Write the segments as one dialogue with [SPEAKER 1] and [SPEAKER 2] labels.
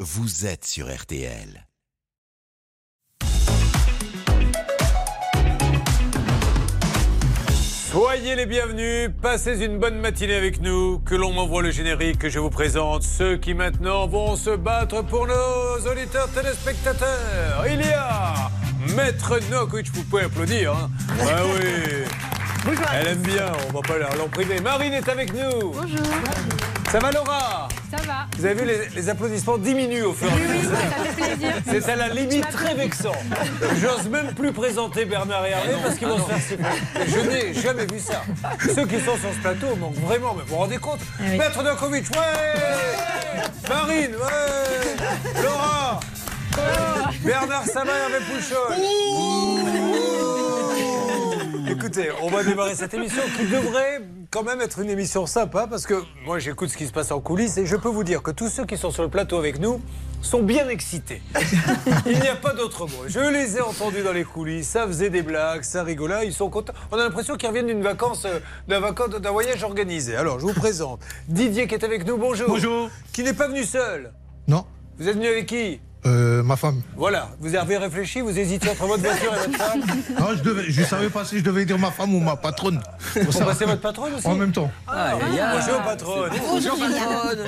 [SPEAKER 1] vous êtes sur RTL.
[SPEAKER 2] Soyez les bienvenus, passez une bonne matinée avec nous, que l'on m'envoie le générique que je vous présente, ceux qui maintenant vont se battre pour nos auditeurs téléspectateurs. Il y a Maître Nokovic, vous pouvez applaudir. Hein ah oui. Elle aime bien, on va pas l'en priver. Marine est avec nous.
[SPEAKER 3] Bonjour.
[SPEAKER 2] Ça va Laura
[SPEAKER 3] Ça va.
[SPEAKER 2] Vous avez vu, les, les applaudissements diminuent au fur et à
[SPEAKER 3] Oui, oui, ça fait plaisir.
[SPEAKER 2] c'est à la limite très vexant. J'ose même plus présenter Bernard et Hervé parce qu'ils vont se faire siffler. Je n'ai jamais vu ça. Ceux qui sont sur ce plateau manquent vraiment, mais vous vous rendez compte
[SPEAKER 3] oui.
[SPEAKER 2] Maître Nokovic, ouais Marine, ouais Laura Bernard Sabat, Hervé Pouchol Écoutez, on va démarrer cette émission qui devrait quand même être une émission sympa parce que moi j'écoute ce qui se passe en coulisses et je peux vous dire que tous ceux qui sont sur le plateau avec nous sont bien excités. Il n'y a pas d'autre mot. Je les ai entendus dans les coulisses, ça faisait des blagues, ça rigolait, ils sont contents. On a l'impression qu'ils reviennent d'une vacance, euh, d'un vacan- d'un voyage organisé. Alors je vous présente Didier qui est avec nous, bonjour.
[SPEAKER 4] Bonjour.
[SPEAKER 2] Qui n'est pas venu seul.
[SPEAKER 4] Non,
[SPEAKER 2] Vous êtes venu avec qui
[SPEAKER 4] euh, ma femme.
[SPEAKER 2] Voilà, vous avez réfléchi, vous hésitiez entre votre voiture et votre femme.
[SPEAKER 4] Non, je devais, je savais pas si je devais dire ma femme ou ma patronne. Pour
[SPEAKER 2] Vous
[SPEAKER 4] ça.
[SPEAKER 2] passez votre patronne aussi Ah,
[SPEAKER 4] En même temps.
[SPEAKER 2] Bonjour patronne.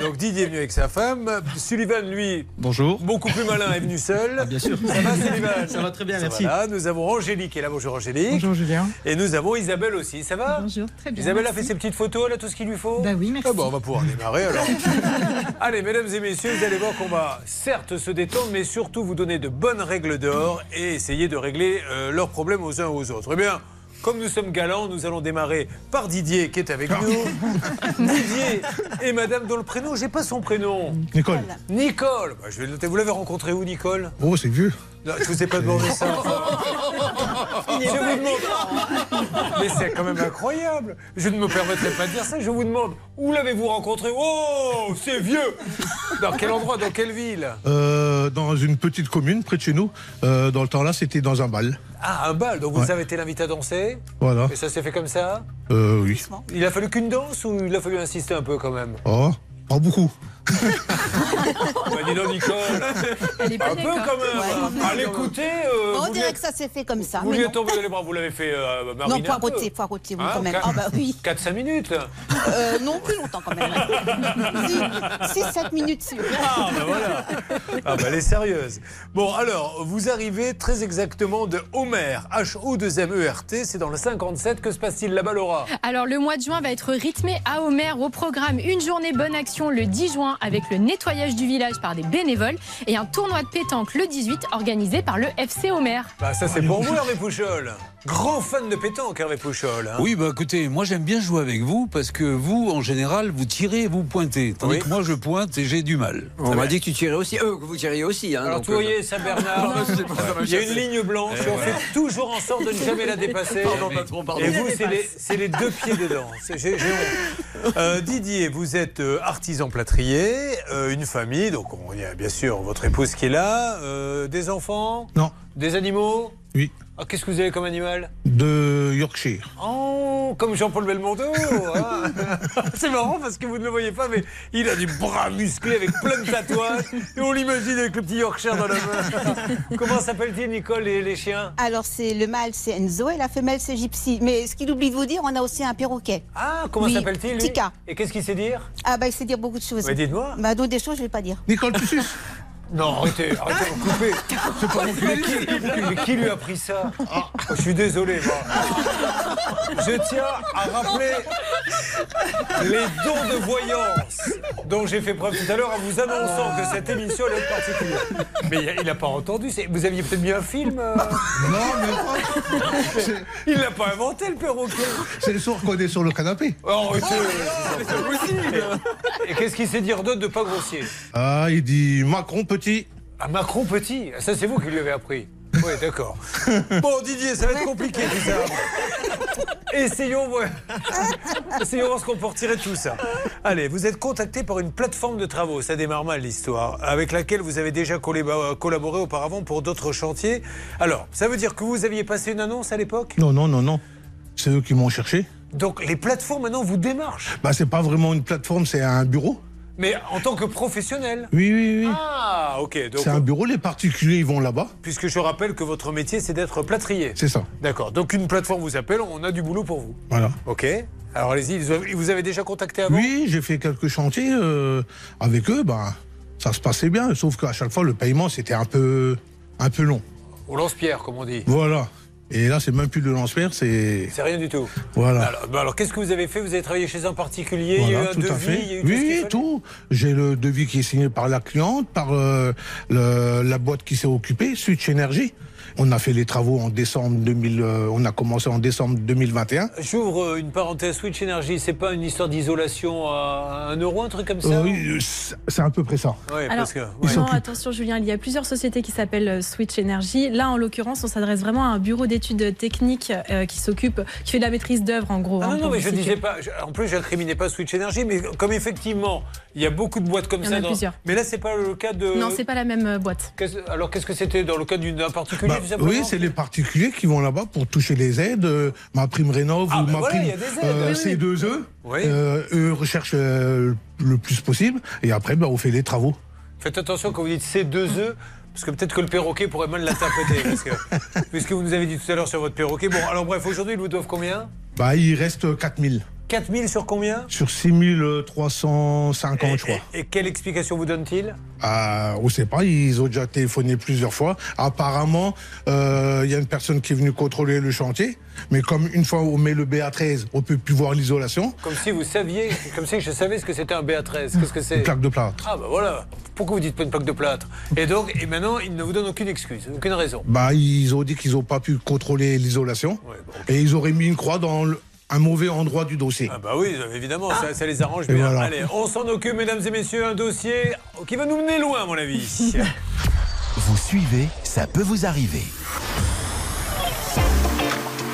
[SPEAKER 2] Donc Didier est venu avec sa femme. Sullivan, lui,
[SPEAKER 4] Bonjour. Ah,
[SPEAKER 2] beaucoup plus malin, est venu seul.
[SPEAKER 4] Bien sûr.
[SPEAKER 2] Ça va, Sullivan
[SPEAKER 5] Ça va très bien,
[SPEAKER 2] Ça
[SPEAKER 5] merci.
[SPEAKER 2] va là. Nous avons Angélique qui est là. Bonjour Angélique.
[SPEAKER 6] Julien.
[SPEAKER 2] Et nous avons Isabelle aussi. Ça va
[SPEAKER 6] Bonjour, très bien.
[SPEAKER 2] Isabelle a fait
[SPEAKER 6] merci.
[SPEAKER 2] ses petites photos, elle a tout ce qu'il lui faut
[SPEAKER 6] Bah oui, merci.
[SPEAKER 2] Ah bon, on va pouvoir démarrer alors. allez, mesdames et messieurs, vous allez voir qu'on va certes se détendre, mais surtout vous donner de bonnes règles d'or et essayer de régler euh, leurs problèmes aux uns aux autres. Eh bien, comme nous sommes galants, nous allons démarrer par Didier qui est avec nous. Didier et madame dont le prénom, j'ai pas son prénom.
[SPEAKER 4] Nicole.
[SPEAKER 2] Nicole. Bah, je vais le noter. Vous l'avez rencontré où, Nicole
[SPEAKER 4] Oh, c'est vieux.
[SPEAKER 2] non, je vous ai pas demandé ça. je vous demande. Mais c'est quand même incroyable. Je ne me permettrai pas de dire ça. Je vous demande où l'avez-vous rencontré Oh, c'est vieux. Dans quel endroit Dans quelle ville
[SPEAKER 4] Euh, dans une petite commune près de chez nous. Euh, dans le temps-là, c'était dans un bal.
[SPEAKER 2] Ah, un bal. Donc vous
[SPEAKER 4] Ouais.
[SPEAKER 2] avez été l'invité à danser.
[SPEAKER 4] Voilà.
[SPEAKER 2] Et ça s'est fait comme ça.
[SPEAKER 4] Euh, oui.
[SPEAKER 2] Il a fallu qu'une danse ou il a fallu insister un peu quand même
[SPEAKER 4] Oh, pas beaucoup.
[SPEAKER 2] Bah, dis donc, Nicole.
[SPEAKER 3] Elle est
[SPEAKER 2] Un
[SPEAKER 3] pas
[SPEAKER 2] peu
[SPEAKER 3] d'accord.
[SPEAKER 2] quand même. À l'écouter. euh,
[SPEAKER 7] On
[SPEAKER 2] vous lui
[SPEAKER 7] dirait
[SPEAKER 2] êtes-
[SPEAKER 7] que ça s'est fait comme ça.
[SPEAKER 2] vous
[SPEAKER 7] mais
[SPEAKER 2] lui
[SPEAKER 7] non.
[SPEAKER 2] êtes tombé dans les bras. Vous l'avez fait, euh,
[SPEAKER 7] non,
[SPEAKER 2] Marine. un peu.
[SPEAKER 7] poireauté, poireauté, oui,
[SPEAKER 2] Hein,
[SPEAKER 7] quand même.
[SPEAKER 2] quatre-
[SPEAKER 7] Ah bah oui.
[SPEAKER 2] 4-5 minutes.
[SPEAKER 7] Euh, non, plus longtemps quand même. 6-7 minutes sûr.
[SPEAKER 2] Ah bah voilà Ah bah elle est sérieuse. Bon alors, vous arrivez très exactement de Homer, H-O-2-M-E-R-T, c'est dans le 57, que se passe-t-il là-bas Laura
[SPEAKER 3] Alors le mois de juin va être rythmé à Homer au programme Une journée bonne action le 10 juin avec le nettoyage du village par des bénévoles et un tournoi de pétanque le 18 organisé par le FC Homer.
[SPEAKER 2] Bah ça c'est pour vous Hervé Pouchol Grand fan de pétanque Hervé Pouchol hein.
[SPEAKER 8] Oui, bah écoutez, moi j'aime bien jouer avec vous parce que vous, en général, vous tirez et vous pointez. Tandis
[SPEAKER 2] Oui.
[SPEAKER 8] que moi je pointe et j'ai du mal.
[SPEAKER 5] On m'a dit que tu tirais aussi. Eux, que vous tiriez aussi. Hein,
[SPEAKER 2] Alors
[SPEAKER 5] donc,
[SPEAKER 2] tu voyez ça Bernard Il y a une ligne blanche et on fait toujours en sorte de ne jamais la dépasser.
[SPEAKER 5] Pardon, patron, pardon.
[SPEAKER 2] Et vous, c'est les, c'est les deux pieds dedans. C'est- J'ai j'ai honte. Euh, Didier, vous êtes euh, artisan plâtrier, euh, une famille, donc on- il y a bien sûr votre épouse qui est là, euh, des enfants,
[SPEAKER 4] Non.
[SPEAKER 2] des animaux.
[SPEAKER 4] Oui.
[SPEAKER 2] Ah, Qu'est-ce que vous avez comme animal
[SPEAKER 4] De Yorkshire.
[SPEAKER 2] Oh, comme Jean-Paul Belmondo hein. C'est marrant parce que vous ne le voyez pas, mais il a des bras musclés avec plein de tatouages et on l'imagine avec le petit Yorkshire dans la main. Comment s'appelle-t-il, Nicole, les, les chiens
[SPEAKER 7] Alors, c'est le mâle, c'est Enzo, et la femelle, c'est Gypsy. Mais ce qu'il oublie de vous dire, on a aussi un perroquet.
[SPEAKER 2] Ah, comment
[SPEAKER 7] Oui,
[SPEAKER 2] s'appelle-t-il lui
[SPEAKER 7] Tika.
[SPEAKER 2] Et qu'est-ce qu'il sait dire
[SPEAKER 7] Ah bah, il sait dire beaucoup de choses.
[SPEAKER 2] Mais dites-moi.
[SPEAKER 7] Bah, d'autres des choses, je vais pas dire.
[SPEAKER 4] Nicole, tu suces
[SPEAKER 2] Non, arrêtez, arrêtez, vous coupez. C'est pas mon qui, mais qui lui a pris ça Ah, Je suis désolé, moi. Je tiens à rappeler les dons de voyance dont j'ai fait preuve tout à l'heure en vous annonçant que cette émission allait être particulière. Mais il a- il n'a pas entendu. c'est- Vous aviez peut-être mis un film euh,
[SPEAKER 4] Non, mais pas. C'est-
[SPEAKER 2] Il n'a pas inventé, le perroquet.
[SPEAKER 4] C'est le sourd qu'on est sur le canapé.
[SPEAKER 2] Oh, arrêtez, c'est possible. Et qu'est-ce qu'il sait dire d'autre de pas grossier
[SPEAKER 4] Ah, il dit Macron petit.
[SPEAKER 2] Ah, Macron petit Ça, c'est vous qui l'avez appris. Oui, d'accord. Bon, Didier, ça va être compliqué, tout ça. Essayons, voir- Essayons voir ce qu'on peut retirer de tout ça. Allez, vous êtes contacté par une plateforme de travaux, ça démarre mal l'histoire, avec laquelle vous avez déjà collab- collaboré auparavant pour d'autres chantiers. Alors, ça veut dire que vous aviez passé une annonce à l'époque
[SPEAKER 4] Non, non, non, non. C'est eux qui m'ont cherché.
[SPEAKER 2] Donc, les plateformes, maintenant, vous démarchent.
[SPEAKER 4] Bah, c'est pas vraiment une plateforme, c'est un bureau.
[SPEAKER 2] Mais en tant que professionnel
[SPEAKER 4] Oui, oui, oui.
[SPEAKER 2] Ah, ok. Donc,
[SPEAKER 4] C'est un bureau, les particuliers, ils vont là-bas.
[SPEAKER 2] puisque je rappelle que votre métier, c'est d'être plâtrier.
[SPEAKER 4] C'est ça.
[SPEAKER 2] D'accord. Donc, une plateforme vous appelle, on a du boulot pour vous.
[SPEAKER 4] Voilà.
[SPEAKER 2] Ok. Alors, allez-y. Ils vous- ils Vous avez déjà contacté avant
[SPEAKER 4] Oui, j'ai fait quelques chantiers euh, avec eux, ben, ça se passait bien, sauf qu'à chaque fois, le paiement, c'était un peu, un peu long.
[SPEAKER 2] Au lance-pierre, comme on dit.
[SPEAKER 4] Voilà. Et là, c'est même plus le lance-pierre, c'est.
[SPEAKER 2] C'est rien du tout.
[SPEAKER 4] Voilà.
[SPEAKER 2] Alors, bah alors, qu'est-ce que vous avez fait Vous avez travaillé chez un particulier Il y a eu
[SPEAKER 4] Voilà,
[SPEAKER 2] un
[SPEAKER 4] tout à
[SPEAKER 2] devis
[SPEAKER 4] fait.
[SPEAKER 2] il y a eu tout ce qu'il
[SPEAKER 4] oui,
[SPEAKER 2] fallait
[SPEAKER 4] tout. J'ai le devis qui est signé par la cliente, par euh, le- la boîte qui s'est occupée, Switch Energy. On a fait les travaux en décembre 2000. euh, on a commencé en décembre 2021.
[SPEAKER 2] J'ouvre euh, une parenthèse. Switch Energy, c'est pas une histoire d'isolation à un euro, un truc comme ça
[SPEAKER 4] Euh, oui, euh, c'est c'est à peu près ça.
[SPEAKER 2] Ouais,
[SPEAKER 6] Alors,
[SPEAKER 2] parce que.
[SPEAKER 4] Ils
[SPEAKER 2] ouais. Ah,
[SPEAKER 6] Non,
[SPEAKER 4] s'occupent.
[SPEAKER 6] attention Julien, il y a plusieurs sociétés qui s'appellent euh, Switch Energy. Là, en l'occurrence, on s'adresse vraiment à un bureau d'études techniques euh, qui s'occupe, qui fait de la maîtrise d'œuvre en gros.
[SPEAKER 2] Ah
[SPEAKER 6] hein,
[SPEAKER 2] non, non,
[SPEAKER 6] pour
[SPEAKER 2] mais
[SPEAKER 6] vous
[SPEAKER 2] je
[SPEAKER 6] situer.
[SPEAKER 2] disais pas. je- En plus, j'incriminais pas Switch Energy, mais comme effectivement, il y a beaucoup de boîtes comme
[SPEAKER 6] Il y en
[SPEAKER 2] ça.
[SPEAKER 6] a plusieurs.
[SPEAKER 2] Mais là, c'est pas le cas de.
[SPEAKER 6] Non, c'est pas la même euh, boîte.
[SPEAKER 2] Qu'est-ce- Alors, qu'est-ce que c'était dans le cas d'une- d'un particulier
[SPEAKER 4] Bah,
[SPEAKER 2] tout simplement
[SPEAKER 4] oui, c'est les particuliers qui vont là-bas pour toucher les aides, euh, ma prime rénov
[SPEAKER 2] Ah,
[SPEAKER 4] ou
[SPEAKER 2] bah
[SPEAKER 4] ma
[SPEAKER 2] voilà, il y
[SPEAKER 4] prime
[SPEAKER 2] a des aides.
[SPEAKER 4] euh,
[SPEAKER 2] Oui,
[SPEAKER 4] C2E.
[SPEAKER 2] Oui.
[SPEAKER 4] Euh, eux recherchent euh, le plus possible et après, bah, on fait les travaux.
[SPEAKER 2] Faites attention quand vous dites ces deux œufs. Parce que peut-être que le perroquet pourrait mal l'interpréter. parce que- puisque vous nous avez dit tout à l'heure sur votre perroquet. Bon, alors bref, aujourd'hui, ils vous doivent combien
[SPEAKER 4] Bah, il reste 4000
[SPEAKER 2] 4000 sur combien Eh,
[SPEAKER 4] sur 6350, je crois.
[SPEAKER 2] et, et quelle explication vous donne-t-il
[SPEAKER 4] Ah, on sait pas, ils ont déjà téléphoné plusieurs fois. Apparemment, euh, il y a une personne qui est venue contrôler le chantier. Mais comme une fois on met le BA13, on peut plus voir l'isolation,
[SPEAKER 2] Comme si vous saviez, comme si je savais ce que c'était un BA13. Qu'est-ce que c'est
[SPEAKER 4] une plaque de plâtre.
[SPEAKER 2] Ah bah voilà. Pourquoi vous dites pas une plaque de plâtre Et donc, et maintenant, ils ne vous donnent aucune excuse, aucune raison.
[SPEAKER 4] Bah, ils ont dit qu'ils ont pas pu contrôler l'isolation.
[SPEAKER 2] Ouais, bah, bon.
[SPEAKER 4] Et ils auraient mis une croix dans le- un mauvais endroit du dossier.
[SPEAKER 2] Ah bah oui, évidemment, ça, ça les arrange
[SPEAKER 4] Et
[SPEAKER 2] bien.
[SPEAKER 4] voilà.
[SPEAKER 2] Allez, on s'en occupe, mesdames et messieurs, un dossier qui va nous mener loin, à mon avis.
[SPEAKER 1] Vous suivez, ça peut vous arriver.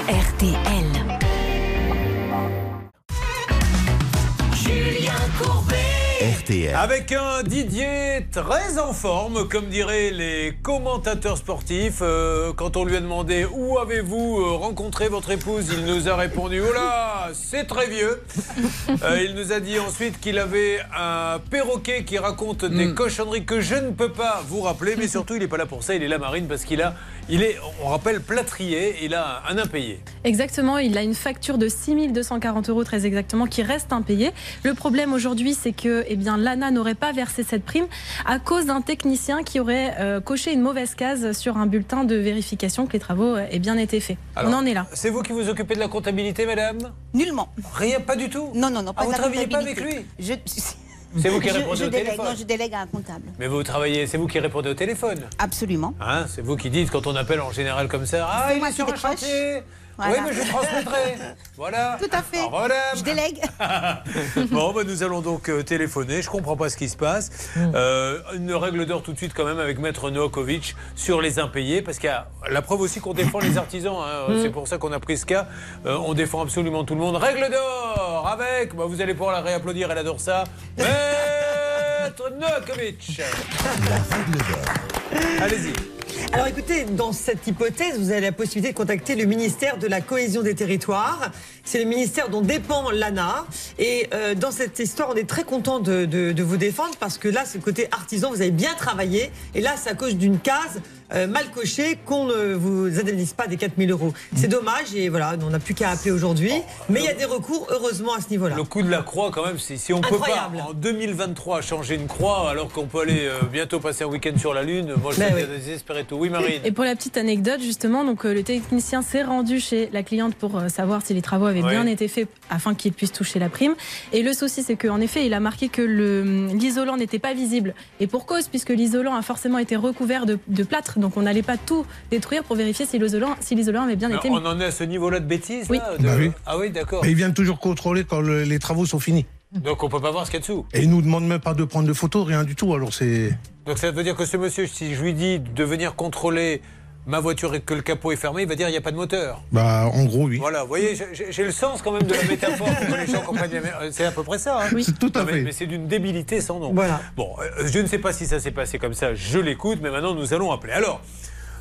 [SPEAKER 9] RTL.
[SPEAKER 1] RTL.
[SPEAKER 2] Avec un Didier très en forme, comme diraient les commentateurs sportifs. Euh, quand on lui a demandé où avez-vous euh, rencontré votre épouse, il nous a répondu Oh là, c'est très vieux. Euh, il nous a dit ensuite qu'il avait un perroquet qui raconte des cochonneries que je ne peux pas vous rappeler, mais surtout il n'est pas là pour ça, il est là Marine parce qu'il a, il est, on rappelle plâtrier, il a un impayé.
[SPEAKER 6] Exactement, il a une facture de 6240 euros très exactement qui reste impayée. Le problème aujourd'hui, c'est que eh bien, l'ANA n'aurait pas versé cette prime à cause d'un technicien qui aurait euh, coché une mauvaise case sur un bulletin de vérification que les travaux euh, aient bien été faits.
[SPEAKER 2] Alors-
[SPEAKER 6] On en est là.
[SPEAKER 2] C'est vous qui vous occupez de la comptabilité, madame
[SPEAKER 7] Nullement.
[SPEAKER 2] Rien, pas du tout.
[SPEAKER 7] Non, non, non,
[SPEAKER 2] Ah,
[SPEAKER 7] pas de
[SPEAKER 2] vous
[SPEAKER 7] la
[SPEAKER 2] travaillez pas avec
[SPEAKER 7] comptabilité.
[SPEAKER 2] lui
[SPEAKER 7] Je,
[SPEAKER 2] C'est vous qui
[SPEAKER 7] je,
[SPEAKER 2] répondez
[SPEAKER 7] je
[SPEAKER 2] au
[SPEAKER 7] délègue,
[SPEAKER 2] téléphone.
[SPEAKER 7] non, je délègue à un comptable.
[SPEAKER 2] Mais vous travaillez, c'est vous qui répondez au téléphone.
[SPEAKER 7] Absolument.
[SPEAKER 2] Hein, c'est vous qui dites quand on appelle en général comme ça Ah,
[SPEAKER 7] C'est
[SPEAKER 2] il
[SPEAKER 7] moi
[SPEAKER 2] est
[SPEAKER 7] qui
[SPEAKER 2] sur un
[SPEAKER 7] décroche.
[SPEAKER 2] chantier
[SPEAKER 7] Voilà.
[SPEAKER 2] Oui, mais je transmettrai Voilà
[SPEAKER 7] Tout à fait.
[SPEAKER 2] Au revoir, madame.
[SPEAKER 7] Je délègue.
[SPEAKER 2] Bon, bah, nous allons donc euh, téléphoner. Je comprends pas ce qui se passe.
[SPEAKER 10] Hmm.
[SPEAKER 2] Euh, une règle d'or tout de suite quand même avec Maître Novakovic sur les impayés, parce qu'il y a la preuve aussi qu'on défend les artisans. hein.
[SPEAKER 10] Hmm.
[SPEAKER 2] C'est pour ça qu'on a pris ce cas. Euh, on défend absolument tout le monde. Règle d'or avec, bah, vous allez pouvoir la réapplaudir, elle adore ça. Maître Novakovic
[SPEAKER 1] La règle d'or.
[SPEAKER 2] Allez-y.
[SPEAKER 10] Alors écoutez, dans cette hypothèse, vous avez la possibilité de contacter le ministère de la cohésion des territoires. C'est le ministère dont dépend l'ANA. Et euh, dans cette histoire, on est très content de, de- de vous défendre parce que là, c'est le côté artisan, vous avez bien travaillé. Et là, c'est à cause d'une case euh, mal cochée qu'on ne vous indemnise pas des 4000 euros.
[SPEAKER 2] Mm.
[SPEAKER 10] C'est dommage et voilà, on n'a plus qu'à appeler aujourd'hui. Mais il y a des recours, heureusement, à ce niveau-là.
[SPEAKER 2] Oh, Le coup de la croix, quand même, c'est- si on peut pas
[SPEAKER 10] Incroyable.
[SPEAKER 2] en 2023 changer une croix alors qu'on peut aller euh, bientôt passer un week-end sur la Lune, moi je
[SPEAKER 10] Ben
[SPEAKER 2] suis
[SPEAKER 10] oui.
[SPEAKER 2] désespéré tout. Oui, Marine.
[SPEAKER 6] Et pour la petite anecdote, justement, donc euh, le technicien s'est rendu chez la cliente pour euh, savoir si les travaux avaient
[SPEAKER 2] Ouais.
[SPEAKER 6] bien été faits afin qu'il puisse toucher la prime. Et le souci, c'est qu'en effet, il a marqué que le- hum, l'isolant n'était pas visible. Et pour cause, puisque l'isolant a forcément été recouvert de, de plâtre, donc on n'allait pas tout détruire pour vérifier si l'isolant si l'isolant avait bien
[SPEAKER 2] Alors,
[SPEAKER 6] été mis.
[SPEAKER 2] on en est à ce niveau-là de bêtises
[SPEAKER 6] Oui.
[SPEAKER 2] là, de-
[SPEAKER 4] Bah oui.
[SPEAKER 2] Ah oui, d'accord.
[SPEAKER 4] Et ils viennent toujours contrôler quand le- les travaux sont finis.
[SPEAKER 2] Donc on peut pas voir ce qu'il y a dessous.
[SPEAKER 4] Et ils nous demandent même pas de prendre de photos, rien du tout. Alors c'est.
[SPEAKER 2] Donc ça veut dire que ce monsieur, si je lui dis de venir contrôler ma voiture et que le capot est fermé, il va dire il n'y a pas de moteur.
[SPEAKER 4] Bah, en gros, oui.
[SPEAKER 2] Voilà, vous voyez, j'ai- j'ai j'ai le sens quand même de la métaphore. pour que les gens comprennent la mé- euh, C'est à peu près ça. hein.
[SPEAKER 4] C'est tout à
[SPEAKER 2] Non, mais,
[SPEAKER 4] fait.
[SPEAKER 2] mais c'est d'une débilité sans nom.
[SPEAKER 10] Voilà.
[SPEAKER 2] Bon, euh, je ne sais pas si ça s'est passé comme ça, je l'écoute, mais maintenant nous allons appeler. Alors,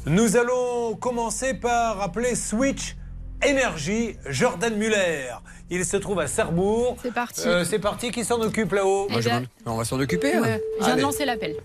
[SPEAKER 2] nous allons commencer par appeler Switch Énergie, Jordan Muller. Il se trouve à Sarrebourg.
[SPEAKER 3] C'est parti.
[SPEAKER 2] Euh, c'est parti, qui s'en occupe là-haut
[SPEAKER 3] Eh ben,
[SPEAKER 5] On va s'en occuper. hein.
[SPEAKER 3] ouais, je viens de
[SPEAKER 2] Allez.
[SPEAKER 3] lancer l'appel.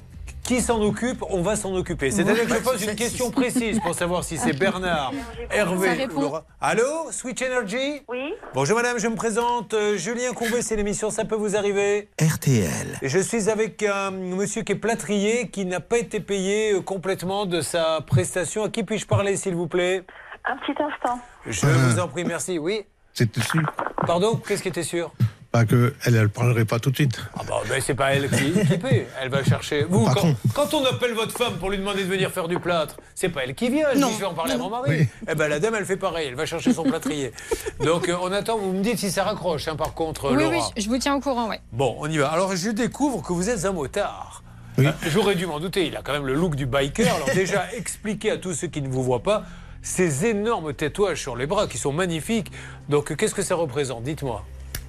[SPEAKER 2] Qui s'en occupe On va s'en occuper. C'est-à-dire que je pose une question précise pour savoir si c'est Bernard,
[SPEAKER 3] Ça
[SPEAKER 2] Hervé
[SPEAKER 3] répond.
[SPEAKER 2] ou Laura. Allô, Switch Energy
[SPEAKER 11] Oui.
[SPEAKER 2] Bonjour madame, je me présente. euh, Julien Courbet, c'est l'émission Ça peut vous arriver.
[SPEAKER 1] RTL.
[SPEAKER 2] Et Je suis avec un monsieur qui est plâtrier, qui n'a pas été payé euh, complètement de sa prestation. À qui puis-je parler, s'il vous plaît
[SPEAKER 11] Un petit instant.
[SPEAKER 2] Je vous en prie, merci. Oui
[SPEAKER 4] C'était sûr.
[SPEAKER 2] Pardon Qu'est-ce qui était sûr
[SPEAKER 4] Pas que elle, elle parlerait pas tout de suite.
[SPEAKER 2] Ah bah, mais c'est pas elle qui, qui paie. Elle va chercher. Vous,
[SPEAKER 4] Par
[SPEAKER 2] quand,
[SPEAKER 4] contre.
[SPEAKER 2] quand on appelle votre femme pour lui demander de venir faire du plâtre, c'est pas elle qui vient. Elle dit je vais en parler à mon mari.
[SPEAKER 4] Oui.
[SPEAKER 2] Eh ben la dame, elle fait pareil. Elle va chercher son plâtrier. Donc euh, on attend. Vous me dites si ça raccroche. hein, par contre, euh,
[SPEAKER 3] oui,
[SPEAKER 2] Laura.
[SPEAKER 3] oui, je je vous tiens au courant, ouais.
[SPEAKER 2] Bon, on y va. Alors je découvre que vous êtes un motard.
[SPEAKER 4] Oui.
[SPEAKER 2] Euh, J'aurais dû m'en douter. Il a quand même le look du biker. Alors déjà, expliquez à tous ceux qui ne vous voient pas ces énormes tatouages sur les bras qui sont magnifiques. Donc qu'est-ce que ça représente Dites-moi.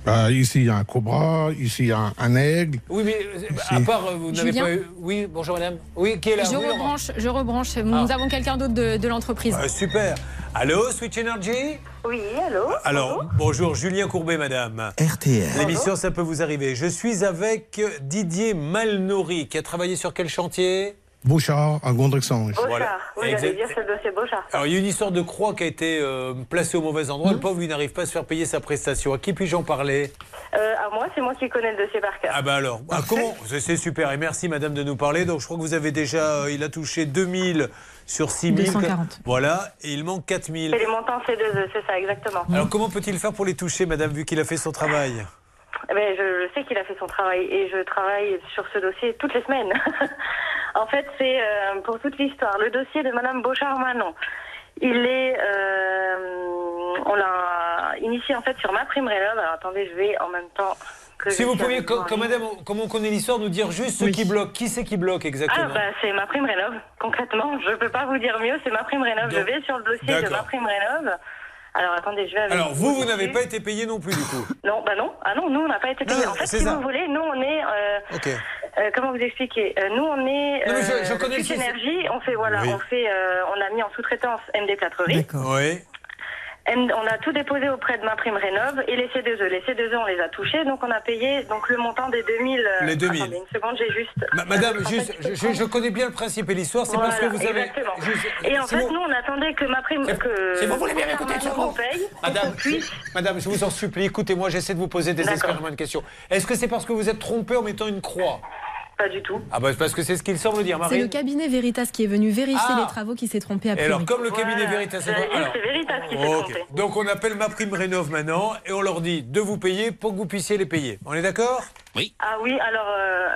[SPEAKER 4] Bah, ici, il y a un cobra, ici, il y a un, un aigle.
[SPEAKER 2] Oui, mais euh, à part, euh, vous n'avez
[SPEAKER 3] Julien
[SPEAKER 2] pas eu. Oui, bonjour madame. Oui, qui est là
[SPEAKER 3] Je
[SPEAKER 2] Oui, Laurent.
[SPEAKER 3] rebranche, je rebranche. Nous
[SPEAKER 2] Ah.
[SPEAKER 3] avons quelqu'un d'autre de, de l'entreprise.
[SPEAKER 2] Euh, super. Allô, Switch Energy
[SPEAKER 11] Oui, allô
[SPEAKER 2] Ah, Alors, bonjour, Julien Courbet, madame.
[SPEAKER 1] RTL.
[SPEAKER 2] L'émission, ça peut vous arriver. Je suis avec Didier Malnori, qui a travaillé sur quel chantier
[SPEAKER 4] Bouchard, un Gondrexange.
[SPEAKER 11] Beauchard.
[SPEAKER 2] voilà.
[SPEAKER 11] Oui,
[SPEAKER 2] Exact-
[SPEAKER 11] j'allais dire, c'est le dossier Beauchard.
[SPEAKER 2] Alors, il y a une histoire de croix qui a été euh, placée au mauvais endroit.
[SPEAKER 3] Mmh.
[SPEAKER 2] Le pauvre, lui, n'arrive pas à se faire payer sa prestation. À qui puis-je en parler
[SPEAKER 11] Euh, à moi, c'est moi qui connais le dossier par cœur.
[SPEAKER 2] Ah bah alors, ah, comment C'est c'est super. Et merci, madame, de nous parler. Donc, je crois que vous avez déjà... euh, il a touché 2000 sur 6000.
[SPEAKER 6] 240.
[SPEAKER 2] Voilà, et il manque 4000.
[SPEAKER 11] Et les montants, c'est deux, c'est ça, exactement.
[SPEAKER 2] Alors, comment peut-il faire pour les toucher, madame, vu qu'il a fait son travail
[SPEAKER 11] Eh ben, je, je sais qu'il a fait son travail et je travaille sur ce dossier toutes les semaines. en fait, c'est euh, pour toute l'histoire. Le dossier de Madame Beauchard-Manon, il est. euh, on l'a initié en fait sur ma prime Alors attendez, je vais en même temps que.
[SPEAKER 2] Si
[SPEAKER 11] je
[SPEAKER 2] vous
[SPEAKER 11] suis
[SPEAKER 2] pouviez,
[SPEAKER 11] avec
[SPEAKER 2] co-
[SPEAKER 11] vous hein. en
[SPEAKER 2] comme
[SPEAKER 11] ligne.
[SPEAKER 2] madame, on- comme on connaît l'histoire, nous dire juste ce qui bloque, qui c'est qui bloque
[SPEAKER 11] Ah
[SPEAKER 2] exactement.
[SPEAKER 11] bah c'est ma prime rénov. Concrètement, je peux pas vous dire mieux. C'est ma prime rénov. Je
[SPEAKER 2] Donc-
[SPEAKER 11] vais sur le dossier de
[SPEAKER 2] D'accord.
[SPEAKER 11] ma prime rénov. Alors attendez, je vais. Avec
[SPEAKER 2] Alors vous, vous n'avez
[SPEAKER 11] dessus.
[SPEAKER 2] pas été payé non plus du coup.
[SPEAKER 11] Non, bah non. Ah non, nous on n'a pas été payés.
[SPEAKER 2] Non,
[SPEAKER 11] en fait,
[SPEAKER 2] c'est
[SPEAKER 11] si
[SPEAKER 2] ça.
[SPEAKER 11] vous voulez, nous on est. euh,
[SPEAKER 2] Ok.
[SPEAKER 11] euh, comment vous expliquer Euh, Nous on est.
[SPEAKER 2] Non, mais je- je
[SPEAKER 11] euh,
[SPEAKER 2] connais le
[SPEAKER 11] Suisse
[SPEAKER 2] système.
[SPEAKER 11] énergie. On fait voilà,
[SPEAKER 2] Oui.
[SPEAKER 11] on fait, euh, on a mis en sous-traitance MD Plâtrerie.
[SPEAKER 2] Oui.
[SPEAKER 11] M- On a tout déposé auprès de ma prime rénov et les C2E. Les C2E on les a touchés, donc on a payé donc le montant des 2000. euh,
[SPEAKER 2] Les 2000.
[SPEAKER 11] Attendez une seconde, j'ai juste.
[SPEAKER 2] Ma- madame,
[SPEAKER 11] En fait,
[SPEAKER 2] juste, je,
[SPEAKER 11] peux
[SPEAKER 2] je- je connais bien le principe et l'histoire, c'est parce que
[SPEAKER 11] Voilà,
[SPEAKER 2] vous avez.
[SPEAKER 11] exactement.
[SPEAKER 2] juste-
[SPEAKER 11] et en
[SPEAKER 2] Simon-
[SPEAKER 11] fait, nous, on attendait que ma prime.
[SPEAKER 2] C'est-
[SPEAKER 11] que
[SPEAKER 2] c'est bon, vous voulez bien m'écouter,
[SPEAKER 11] Armando
[SPEAKER 2] Simon
[SPEAKER 11] nous paye.
[SPEAKER 2] Madame, je,
[SPEAKER 11] Puis-
[SPEAKER 2] madame, je vous en supplie, écoutez-moi, j'essaie de vous poser désespérément une question. Est-ce que c'est parce que vous êtes trompé en mettant une croix
[SPEAKER 11] Pas du tout.
[SPEAKER 2] Ah bah c'est parce que c'est ce qu'il semble dire,
[SPEAKER 6] C'est
[SPEAKER 2] Marie.
[SPEAKER 6] le cabinet Veritas qui est venu vérifier
[SPEAKER 2] Ah.
[SPEAKER 6] les travaux qui s'est trompé à
[SPEAKER 2] Et alors, comme le cabinet
[SPEAKER 11] Voilà.
[SPEAKER 2] Veritas
[SPEAKER 11] J'allais dire,
[SPEAKER 2] alors-
[SPEAKER 11] c'est Veritas qui s'est
[SPEAKER 2] Ok.
[SPEAKER 11] trompé.
[SPEAKER 2] Donc on appelle ma prime rénov maintenant et on leur dit de vous payer pour que vous puissiez les payer. On est d'accord
[SPEAKER 11] Ah oui, alors, euh,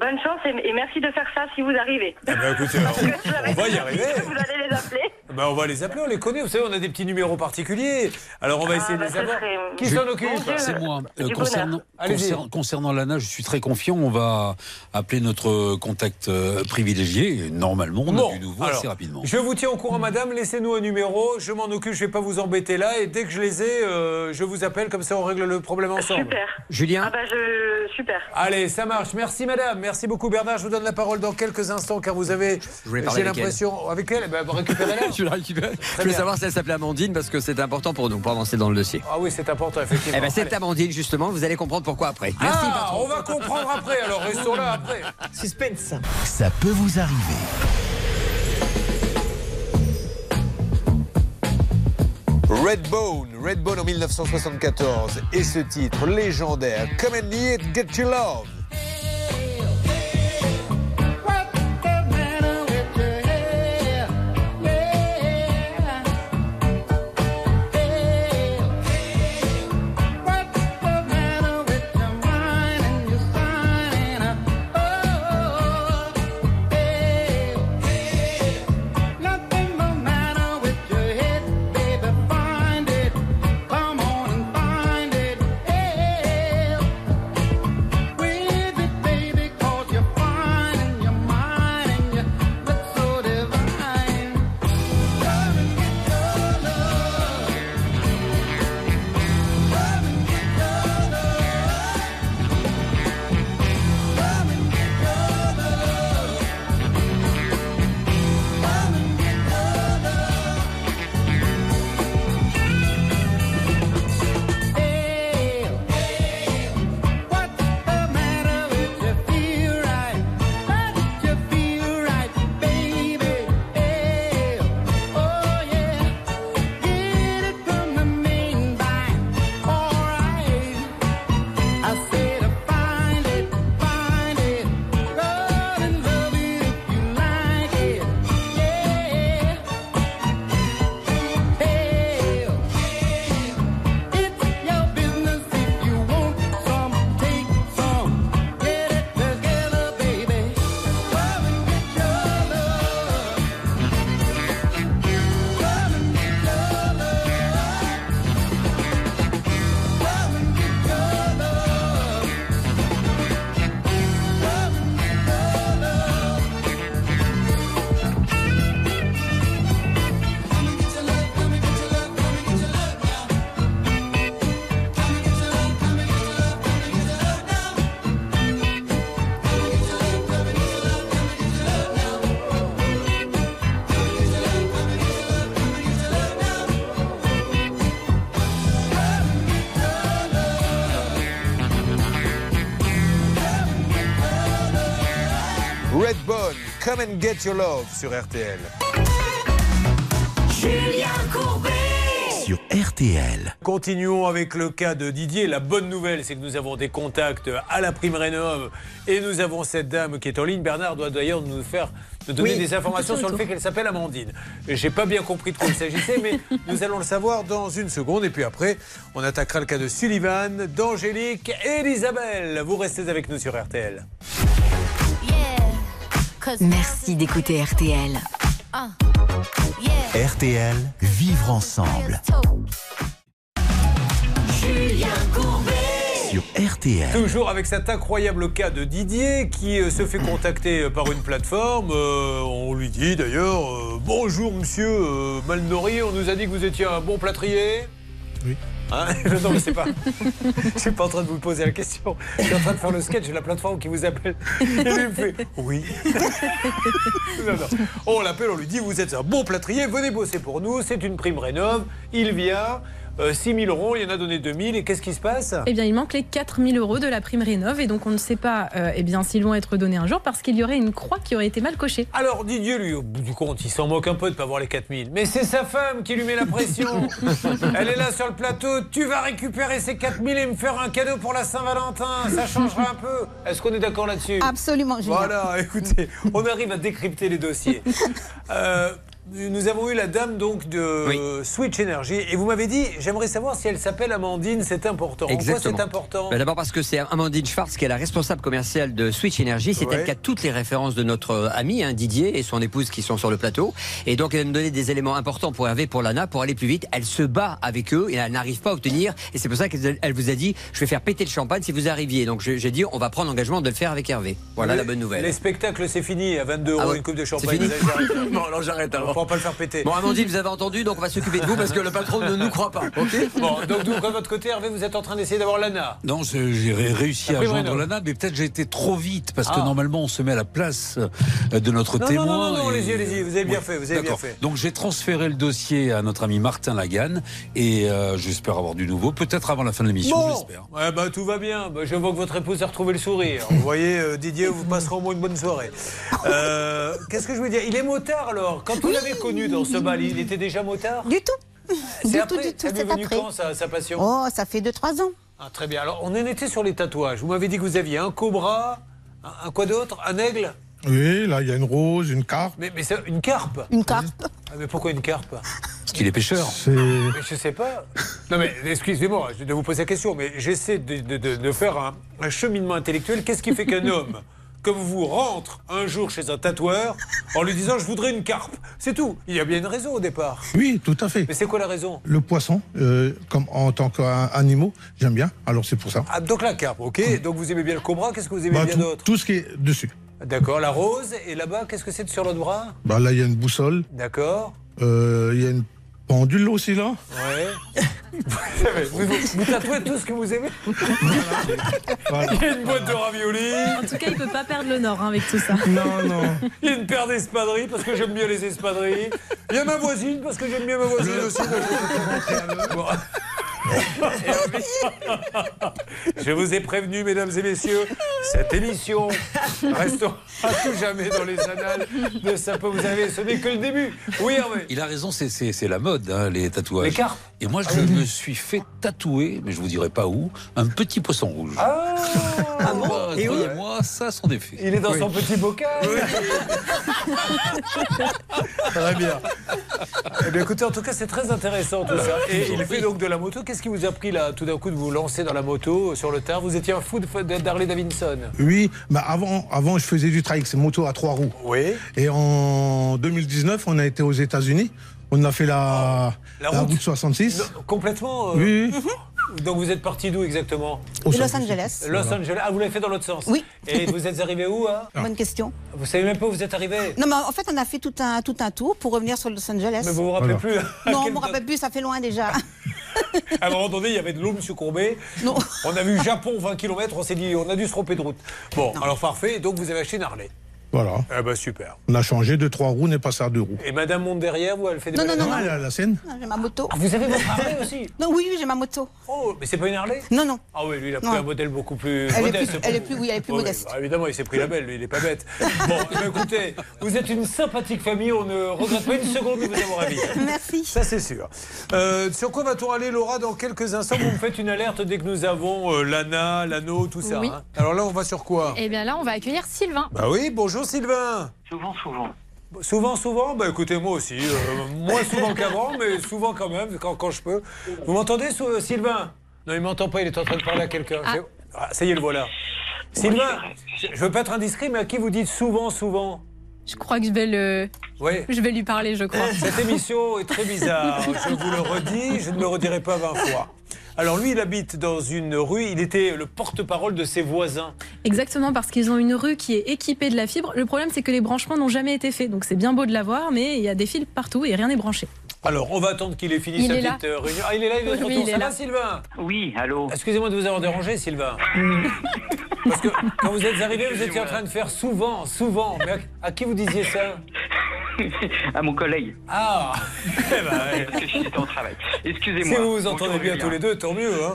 [SPEAKER 11] bonne chance et, et merci de faire ça si vous arrivez.
[SPEAKER 2] Eh ben, écoutez, on, on va y arriver.
[SPEAKER 11] Vous allez les appeler.
[SPEAKER 2] Ben, on va les appeler, on les connaît. Vous savez, on a des petits numéros particuliers. Alors on va essayer
[SPEAKER 11] Ah,
[SPEAKER 2] de
[SPEAKER 11] bah,
[SPEAKER 2] les
[SPEAKER 11] ce
[SPEAKER 2] avoir.
[SPEAKER 11] serait-
[SPEAKER 2] Qui s'en occupe
[SPEAKER 11] Mon Dieu.
[SPEAKER 8] C'est moi.
[SPEAKER 11] Du
[SPEAKER 8] Euh,
[SPEAKER 11] bonheur.
[SPEAKER 8] concernant,
[SPEAKER 2] Allez-y.
[SPEAKER 8] concernant- concernant Lana, je suis très confiant. On va appeler notre contact euh, privilégié. Et Normalement, on
[SPEAKER 2] Bon,
[SPEAKER 8] a du nouveau
[SPEAKER 2] alors,
[SPEAKER 8] assez rapidement.
[SPEAKER 2] Je vous tiens au courant, madame. Laissez-nous un numéro. Je m'en occupe. Je vais pas vous embêter là. Et dès que je les ai, euh, je vous appelle. Comme ça, on règle le problème ensemble.
[SPEAKER 11] Ah, Super.
[SPEAKER 5] Julien
[SPEAKER 11] Ah bah, je. Super.
[SPEAKER 2] Allez, ça marche. Merci, madame. Merci beaucoup, Bernard. Je vous donne la parole dans quelques instants car vous avez.
[SPEAKER 5] voulais parler
[SPEAKER 2] J'ai
[SPEAKER 5] avec elle.
[SPEAKER 2] l'impression. Avec elle, ben, récupérez-la.
[SPEAKER 5] Tu l'as récupéré Je voulais
[SPEAKER 2] bien.
[SPEAKER 5] savoir si elle s'appelait Amandine parce que c'est important pour nous pour avancer dans le dossier.
[SPEAKER 2] Ah oui, c'est important, effectivement.
[SPEAKER 5] Eh ben c'est
[SPEAKER 2] Allez.
[SPEAKER 5] Amandine justement, vous allez comprendre pourquoi après. Merci
[SPEAKER 2] ah,
[SPEAKER 5] patron.
[SPEAKER 2] on va comprendre après. Alors restons là après.
[SPEAKER 12] Suspense.
[SPEAKER 1] Ça peut vous arriver.
[SPEAKER 2] Redbone, Redbone en 1974 et ce titre légendaire Come and Eat, Get Your Love.
[SPEAKER 13] Come on and find it. Hey, hey, hey.
[SPEAKER 2] bonne. Come and get your love sur RTL.
[SPEAKER 9] Julien Courbet.
[SPEAKER 1] sur RTL.
[SPEAKER 2] Continuons avec le cas de Didier. La bonne nouvelle, c'est que nous avons des contacts à la prime Rénov et nous avons cette dame qui est en ligne. Bernard doit d'ailleurs nous faire nous donner
[SPEAKER 10] Oui,
[SPEAKER 2] des informations
[SPEAKER 10] tout
[SPEAKER 2] sur le fait qu'elle s'appelle Amandine. Et J'ai pas bien compris de quoi il s'agissait, mais nous allons le savoir dans une seconde. Et puis après, on attaquera le cas de Sullivan, d'Angélique et d'Isabelle. Vous restez avec nous sur RTL.
[SPEAKER 9] Merci d'écouter RTL.
[SPEAKER 1] RTL, vivre ensemble
[SPEAKER 9] Julien Courbet.
[SPEAKER 1] sur RTL.
[SPEAKER 2] Toujours avec cet incroyable cas de Didier qui euh, se fait contacter euh, par une plateforme. Euh, on lui dit d'ailleurs euh, Bonjour monsieur euh, Malnori, on nous a dit que vous étiez un bon plâtrier.
[SPEAKER 4] Oui.
[SPEAKER 2] Hein non, mais c'est pas. Je suis pas en train de vous poser la question. Je suis en train de faire le sketch de la plateforme qui vous appelle. Et lui il me fait Oui. Non, non. On l'appelle, on lui dit Vous êtes un bon plâtrier, venez bosser pour nous, c'est une prime rénov. Il vient, 6 000 euros, il en a donné 2 000, et qu'est-ce qui se passe
[SPEAKER 6] Eh bien, il manque les 4000 euros de la prime rénov et donc on ne sait pas euh, eh bien, s'ils vont être donnés un jour parce qu'il y aurait une croix qui aurait été mal cochée.
[SPEAKER 2] Alors Didier, lui, au bout du compte, il s'en moque un peu de pas voir les 4000. Mais c'est sa femme qui lui met la pression. Elle est là sur le plateau. Tu vas récupérer ces 4000 et me faire un cadeau pour la Saint-Valentin. Ça changera un peu. Est-ce qu'on est d'accord là-dessus
[SPEAKER 7] Absolument, Julien.
[SPEAKER 2] Voilà, écoutez, on arrive à décrypter les dossiers. Euh, nous avons eu la dame donc de Switch Energy et vous m'avez dit, j'aimerais savoir si elle s'appelle Amandine, c'est important. En
[SPEAKER 5] Exactement.
[SPEAKER 2] quoi c'est important
[SPEAKER 5] Bah, D'abord parce que c'est Amandine Schwartz qui est la responsable commerciale de Switch Energy. C'est
[SPEAKER 2] Ouais.
[SPEAKER 5] elle qui a toutes les références de notre euh, ami hein, Didier et son épouse qui sont sur le plateau. Et donc elle va nous donner des éléments importants pour Hervé, pour Lana, pour aller plus vite. Elle se bat avec eux et elle n'arrive pas à obtenir. Et c'est pour ça qu'elle elle vous a dit je vais faire péter le champagne si vous arriviez. Donc je- j'ai dit on va prendre l'engagement de le faire avec Hervé. Voilà
[SPEAKER 2] Les-
[SPEAKER 5] la bonne nouvelle.
[SPEAKER 2] Les spectacles, c'est fini. À 22 euros,
[SPEAKER 5] Ah ouais,
[SPEAKER 2] une coupe de
[SPEAKER 5] c'est
[SPEAKER 2] champagne.
[SPEAKER 5] fini
[SPEAKER 2] Vous allez, j'arrête. Bon, alors j'arrête. Alors. On pourra pas le faire péter.
[SPEAKER 5] Bon Amandine, vous avez entendu, donc on va s'occuper de vous parce que le patron ne nous croit pas. Ok
[SPEAKER 2] Bon, donc de votre côté, Hervé, vous êtes en train d'essayer d'avoir l'ANA.
[SPEAKER 8] Non, c'est- j'ai ré- réussi à
[SPEAKER 2] Après,
[SPEAKER 8] joindre
[SPEAKER 2] Bruno.
[SPEAKER 8] l'ANA, mais peut-être j'ai été trop vite, parce que
[SPEAKER 2] Ah.
[SPEAKER 8] normalement on se met à la place euh, de notre
[SPEAKER 2] Non, non,
[SPEAKER 8] témoin.
[SPEAKER 2] non, non, non,
[SPEAKER 8] et-
[SPEAKER 2] allez-y, allez-y, vous avez bien fait, vous avez bien
[SPEAKER 8] D'accord.
[SPEAKER 2] fait.
[SPEAKER 8] Donc j'ai transféré le dossier à notre ami Martin Laganne, et euh, j'espère avoir du nouveau, peut-être avant la fin de l'émission,
[SPEAKER 2] Bon,
[SPEAKER 8] j'espère.
[SPEAKER 2] eh ben, tout va bien. Ben, je vois que votre épouse a retrouvé le sourire. Vous voyez, euh, Didier, vous passerez au moins une bonne soirée. Euh, Qu'est-ce que je veux dire Il est motard alors. Quand vous l'avez connu dans ce bal, il était déjà motard
[SPEAKER 7] Du tout.
[SPEAKER 2] C'est
[SPEAKER 7] du
[SPEAKER 2] après
[SPEAKER 7] tout, du tout,
[SPEAKER 2] Ça lui est
[SPEAKER 7] c'est
[SPEAKER 2] venu
[SPEAKER 7] après.
[SPEAKER 2] quand, sa, sa passion
[SPEAKER 7] Oh, ça fait 2-3 ans.
[SPEAKER 2] Ah, Très bien. Alors, on en était sur les tatouages. Vous m'avez dit que vous aviez un cobra, un, un quoi d'autre Un aigle
[SPEAKER 4] Oui, là, il y a une rose, une carte.
[SPEAKER 2] Mais, mais c'est une carpe
[SPEAKER 7] Une carpe.
[SPEAKER 2] Ah, Mais pourquoi une carpe
[SPEAKER 8] Parce qu'il est pêcheur.
[SPEAKER 4] C'est.
[SPEAKER 2] Mais Je sais pas. Non mais excusez-moi de vous poser la question, mais j'essaie de, de- de- de faire un, un cheminement intellectuel. Qu'est-ce qui fait qu'un homme comme vous rentre un jour chez un tatoueur en lui disant je voudrais une carpe C'est tout. Il y a bien une raison au départ.
[SPEAKER 4] Oui, tout à fait.
[SPEAKER 2] Mais c'est quoi la raison
[SPEAKER 4] Le poisson, euh, comme en tant qu'animal, j'aime bien. Alors c'est pour ça.
[SPEAKER 2] ah, donc la carpe, ok. Donc vous aimez bien le cobra, qu'est-ce que vous aimez
[SPEAKER 4] Bah,
[SPEAKER 2] bien
[SPEAKER 4] tout,
[SPEAKER 2] d'autre
[SPEAKER 4] tout ce qui est dessus.
[SPEAKER 2] D'accord, la rose, et là-bas, qu'est-ce que c'est sur l'autre bras
[SPEAKER 4] Bah, là, il y a une boussole.
[SPEAKER 2] D'accord,
[SPEAKER 4] euh, Il y a une pendule aussi là.
[SPEAKER 2] ouais. vous, savez, vous, vous- vous tatouez tout ce que vous aimez
[SPEAKER 4] Voilà.
[SPEAKER 2] Il y a une boîte de raviolis,
[SPEAKER 6] En tout cas, il peut pas perdre le nord hein, avec tout ça.
[SPEAKER 4] Non, non.
[SPEAKER 2] Il y a une paire d'espadrilles parce que j'aime bien les espadrilles. Il y a ma voisine parce que j'aime bien ma voisine aussi. Bon. Je vous ai prévenu, mesdames et messieurs, cette émission restera à tout jamais dans les annales de ça peut vous avez. Ce n'est que le début. Oui, Hervé.
[SPEAKER 8] Il a raison, c'est- c'est c'est la mode, hein, les tatouages.
[SPEAKER 2] Les carpes. Ah
[SPEAKER 8] Et moi, je me suis fait tatouer, mais je vous dirai pas où, un petit poisson rouge.
[SPEAKER 2] Ah,
[SPEAKER 8] Et moi, ça a son effet.
[SPEAKER 2] Il est dans son petit bocal. très bien. Eh bien, écoutez, en tout cas, c'est très intéressant tout ça. Et il fait donc de la moto. Qu'est-ce qui vous a pris là, tout d'un coup, de vous lancer dans la moto euh, sur le tard Vous étiez un fou de- de- d'Harley Davidson.
[SPEAKER 4] Oui, bah avant, avant, je faisais du trail, c'est moto à trois roues.
[SPEAKER 2] Oui.
[SPEAKER 4] Et en 2019, on a été aux États-Unis. On a fait la,
[SPEAKER 2] La
[SPEAKER 4] la,
[SPEAKER 2] route.
[SPEAKER 4] route. 66.
[SPEAKER 2] complètement. euh, Mm-hmm.
[SPEAKER 4] Oui,
[SPEAKER 2] Donc vous êtes parti d'où exactement
[SPEAKER 4] Au
[SPEAKER 7] De Los
[SPEAKER 4] Saint-
[SPEAKER 7] Angeles.
[SPEAKER 2] Los Angeles. Ah, vous l'avez fait dans l'autre sens.
[SPEAKER 7] Oui.
[SPEAKER 2] Et vous êtes arrivé où hein
[SPEAKER 4] Ah.
[SPEAKER 7] Bonne question.
[SPEAKER 2] Vous savez même pas où vous êtes arrivé.
[SPEAKER 7] Non, mais en fait, on a fait tout un, tout un tour pour revenir sur Los Angeles.
[SPEAKER 2] Mais vous vous rappelez
[SPEAKER 4] Voilà.
[SPEAKER 2] plus. hein? à Ah,
[SPEAKER 7] Non, on
[SPEAKER 2] quelle
[SPEAKER 7] me rappelle plus, ça fait loin déjà.
[SPEAKER 2] date. À un moment donné, il y avait de l'eau, monsieur Courbet.
[SPEAKER 7] Non.
[SPEAKER 2] On a vu Japon 20 km, on s'est dit, on a dû se tromper de route. Bon, alors parfait, donc vous avez acheté une Harley.
[SPEAKER 4] Voilà.
[SPEAKER 2] Ah bah super.
[SPEAKER 4] On a changé de trois roues, on est passé à deux roues.
[SPEAKER 2] Et Madame monte derrière vous, elle fait des
[SPEAKER 7] Non, non,
[SPEAKER 2] balades
[SPEAKER 7] non, non.
[SPEAKER 4] Elle a la scène
[SPEAKER 7] Ah, J'ai ma moto.
[SPEAKER 2] vous avez votre Harley aussi
[SPEAKER 7] Non, oui, oui, j'ai ma moto.
[SPEAKER 2] Oh, mais c'est pas une Harley
[SPEAKER 7] Non, non.
[SPEAKER 2] Ah oui, lui, il a pris
[SPEAKER 7] Non.
[SPEAKER 2] un modèle beaucoup plus
[SPEAKER 7] Elle est
[SPEAKER 2] Euh, modeste.
[SPEAKER 7] plus- elle est plus- oui, elle est plus
[SPEAKER 2] oui,
[SPEAKER 7] modeste.
[SPEAKER 2] bah, évidemment, il s'est pris la belle, lui, il est pas bête. Bon, bah, écoutez, vous êtes une sympathique famille, on ne regrette pas une seconde de vous avoir avis.
[SPEAKER 7] Merci.
[SPEAKER 2] Ça, c'est sûr. Euh, sur quoi va-t-on aller, Laura, dans quelques instants Vous me faites une alerte dès que nous avons euh, l'ANA, l'anneau, tout ça.
[SPEAKER 3] Oui.
[SPEAKER 2] hein. Alors là, on va sur quoi
[SPEAKER 3] Et Eh bien là, on va accueillir Sylvain.
[SPEAKER 2] Bah oui, bonjour Sylvain
[SPEAKER 14] Souvent, souvent.
[SPEAKER 2] Souvent, souvent Bah écoutez, moi aussi. euh, moins souvent qu'avant, mais souvent quand même, quand, quand je peux. Vous m'entendez, Sou- euh, Sylvain Non, il m'entend pas, il est en train de parler à quelqu'un. C'est- Ah, ça y est, le voilà. Sylvain, je je veux pas être indiscret, mais à qui vous dites souvent, souvent
[SPEAKER 3] Je crois que je vais, le...
[SPEAKER 2] Oui.
[SPEAKER 3] je vais lui parler, je crois.
[SPEAKER 2] Cette émission est très bizarre. Je vous le redis, je ne le redirai pas 20 fois. Alors lui, il habite dans une rue, il était le porte-parole de ses voisins.
[SPEAKER 6] Exactement, parce qu'ils ont une rue qui est équipée de la fibre. Le problème, c'est que les branchements n'ont jamais été faits. Donc c'est bien beau de l'avoir, mais il y a des fils partout et rien n'est branché.
[SPEAKER 2] Alors, on va attendre qu'il ait fini
[SPEAKER 6] Il
[SPEAKER 2] sa
[SPEAKER 6] est là.
[SPEAKER 2] petite euh, réunion. Ah, il est là, il est de
[SPEAKER 6] Oui,
[SPEAKER 2] retour.
[SPEAKER 6] il est
[SPEAKER 2] Ça va,
[SPEAKER 6] là.
[SPEAKER 2] Sylvain
[SPEAKER 14] Oui, allô Mm.
[SPEAKER 2] Excusez-moi de vous avoir dérangé, Sylvain. Parce que quand vous êtes arrivé, vous étiez en train de faire souvent, souvent. Mais à, à qui vous disiez ça
[SPEAKER 14] À mon collègue.
[SPEAKER 2] Ah Eh ben, ouais.
[SPEAKER 14] Parce que j'étais en travail. Excusez-moi.
[SPEAKER 2] Si vous vous
[SPEAKER 14] Bonjour,
[SPEAKER 2] entendez bien
[SPEAKER 14] Julien.
[SPEAKER 2] tous les deux, tant mieux. hein.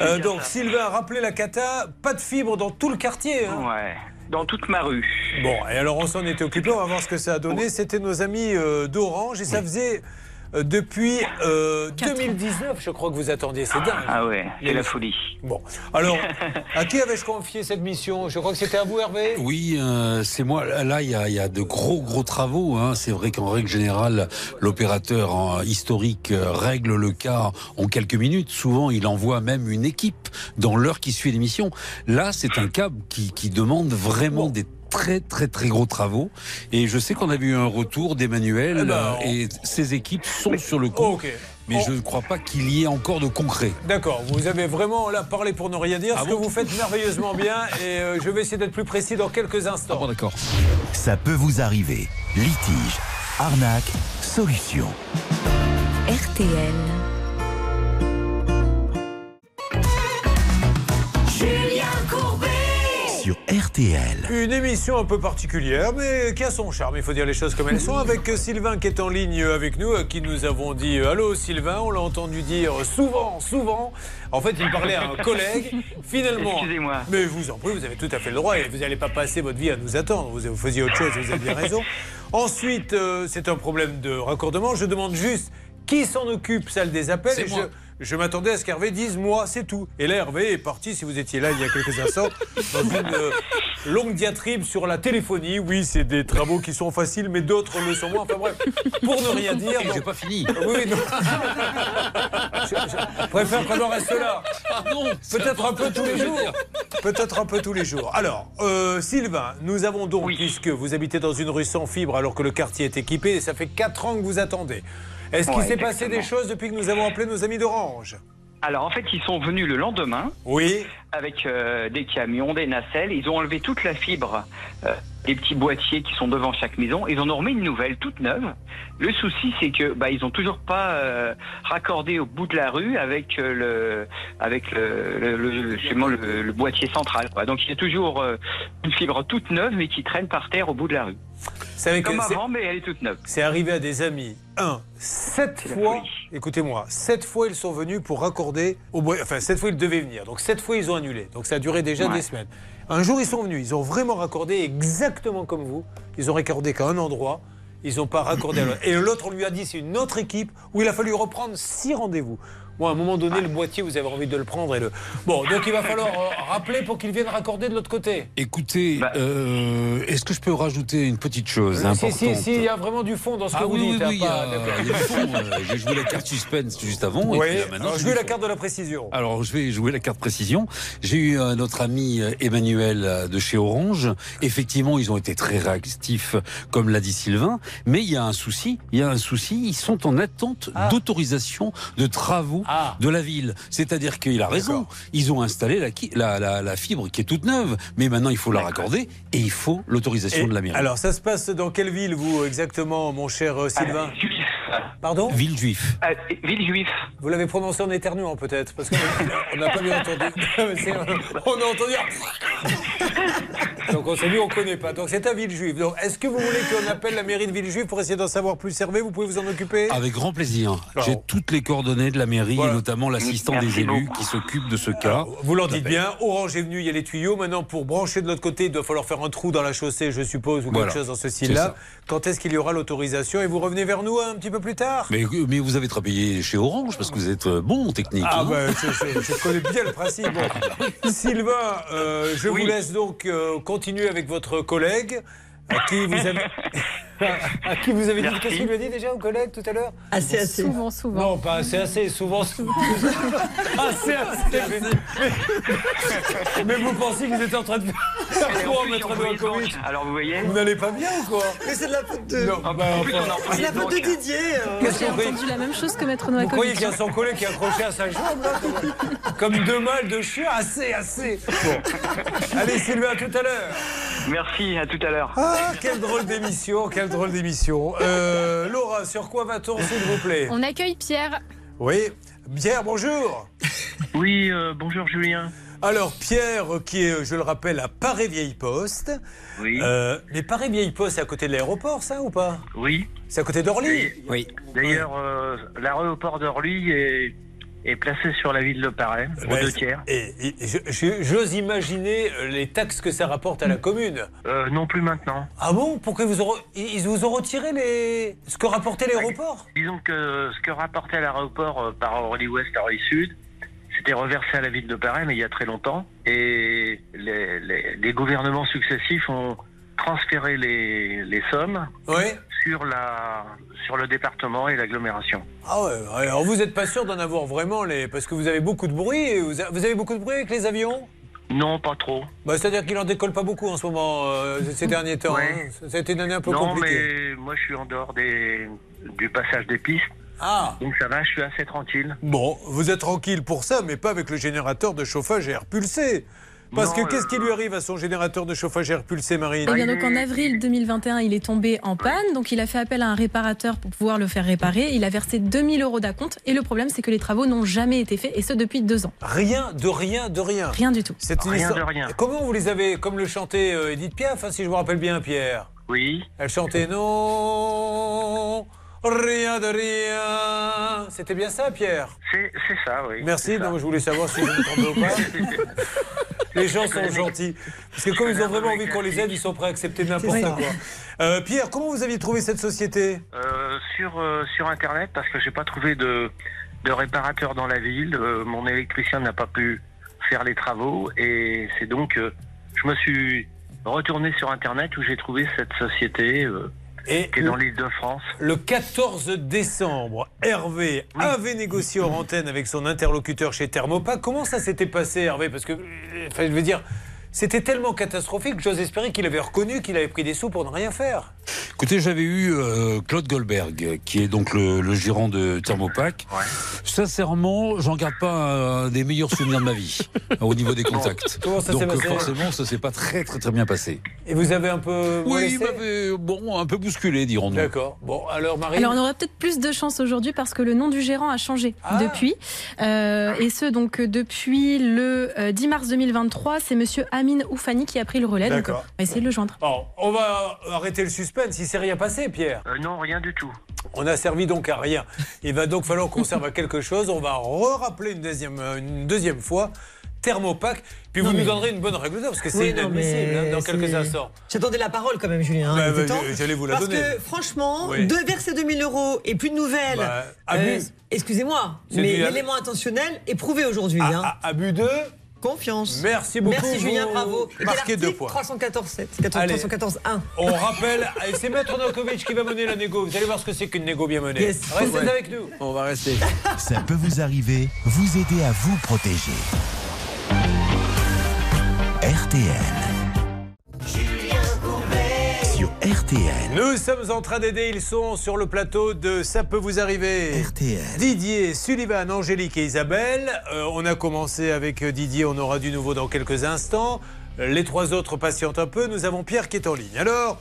[SPEAKER 2] Euh, donc, Sylvain, rappelez la cata, pas de fibre dans tout le quartier. hein.
[SPEAKER 14] Ouais. Dans toute ma rue.
[SPEAKER 2] Bon, et alors on s'en était occupé, on va voir ce que ça a donné. C'était nos amis euh, d'Orange et ça faisait euh, depuis euh, 2019, je crois que vous attendiez, c'est dingue.
[SPEAKER 14] Ah ouais,
[SPEAKER 2] Les-
[SPEAKER 14] c'est la folie.
[SPEAKER 2] Bon, alors, à qui avais-je confié cette mission Je crois que c'était à vous, Hervé
[SPEAKER 8] Oui, euh, c'est moi. Là, il y a, il y a de gros, gros travaux. hein. C'est vrai qu'en règle générale, l'opérateur hein, historique euh, règle le cas en quelques minutes. Souvent, il envoie même une équipe dans l'heure qui suit l'émission. Là, c'est un câble qui, qui demande vraiment des très très très gros travaux et je sais qu'on avait eu un retour d'Emmanuel
[SPEAKER 2] Eh ben,
[SPEAKER 8] euh,
[SPEAKER 2] on-
[SPEAKER 8] et ses équipes sont sur le coup
[SPEAKER 2] Ok.
[SPEAKER 8] mais je ne crois pas qu'il y ait encore de concret
[SPEAKER 2] D'accord, vous avez vraiment là parlé pour ne rien dire, ce que vous faites merveilleusement bien et euh, je vais essayer d'être plus précis dans quelques instants.
[SPEAKER 8] d'accord.
[SPEAKER 1] Ça peut vous arriver. Litige, arnaque, solution.
[SPEAKER 9] RTL. Julien Courbet.
[SPEAKER 1] Sur RTL.
[SPEAKER 2] Une émission un peu particulière, mais qui a son charme, il faut dire les choses comme elles sont, avec euh, Sylvain qui est en ligne euh, avec nous, à qui nous avons dit euh, Allô Sylvain, on l'a entendu dire euh, souvent, souvent. En fait, il parlait à un collègue, finalement.
[SPEAKER 14] Excusez-moi.
[SPEAKER 2] Mais je vous en prie, vous avez tout à fait le droit et vous n'allez pas passer votre vie à nous attendre. Vous, vous faisiez autre chose, vous aviez raison. Ensuite, euh, c'est un problème de raccordement. Je demande juste qui s'en occupe, salle des appels.
[SPEAKER 8] C'est
[SPEAKER 2] Et
[SPEAKER 8] moi.
[SPEAKER 2] Je, je m'attendais à ce qu'Hervé dise moi, c'est tout. Et là, Hervé est parti, si vous étiez là il y a quelques instants, dans une euh, longue diatribe sur la téléphonie. Oui, c'est des travaux qui sont faciles, mais d'autres le sont moins. Enfin bref, pour ne rien dire.
[SPEAKER 8] Et j'ai
[SPEAKER 2] donc-
[SPEAKER 8] pas fini
[SPEAKER 2] Oui, oui, non. Je, je préfère qu'on en reste là.
[SPEAKER 8] Ah non, c'est
[SPEAKER 2] Peut-être un peu tous les jours. Peut-être un peu tous les jours. Alors, euh, Sylvain, nous avons donc, puisque vous habitez dans une rue sans fibre alors que le quartier est équipé, et ça fait 4 ans que vous attendez. Est-ce qu'il
[SPEAKER 14] Ouais,
[SPEAKER 2] s'est passé
[SPEAKER 14] exactement.
[SPEAKER 2] des choses depuis que nous avons appelé nos amis d'Orange
[SPEAKER 14] Alors en fait, ils sont venus le lendemain
[SPEAKER 2] Oui.
[SPEAKER 14] avec euh, des camions, des nacelles. Ils ont enlevé toute la fibre, euh, des petits boîtiers qui sont devant chaque maison. Ils en ont remis une nouvelle, toute neuve. Le souci, c'est que bah, ils ont toujours pas euh, raccordé au bout de la rue avec euh, le avec le le, le- justement, le- le boîtier central. quoi. Donc il y a toujours euh, une fibre toute neuve, mais qui traîne par terre au bout de la rue.
[SPEAKER 2] C'est avec-
[SPEAKER 14] Comme
[SPEAKER 2] c'est-
[SPEAKER 14] avant, mais elle est toute neuve.
[SPEAKER 2] C'est arrivé à des amis. Un, sept
[SPEAKER 14] C'est la
[SPEAKER 2] fois,
[SPEAKER 14] folie.
[SPEAKER 2] écoutez-moi, sept fois ils sont venus pour raccorder au bois. Enfin, sept fois ils devaient venir. Donc, sept fois ils ont annulé. Donc, ça a duré déjà
[SPEAKER 14] Ouais.
[SPEAKER 2] des semaines. Un jour, ils sont venus. Ils ont vraiment raccordé exactement comme vous. Ils ont raccordé qu'à un endroit. Ils n'ont pas raccordé à l'autre. Et l'autre, on lui a dit, c'est une autre équipe où il a fallu reprendre six rendez-vous. Moi, à un moment donné, le boîtier, vous avez envie de le prendre et le. Bon, donc il va falloir euh, rappeler pour qu'il vienne raccorder de l'autre côté.
[SPEAKER 8] Écoutez,
[SPEAKER 14] Bah.
[SPEAKER 8] euh, est-ce que je peux rajouter une petite chose
[SPEAKER 2] Euh, Si,
[SPEAKER 8] importante
[SPEAKER 2] si, si, il y a vraiment du fond dans ce que
[SPEAKER 8] Ah
[SPEAKER 2] vous
[SPEAKER 8] oui, oui,
[SPEAKER 2] dites. hein,
[SPEAKER 8] oui, il y
[SPEAKER 2] pas-
[SPEAKER 8] a-
[SPEAKER 2] d'accord.
[SPEAKER 8] il y a du fond, euh, J'ai joué la carte suspense juste avant. et
[SPEAKER 2] Oui,
[SPEAKER 8] puis là, maintenant,
[SPEAKER 2] alors
[SPEAKER 8] j'ai
[SPEAKER 2] je veux
[SPEAKER 8] du
[SPEAKER 2] la
[SPEAKER 8] fond.
[SPEAKER 2] carte de la précision.
[SPEAKER 8] Alors, je vais jouer la carte précision. J'ai eu euh, notre ami euh, Emmanuel euh, de chez Orange. Effectivement, ils ont été très réactifs, comme l'a dit Sylvain. Mais il y a un souci. Il y a un souci. Ils sont en attente
[SPEAKER 2] Ah.
[SPEAKER 8] d'autorisation de travaux
[SPEAKER 2] Ah.
[SPEAKER 8] de la ville. C'est-à-dire qu'il a raison. Ils ont installé la, qui- la- la- la fibre qui est toute neuve. Mais maintenant, il faut la raccorder et il faut l'autorisation
[SPEAKER 2] Et
[SPEAKER 8] de la mairie.
[SPEAKER 2] Alors, ça se passe dans quelle ville, vous, exactement, mon cher euh, Sylvain
[SPEAKER 14] Juif.
[SPEAKER 2] Pardon
[SPEAKER 8] Ville juif.
[SPEAKER 14] Euh, Villejuif.
[SPEAKER 2] Vous l'avez prononcé en éternuant, peut-être Parce qu'on n'a pas bien entendu. C'est- on a entendu. Donc on s'est dit, on ne connaît pas. Donc c'est à Villejuif. Donc est-ce que vous voulez qu'on appelle la mairie de Villejuif pour essayer d'en savoir plus Hervé, vous pouvez vous en occuper
[SPEAKER 8] Avec grand plaisir. J'ai toutes les coordonnées de la mairie, et notamment l'assistant des élus qui s'occupe de ce cas.
[SPEAKER 2] Vous leur dites bien, Orange est venu, il y a les tuyaux. Maintenant, pour brancher de l'autre côté, il doit falloir faire un trou dans la chaussée, je suppose, ou
[SPEAKER 8] Voilà.
[SPEAKER 2] quelque chose dans ce
[SPEAKER 8] C'est
[SPEAKER 2] style-là.
[SPEAKER 8] ça.
[SPEAKER 2] Quand est-ce qu'il y aura l'autorisation Et vous revenez vers nous un petit peu plus tard
[SPEAKER 8] Mais, mais vous avez travaillé chez Orange parce que vous êtes euh, bon en technique.
[SPEAKER 2] Ah
[SPEAKER 8] hein.
[SPEAKER 2] ben, je, je- je connais bien le principe. Bon. Sylvain, euh, je vous laisse donc euh, continuer avec votre collègue à qui vous avez, à qui vous avez dit
[SPEAKER 10] Merci.
[SPEAKER 2] qu'est-ce qu'il lui a dit déjà au collègue tout à l'heure
[SPEAKER 10] Assez, assez. Souvent,
[SPEAKER 3] souvent.
[SPEAKER 2] Non, pas assez, assez, souvent, souvent. assez, assez. Mais, mais- mais vous pensiez qu'ils étaient en train de faire
[SPEAKER 14] Et en
[SPEAKER 2] quoi,
[SPEAKER 14] plus,
[SPEAKER 2] maître
[SPEAKER 14] on voit les
[SPEAKER 2] Novakovic
[SPEAKER 14] anges. Alors vous voyez Ah,
[SPEAKER 2] Vous n'allez pas bien ou quoi
[SPEAKER 10] Mais c'est de la faute de.
[SPEAKER 2] Non, bah,
[SPEAKER 10] En plus,
[SPEAKER 2] enfin.
[SPEAKER 10] on en C'est la faute de Didier. euh.
[SPEAKER 2] Qu'est-ce
[SPEAKER 6] J'ai
[SPEAKER 2] qu'on fait
[SPEAKER 6] entendu la même chose que Maître
[SPEAKER 2] Vous croyez qu'il y
[SPEAKER 6] Novakovic.
[SPEAKER 2] a son collègue qui est accroché à sa jambe, là, comme- comme deux mâles de chien Assez, assez. Bon. Allez, Sylvain, à tout à l'heure.
[SPEAKER 14] Merci, à tout à l'heure.
[SPEAKER 2] Ah, quelle drôle d'émission, quelle drôle d'émission. Euh, Laura, sur quoi va-t-on, s'il vous plaît
[SPEAKER 3] On accueille Pierre.
[SPEAKER 2] Oui. Pierre, bonjour.
[SPEAKER 15] Oui, euh, bonjour Julien.
[SPEAKER 2] Alors, Pierre, euh, qui est, je le rappelle, à Paris-Vieille-Poste.
[SPEAKER 15] Oui.
[SPEAKER 2] Euh, mais Paris-Vieille-Poste, c'est à côté de l'aéroport, ça, ou pas
[SPEAKER 15] Oui.
[SPEAKER 2] C'est à côté d'Orly
[SPEAKER 5] Oui.
[SPEAKER 15] D'ailleurs, euh, l'aéroport d'Orly est, est placé sur la ville de Paris, aux
[SPEAKER 2] Ouais,
[SPEAKER 15] deux tiers.
[SPEAKER 2] Et, et je- je- j'ose imaginer euh, les taxes que ça rapporte à la commune.
[SPEAKER 15] Euh, non plus maintenant.
[SPEAKER 2] Ah bon Pourquoi ils vous ont, re- ils ils vous ont retiré les... ce que rapportait l'aéroport
[SPEAKER 15] Disons que ce que rapportait l'aéroport euh, par Orly Ouest, Orly Sud, c'était reversé à la ville de Paris, mais il y a très longtemps. Et les, les- les gouvernements successifs ont transféré les, les sommes sur, la, sur le département et l'agglomération.
[SPEAKER 2] Ah ouais, ouais, alors vous n'êtes pas sûr d'en avoir vraiment les... Parce que vous avez beaucoup de bruit, et vous, a- vous avez beaucoup de bruit avec les avions
[SPEAKER 15] Non, pas trop.
[SPEAKER 2] bah, C'est-à-dire qu'il en décolle pas beaucoup en ce moment, euh, ces derniers temps.
[SPEAKER 15] Ouais.
[SPEAKER 2] hein. Ça a été une année un peu
[SPEAKER 15] non,
[SPEAKER 2] compliquée.
[SPEAKER 15] mais moi je suis en dehors des, du passage des pistes.
[SPEAKER 2] Ah
[SPEAKER 15] Donc ça va, je suis assez tranquille.
[SPEAKER 2] Bon, vous êtes tranquille pour ça, mais pas avec le générateur de chauffage à air pulsé. Parce
[SPEAKER 15] Non,
[SPEAKER 2] que
[SPEAKER 15] euh,
[SPEAKER 2] qu'est-ce qui lui arrive à son générateur de chauffage à air pulsé, Marine
[SPEAKER 6] Eh bien, donc en avril 2021, il est tombé en panne, donc il a fait appel à un réparateur pour pouvoir le faire réparer. Il a versé 2000 euros d'acompte et le problème, c'est que les travaux n'ont jamais été faits et ce depuis deux ans.
[SPEAKER 2] Rien, de rien, de rien.
[SPEAKER 6] Rien du tout.
[SPEAKER 2] C'est une
[SPEAKER 15] Rien
[SPEAKER 2] histoire-
[SPEAKER 15] de rien.
[SPEAKER 2] Comment vous les avez, comme le chantait euh, Edith Piaf, hein, si je me rappelle bien, Pierre
[SPEAKER 15] Oui.
[SPEAKER 2] Elle chantait non, rien de rien. C'était bien ça, Pierre
[SPEAKER 15] C'est c'est ça, oui.
[SPEAKER 2] Merci,
[SPEAKER 15] c'est ça.
[SPEAKER 2] non, mais je voulais savoir si je me trompais ou pas. Les gens sont gentils. Parce que comme ils ont vraiment envie qu'on les aide, ils sont prêts à accepter n'importe
[SPEAKER 15] C'est ça.
[SPEAKER 2] quoi. Euh, Pierre, comment vous aviez trouvé cette société
[SPEAKER 15] Euh, sur, euh, sur Internet, parce que j'ai pas trouvé de, de réparateur dans la ville. euh, mon électricien n'a pas pu faire les travaux. Et c'est donc, euh, je me suis retourné sur Internet où j'ai trouvé cette société euh,
[SPEAKER 2] Et
[SPEAKER 15] qui est dans l'île de France.
[SPEAKER 2] Le 14 décembre, Hervé avait négocié en antenne avec son interlocuteur chez Thermopa. Comment ça s'était passé, Hervé Parce que, euh, enfin, je veux dire, c'était tellement catastrophique que j'ose espérer qu'il avait reconnu qu'il avait pris des sous pour ne rien faire.
[SPEAKER 8] Écoutez, j'avais eu euh, Claude Goldberg, qui est donc le, le gérant de Thermopac. Sincèrement, j'en garde pas euh, des meilleurs souvenirs de ma vie au niveau des contacts.
[SPEAKER 2] Comment ça
[SPEAKER 8] donc
[SPEAKER 2] s'est
[SPEAKER 8] euh,
[SPEAKER 2] passé
[SPEAKER 8] forcément, ça s'est pas très très très bien passé.
[SPEAKER 2] Et vous avez un peu.
[SPEAKER 8] Oui, il
[SPEAKER 2] molesté
[SPEAKER 8] m'avait bon, un peu bousculé, dirons-nous.
[SPEAKER 2] D'accord. Bon, alors Marie.
[SPEAKER 6] Alors on aurait peut-être plus de chance aujourd'hui parce que le nom du gérant a changé
[SPEAKER 2] Ah.
[SPEAKER 6] depuis. Euh, et ce, donc euh, depuis le euh, 10 mars 2023, c'est monsieur Amine Oufani qui a pris le relais. Donc, euh, on
[SPEAKER 2] D'accord.
[SPEAKER 6] va essayer de le joindre.
[SPEAKER 2] Alors, on va arrêter le suspense. Il s'est rien passé, Pierre.
[SPEAKER 15] Euh, non, rien du tout.
[SPEAKER 2] On a servi donc à rien. Il va donc falloir qu'on serve à quelque chose. On va re-rappeler une deuxième, euh, une deuxième fois. Thermopac, puis vous nous donnerez une bonne règle d'or, parce que c'est
[SPEAKER 10] Oui, non,
[SPEAKER 2] inadmissible
[SPEAKER 10] mais
[SPEAKER 2] hein, dans
[SPEAKER 10] c'est-
[SPEAKER 2] quelques instants.
[SPEAKER 10] J'attendais la parole quand même, Julien. hein,
[SPEAKER 2] Bah,
[SPEAKER 10] il était
[SPEAKER 2] bah,
[SPEAKER 10] temps.
[SPEAKER 2] j'allais vous la
[SPEAKER 10] Parce
[SPEAKER 2] donner.
[SPEAKER 10] que franchement,
[SPEAKER 2] Oui.
[SPEAKER 10] deux verser 2000 euros et plus de nouvelles.
[SPEAKER 2] Bah,
[SPEAKER 10] Euh,
[SPEAKER 2] abus.
[SPEAKER 10] Excusez-moi,
[SPEAKER 2] C'est
[SPEAKER 10] mais
[SPEAKER 2] du-
[SPEAKER 10] l'élément intentionnel est prouvé aujourd'hui.
[SPEAKER 2] Ah,
[SPEAKER 10] hein.
[SPEAKER 2] ah, abus de.
[SPEAKER 10] Confiance.
[SPEAKER 2] Merci beaucoup.
[SPEAKER 10] Merci Julien,
[SPEAKER 2] vous
[SPEAKER 10] bravo. Et quel
[SPEAKER 2] Marquez deux
[SPEAKER 10] article
[SPEAKER 2] points.
[SPEAKER 10] 314 7, 14,
[SPEAKER 2] Allez.
[SPEAKER 10] 314 1.
[SPEAKER 2] On rappelle, et c'est Maître Novakovic qui va mener la négo. Vous allez voir ce que c'est qu'une négo bien menée.
[SPEAKER 10] Yes.
[SPEAKER 2] Restez
[SPEAKER 10] Ouais.
[SPEAKER 2] avec nous.
[SPEAKER 5] On va rester.
[SPEAKER 1] Ça peut vous arriver, vous aider à vous protéger. RTL. Sur RTL.
[SPEAKER 2] Nous sommes en train d'aider, ils sont sur le plateau de Ça peut vous arriver.
[SPEAKER 1] RTL.
[SPEAKER 2] Didier, Sullivan, Angélique et Isabelle. Euh, on a commencé avec euh, Didier, on aura du nouveau dans quelques instants. Euh, Les trois autres patientent un peu, nous avons Pierre qui est en ligne. Alors,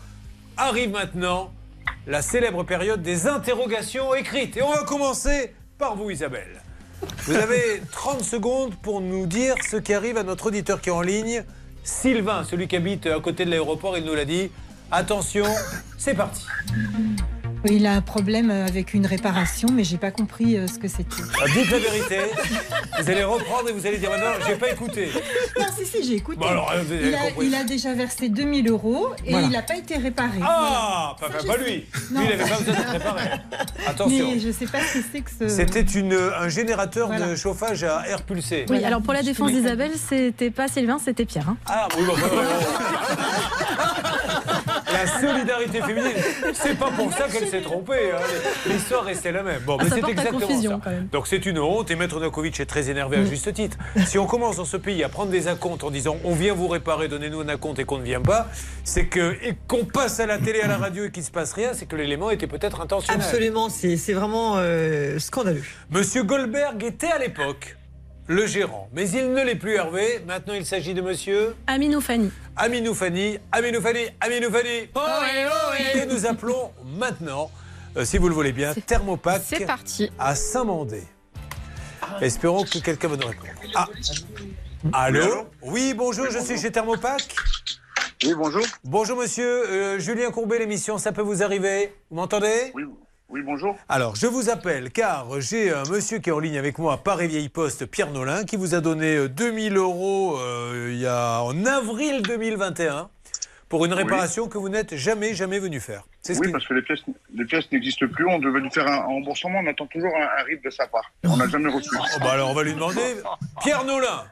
[SPEAKER 2] arrive maintenant la célèbre période des interrogations écrites. Et on va commencer par vous Isabelle. Vous avez 30 secondes pour nous dire ce qui arrive à notre auditeur qui est en ligne. Sylvain, celui qui habite à côté de l'aéroport, il nous l'a dit. Attention, c'est parti.
[SPEAKER 16] Oui, il a un problème avec une réparation, mais j'ai pas compris euh, ce que c'était.
[SPEAKER 2] Ah, Dites la vérité. Vous allez reprendre et vous allez dire maintenant, j'ai pas écouté.
[SPEAKER 16] Non, si, si, j'ai écouté.
[SPEAKER 2] Bon, alors, euh, vous avez
[SPEAKER 16] il, a,
[SPEAKER 2] compris.
[SPEAKER 16] il a déjà versé 2000 euros et
[SPEAKER 2] Voilà.
[SPEAKER 16] il n'a pas été réparé.
[SPEAKER 2] Ah,
[SPEAKER 16] Voilà.
[SPEAKER 2] pas,
[SPEAKER 16] Ça,
[SPEAKER 2] pas
[SPEAKER 16] je sais.
[SPEAKER 2] lui.
[SPEAKER 16] Non.
[SPEAKER 2] Lui, il avait pas besoin de préparer. Attention.
[SPEAKER 16] Mais je sais pas euh, ce que c'est que ce.
[SPEAKER 2] C'était une, un générateur de
[SPEAKER 16] Voilà.
[SPEAKER 2] chauffage à air pulsé.
[SPEAKER 6] Oui, alors pour la défense d'Isabelle, c'était pas Sylvain, c'était Pierre. hein.
[SPEAKER 2] Ah, oui, bon, bon, bon, bon. La solidarité féminine, c'est pas pour ça qu'elle s'est trompée. hein. L'histoire restait la même. Bon,
[SPEAKER 6] Ah,
[SPEAKER 2] mais
[SPEAKER 6] ça
[SPEAKER 2] c'est
[SPEAKER 6] porte à
[SPEAKER 2] exactement
[SPEAKER 6] confusion,
[SPEAKER 2] ça.
[SPEAKER 6] quand même.
[SPEAKER 2] Donc c'est une honte et Maître Nakovic est très énervé à juste titre. Si on commence dans ce pays à prendre des acomptes en disant on vient vous réparer, donnez-nous un acompte et qu'on ne vient pas, c'est que et qu'on passe à la télé, à la radio et qu'il se passe rien, c'est que l'élément était peut-être intentionnel.
[SPEAKER 10] Absolument, c'est c'est vraiment euh, scandaleux.
[SPEAKER 2] Monsieur Goldberg était à l'époque le gérant, mais il ne l'est plus Hervé. Maintenant il s'agit de monsieur
[SPEAKER 6] Aminou Fanny.
[SPEAKER 2] Aminou Fanny, Aminou Fanny, Aminou Fanny.
[SPEAKER 6] ohé.
[SPEAKER 2] Et nous appelons maintenant, euh, si vous le voulez bien, Thermopac
[SPEAKER 3] C'est parti.
[SPEAKER 2] à Saint-Mandé. Espérons que quelqu'un va nous répondre. Ah. Allô Oui, bonjour, je suis chez Thermopac.
[SPEAKER 17] Oui, bonjour.
[SPEAKER 2] Bonjour monsieur, Euh, Julien Courbet, l'émission, ça peut vous arriver Vous m'entendez
[SPEAKER 17] Oui, oui, bonjour.
[SPEAKER 2] Alors, je vous appelle car j'ai un monsieur qui est en ligne avec moi à Paris Vieille Poste, Pierre Nolin, qui vous a donné euh, 2000 euros euh, il y a, en avril 2021 pour une réparation que vous n'êtes jamais, jamais venu faire. C'est ce
[SPEAKER 17] Oui,
[SPEAKER 2] qui-
[SPEAKER 17] parce que les pièces, les pièces n'existent plus. On devait lui faire un un remboursement. On attend toujours un, un RIB de sa part. On n'a jamais reçu.
[SPEAKER 2] Oh, bah alors, on va lui demander. Pierre Nolin,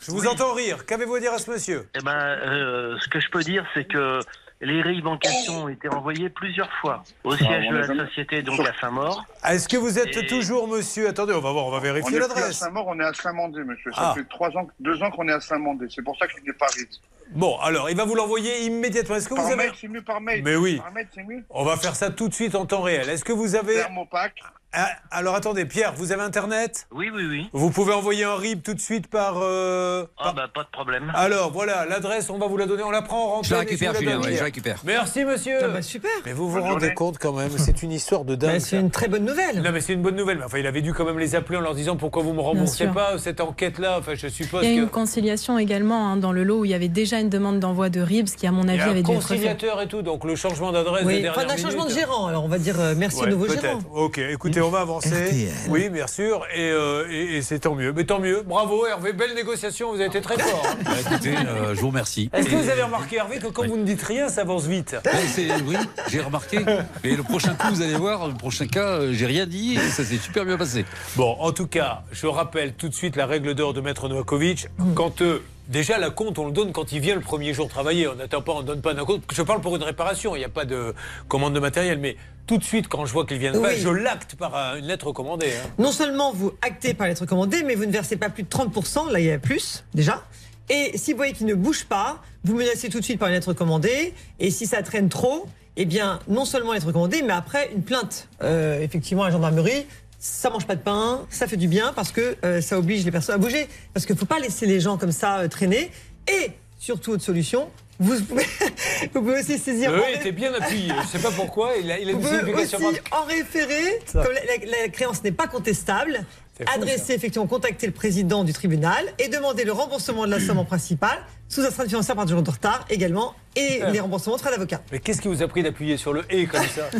[SPEAKER 2] je vous entends rire. Qu'avez-vous à dire à ce monsieur
[SPEAKER 15] Eh ben, euh, ce que je peux dire, c'est que les RIB en question ont été envoyés plusieurs fois au siège
[SPEAKER 17] on
[SPEAKER 15] de
[SPEAKER 17] a
[SPEAKER 15] la
[SPEAKER 17] jamais-
[SPEAKER 15] société, donc à Saint-Maur.
[SPEAKER 2] Ah, Est-ce que vous êtes
[SPEAKER 15] Et-
[SPEAKER 2] toujours monsieur Attendez, on va voir, on va
[SPEAKER 17] On
[SPEAKER 2] vérifier
[SPEAKER 17] est plus à
[SPEAKER 2] l'adresse.
[SPEAKER 17] Saint-Maur, on est à Saint-Mandé, monsieur. Ça
[SPEAKER 2] Ah.
[SPEAKER 17] fait trois ans, deux ans qu'on est à Saint-Mandé. C'est pour ça qu'il n'est pas RIB.
[SPEAKER 2] Bon, alors, il va vous l'envoyer immédiatement. Est-ce que
[SPEAKER 17] Par
[SPEAKER 2] vous avez...
[SPEAKER 17] mail, c'est mieux par mail.
[SPEAKER 2] Mais oui.
[SPEAKER 17] Par mail, c'est mieux.
[SPEAKER 2] On va faire ça tout de suite en temps réel. Est-ce que vous avez...
[SPEAKER 17] Thermopac.
[SPEAKER 2] Ah, alors, attendez, Pierre, vous avez Internet
[SPEAKER 15] Oui, oui, oui.
[SPEAKER 2] Vous pouvez envoyer un RIB tout de suite par. euh,
[SPEAKER 15] Ah, bah, pas de problème.
[SPEAKER 2] Alors voilà, l'adresse, on va vous la donner, on la prend en rentrée.
[SPEAKER 5] Je la récupère, Julien, ouais, je la récupère.
[SPEAKER 2] Merci monsieur.
[SPEAKER 10] Ah, bah, super.
[SPEAKER 2] Mais vous vous
[SPEAKER 10] Bonne
[SPEAKER 2] rendez
[SPEAKER 10] journée.
[SPEAKER 2] compte quand même, c'est une histoire de dingue.
[SPEAKER 10] c'est une très bonne nouvelle.
[SPEAKER 2] Non mais c'est une bonne nouvelle, mais enfin il avait dû quand même les appeler en leur disant pourquoi vous me remboursez
[SPEAKER 6] sûr.
[SPEAKER 2] pas euh, cette enquête-là, enfin je suppose
[SPEAKER 6] Il y a
[SPEAKER 2] que...
[SPEAKER 6] eu une conciliation également hein, dans le lot où il y avait déjà une demande d'envoi de RIB, ce qui à mon
[SPEAKER 2] Il y
[SPEAKER 6] avis
[SPEAKER 2] a un
[SPEAKER 6] avait dû être fait.
[SPEAKER 2] conciliateur et tout, donc le changement d'adresse de
[SPEAKER 10] Oui,
[SPEAKER 2] dernière
[SPEAKER 10] enfin, d'un changement de
[SPEAKER 2] minute.
[SPEAKER 10] gérant. Alors, on va dire euh, merci
[SPEAKER 2] Ouais,
[SPEAKER 10] au nouveau
[SPEAKER 2] peut-être.
[SPEAKER 10] gérant.
[SPEAKER 2] Ok, écoutez, on va avancer. Oui, bien sûr, et, euh, et- et c'est tant mieux. Mais tant mieux, bravo Hervé, belle négociation, vous avez été très fort. hein.
[SPEAKER 8] Bah, écoutez, euh, je vous remercie.
[SPEAKER 2] Est-ce que vous avez remarqué, Hervé, que quand vous ne dites rien, ça avance vite
[SPEAKER 8] Ouais, c'est- oui, j'ai remarqué. Mais le prochain coup, vous allez voir, le prochain cas, euh, j'ai rien dit et ça s'est super bien passé.
[SPEAKER 2] Bon, en tout cas, Ah, je rappelle tout de suite la règle d'or de Maître Novakovic.
[SPEAKER 10] Mm.
[SPEAKER 2] Quand euh, déjà la compte, on le donne quand il vient le premier jour travailler. On n'attend pas, on donne pas d'un compte. Je parle pour une réparation. Il n'y a pas de commande de matériel, mais tout de suite quand je vois qu'il vient de pas,
[SPEAKER 10] Oui.
[SPEAKER 2] je l'acte par euh, une lettre commandée. hein.
[SPEAKER 10] Non seulement vous actez par lettre commandée, mais vous ne versez pas plus de 30%, là il y a plus déjà. Et si vous voyez qu'il ne bouge pas, vous menacez tout de suite par une lettre commandée. Et si ça traîne trop, eh bien non seulement lettre commandée, mais après une plainte. Euh, effectivement, à la gendarmerie, ça mange pas de pain, ça fait du bien parce que euh, ça oblige les personnes à bouger. Parce qu'il ne faut pas laisser les gens comme ça euh, traîner. Et surtout, autre solution, vous pouvez, vous pouvez aussi saisir.
[SPEAKER 2] Euh,
[SPEAKER 10] en-
[SPEAKER 2] il était bien appuyé. Je sais pas pourquoi. Il a, il a
[SPEAKER 10] vous
[SPEAKER 2] une
[SPEAKER 10] pouvez aussi
[SPEAKER 2] signification. marquée.
[SPEAKER 10] en référé,
[SPEAKER 2] Ça.
[SPEAKER 10] comme la, la- la créance n'est pas contestable,
[SPEAKER 2] C'est fou,
[SPEAKER 10] adresser effectivement, contacter le président du tribunal et demander le remboursement de la somme en principale, sous astreinte financière par du jour de retard également, et
[SPEAKER 2] Super.
[SPEAKER 10] les remboursements de frais d'avocat.
[SPEAKER 2] Mais qu'est-ce qui vous a pris d'appuyer sur le et comme ça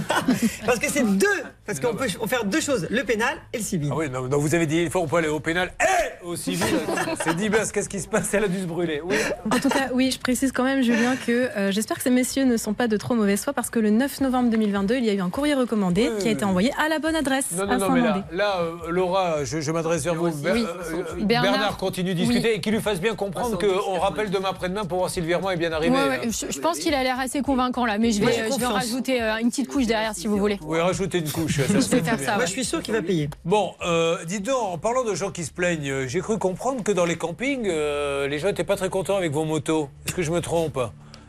[SPEAKER 10] Parce que c'est deux, parce qu'on peut ch- faire deux choses, le pénal et le civil.
[SPEAKER 2] Ah oui, non, non, vous avez dit il faut on peut aller au pénal et au civil. C'est dit ben, qu'est-ce qui se passe Elle a dû se brûler. Oui.
[SPEAKER 6] En tout cas, oui, je précise quand même, Julien, que euh, j'espère que ces messieurs ne sont pas de trop mauvaise foi parce que le 9 novembre 2022, il y a eu un courrier recommandé
[SPEAKER 2] Oui,
[SPEAKER 6] qui a été
[SPEAKER 2] oui.
[SPEAKER 6] envoyé à la bonne adresse
[SPEAKER 2] Non,
[SPEAKER 6] à
[SPEAKER 2] non, non, mais
[SPEAKER 6] Saint-Mandé.
[SPEAKER 2] là, là, euh, Laura, je, je m'adresse vers vous. Ber-
[SPEAKER 3] Oui.
[SPEAKER 2] euh, euh, Bernard,
[SPEAKER 3] Bernard.
[SPEAKER 2] continue de discuter et qu'il lui fasse bien comprendre qu'on rappelle demain après-demain pour voir si le virement est bien arrivé.
[SPEAKER 3] Ouais,
[SPEAKER 2] hein.
[SPEAKER 3] ouais, je, je pense qu'il a l'air assez convaincant là, mais je
[SPEAKER 10] Moi,
[SPEAKER 3] vais,
[SPEAKER 10] j'ai
[SPEAKER 3] euh, je vais en
[SPEAKER 10] confiance.
[SPEAKER 3] rajouter euh, une petite couche derrière si vous voulez.
[SPEAKER 2] Oui, rajoutez une couche. Ça se
[SPEAKER 3] vais
[SPEAKER 2] fait
[SPEAKER 3] faire
[SPEAKER 2] bien.
[SPEAKER 3] ça,
[SPEAKER 10] Moi,
[SPEAKER 3] ouais.
[SPEAKER 10] je suis sûr qu'il va payer.
[SPEAKER 2] Bon, euh, dis donc, en parlant de gens qui se plaignent, euh, j'ai cru comprendre que dans les campings, euh, les gens n'étaient pas très contents avec vos motos. Est-ce que je me trompe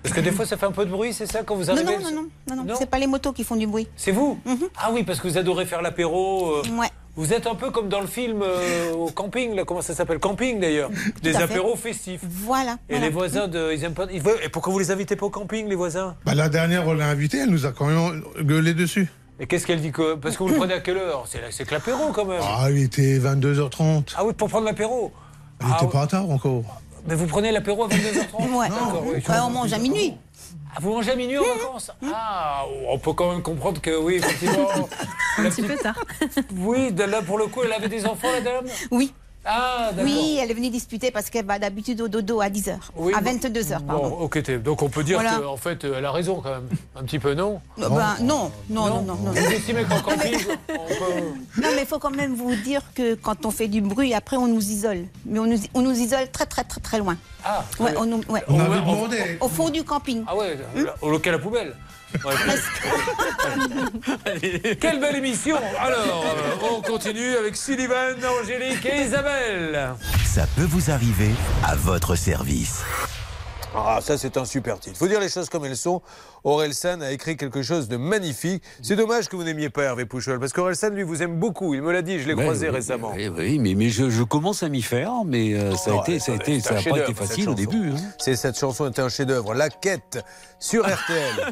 [SPEAKER 2] Parce que des fois, ça fait un peu de bruit, c'est ça, quand vous
[SPEAKER 7] Non,
[SPEAKER 2] arrivez
[SPEAKER 7] non, non, non, non, non,
[SPEAKER 2] Non.
[SPEAKER 7] c'est pas les motos qui font du bruit.
[SPEAKER 2] C'est vous Ah oui, parce que vous adorez faire l'apéro. euh,
[SPEAKER 7] Ouais.
[SPEAKER 2] Vous êtes un peu comme dans le film euh, au camping, là, comment ça s'appelle Camping d'ailleurs. Des
[SPEAKER 7] à fait.
[SPEAKER 2] apéros festifs.
[SPEAKER 7] Voilà.
[SPEAKER 2] Et les voisins, de, ils aiment pas. ils veulent- et pourquoi vous les invitez pas au camping, les voisins
[SPEAKER 4] Bah, la dernière, on l'a invitée, elle nous a quand même gueulé dessus.
[SPEAKER 2] Et qu'est-ce qu'elle dit que, Parce que vous le prenez à quelle heure C'est là- c'est que l'apéro quand même.
[SPEAKER 4] Ah, il était 22h30.
[SPEAKER 2] Ah oui, pour prendre l'apéro.
[SPEAKER 4] Il
[SPEAKER 2] Ah
[SPEAKER 4] était
[SPEAKER 2] oui.
[SPEAKER 4] pas tard encore.
[SPEAKER 2] Mais vous prenez l'apéro à 22h30
[SPEAKER 7] Ouais.
[SPEAKER 2] D'accord, oui.
[SPEAKER 7] Ouais, on mange Hmm à minuit. Mmh.
[SPEAKER 2] Ah, vous mangez à minuit en vacances Ah, on peut quand même comprendre que oui, effectivement. Un petit peu
[SPEAKER 6] tard.
[SPEAKER 2] Oui, de là pour le coup, elle avait des enfants, la dame
[SPEAKER 7] Oui.
[SPEAKER 2] Ah, d'accord.
[SPEAKER 7] Oui, elle est venue disputer parce qu'elle va d'habitude au dodo à 10h.
[SPEAKER 2] Oui,
[SPEAKER 7] à
[SPEAKER 2] bon.
[SPEAKER 7] 22h,
[SPEAKER 2] Bon,
[SPEAKER 7] pardon.
[SPEAKER 2] ok, t'es- donc on peut dire
[SPEAKER 7] Voilà.
[SPEAKER 2] qu'en fait, euh, elle a raison quand même. Un petit peu, non
[SPEAKER 7] Euh, ben, non, non, non, non, non.
[SPEAKER 2] Vous estimez qu'en camping, on peut.
[SPEAKER 7] Non, mais il faut quand même vous dire que quand on fait du bruit, après, on nous isole. Mais on nous, on nous isole très, très, très, très loin.
[SPEAKER 2] Ah, très
[SPEAKER 7] ouais,
[SPEAKER 2] bien.
[SPEAKER 7] on, nous- ouais.
[SPEAKER 2] On avait demandé.
[SPEAKER 7] Au fond du camping.
[SPEAKER 2] Ah ouais,
[SPEAKER 7] Hmm
[SPEAKER 2] là, au local à poubelle. Ouais. Quelle belle émission Alors, euh, on continue avec Sullivan, Angélique et Isabelle.
[SPEAKER 1] Ça peut vous arriver à votre service.
[SPEAKER 18] Ah, ça, c'est un super titre. Faut dire les choses comme elles sont. Orelsan a écrit quelque chose de magnifique. C'est dommage que vous n'aimiez pas Hervé Pouchol, parce qu'Orelsan, lui, vous aime beaucoup. Il me l'a dit, je l'ai
[SPEAKER 8] Mais
[SPEAKER 18] croisé
[SPEAKER 8] oui,
[SPEAKER 18] récemment.
[SPEAKER 8] Oui, Eh oui, mais, mais je, je commence à m'y faire, mais euh, ça a été, ça a été, ça n'a pas été facile au début. hein.
[SPEAKER 18] C'est cette chanson est un chef-d'œuvre. La quête sur RTL.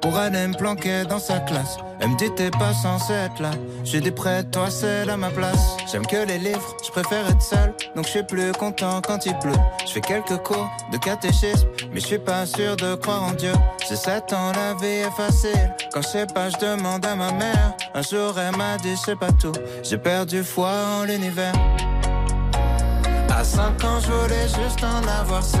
[SPEAKER 19] pour aller me planquer dans sa classe. Elle me dit t'es pas censé être là, j'ai des prêts, toi c'est à ma place. J'aime que les livres, je préfère être seul, donc je suis plus content quand il pleut. Je fais quelques cours de catéchisme, mais je suis pas sûr de croire en Dieu. J'ai 7 ans, la vie est facile. Quand je sais pas, je demande à ma mère. Un jour, elle m'a dit, je sais pas tout. J'ai perdu foi en l'univers. À 5 ans, je voulais juste en avoir 7.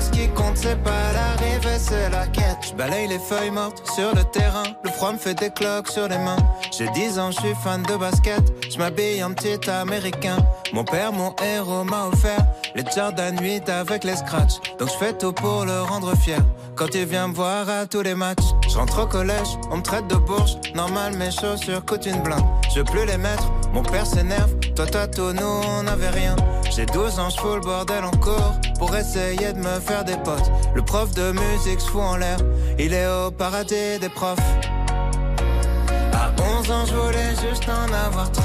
[SPEAKER 19] ce qui compte, c'est pas l'arrivée, c'est la quête. Je balaye les feuilles mortes sur le terrain. Le froid me fait des cloques sur les mains. J'ai 10 ans, je suis fan de basket. Je m'habille en petit américain. Mon père, mon héros, m'a offert les Jordan 8 avec les scratchs. Donc je fais tout pour le rendre fier. Quand il vient me voir à tous les matchs, je rentre au collège, on me traite de bourge. Normal, mes chaussures coûtent une blinde. Je veux plus les mettre, mon père s'énerve. Toi, toi, tout, nous, on avait rien. J'ai 12 ans, je fous le bordel en cours pour essayer de me faire des potes. Le prof de musique se fout en l'air, il est au paradis des profs. À 11 ans, je voulais juste en avoir 13.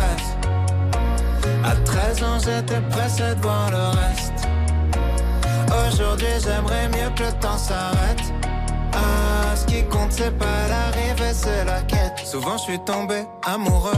[SPEAKER 19] À 13 ans, j'étais pressé de voir le reste. Aujourd'hui, j'aimerais mieux que le temps s'arrête. Ah, ce qui compte, c'est pas l'arrivée, c'est la quête. Souvent, je suis tombé amoureux,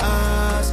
[SPEAKER 19] Ah, ce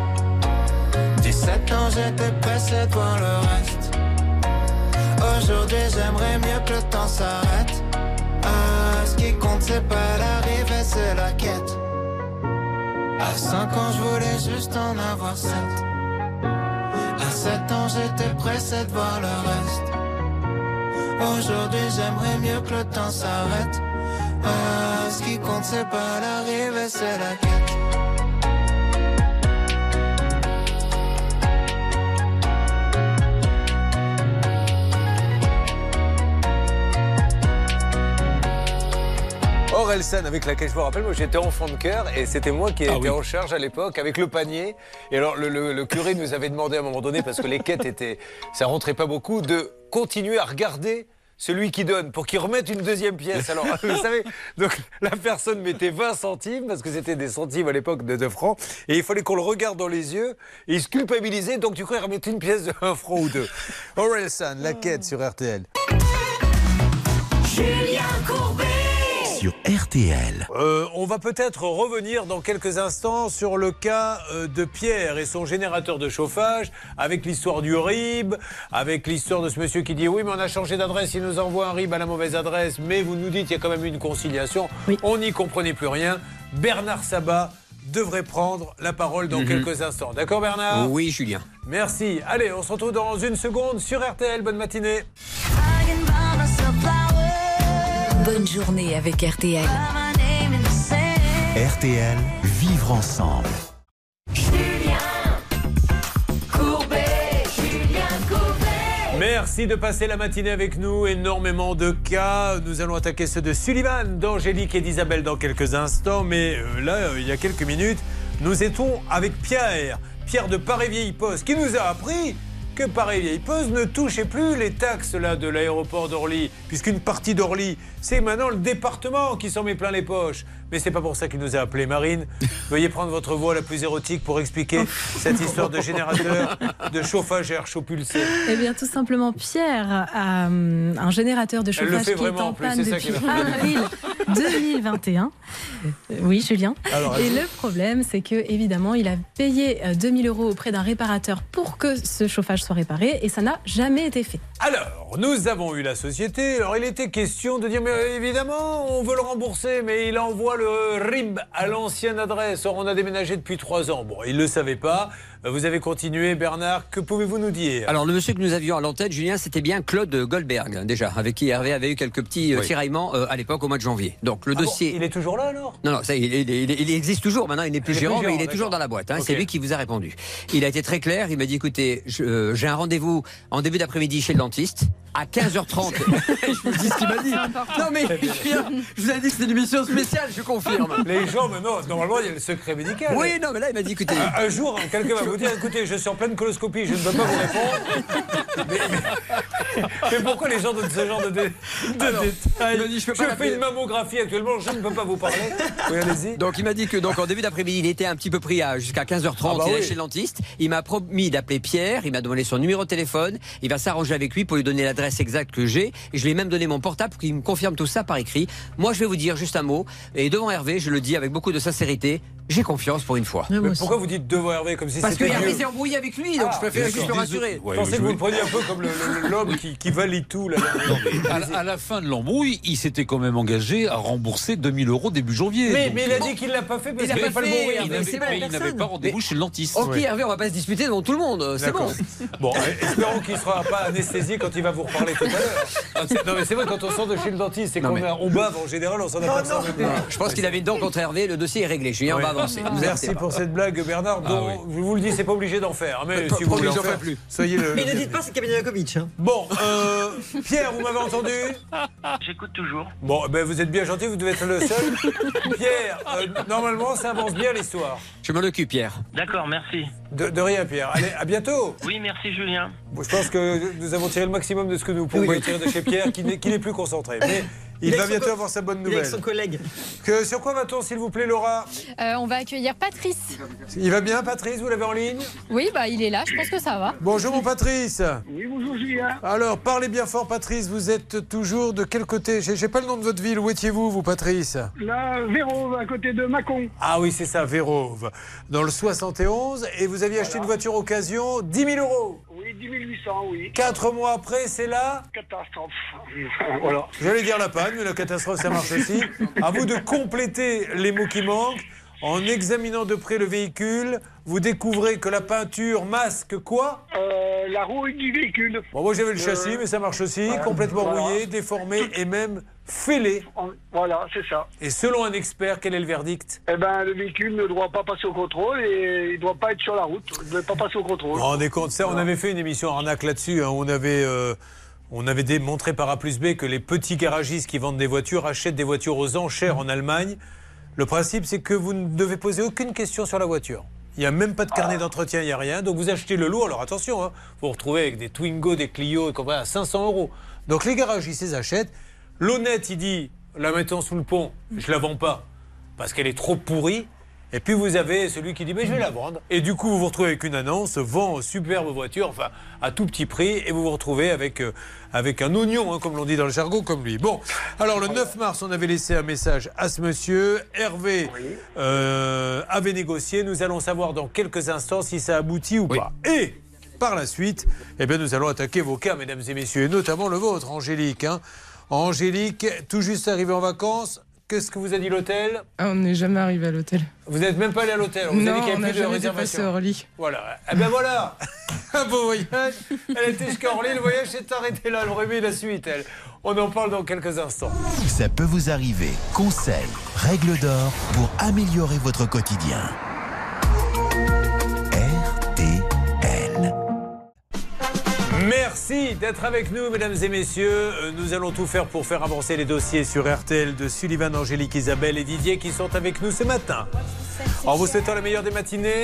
[SPEAKER 19] 17 ans, j'étais pressé de voir le reste. Aujourd'hui, j'aimerais mieux que le temps s'arrête. Ah, ce qui compte, c'est pas l'arrivée, c'est la quête. À 5 ans, je voulais juste en avoir 7. À 7 ans, j'étais pressé de voir le reste. Aujourd'hui, j'aimerais mieux que le temps s'arrête. Ah, ce qui compte, c'est pas l'arrivée, c'est la quête.
[SPEAKER 2] Orelsan avec laquelle je me rappelle, moi j'étais enfant de cœur et c'était moi qui
[SPEAKER 18] Ah oui.
[SPEAKER 2] étais en charge à l'époque avec le panier. Et alors le, le- le curé nous avait demandé à un moment donné, parce que les quêtes étaient, ça rentrait pas beaucoup, de continuer à regarder celui qui donne pour qu'il remette une deuxième pièce. Alors vous savez, donc la personne mettait 20 centimes parce que c'était des centimes à l'époque de 2 francs et il fallait qu'on le regarde dans les yeux et il se culpabilisait donc du coup il remettait une pièce de 1 franc ou 2. Orelsan, la quête sur RTL.
[SPEAKER 9] Julien Courbet.
[SPEAKER 1] Sur RTL.
[SPEAKER 2] Euh, on va peut-être revenir dans quelques instants sur le cas euh, de Pierre et son générateur de chauffage, avec l'histoire du RIB, avec l'histoire de ce monsieur qui dit oui mais on a changé d'adresse, il nous envoie un RIB à la mauvaise adresse, mais vous nous dites il y a quand même eu une conciliation, on n'y comprenait plus rien. Bernard Sabat devrait prendre la parole dans
[SPEAKER 5] Mhm.
[SPEAKER 2] quelques instants. D'accord Bernard
[SPEAKER 5] Oui, Julien.
[SPEAKER 2] Merci. Allez, on se retrouve dans une seconde sur RTL. Bonne matinée.
[SPEAKER 9] Bonne journée avec RTL.
[SPEAKER 1] RTL, vivre ensemble.
[SPEAKER 9] Courbet, Julien Courbet.
[SPEAKER 2] Merci de passer la matinée avec nous. Énormément de cas. Nous allons attaquer ceux de Sullivan, d'Angélique et d'Isabelle dans quelques instants. Mais euh, là, euh, il y a quelques minutes, nous étions avec Pierre, Pierre de Paris-Vieille-Poste, qui nous a appris que Paris-Vieille-Poste ne touchait plus les taxes là, de l'aéroport d'Orly, puisqu'une partie d'Orly, c'est maintenant le département qui s'en met plein les poches. Mais c'est pas pour ça qu'il nous a appelé Marine. Veuillez prendre votre voix la plus érotique pour expliquer cette histoire de générateur de chauffage à air chaud pulsé.
[SPEAKER 6] Eh bien, tout simplement, Pierre a euh, un générateur de
[SPEAKER 2] Elle le
[SPEAKER 6] chauffage
[SPEAKER 2] fait
[SPEAKER 6] qui est
[SPEAKER 2] vraiment, en
[SPEAKER 6] en
[SPEAKER 2] plus,
[SPEAKER 6] panne
[SPEAKER 2] c'est ça
[SPEAKER 6] depuis
[SPEAKER 2] qui m'a
[SPEAKER 9] Ah,
[SPEAKER 2] fait
[SPEAKER 6] avril 2021. Euh, Oui, Julien.
[SPEAKER 2] Alors,
[SPEAKER 6] Et
[SPEAKER 2] vas-y.
[SPEAKER 6] le problème, c'est que évidemment, il a payé euh, 2000 euros auprès d'un réparateur pour que ce chauffage soit réparé, et ça n'a jamais été fait.
[SPEAKER 2] Alors, nous avons eu la société. Alors, il était question de dire, mais euh, évidemment, on veut le rembourser, mais il envoie le RIB à l'ancienne adresse. Or, on a déménagé depuis trois ans. Bon, il ne le savait pas. Euh, Vous avez continué, Bernard. Que pouvez-vous nous dire
[SPEAKER 5] Alors, le monsieur que nous avions à l'antenne, Julien, c'était bien Claude Goldberg, hein, déjà, avec qui Hervé avait eu quelques petits euh,
[SPEAKER 2] Oui.
[SPEAKER 5] tiraillements euh, à l'époque, au mois de janvier. Donc, le
[SPEAKER 2] Ah bon,
[SPEAKER 5] dossier.
[SPEAKER 2] il est toujours là, alors
[SPEAKER 5] Non, non, ça, il, il- il- il existe toujours. Maintenant, il n'est plus
[SPEAKER 2] Il est plus
[SPEAKER 5] gérant, mais
[SPEAKER 2] gérant,
[SPEAKER 5] il est toujours
[SPEAKER 2] d'accord.
[SPEAKER 5] dans la boîte. hein. C'est
[SPEAKER 2] Ok.
[SPEAKER 5] lui qui vous a répondu. Il a été très clair. Il m'a dit écoutez, je- euh, j'ai un rendez-vous en début d'après-midi chez le dentiste. À 15h30. je vous dis ce qu'il m'a dit. Non, mais Julien, je vous avais dit que c'était une émission spéciale, je confirme.
[SPEAKER 2] Les gens, maintenant, normalement, il y a le secret médical.
[SPEAKER 5] Oui, non, mais là, il m'a dit écoutez.
[SPEAKER 2] Un un jour, quelqu'un va vous dire écoutez, je suis en pleine coloscopie, je ne peux pas vous répondre. Mais, mais- mais pourquoi les gens donnent ce genre de, dé- de détails Je,
[SPEAKER 5] peux pas la
[SPEAKER 2] fais une mammographie actuellement, je ne peux pas vous parler. Oui, allez-y.
[SPEAKER 5] Donc il m'a dit que donc en début d'après-midi, il était un petit peu pris à jusqu'à 15h30,
[SPEAKER 2] Ah bah
[SPEAKER 5] il
[SPEAKER 2] oui.
[SPEAKER 5] est chez le dentiste. Il m'a promis d'appeler Pierre, il m'a donné son numéro de téléphone, il va s'arranger avec lui pour lui donner l'adresse exacte que j'ai. Et Je lui ai même donné mon portable pour qu'il me confirme tout ça par écrit. Moi, je vais vous dire juste un mot et devant Hervé, je le dis avec beaucoup de sincérité, j'ai confiance pour une fois.
[SPEAKER 2] Mais pourquoi vous dites devant Hervé comme si
[SPEAKER 5] Parce que
[SPEAKER 2] c'était Ah,
[SPEAKER 5] Hervé
[SPEAKER 2] Dieu
[SPEAKER 5] s'est embrouillé avec lui, donc je préfère juste le rassurer.
[SPEAKER 2] Je pensais que vous le preniez un peu comme le- le- le- l'homme qui, qui valide tout. Là.
[SPEAKER 8] À, la- à la fin de l'embrouille, il s'était quand même engagé à rembourser 2000 euros début janvier.
[SPEAKER 2] Mais,
[SPEAKER 8] Donc,
[SPEAKER 2] mais il a
[SPEAKER 8] bon.
[SPEAKER 2] dit qu'il ne l'a pas fait parce
[SPEAKER 5] Il a
[SPEAKER 2] qu'il n'avait
[SPEAKER 5] pas
[SPEAKER 2] pas le
[SPEAKER 5] fait,
[SPEAKER 2] bon
[SPEAKER 5] il
[SPEAKER 2] rire.
[SPEAKER 5] avait- mais il n'avait pas
[SPEAKER 8] rendez-vous chez le dentiste.
[SPEAKER 5] Ok
[SPEAKER 8] Ouais.
[SPEAKER 5] Hervé, on va pas se disputer devant tout le monde, c'est bon.
[SPEAKER 2] D'accord. Bon, euh, espérons qu'il ne sera pas anesthésié quand il va vous reparler tout à l'heure. Ah, c'est- Non, mais c'est vrai, quand on sort de chez le dentiste et qu'on a- on bave en général, on s'en
[SPEAKER 5] Non,
[SPEAKER 2] aperçoit même pas.
[SPEAKER 5] Je pense qu'il avait une dent contre Hervé, le dossier est réglé. Julien, on va avancer. Vous
[SPEAKER 2] Merci
[SPEAKER 5] inquiétez pas.
[SPEAKER 2] pour cette blague, Bernard. dont Je vous le dis, c'est pas obligé d'en faire. hein, Mais si vous voulez en faire, soyez le.
[SPEAKER 10] Mais ne dites pas c'est Camille Jakovic. hein.
[SPEAKER 2] Bon, euh, Pierre, vous m'avez entendu
[SPEAKER 15] J'écoute toujours.
[SPEAKER 2] Bon, ben vous êtes bien gentil, vous devez être le seul. Pierre, euh, normalement, ça avance bien l'histoire.
[SPEAKER 5] Je m'en occupe, Pierre.
[SPEAKER 15] D'accord, merci.
[SPEAKER 2] De, de rien, Pierre. Allez, à bientôt.
[SPEAKER 15] Oui, merci Julien.
[SPEAKER 2] Bon, je pense que nous avons tiré le maximum de ce que nous pouvons tirer de chez Pierre, qui n'est qui n'est plus concentré. Mais il
[SPEAKER 10] est
[SPEAKER 2] va
[SPEAKER 10] avec son
[SPEAKER 2] bientôt
[SPEAKER 10] co-
[SPEAKER 2] avoir sa bonne
[SPEAKER 10] Il est avec
[SPEAKER 2] nouvelle.
[SPEAKER 10] son collègue.
[SPEAKER 2] Que, sur quoi va-t-on, s'il vous plaît, Laura
[SPEAKER 3] Euh, on va accueillir Patrice.
[SPEAKER 2] Il va bien, Patrice Vous l'avez en ligne
[SPEAKER 3] Oui, bah il est là, je pense que ça va.
[SPEAKER 2] Bonjour, mon Patrice.
[SPEAKER 15] Oui, bonjour Julien.
[SPEAKER 2] Alors, parlez bien fort, Patrice. Vous êtes toujours de quel côté J'ai j'ai pas le nom de votre ville. Où étiez-vous, vous, Patrice
[SPEAKER 15] Là, Véro, à côté de Macon.
[SPEAKER 2] Ah oui, c'est ça, Vérove, dans le 71. Et vous aviez acheté une voiture occasion, 10 000 euros.
[SPEAKER 15] Oui, 10 800, oui.
[SPEAKER 2] Quatre mois après, c'est là
[SPEAKER 15] Catastrophe. voilà.
[SPEAKER 2] J'allais dire la panne, mais la catastrophe, ça marche aussi. À vous de compléter les mots qui manquent. En examinant de près le véhicule, vous découvrez que la peinture masque quoi
[SPEAKER 15] Euh, la rouille du véhicule. Euh,
[SPEAKER 2] Bon, moi j'avais le châssis, mais ça marche aussi. Complètement
[SPEAKER 15] voilà.
[SPEAKER 2] rouillé, déformé et même fêlé.
[SPEAKER 15] En- Voilà, c'est ça.
[SPEAKER 2] Et selon un expert, quel est le verdict
[SPEAKER 15] Eh ben, le véhicule ne doit pas passer au contrôle et il doit pas être sur la route. Il ne doit pas passer au contrôle.
[SPEAKER 2] Vous vous rendez compte, ça, on avait fait une émission arnaque là-dessus. hein, on avait. euh, On avait démontré par A plus B que les petits garagistes qui vendent des voitures achètent des voitures aux enchères en Allemagne. Le principe, c'est que vous ne devez poser aucune question sur la voiture. Il n'y a même pas de carnet d'entretien, il n'y a rien. Donc vous achetez le lot. Alors attention, hein, vous vous retrouvez avec des Twingo, des Clio et compagnie à 500 euros. Donc les garagistes, ils achètent. L'honnête, il dit la mettant sous le pont, je la vends pas parce qu'elle est trop pourrie. Et puis vous avez celui qui dit mais je vais la vendre. Et du coup vous vous retrouvez avec une annonce vend superbe voiture, enfin à tout petit prix, et vous vous retrouvez avec euh, avec un oignon, hein, comme l'on dit dans le jargon, comme lui. Bon, alors le 9 mars on avait laissé un message à ce monsieur. Hervé euh, avait négocié. Nous allons savoir dans quelques instants si ça aboutit ou pas. Et par la suite, eh bien nous allons attaquer vos cas, mesdames et messieurs, et notamment le vôtre, Angélique. hein. Angélique, tout juste arrivée en vacances. Qu'est-ce que vous a dit l'hôtel
[SPEAKER 20] Ah, on n'est jamais arrivé à l'hôtel.
[SPEAKER 2] Vous n'êtes même pas allé à l'hôtel. On vous a
[SPEAKER 20] Non,
[SPEAKER 2] dit qu'il
[SPEAKER 20] on
[SPEAKER 2] n'y
[SPEAKER 20] n'a
[SPEAKER 2] avait plus de
[SPEAKER 20] jamais été passé
[SPEAKER 2] réservation.
[SPEAKER 20] hors lit.
[SPEAKER 2] Voilà. Eh ben voilà Un beau voyage. Elle était jusqu'à Orly. Le voyage s'est arrêté là. Elle aurait mis la suite, elle. On en parle dans quelques instants.
[SPEAKER 1] Ça peut vous arriver. Conseils, règles d'or pour améliorer votre quotidien.
[SPEAKER 2] Merci d'être avec nous, mesdames et messieurs. Euh, Nous allons tout faire pour faire avancer les dossiers sur RTL de Sullivan, Angélique, Isabelle et Didier qui sont avec nous ce matin. En vous souhaitant la meilleure des matinées,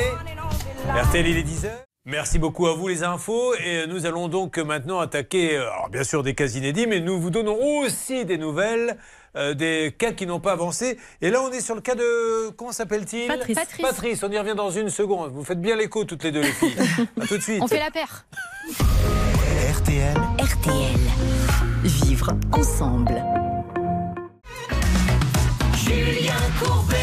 [SPEAKER 2] RTL, il est 10h. Merci beaucoup à vous les infos et euh, nous allons donc euh, maintenant attaquer, euh, alors, bien sûr des cas inédits, mais nous vous donnerons aussi des nouvelles, euh, des cas qui n'ont pas avancé. Et là on est sur le cas de, comment s'appelle-t-il
[SPEAKER 3] Patrice. Patrice.
[SPEAKER 2] Patrice, on y revient dans une seconde. Vous faites bien l'écho toutes les deux les filles. à tout de suite.
[SPEAKER 3] On fait la paire.
[SPEAKER 1] RTL.
[SPEAKER 9] RTL. Vivre ensemble. Julien Courbet.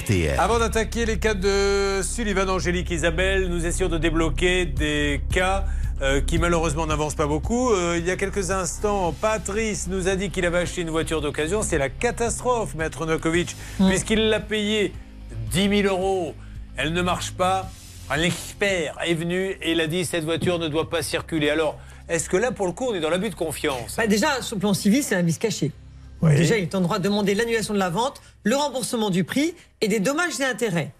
[SPEAKER 1] RTL.
[SPEAKER 2] Avant d'attaquer les cas de Sullivan, Angélique, Isabelle, nous essayons de débloquer des cas euh, qui malheureusement n'avancent pas beaucoup. Euh, il y a quelques instants, Patrice nous a dit qu'il avait acheté une voiture d'occasion. C'est la catastrophe, maître Nokovic, puisqu'il l'a payée 10 000 euros. Elle ne marche pas. Un expert est venu et il a dit cette voiture ne doit pas circuler. Alors, est-ce que là, pour le coup, on est dans l'abus de confiance
[SPEAKER 10] Bah, déjà, sur le plan civil, c'est un vice caché. Déjà, il est en droit de demander l'annulation de la vente, le remboursement du prix et des dommages et intérêts.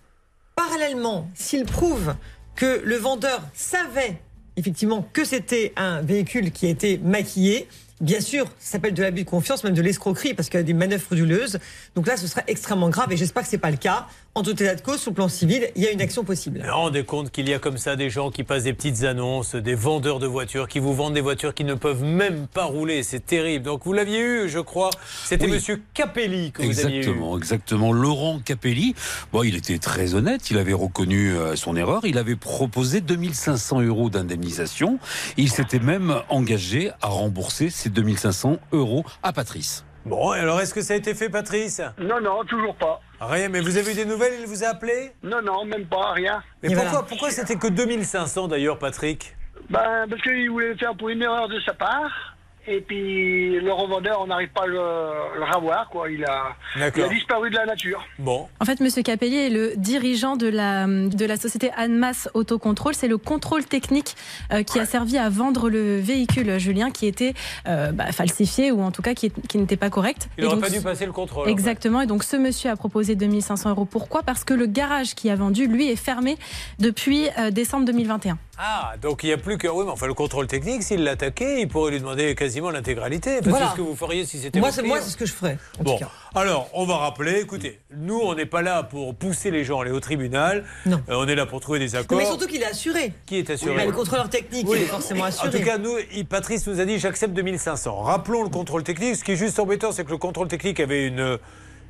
[SPEAKER 10] Parallèlement, s'il prouve que le vendeur savait effectivement que c'était un véhicule qui a été maquillé, bien sûr, ça s'appelle de l'abus de confiance, même de l'escroquerie, parce qu'il y a des manœuvres frauduleuses. Donc là, ce serait extrêmement grave et j'espère que ce n'est pas le cas. En tout état de cause, sur le plan civil, il y a une action possible.
[SPEAKER 2] Vous vous rendez compte qu'il y a comme ça des gens qui passent des petites annonces, des vendeurs de voitures qui vous vendent des voitures qui ne peuvent même pas rouler. C'est terrible. Donc vous l'aviez eu, je crois. C'était
[SPEAKER 8] Oui.
[SPEAKER 2] monsieur Capelli que vous aviez eu.
[SPEAKER 8] Exactement, exactement. Laurent Capelli, bon, il était très honnête, il avait reconnu euh, son erreur, il avait proposé 2500 euros d'indemnisation, il s'était même engagé à rembourser ces 2500 euros à Patrice.
[SPEAKER 2] Bon, alors est-ce que ça a été fait, Patrice
[SPEAKER 15] Non, non, toujours pas.
[SPEAKER 2] Rien, mais vous avez eu des nouvelles Il vous a appelé
[SPEAKER 15] Non, non, même pas, rien.
[SPEAKER 2] Mais pourquoi, pourquoi c'était que 2500 d'ailleurs, Patrick
[SPEAKER 15] Ben, parce qu'il voulait le faire pour une erreur de sa part. Et puis, le revendeur, on n'arrive pas à le, le ravoir, quoi. Il a,
[SPEAKER 2] D'accord.
[SPEAKER 15] il a disparu de la nature.
[SPEAKER 2] Bon.
[SPEAKER 6] En fait, Monsieur Capelli est le dirigeant de la, de la société Anmas Autocontrôle. C'est le contrôle technique euh, qui a servi à vendre le véhicule, Julien, qui était euh, bah, falsifié ou en tout cas qui, qui n'était pas correct.
[SPEAKER 2] Il
[SPEAKER 6] Et
[SPEAKER 2] n'aurait
[SPEAKER 6] donc,
[SPEAKER 2] pas dû passer le contrôle. en
[SPEAKER 6] Exactement. Et donc, ce monsieur a proposé 2500 euros. Pourquoi Parce que le garage qui a vendu, lui, est fermé depuis euh, décembre 2021.
[SPEAKER 2] fait. Ah, donc il n'y a plus que. Oui, mais enfin, le contrôle technique, s'il l'attaquait, il pourrait lui demander quasiment l'intégralité. Parce
[SPEAKER 10] Voilà.
[SPEAKER 2] que ce que vous feriez si c'était hein.
[SPEAKER 10] Moi,
[SPEAKER 2] votre
[SPEAKER 10] c'est moi,
[SPEAKER 2] client.
[SPEAKER 10] c'est ce que je ferais. en tout
[SPEAKER 2] Bon,
[SPEAKER 10] cas.
[SPEAKER 2] alors on va rappeler, écoutez, nous on n'est pas là pour pousser les gens à aller au tribunal, Euh, on est là pour trouver des
[SPEAKER 10] Non,
[SPEAKER 2] accords.
[SPEAKER 10] mais surtout qu'il est assuré.
[SPEAKER 2] Qui est assuré
[SPEAKER 10] Bah, le contrôleur technique, il est forcément assuré.
[SPEAKER 2] En tout cas, nous, il- Patrice nous a dit j'accepte 2500. Rappelons le contrôle technique. Ce qui est juste embêtant, c'est que le contrôle technique avait une,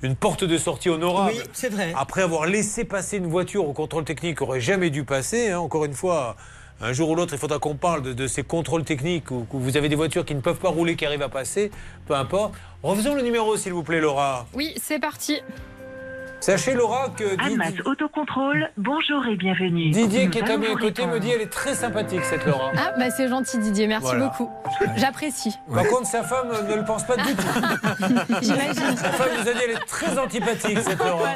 [SPEAKER 2] une porte de sortie honorable.
[SPEAKER 10] Oui, c'est vrai.
[SPEAKER 2] Après avoir laissé passer une voiture au contrôle technique, aurait jamais dû passer. hein. encore une fois, un jour ou l'autre, il faudra qu'on parle de, de ces contrôles techniques où, où vous avez des voitures qui ne peuvent pas rouler, qui arrivent à passer. Peu importe. Refaisons le numéro, s'il vous plaît, Laura.
[SPEAKER 3] Oui, c'est parti.
[SPEAKER 2] Sachez, Laura, que. Anmas
[SPEAKER 3] Autocontrôle, bonjour et bienvenue.
[SPEAKER 2] Didier, qui est à mes côtés, me dit elle est très sympathique, cette Laura.
[SPEAKER 3] Ah, bah c'est gentil Didier, merci
[SPEAKER 2] Voilà.
[SPEAKER 3] beaucoup. J'apprécie.
[SPEAKER 2] Par contre, sa femme ne le pense pas du tout.
[SPEAKER 3] J'imagine.
[SPEAKER 2] Sa femme nous a dit elle est très antipathique, cette Laura.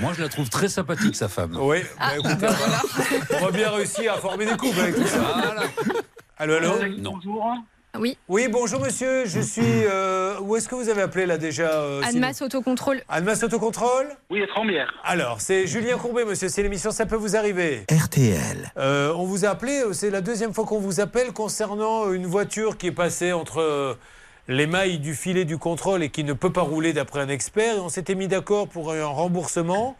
[SPEAKER 8] Moi, je la trouve très sympathique, sa femme.
[SPEAKER 2] Oui, on va bien réussir à former des couples avec tout ça. Allô, allô
[SPEAKER 15] Bonjour.
[SPEAKER 3] Oui.
[SPEAKER 2] Oui, bonjour monsieur, je suis... euh, où est-ce que vous avez appelé là déjà euh, sinon
[SPEAKER 3] Annemasse Autocontrôle.
[SPEAKER 2] Annemasse Autocontrôle
[SPEAKER 15] Oui, étranglière.
[SPEAKER 2] Alors, c'est Julien Courbet, monsieur, c'est l'émission Ça peut vous arriver. RTL. on vous a appelé, euh, c'est la deuxième fois qu'on vous appelle concernant euh, une voiture qui est passée entre euh, les mailles du filet du contrôle et qui ne peut pas rouler d'après un expert. Et on s'était mis d'accord pour un remboursement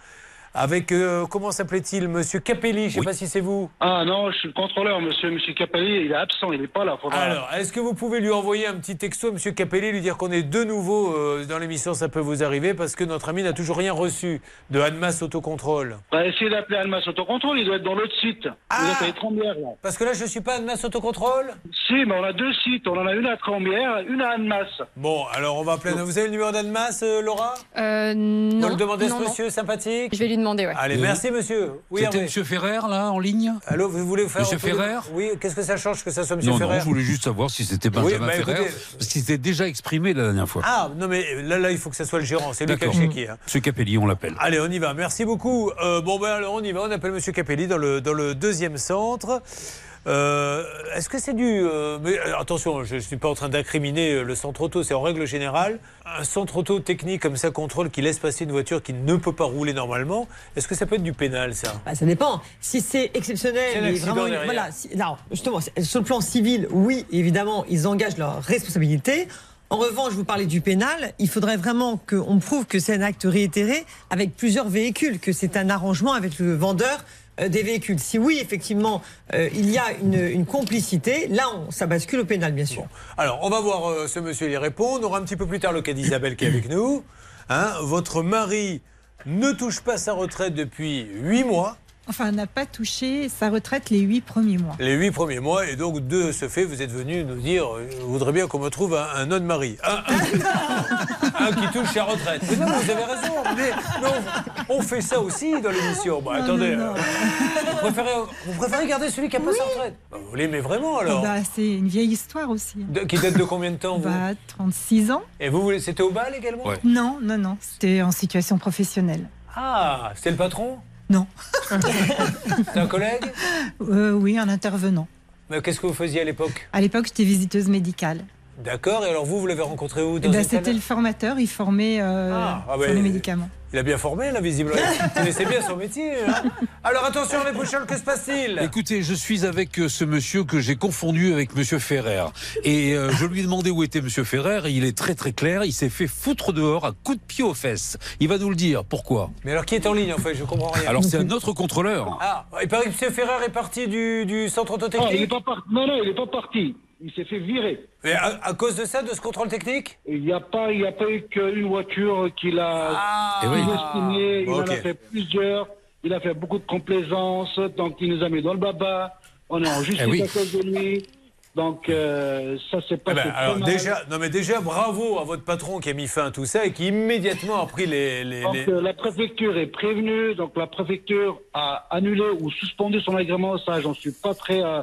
[SPEAKER 2] avec, euh, comment s'appelait-il, monsieur Capelli, je ne sais pas si c'est vous.
[SPEAKER 15] Ah non, je suis le contrôleur, monsieur. Monsieur Capelli, il est absent, il n'est pas là. faudra-
[SPEAKER 2] Alors, est-ce que vous pouvez lui envoyer un petit texto à Monsieur Capelli, lui dire qu'on est de nouveau euh, dans l'émission Ça peut vous arriver, parce que notre ami n'a toujours rien reçu de Hanmas Autocontrôle.
[SPEAKER 15] Bah, essayez d'appeler Almas Autocontrôle, il doit être dans l'autre site. Vous êtes à Étrembières, là.
[SPEAKER 2] Ah. Parce que là, je ne suis pas Hanmas Autocontrôle
[SPEAKER 15] Si, mais on a deux sites. On en a une à Étrembières, une à Almas.
[SPEAKER 2] Bon, alors on va appeler. Vous avez le numéro d'Hanmas, euh, Laura
[SPEAKER 3] Euh, non.
[SPEAKER 2] On le demandait à ce
[SPEAKER 3] non, non.
[SPEAKER 2] monsieur sympathique
[SPEAKER 3] Je vais lui demander, ouais.
[SPEAKER 2] Allez,
[SPEAKER 8] Euh,
[SPEAKER 2] merci monsieur. Oui,
[SPEAKER 8] C'était
[SPEAKER 2] Hervé.
[SPEAKER 8] Monsieur Ferrer, là, en ligne
[SPEAKER 2] Allô, vous voulez faire.
[SPEAKER 8] Monsieur
[SPEAKER 2] vous voulez-
[SPEAKER 8] Ferrer
[SPEAKER 2] Oui, qu'est-ce que ça change que ça soit monsieur
[SPEAKER 8] Non,
[SPEAKER 2] Ferrer
[SPEAKER 8] non, je voulais juste savoir si c'était
[SPEAKER 2] Oui,
[SPEAKER 8] Benjamin
[SPEAKER 2] bah, écoutez-
[SPEAKER 8] Ferrer, parce qu'il s'était déjà exprimé la dernière fois.
[SPEAKER 2] Ah, non, mais là, là, il faut que ça soit le gérant. C'est lui qui a
[SPEAKER 8] D'accord.
[SPEAKER 2] le chéquier, hein.
[SPEAKER 8] Monsieur Capelli, on l'appelle.
[SPEAKER 2] Allez, on y va. Merci beaucoup. Euh, bon, ben alors on y va. On appelle Monsieur Capelli dans le, dans le deuxième centre. Euh, Est-ce que c'est du. euh, mais, euh, attention, je ne suis pas en train d'incriminer euh, le centre auto, c'est en règle générale. Un centre auto technique comme ça contrôle qui laisse passer une voiture qui ne peut pas rouler normalement. Est-ce que ça peut être du pénal, ça
[SPEAKER 10] Bah, ça dépend. Si c'est exceptionnel,
[SPEAKER 2] C'est un
[SPEAKER 10] mais
[SPEAKER 2] accident
[SPEAKER 10] vraiment, une-
[SPEAKER 2] derrière.
[SPEAKER 10] voilà. si- non, justement, c'est- sur le plan civil, oui, évidemment, ils engagent leurs responsabilités. En revanche, vous parlez du pénal. Il faudrait vraiment qu'on prouve que c'est un acte réitéré avec plusieurs véhicules, que c'est un arrangement avec le vendeur euh, des véhicules. Si oui, effectivement, euh, il y a une, une complicité, là, on, ça bascule au pénal, bien sûr.
[SPEAKER 2] Alors, on va voir euh, ce monsieur y répondre. On aura un petit peu plus tard le cas d'Isabelle qui est avec nous. Hein, votre mari ne touche pas sa retraite depuis 8 mois,
[SPEAKER 16] Enfin, n'a pas touché sa retraite les huit premiers mois.
[SPEAKER 2] les 8 premiers mois, et donc de ce fait, vous êtes venu nous dire euh, Je voudrais bien qu'on me trouve un, un autre mari. Un, un- un qui touche sa retraite. Mais non, vous avez raison. mais non, on fait ça aussi dans l'émission. Bah,
[SPEAKER 16] Non,
[SPEAKER 2] attendez,
[SPEAKER 16] non, non.
[SPEAKER 2] euh, vous, préférez, vous préférez garder celui qui a pas sa retraite Bah, Vous l'aimez vraiment alors
[SPEAKER 16] Bah, c'est une vieille histoire aussi.
[SPEAKER 2] De- Qui date de combien de temps vous
[SPEAKER 16] Bah, 36 ans
[SPEAKER 2] Et vous, vous- c'était au bal également
[SPEAKER 16] Non, non, non, c'était en situation professionnelle.
[SPEAKER 2] Ah, c'était le patron
[SPEAKER 16] Non.
[SPEAKER 2] C'est un collègue
[SPEAKER 16] Euh, oui, un intervenant.
[SPEAKER 2] Mais qu'est-ce que vous faisiez à l'époque
[SPEAKER 16] À l'époque, j'étais visiteuse médicale.
[SPEAKER 2] D'accord, et alors vous, vous l'avez rencontré où
[SPEAKER 16] Eh
[SPEAKER 2] dans
[SPEAKER 16] ben,
[SPEAKER 2] une
[SPEAKER 16] c'était
[SPEAKER 2] salle
[SPEAKER 16] le formateur, il formait euh,
[SPEAKER 2] Ah, ah
[SPEAKER 16] sur
[SPEAKER 2] ouais.
[SPEAKER 16] les médicaments.
[SPEAKER 2] Il a bien formé, là, visiblement. Il connaissait bien son métier. hein. alors attention, les Pouchol, que se passe-t-il
[SPEAKER 8] Écoutez, je suis avec euh, ce monsieur que j'ai confondu avec monsieur Ferrer. Et euh, je lui ai demandé où était monsieur Ferrer, et il est très très clair, il s'est fait foutre dehors à coups de pied aux fesses. Il va nous le dire, pourquoi
[SPEAKER 2] Mais alors, qui est en ligne, en fait Je comprends rien.
[SPEAKER 8] Alors c'est un autre contrôleur.
[SPEAKER 2] Ah, il paraît que M. Ferrer est parti du, du centre autotechnique.
[SPEAKER 15] Ah, il est pas parti. Non, non, il n'est pas parti. Il s'est fait virer.
[SPEAKER 2] Mais à, à cause de ça, de ce contrôle technique
[SPEAKER 15] Il n'y a pas, il y a pas eu qu'une voiture qu'il a
[SPEAKER 2] Ah.
[SPEAKER 8] Eh oui.
[SPEAKER 15] sous-estimée. Il
[SPEAKER 8] Ah, ok.
[SPEAKER 15] en a fait plusieurs. Il a fait beaucoup de complaisance. Donc, il nous a mis dans le baba. On est en justice
[SPEAKER 8] oui.
[SPEAKER 15] à cause de lui. Donc, euh, ça s'est
[SPEAKER 2] Eh
[SPEAKER 15] passé.
[SPEAKER 2] ben,
[SPEAKER 15] très
[SPEAKER 2] alors
[SPEAKER 15] mal.
[SPEAKER 2] déjà, non mais déjà, bravo à votre patron qui a mis fin à tout ça et qui immédiatement a pris les, les-
[SPEAKER 15] Donc,
[SPEAKER 2] les-
[SPEAKER 15] euh, la préfecture est prévenue, donc la préfecture a annulé ou suspendu son agrément. Ça, j'en suis pas très euh,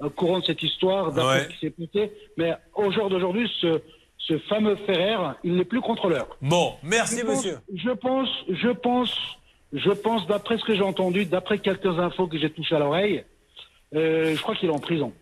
[SPEAKER 15] euh, courant de cette histoire, d'après
[SPEAKER 2] Ouais.
[SPEAKER 15] ce qui s'est passé. Mais au jour d'aujourd'hui, ce, ce fameux Ferrer, il n'est plus contrôleur.
[SPEAKER 2] Bon, merci
[SPEAKER 15] Je pense-
[SPEAKER 2] monsieur.
[SPEAKER 15] Je pense, je pense, je pense, d'après ce que j'ai entendu, d'après quelques infos que j'ai touchées à l'oreille, euh, je crois qu'il est en prison.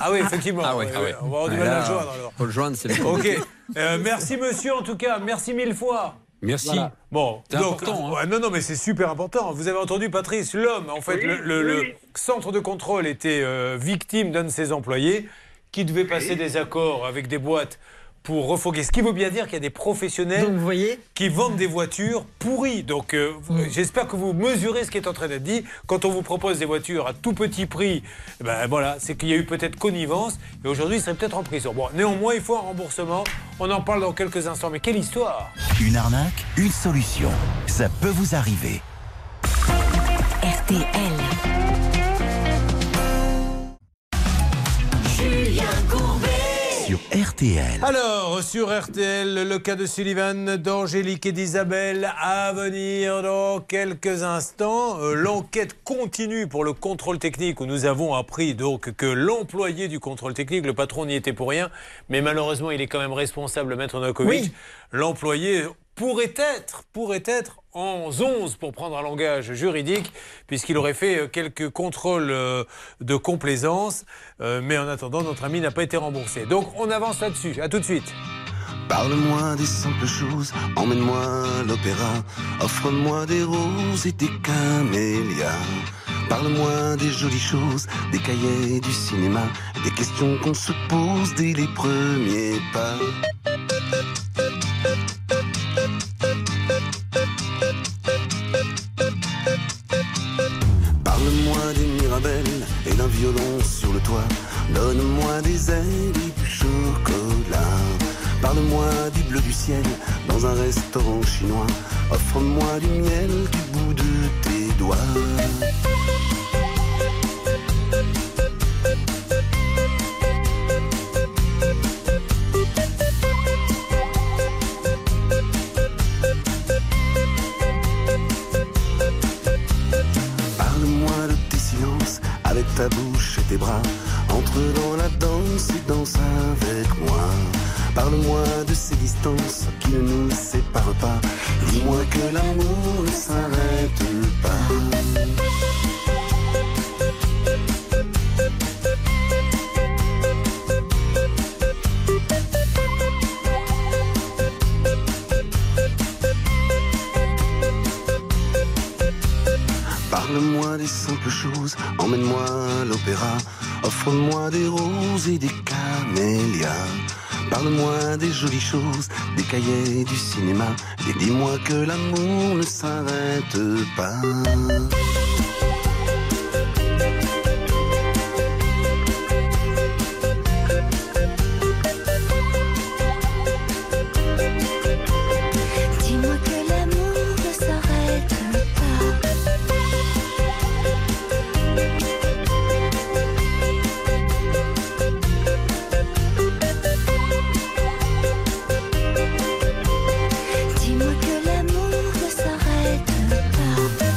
[SPEAKER 2] Ah oui, effectivement.
[SPEAKER 5] Ah ouais,
[SPEAKER 2] Ouais,
[SPEAKER 5] ah
[SPEAKER 2] ouais,
[SPEAKER 5] ouais.
[SPEAKER 2] On va avoir du
[SPEAKER 5] Ah
[SPEAKER 2] mal à
[SPEAKER 5] là,
[SPEAKER 2] le joindre alors.
[SPEAKER 5] Faut le joindre, c'est le
[SPEAKER 2] Ok. Euh, merci monsieur en tout cas. Merci mille fois.
[SPEAKER 8] Merci.
[SPEAKER 2] Voilà. Bon,
[SPEAKER 8] C'est
[SPEAKER 2] donc,
[SPEAKER 8] important, hein.
[SPEAKER 2] ouais, non, non, mais c'est super important. Vous avez entendu, Patrice, l'homme, en fait,
[SPEAKER 15] Oui,
[SPEAKER 2] le, le-
[SPEAKER 15] oui.
[SPEAKER 2] le centre de contrôle était euh, victime d'un de ses employés qui devait passer des accords avec des boîtes pour refoguer. Ce qui veut bien dire qu'il y a des professionnels
[SPEAKER 10] Donc, vous voyez,
[SPEAKER 2] qui vendent des voitures pourries. Donc, euh, j'espère que vous mesurez ce qui est en train d'être dit. Quand on vous propose des voitures à tout petit prix, eh ben voilà, c'est qu'il y a eu peut-être connivence et aujourd'hui, il serait peut-être en prison. Bon, néanmoins, il faut un remboursement. On en parle dans quelques instants. Mais quelle histoire
[SPEAKER 1] Une arnaque, une solution. Ça peut vous arriver.
[SPEAKER 9] RTL. Julien Courbet.
[SPEAKER 1] Sur RTL.
[SPEAKER 2] Alors, sur RTL, le cas de Sullivan, d'Angélique et d'Isabelle à venir dans quelques instants. Euh, L'enquête continue pour le contrôle technique où nous avons appris donc que l'employé du contrôle technique, le patron n'y était pour rien, mais malheureusement il est quand même responsable, Maître Novakovic.
[SPEAKER 10] Oui.
[SPEAKER 2] L'employé pourrait être, pourrait être en 11 pour prendre un langage juridique, puisqu'il aurait fait euh, quelques contrôles euh, de complaisance, Euh, mais en attendant, notre ami n'a pas été remboursé. Donc on avance là-dessus, à tout de suite.
[SPEAKER 20] Parle-moi des simples choses, emmène-moi à l'opéra, offre-moi des roses et des camélias. Parle-moi des jolies choses, des cahiers du cinéma, des questions qu'on se pose dès les premiers pas. Parle-moi des mirabelles et d'un violon sur le toit. Donne-moi des ailes et du chocolat. Parle-moi du bleu du ciel dans un restaurant chinois. Offre-moi du miel du bout de tes doigts. Parle-moi de tes silences avec ta bouche et tes bras. Entre dans la danse et danse avec moi. Parle-moi de ces distances qui ne nous séparent pas. Dis-moi que l'amour ne s'arrête pas. Parle-moi des simples choses, emmène-moi à l'opéra, offre-moi des roses et des camélias. Parle-moi des jolies choses, des cahiers et du cinéma, et dis-moi que l'amour ne s'arrête pas.
[SPEAKER 9] Dis-moi que l'amour ne s'arrête pas. Dis-moi que l'amour ne s'arrête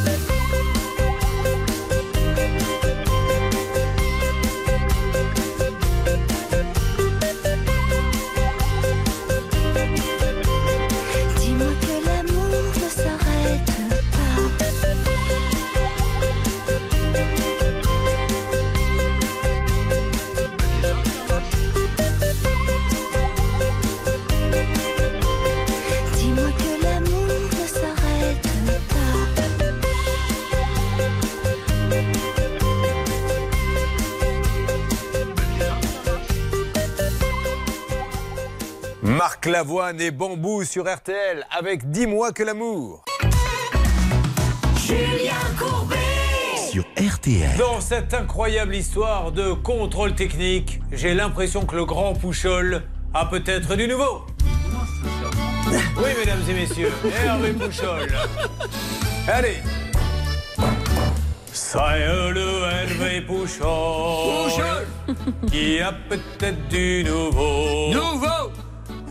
[SPEAKER 9] pas. Dis-moi que l'amour ne s'arrête Dis-moi que l'amour ne s'arrête
[SPEAKER 18] Marc Lavoine et Bambou sur RTL avec Dis-moi que l'amour.
[SPEAKER 9] Julien Courbet
[SPEAKER 1] Sur RTL.
[SPEAKER 2] Dans cette incroyable histoire de contrôle technique, j'ai l'impression que le grand Pouchol a peut-être du nouveau. Oui, mesdames et messieurs, Hervé Pouchol. Allez. Ça y est le Hervé Pouchol. Qui a peut-être du nouveau.
[SPEAKER 5] Nouveau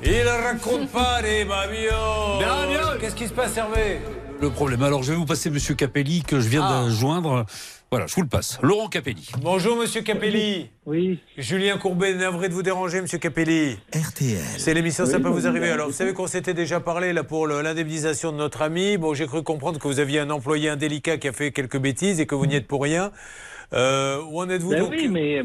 [SPEAKER 2] Il raconte pas des babioles.
[SPEAKER 8] Babioles.
[SPEAKER 2] Qu'est-ce qui se passe, Hervé Ah.
[SPEAKER 8] Le problème. Alors, je vais vous passer Monsieur Capelli que je viens de joindre. Voilà, je vous le passe. Laurent Capelli.
[SPEAKER 2] Bonjour, monsieur Capelli. Oui. Julien Courbet, navré de vous déranger, monsieur Capelli.
[SPEAKER 1] RTL.
[SPEAKER 2] C'est l'émission,
[SPEAKER 1] Oui,
[SPEAKER 2] ça
[SPEAKER 8] bah,
[SPEAKER 2] peut
[SPEAKER 1] bonjour,
[SPEAKER 2] vous arriver.
[SPEAKER 1] bonjour.
[SPEAKER 2] Alors, vous savez qu'on s'était déjà parlé là pour le- l'indemnisation de notre ami. Bon, j'ai cru comprendre que vous aviez un employé indélicat qui a fait quelques bêtises et que vous n'y êtes pour rien. Euh, où en êtes-vous
[SPEAKER 21] Ben
[SPEAKER 2] donc
[SPEAKER 21] oui, mais euh,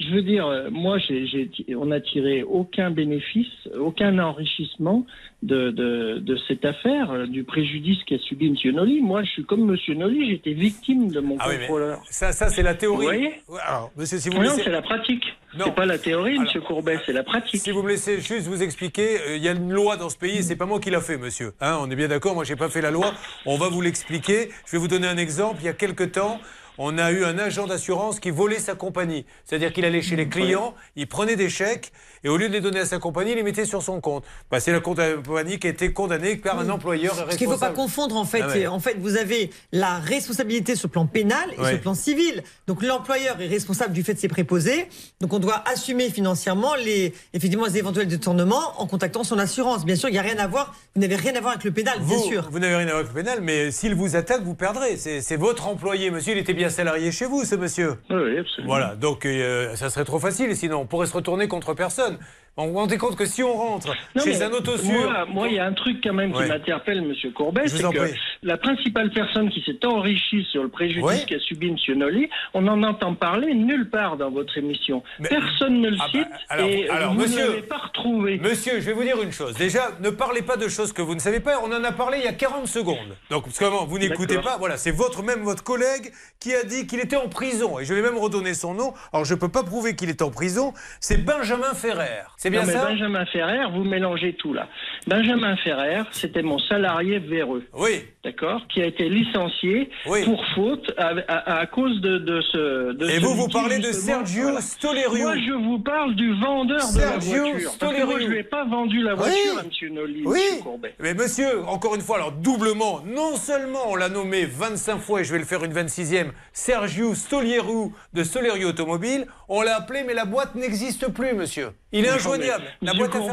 [SPEAKER 21] je veux dire, euh, moi, j'ai- j'ai ti- on n'a tiré aucun bénéfice, aucun enrichissement de, de- de cette affaire, euh, du préjudice qu'a subi M. Nolly. Moi, je suis comme M. Nolly, j'étais victime de mon
[SPEAKER 2] Ah oui, mais
[SPEAKER 21] contrôleur.
[SPEAKER 2] ça, ça c'est la théorie.
[SPEAKER 21] Vous voyez
[SPEAKER 2] Ouais, alors, monsieur, si vous
[SPEAKER 21] Non,
[SPEAKER 2] me laissez-
[SPEAKER 21] c'est la pratique.
[SPEAKER 2] Non.
[SPEAKER 21] C'est pas la théorie,
[SPEAKER 2] Alors, euh,
[SPEAKER 21] M. Courbet, c'est la pratique.
[SPEAKER 2] Si vous me laissez juste vous expliquer, euh, il y a une loi dans ce pays et c'est pas moi qui l'a fait, monsieur. Hein, on est bien d'accord, moi j'ai pas fait la loi. On va vous l'expliquer. Je vais vous donner un exemple. Il y a quelque temps, on a eu un agent d'assurance qui volait sa compagnie. C'est-à-dire qu'il allait chez les clients, il prenait des chèques et au lieu de les donner à sa compagnie, il les mettait sur son compte. Bah, c'est la compagnie qui a été condamnée par un employeur
[SPEAKER 10] Parce qu'il ne faut pas
[SPEAKER 2] responsable.
[SPEAKER 10] confondre, en fait.
[SPEAKER 2] Ah ouais.
[SPEAKER 10] Et En fait, vous avez la responsabilité sur le plan pénal et
[SPEAKER 2] Ouais.
[SPEAKER 10] sur le plan civil. Donc, l'employeur est responsable du fait de ses préposés. Donc, on doit assumer financièrement les, effectivement, les éventuels détournements en contactant son assurance. Bien sûr, il n'y a rien à voir. Vous n'avez rien à voir avec le pénal, bien
[SPEAKER 2] Vous,
[SPEAKER 10] sûr.
[SPEAKER 2] vous n'avez rien à voir avec le pénal, mais s'il vous attaque, vous perdrez. C'est c'est votre employé, monsieur. Il était bien salarié chez vous, ce monsieur.
[SPEAKER 21] Oui, absolument.
[SPEAKER 2] Voilà, donc euh, ça serait trop facile, sinon on pourrait se retourner contre personne. On vous rendez compte que si on rentre
[SPEAKER 21] Non,
[SPEAKER 2] chez
[SPEAKER 21] mais
[SPEAKER 2] un autosur.
[SPEAKER 21] Moi, moi, il y a un truc quand même
[SPEAKER 2] Ouais.
[SPEAKER 21] qui m'interpelle, Monsieur Courbet,
[SPEAKER 2] Je vous
[SPEAKER 21] c'est
[SPEAKER 2] en
[SPEAKER 21] que
[SPEAKER 2] prie.
[SPEAKER 21] la principale personne qui s'est enrichie sur le préjudice qu'a subi Monsieur Nolly, on n'en entend parler nulle part dans votre émission. Personne ne le
[SPEAKER 2] Ah bah,
[SPEAKER 21] cite
[SPEAKER 2] alors,
[SPEAKER 21] et
[SPEAKER 2] alors,
[SPEAKER 21] vous ne
[SPEAKER 2] monsieur,
[SPEAKER 21] l'avez pas retrouvé.
[SPEAKER 2] Monsieur, je vais vous dire une chose. Déjà, ne parlez pas de choses que vous ne savez pas. On en a parlé il y a 40 secondes. Donc, parce que vraiment, vous n'écoutez
[SPEAKER 21] D'accord.
[SPEAKER 2] pas. Voilà, c'est votre même votre collègue qui a dit qu'il était en prison. Et je vais même redonner son nom. Alors, je ne peux pas prouver qu'il est en prison. C'est Benjamin Ferrer. C'est bien
[SPEAKER 21] Non, mais
[SPEAKER 2] ça
[SPEAKER 21] Benjamin Ferrer, vous mélangez tout là. Benjamin Ferrer, c'était mon salarié véreux.
[SPEAKER 2] Oui.
[SPEAKER 21] D'accord Qui a été licencié pour faute à, à- à cause de, de ce. de
[SPEAKER 2] Et
[SPEAKER 21] ce
[SPEAKER 2] vous, vous
[SPEAKER 21] litige,
[SPEAKER 2] parlez de
[SPEAKER 21] justement.
[SPEAKER 2] Sergio
[SPEAKER 21] Voilà.
[SPEAKER 2] Stolerio.
[SPEAKER 21] Moi, je vous parle du vendeur de la voiture.
[SPEAKER 2] Sergio
[SPEAKER 21] Parce que moi,
[SPEAKER 2] Stolerio.
[SPEAKER 21] je lui ai pas vendu la
[SPEAKER 2] Oui.
[SPEAKER 21] voiture à M. Nolly,
[SPEAKER 2] Oui.
[SPEAKER 21] monsieur Courbet.
[SPEAKER 2] Mais monsieur, encore une fois, alors doublement, non seulement on l'a nommé 25 fois, et je vais le faire une 26e, Sergio Stolieru de Solerio Automobile, on l'a appelé, mais la boîte n'existe plus, monsieur. Il est
[SPEAKER 21] Non,
[SPEAKER 2] injoignable.
[SPEAKER 21] mais
[SPEAKER 2] La
[SPEAKER 21] monsieur
[SPEAKER 2] boîte est fermée.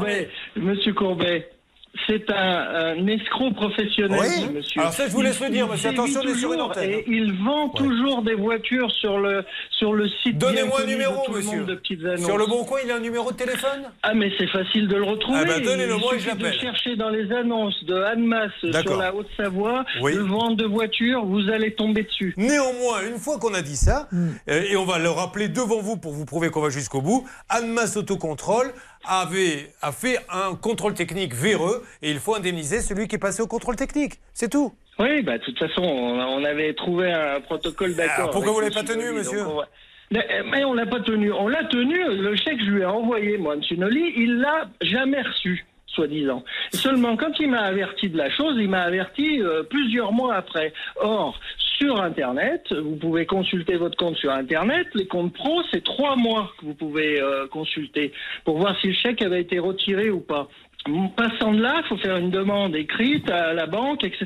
[SPEAKER 21] Courbet, Monsieur Courbet, c'est un, un escroc professionnel,
[SPEAKER 2] Oui.
[SPEAKER 21] ce monsieur.
[SPEAKER 2] Alors ça, je vous laisse
[SPEAKER 21] Il-
[SPEAKER 2] le dire, monsieur.
[SPEAKER 21] il sévit
[SPEAKER 2] Attention, on est sur une
[SPEAKER 21] toujours
[SPEAKER 2] antenne. hein.
[SPEAKER 21] Et il vend toujours des voitures sur le, sur le site. bien
[SPEAKER 2] Donnez-moi un
[SPEAKER 21] connu de
[SPEAKER 2] numéro,
[SPEAKER 21] tout le
[SPEAKER 2] monsieur.
[SPEAKER 21] monde de petites annonces.
[SPEAKER 2] Sur le bon coin, il a un numéro de téléphone
[SPEAKER 21] Ah, mais c'est facile de le retrouver.
[SPEAKER 2] Ah bah, donnez-le
[SPEAKER 21] Il
[SPEAKER 2] moi et
[SPEAKER 21] suffit
[SPEAKER 2] je l'appelle.
[SPEAKER 21] de chercher dans les annonces de Annemasse
[SPEAKER 2] D'accord.
[SPEAKER 21] sur la Haute-Savoie,
[SPEAKER 2] Oui.
[SPEAKER 21] le vente de voitures, vous allez tomber dessus.
[SPEAKER 2] Néanmoins, une fois qu'on a dit ça,
[SPEAKER 21] Mm.
[SPEAKER 2] euh, et on va le rappeler devant vous pour vous prouver qu'on va jusqu'au bout, Annemasse Autocontrôle avait, a fait un contrôle technique véreux et il faut indemniser celui qui est passé au contrôle technique. C'est tout.
[SPEAKER 21] Oui, bah, de toute façon, on, on avait trouvé un protocole d'accord.
[SPEAKER 2] Alors, Ah, pourquoi vous
[SPEAKER 21] avec
[SPEAKER 2] l'avez pas
[SPEAKER 21] monsieur
[SPEAKER 2] tenu,
[SPEAKER 21] Nolly, donc
[SPEAKER 2] monsieur
[SPEAKER 21] on va- Mais, mais on l'a pas tenu. On l'a tenu, le chèque, je lui ai envoyé, moi, monsieur Nolly, il l'a jamais reçu, soi-disant. Seulement, quand il m'a averti de la chose, il m'a averti euh, plusieurs mois après. Or, sur Internet, vous pouvez consulter votre compte sur Internet. Les comptes pro, c'est trois mois que vous pouvez euh, consulter pour voir si le chèque avait été retiré ou pas. En Passant de là, il faut faire une demande écrite à la banque, etc.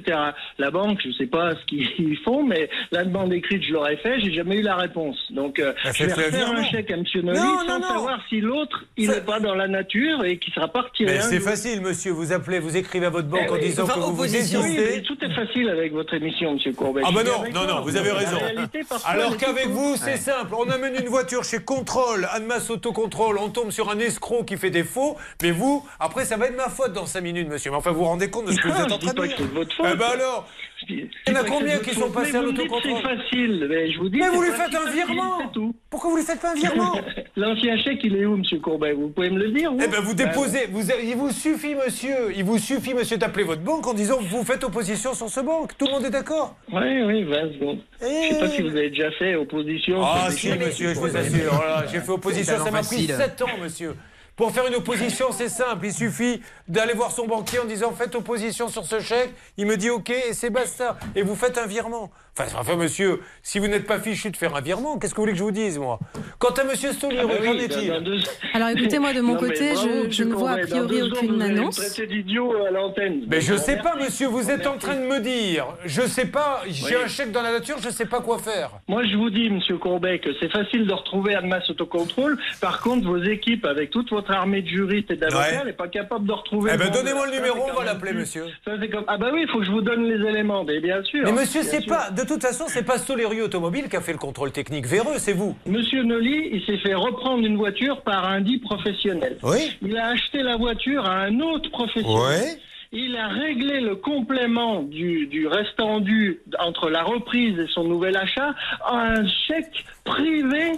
[SPEAKER 21] La banque, je ne sais pas ce qu'ils font, mais la demande écrite, je l'aurais fait, j'ai jamais eu la réponse. Donc, euh,
[SPEAKER 2] Bah,
[SPEAKER 21] je vais
[SPEAKER 2] faites-le
[SPEAKER 21] refaire
[SPEAKER 2] virement.
[SPEAKER 21] un chèque à M. Nolly
[SPEAKER 2] Non,
[SPEAKER 21] sans
[SPEAKER 2] non, non.
[SPEAKER 21] savoir si l'autre, il n'est pas dans la nature et qu'il sera pas retiré.
[SPEAKER 2] Mais
[SPEAKER 21] un
[SPEAKER 2] c'est
[SPEAKER 21] jour.
[SPEAKER 2] facile, monsieur. Vous appelez, vous écrivez à votre banque
[SPEAKER 21] Eh
[SPEAKER 2] en
[SPEAKER 21] oui.
[SPEAKER 2] disant
[SPEAKER 21] Enfin,
[SPEAKER 2] que vous vous
[SPEAKER 21] opposition. Oui, mais
[SPEAKER 2] désistez.
[SPEAKER 21] tout est facile avec votre émission, M. Courbet.
[SPEAKER 2] Ah
[SPEAKER 21] Je
[SPEAKER 2] bah
[SPEAKER 21] suis
[SPEAKER 2] non,
[SPEAKER 21] bien
[SPEAKER 2] non,
[SPEAKER 21] d'accord,
[SPEAKER 2] non, vous avez
[SPEAKER 21] mais la
[SPEAKER 2] raison.
[SPEAKER 21] réalité, parfois, elle
[SPEAKER 2] Alors
[SPEAKER 21] est
[SPEAKER 2] qu'avec
[SPEAKER 21] tout
[SPEAKER 2] vous,
[SPEAKER 21] autre.
[SPEAKER 2] c'est simple, on amène une voiture chez Contrôle, Annemasse Autocontrôle, on tombe sur un escroc qui fait défaut, mais vous, après ça va être ma faute dans 5 minutes, monsieur. Mais enfin, vous vous rendez compte de ce que
[SPEAKER 21] Non,
[SPEAKER 2] vous êtes
[SPEAKER 21] je
[SPEAKER 2] en train
[SPEAKER 21] dis
[SPEAKER 2] de
[SPEAKER 21] pas
[SPEAKER 2] dire
[SPEAKER 21] que c'est de votre faute.
[SPEAKER 2] Eh ben alors, il y en a
[SPEAKER 21] C'est
[SPEAKER 2] combien
[SPEAKER 21] pas que
[SPEAKER 2] qui
[SPEAKER 21] c'est
[SPEAKER 2] sont
[SPEAKER 21] votre
[SPEAKER 2] passés
[SPEAKER 21] faute,
[SPEAKER 2] à
[SPEAKER 21] mais vous me dites que
[SPEAKER 2] l'autocontrôle
[SPEAKER 21] C'est facile, mais je vous dis.
[SPEAKER 2] Mais
[SPEAKER 21] c'est
[SPEAKER 2] vous lui
[SPEAKER 21] pas
[SPEAKER 2] faites
[SPEAKER 21] si
[SPEAKER 2] un
[SPEAKER 21] facile,
[SPEAKER 2] virement.
[SPEAKER 21] c'est tout.
[SPEAKER 2] Pourquoi vous lui faites pas un virement
[SPEAKER 21] L'ancien chèque, il est où, Monsieur Courbet Vous pouvez me le dire
[SPEAKER 2] Eh ben vous déposez, vous, il vous suffit monsieur, il vous suffit monsieur d'appeler votre banque en disant vous faites opposition sur ce banque, tout le monde est d'accord
[SPEAKER 21] Oui, oui, 20 secondes. bah, Je sais pas si vous avez déjà fait opposition. sur
[SPEAKER 2] Ah
[SPEAKER 21] des
[SPEAKER 2] si
[SPEAKER 21] chèques,
[SPEAKER 2] monsieur, je vous
[SPEAKER 21] Courbet.
[SPEAKER 2] assure, Oh là là, j'ai fait opposition,
[SPEAKER 21] C'est
[SPEAKER 2] ça m'a pris
[SPEAKER 21] facile.
[SPEAKER 2] 7 ans monsieur. Pour faire une opposition, c'est simple, il suffit d'aller voir son banquier en disant faites opposition sur ce chèque, il me dit ok et c'est basta, et vous faites un virement. Enfin, enfin monsieur, si vous n'êtes pas fichu de faire un virement, qu'est-ce que vous voulez que je vous dise moi Quant à monsieur Stoli,
[SPEAKER 21] Ah bah
[SPEAKER 2] qu'en
[SPEAKER 21] oui,
[SPEAKER 2] est-il
[SPEAKER 21] dans- dans deux-
[SPEAKER 6] Alors écoutez-moi, de mon
[SPEAKER 21] Non, mais
[SPEAKER 6] côté,
[SPEAKER 21] bravo,
[SPEAKER 6] je- je,
[SPEAKER 21] monsieur
[SPEAKER 6] ne vois a
[SPEAKER 21] Courbet, dans
[SPEAKER 6] priori
[SPEAKER 21] deux secondes,
[SPEAKER 6] aucune
[SPEAKER 21] vous allez me
[SPEAKER 6] annonce.
[SPEAKER 21] traiter d'idiot à l'antenne.
[SPEAKER 2] Mais je sais pas,
[SPEAKER 21] Merci.
[SPEAKER 2] monsieur, vous êtes en train de me dire. Je sais pas, j'ai
[SPEAKER 21] Oui.
[SPEAKER 2] un chèque dans la nature, je sais pas quoi faire.
[SPEAKER 21] Moi, je vous dis, Monsieur Courbet, que c'est facile de retrouver Annemasse Autocontrôle. Par contre, vos équipes, avec toute votre armée de juristes et d'avocats,
[SPEAKER 2] Ouais.
[SPEAKER 21] n'est pas capable de retrouver.
[SPEAKER 2] Eh ben,
[SPEAKER 21] le vendeur.
[SPEAKER 2] donnez-moi le
[SPEAKER 21] Ça,
[SPEAKER 2] numéro,
[SPEAKER 21] c'est
[SPEAKER 2] on
[SPEAKER 21] quand
[SPEAKER 2] va
[SPEAKER 21] même
[SPEAKER 2] l'appeler,
[SPEAKER 21] plus-
[SPEAKER 2] monsieur.
[SPEAKER 21] Ça, c'est comme- Ah bah oui, il faut que je vous donne les éléments, mais bien sûr.
[SPEAKER 2] Mais monsieur,
[SPEAKER 21] bien
[SPEAKER 2] c'est
[SPEAKER 21] sûr.
[SPEAKER 2] pas. De toute façon, c'est pas Solerio Automobile qui a fait le contrôle technique véreux, c'est vous.
[SPEAKER 21] Monsieur Nolly, il s'est fait reprendre une voiture par un dit professionnel.
[SPEAKER 2] Oui.
[SPEAKER 21] Il a acheté la voiture à un autre professionnel.
[SPEAKER 2] Ouais.
[SPEAKER 21] Il a réglé le complément du, du restant dû entre la reprise et son nouvel achat à un chèque privé,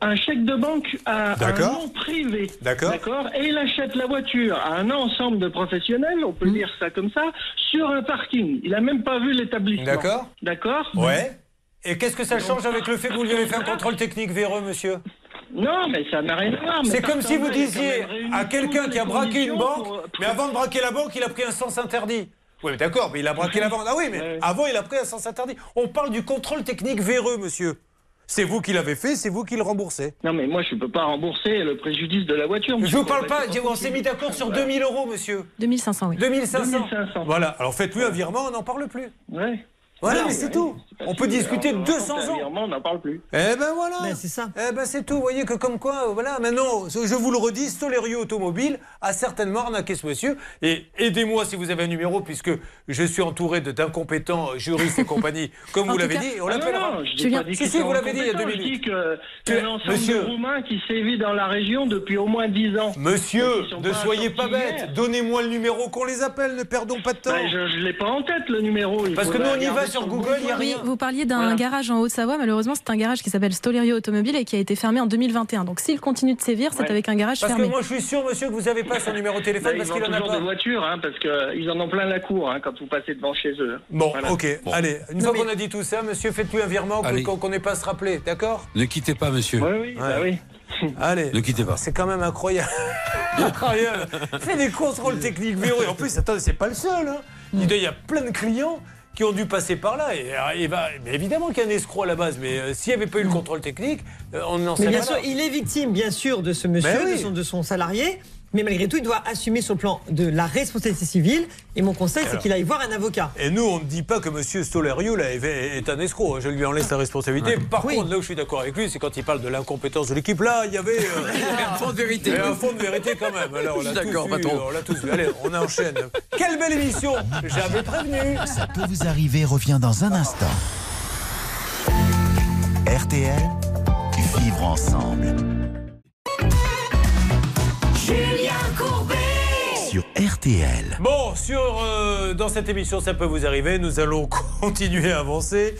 [SPEAKER 21] un chèque de banque à un
[SPEAKER 2] D'accord.
[SPEAKER 21] nom privé.
[SPEAKER 2] D'accord.
[SPEAKER 21] Et il achète la voiture à un ensemble de professionnels, on
[SPEAKER 2] Hmm.
[SPEAKER 21] peut dire ça comme ça, sur un parking. Il a même pas vu l'établissement.
[SPEAKER 2] D'accord.
[SPEAKER 21] D'accord
[SPEAKER 2] Ouais. Et qu'est-ce que ça change avec le fait que vous lui avez fait un contrôle technique véreux, monsieur
[SPEAKER 21] Non, mais ça n'a rien à voir. mais
[SPEAKER 2] C'est comme
[SPEAKER 21] par
[SPEAKER 2] si
[SPEAKER 21] contre,
[SPEAKER 2] vous
[SPEAKER 21] il a quand
[SPEAKER 2] disiez
[SPEAKER 21] même réuni
[SPEAKER 2] à quelqu'un
[SPEAKER 21] toutes
[SPEAKER 2] qui a
[SPEAKER 21] les
[SPEAKER 2] braqué une
[SPEAKER 21] conditions
[SPEAKER 2] banque,
[SPEAKER 21] pour-
[SPEAKER 2] mais avant de braquer la banque, il a pris un sens interdit. Oui, mais d'accord, mais il a braqué la banque. Ah oui, mais avant, il a pris un sens interdit. On parle du contrôle technique véreux, monsieur. C'est vous qui l'avez fait, c'est vous qui le remboursez.
[SPEAKER 21] Non, mais moi, je ne peux pas rembourser le préjudice de la voiture.
[SPEAKER 2] Je
[SPEAKER 21] monsieur
[SPEAKER 2] vous parle pas,
[SPEAKER 21] Corbet, c'est
[SPEAKER 2] on s'est mis d'accord sur 2000 euros, monsieur.
[SPEAKER 6] 2500, oui.
[SPEAKER 2] 2500.
[SPEAKER 21] 2500.
[SPEAKER 2] Voilà, alors faites-lui un virement, on n'en parle plus.
[SPEAKER 21] Ouais.
[SPEAKER 2] Voilà,
[SPEAKER 21] Non,
[SPEAKER 2] mais c'est
[SPEAKER 21] oui,
[SPEAKER 2] tout.
[SPEAKER 21] pas
[SPEAKER 2] On
[SPEAKER 21] si-
[SPEAKER 2] peut discuter
[SPEAKER 21] alors,
[SPEAKER 2] 200 ans.
[SPEAKER 21] ultérieurement, On n'en parle plus.
[SPEAKER 2] Eh ben voilà.
[SPEAKER 10] c'est ça.
[SPEAKER 2] Eh ben c'est tout. Vous voyez que comme quoi, euh, voilà. Maintenant, je vous le redis, Solerio Automobile a certainement arnaqué ce monsieur. Et aidez-moi si vous avez un numéro, puisque je suis entouré de- d'incompétents juristes et compagnie, comme
[SPEAKER 21] En
[SPEAKER 2] vous
[SPEAKER 21] tout
[SPEAKER 2] l'avez
[SPEAKER 21] cas-
[SPEAKER 2] dit. et On
[SPEAKER 21] Ah non,
[SPEAKER 2] l'appellera.
[SPEAKER 21] non, je n'ai pas dit
[SPEAKER 2] Si,
[SPEAKER 21] qu'ils
[SPEAKER 2] si,
[SPEAKER 21] sont
[SPEAKER 2] vous l'avez dit il y a deux
[SPEAKER 21] incompétents, je
[SPEAKER 2] minutes.
[SPEAKER 21] dis que
[SPEAKER 2] Tu-
[SPEAKER 21] c'est un ensemble
[SPEAKER 2] Monsieur.
[SPEAKER 21] de Roumains qui sévit dans la région depuis au moins 10 ans.
[SPEAKER 2] Monsieur,
[SPEAKER 21] Donc, ils sont
[SPEAKER 2] ne soyez pas
[SPEAKER 21] sortis
[SPEAKER 2] bête.
[SPEAKER 21] hier.
[SPEAKER 2] Donnez-moi le numéro qu'on les appelle. Ne perdons pas de temps.
[SPEAKER 21] Ben, je ne l'ai pas en tête le numéro. il
[SPEAKER 2] Parce que
[SPEAKER 21] faudrait
[SPEAKER 2] nous, on y va
[SPEAKER 21] regarder
[SPEAKER 2] sur Google, il y a
[SPEAKER 21] Google.
[SPEAKER 2] rien.
[SPEAKER 6] Vous parliez d'un garage en Haute-Savoie. Malheureusement, c'est un garage qui s'appelle Stolerio Automobile et qui a été fermé en 2021. Donc, s'il continue de sévir, c'est
[SPEAKER 21] Ouais.
[SPEAKER 6] avec un garage
[SPEAKER 2] Parce que
[SPEAKER 6] fermé.
[SPEAKER 2] moi, je suis sûr, monsieur, que vous n'avez pas son numéro de
[SPEAKER 21] Là,
[SPEAKER 2] téléphone
[SPEAKER 21] Bah, ils
[SPEAKER 2] parce
[SPEAKER 21] vendent
[SPEAKER 2] qu'il en a
[SPEAKER 21] toujours
[SPEAKER 2] pas.
[SPEAKER 21] des voitures, hein, parce qu'ils en ont plein la cour hein, quand vous passez devant chez eux.
[SPEAKER 2] Bon,
[SPEAKER 21] Voilà.
[SPEAKER 2] ok. Allez, une fois qu'on a dit tout ça, monsieur, faites-lui un virement
[SPEAKER 8] Allez.
[SPEAKER 2] qu'on qu'on n'ait pas à se rappeler, d'accord
[SPEAKER 8] Ne quittez pas, monsieur.
[SPEAKER 2] Ouais. Allez.
[SPEAKER 8] Ne quittez pas.
[SPEAKER 2] C'est quand même incroyable. incroyable. Fais des contrôles techniques bureau. Et en plus, attendez, c'est pas le seul. hein. Il doit- il y a plein de clients qui ont dû passer par là. Et, euh, et bah, mais évidemment qu'il y a un escroc à la base, mais euh, s'il n'y avait pas eu le contrôle technique, euh, on n'en
[SPEAKER 10] Mais
[SPEAKER 2] serait pas
[SPEAKER 10] bien
[SPEAKER 2] là.
[SPEAKER 10] sûr, il est victime, bien sûr, de ce monsieur,
[SPEAKER 2] Ben oui.
[SPEAKER 10] de, son, de son salarié. Mais malgré tout, il doit assumer sur le plan de la responsabilité civile. Et mon conseil, c'est
[SPEAKER 2] Alors.
[SPEAKER 10] qu'il aille voir un avocat.
[SPEAKER 2] Et nous, on ne dit pas que Monsieur Solerio là, est- est un escroc. Je lui en laisse la responsabilité. Par contre, là où je suis d'accord avec lui, c'est quand il parle de l'incompétence de l'équipe. Là, il y avait euh,
[SPEAKER 5] En fond de vérité.
[SPEAKER 2] Mais un fond de vérité quand même. Alors, on l'a
[SPEAKER 5] D'accord,
[SPEAKER 2] tous vu,
[SPEAKER 5] patron.
[SPEAKER 2] on l'a tous vu. Allez, on enchaîne. Quelle belle émission J'avais prévenu
[SPEAKER 1] Ça peut vous arriver, revient dans un instant. RTL, vivre ensemble.
[SPEAKER 9] Julien Courbet.
[SPEAKER 1] Sur RTL.
[SPEAKER 2] Bon, sur, euh, dans cette émission, ça peut vous arriver. Nous allons continuer à avancer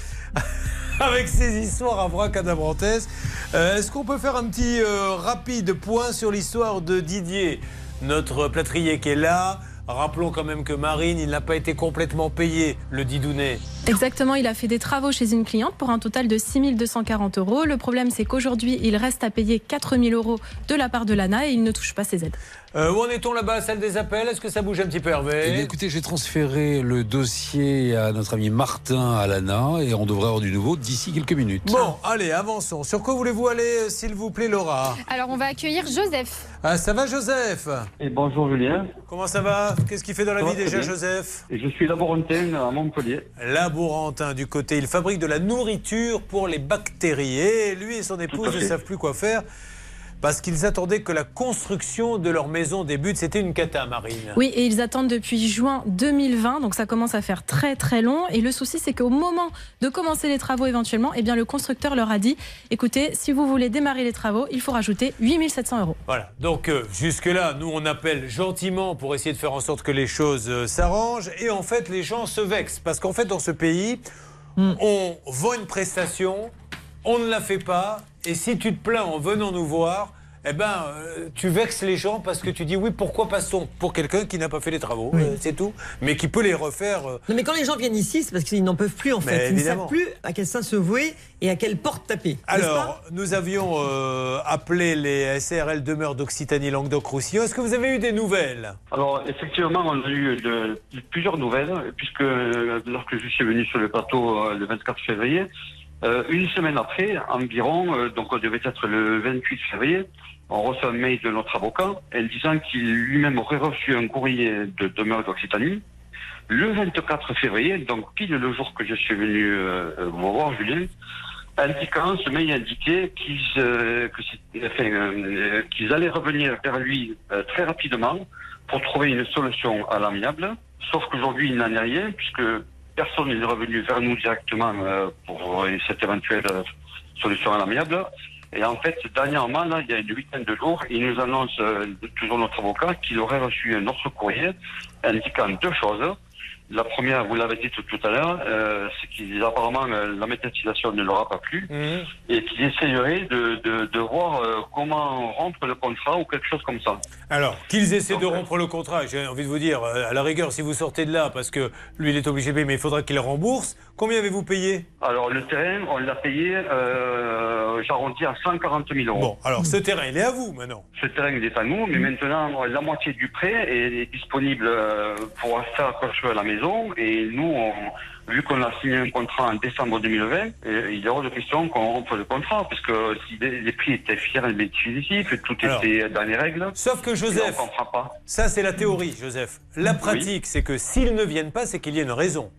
[SPEAKER 2] avec ces histoires à bracadabrantès. Euh, Est-ce qu'on peut faire un petit euh, rapide point sur l'histoire de Didier, notre plâtrier qui est là Rappelons quand même que Marine, il n'a pas été complètement payé, le Didounet.
[SPEAKER 6] Exactement, il a fait des travaux chez une cliente pour un total de 6240 euros. Le problème, c'est qu'aujourd'hui, il reste à payer 4000 euros de la part de l'ANA et il ne touche pas ses aides.
[SPEAKER 2] Euh, où en est-on là-bas, salle des appels Est-ce que ça bouge un petit peu,
[SPEAKER 8] Eh bien,
[SPEAKER 2] Hervé
[SPEAKER 8] écoutez, j'ai transféré le dossier à notre ami Martin Alana et on devrait avoir du nouveau d'ici quelques minutes.
[SPEAKER 2] Bon, allez, avançons. Sur quoi voulez-vous aller, euh, s'il vous plaît, Laura
[SPEAKER 3] Alors, on va accueillir Joseph.
[SPEAKER 2] Ah, ça va, Joseph
[SPEAKER 22] Et bonjour Julien.
[SPEAKER 2] Comment ça va Qu'est-ce qu'il fait dans la
[SPEAKER 22] Ça
[SPEAKER 2] vie
[SPEAKER 22] va,
[SPEAKER 2] déjà,
[SPEAKER 22] très bien.
[SPEAKER 2] Joseph
[SPEAKER 22] Et je suis laborantin à Montpellier.
[SPEAKER 2] Laborantin du côté, il fabrique de la nourriture pour les bactéries. Et lui et son épouse ne
[SPEAKER 22] fait.
[SPEAKER 2] savent plus quoi faire parce qu'ils attendaient que la construction de leur maison débute. C'était une cata, Marine.
[SPEAKER 6] Oui, et ils attendent depuis juin 2020, donc ça commence à faire très très long. Et le souci, c'est qu'au moment de commencer les travaux éventuellement, eh bien, le constructeur leur a dit écoutez, si vous voulez démarrer les travaux, il faut rajouter 8700 euros.
[SPEAKER 2] Voilà, donc euh, jusque-là, nous on appelle gentiment pour essayer de faire en sorte que les choses euh, s'arrangent et en fait les gens se vexent parce qu'en fait dans ce pays, on vend une prestation, on ne la fait pas et si tu te plains en venant nous voir, eh ben euh, tu vexes les gens parce que tu dis oui, pourquoi passe-t-on pour quelqu'un qui n'a pas fait les travaux, euh, c'est tout, mais qui peut les refaire euh,
[SPEAKER 10] Non, mais quand les gens viennent ici, c'est parce qu'ils n'en peuvent plus, en
[SPEAKER 2] Mais
[SPEAKER 10] fait. Ils ne
[SPEAKER 2] évidemment.
[SPEAKER 10] savent plus à quel sein se vouer et à quelle porte taper. n'est-ce
[SPEAKER 2] Alors, nous avions euh, appelé les SRL demeure d'Occitanie Languedoc-Roussillon. Est-ce que vous avez eu des nouvelles
[SPEAKER 22] Alors effectivement, on a eu de- de- plusieurs nouvelles, puisque euh, lorsque je suis venu sur le plateau euh, le 24 février, euh, une semaine après, environ, euh, donc on devait être le 28 février, on reçoit un mail de notre avocat en disant qu'il lui-même aurait reçu un courrier de demeure d'Occitanie. Le 24 février, donc pile le jour que je suis venu euh, vous voir, Julien, indiquant, ce mail indiquait qu'ils euh, que c'était- enfin, euh, qu'ils allaient revenir vers lui euh, très rapidement pour trouver une solution à l'amiable. Sauf qu'aujourd'hui, il n'en est rien, puisque personne n'est revenu vers nous directement euh, pour cette éventuelle euh, solution à l'amiable. Et en fait, dernièrement, là, il y a une huitaine de jours, il nous annonce, euh, toujours notre avocat, qu'il aurait reçu un autre courrier indiquant deux choses. La première, vous l'avez dit tout, tout à l'heure, euh, c'est qu'apparemment, euh, la méthatisation ne l'aura pas plu et qu'il essayerait de, de, de voir euh, comment rompre le contrat ou quelque chose comme ça.
[SPEAKER 2] Alors, qu'ils essaient de rompre le contrat, j'ai envie de vous dire, euh, à la rigueur, si vous sortez de là, parce que lui, il est obligé de payer, mais il faudra qu'il rembourse, combien avez-vous payé
[SPEAKER 22] Alors, le terrain, on l'a payé, euh, j'arrondis à 140 000 euros.
[SPEAKER 2] Bon, alors, ce terrain, il est à vous maintenant.
[SPEAKER 22] Ce terrain, il est à nous, mais maintenant, la moitié du prêt est, est disponible euh, pour faire accrocher à la maison. Et nous, on- vu qu'on a signé un contrat en décembre 2020, euh, il est hors de question qu'on rompe le contrat, puisque si les, les prix étaient fiers et décisifs, tout
[SPEAKER 2] Alors.
[SPEAKER 22] était dans les règles.
[SPEAKER 2] Sauf que Joseph-
[SPEAKER 22] Et on comprend pas.
[SPEAKER 2] Ça, c'est la théorie, Joseph. La pratique, c'est que s'ils ne viennent pas, c'est qu'il y a une raison.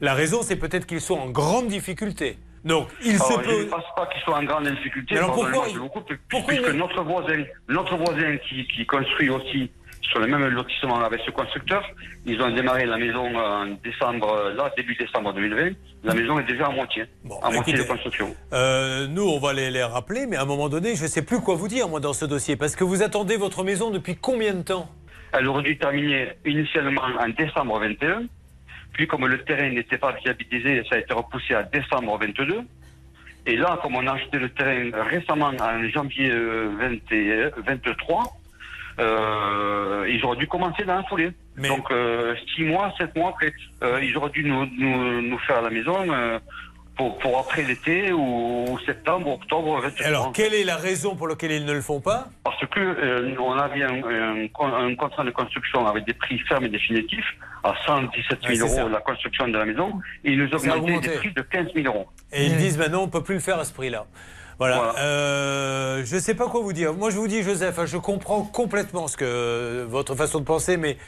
[SPEAKER 2] La raison, c'est peut-être qu'ils sont en grande difficulté. Donc, il
[SPEAKER 22] Alors,
[SPEAKER 2] se
[SPEAKER 22] Ah, je ne
[SPEAKER 2] peut.
[SPEAKER 22] pense pas qu'ils soient en grande difficulté.
[SPEAKER 2] Mais alors
[SPEAKER 22] pardonnez-moi,
[SPEAKER 2] pourquoi
[SPEAKER 22] je vous coupe, puisque
[SPEAKER 2] pourquoi ils-
[SPEAKER 22] notre voisin, notre voisin qui, qui construit aussi sur le même lotissement avec ce constructeur, ils ont démarré la maison en décembre, euh, là, début décembre 2020. La maison est déjà à moitié, à moitié de
[SPEAKER 2] écoutez.
[SPEAKER 22] construction.
[SPEAKER 2] Euh, nous, on va les, les rappeler, mais à un moment donné, je ne sais plus quoi vous dire, moi, dans ce dossier. Parce que vous attendez votre maison depuis combien de temps
[SPEAKER 22] Elle aurait dû terminer initialement en décembre 21. Puis, comme le terrain n'était pas viabilisé, ça a été repoussé à décembre 22. Et là, comme on a acheté le terrain récemment, en janvier euh, 21, 23, euh, ils auraient dû commencer dans la foulée. Donc, euh, six mois, sept mois après, euh, ils auraient dû nous, nous, nous faire la maison euh, pour, pour après l'été ou, septembre, octobre 23.
[SPEAKER 2] Alors, quelle est la raison pour laquelle ils ne le font pas
[SPEAKER 22] Parce que euh, on avait un, un con- un contrat de construction avec des prix fermes et définitifs à 117
[SPEAKER 2] Ouais,
[SPEAKER 22] 000
[SPEAKER 2] c'est
[SPEAKER 22] euros
[SPEAKER 2] ça.
[SPEAKER 22] la construction de la maison. Ils nous
[SPEAKER 2] Ça a
[SPEAKER 22] augmentaient
[SPEAKER 2] augmenté.
[SPEAKER 22] des prix de 15 000 euros.
[SPEAKER 2] Et ils disent maintenant, on ne peut plus le faire à ce prix-là. Voilà. Euh, je ne sais pas quoi vous dire. Moi, je vous dis, Joseph, hein, je comprends complètement ce que votre façon de penser, mais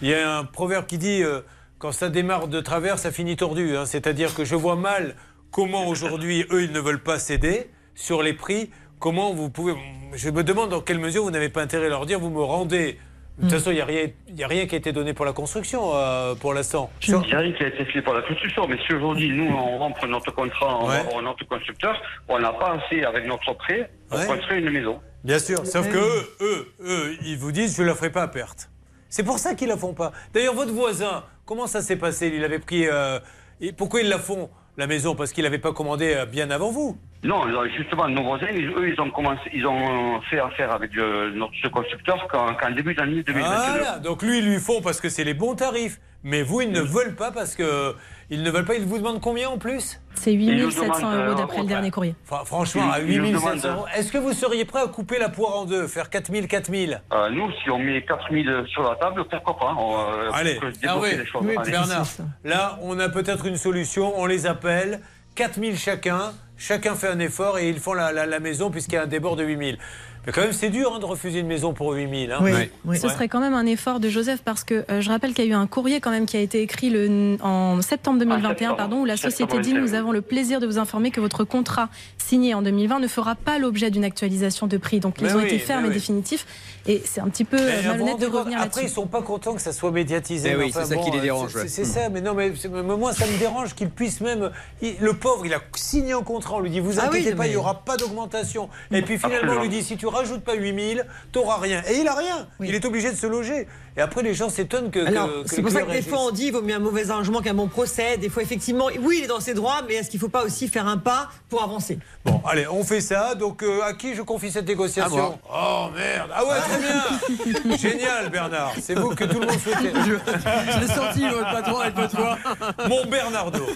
[SPEAKER 2] il y a un proverbe qui dit euh, quand ça démarre de travers, ça finit tordu. hein. C'est-à-dire que je vois mal comment aujourd'hui eux, ils ne veulent pas céder sur les prix. Comment vous pouvez Je me demande dans quelle mesure vous n'avez pas intérêt à leur dire vous me rendez. De toute façon, il n'y a, rien- il y a rien qui a été donné pour la construction euh, pour l'instant.
[SPEAKER 22] Je dirais qu'il a été fait par la construction, mais si aujourd'hui nous on rompt notre contrat, on va voir notre constructeur, on n'a pas assez avec notre prêt pour construire une maison.
[SPEAKER 2] Bien sûr, sauf que eux, eux, eux, ils vous disent je la ferai pas à perte. C'est pour ça qu'ils la font pas. D'ailleurs, votre voisin, comment ça s'est passé Il avait pris. euh, et pourquoi ils la font la maison Parce qu'il n'avait pas commandé euh, bien avant vous.
[SPEAKER 22] Non, là, justement, nos voisins, ils- eux, ils ont commencé, ils ont fait affaire avec euh, notre ce constructeur qu'en qu'en début d'année 2022.
[SPEAKER 2] Voilà. Donc lui, ils lui font parce que c'est les bons tarifs. Mais vous, ils ne veulent pas parce que euh, ils ne veulent pas. Ils vous demandent combien en plus
[SPEAKER 6] C'est 8700
[SPEAKER 2] euh,
[SPEAKER 6] euros d'après le dernier courrier.
[SPEAKER 2] Enfin, franchement, à
[SPEAKER 22] euh, Ils- ils nous
[SPEAKER 2] 8700
[SPEAKER 22] demandent- euh,
[SPEAKER 2] euros. Est-ce que vous seriez prêt à couper la poire en deux, faire 4000, 4000
[SPEAKER 22] Euh, nous, si on met 4000 sur la table, pourquoi pas on, euh,
[SPEAKER 2] Allez,
[SPEAKER 22] pour que-
[SPEAKER 2] ah
[SPEAKER 22] débloquer
[SPEAKER 2] oui,
[SPEAKER 22] les choses.
[SPEAKER 2] oui,
[SPEAKER 22] Allez.
[SPEAKER 2] Bernard, là, on a peut-être une solution. On les appelle, 4000 chacun. Chacun fait un effort et ils font la, la- la maison puisqu'il y a un débord de 8000. Mais quand même, c'est dur hein, de refuser une maison pour 8000. Hein.
[SPEAKER 6] Ce serait quand même un effort de Joseph parce que euh, je rappelle qu'il y a eu un courrier quand même qui a été écrit le, en septembre
[SPEAKER 2] Ah,
[SPEAKER 6] 2021
[SPEAKER 22] septembre.
[SPEAKER 6] pardon où la
[SPEAKER 22] Septembre
[SPEAKER 6] société dit
[SPEAKER 22] 2021.
[SPEAKER 6] nous avons le plaisir de vous informer que votre contrat signé en 2020 ne fera pas l'objet d'une actualisation de prix donc ils
[SPEAKER 2] Mais
[SPEAKER 6] ont
[SPEAKER 2] Ben oui,
[SPEAKER 6] été fermes
[SPEAKER 2] mais
[SPEAKER 6] et
[SPEAKER 2] oui. Ben,
[SPEAKER 6] définitifs et c'est un petit peu
[SPEAKER 2] Mais
[SPEAKER 6] euh,
[SPEAKER 2] vous vous
[SPEAKER 6] malhonnête
[SPEAKER 2] rendez
[SPEAKER 6] de
[SPEAKER 2] compte,
[SPEAKER 6] revenir
[SPEAKER 2] Après,
[SPEAKER 6] là-dessus.
[SPEAKER 2] ils sont pas contents que ça soit médiatisé.
[SPEAKER 5] Eh
[SPEAKER 2] Mais
[SPEAKER 5] oui, c'est ça qui les
[SPEAKER 2] euh,
[SPEAKER 5] dérange,
[SPEAKER 2] c'est-
[SPEAKER 5] ouais. Hmm.
[SPEAKER 2] C'est ça, mais non, mais c'est- mais moi, ça me dérange qu'ils puissent même. il- le pauvre, il a signé un contrat. On lui dit, vous
[SPEAKER 5] Ah oui,
[SPEAKER 2] inquiétez pas, il n'y
[SPEAKER 5] mais-
[SPEAKER 2] aura pas d'augmentation. Et puis finalement, on
[SPEAKER 5] Absolument.
[SPEAKER 2] lui dit, si tu rajoutes pas 8000, t'auras rien. Et il a rien. Il est obligé de se loger. Et après, les gens s'étonnent que.
[SPEAKER 10] Alors,
[SPEAKER 2] que- que
[SPEAKER 10] c'est
[SPEAKER 2] les
[SPEAKER 10] pour ça
[SPEAKER 2] clients
[SPEAKER 10] que des fois
[SPEAKER 2] réagissent.
[SPEAKER 10] on dit il vaut mieux un mauvais arrangement qu'un bon procès. Des fois, effectivement, oui, il est dans ses droits, mais est-ce qu'il ne faut pas aussi faire un pas pour avancer
[SPEAKER 2] Bon, allez, on fait ça. Donc, euh, à qui je confie cette négociation Oh merde Ah ouais, très bien Génial, Bernard C'est vous que tout le monde souhaitait. Je,
[SPEAKER 5] l'ai senti, euh, pas toi, et pas toi.
[SPEAKER 2] Mon Bernardo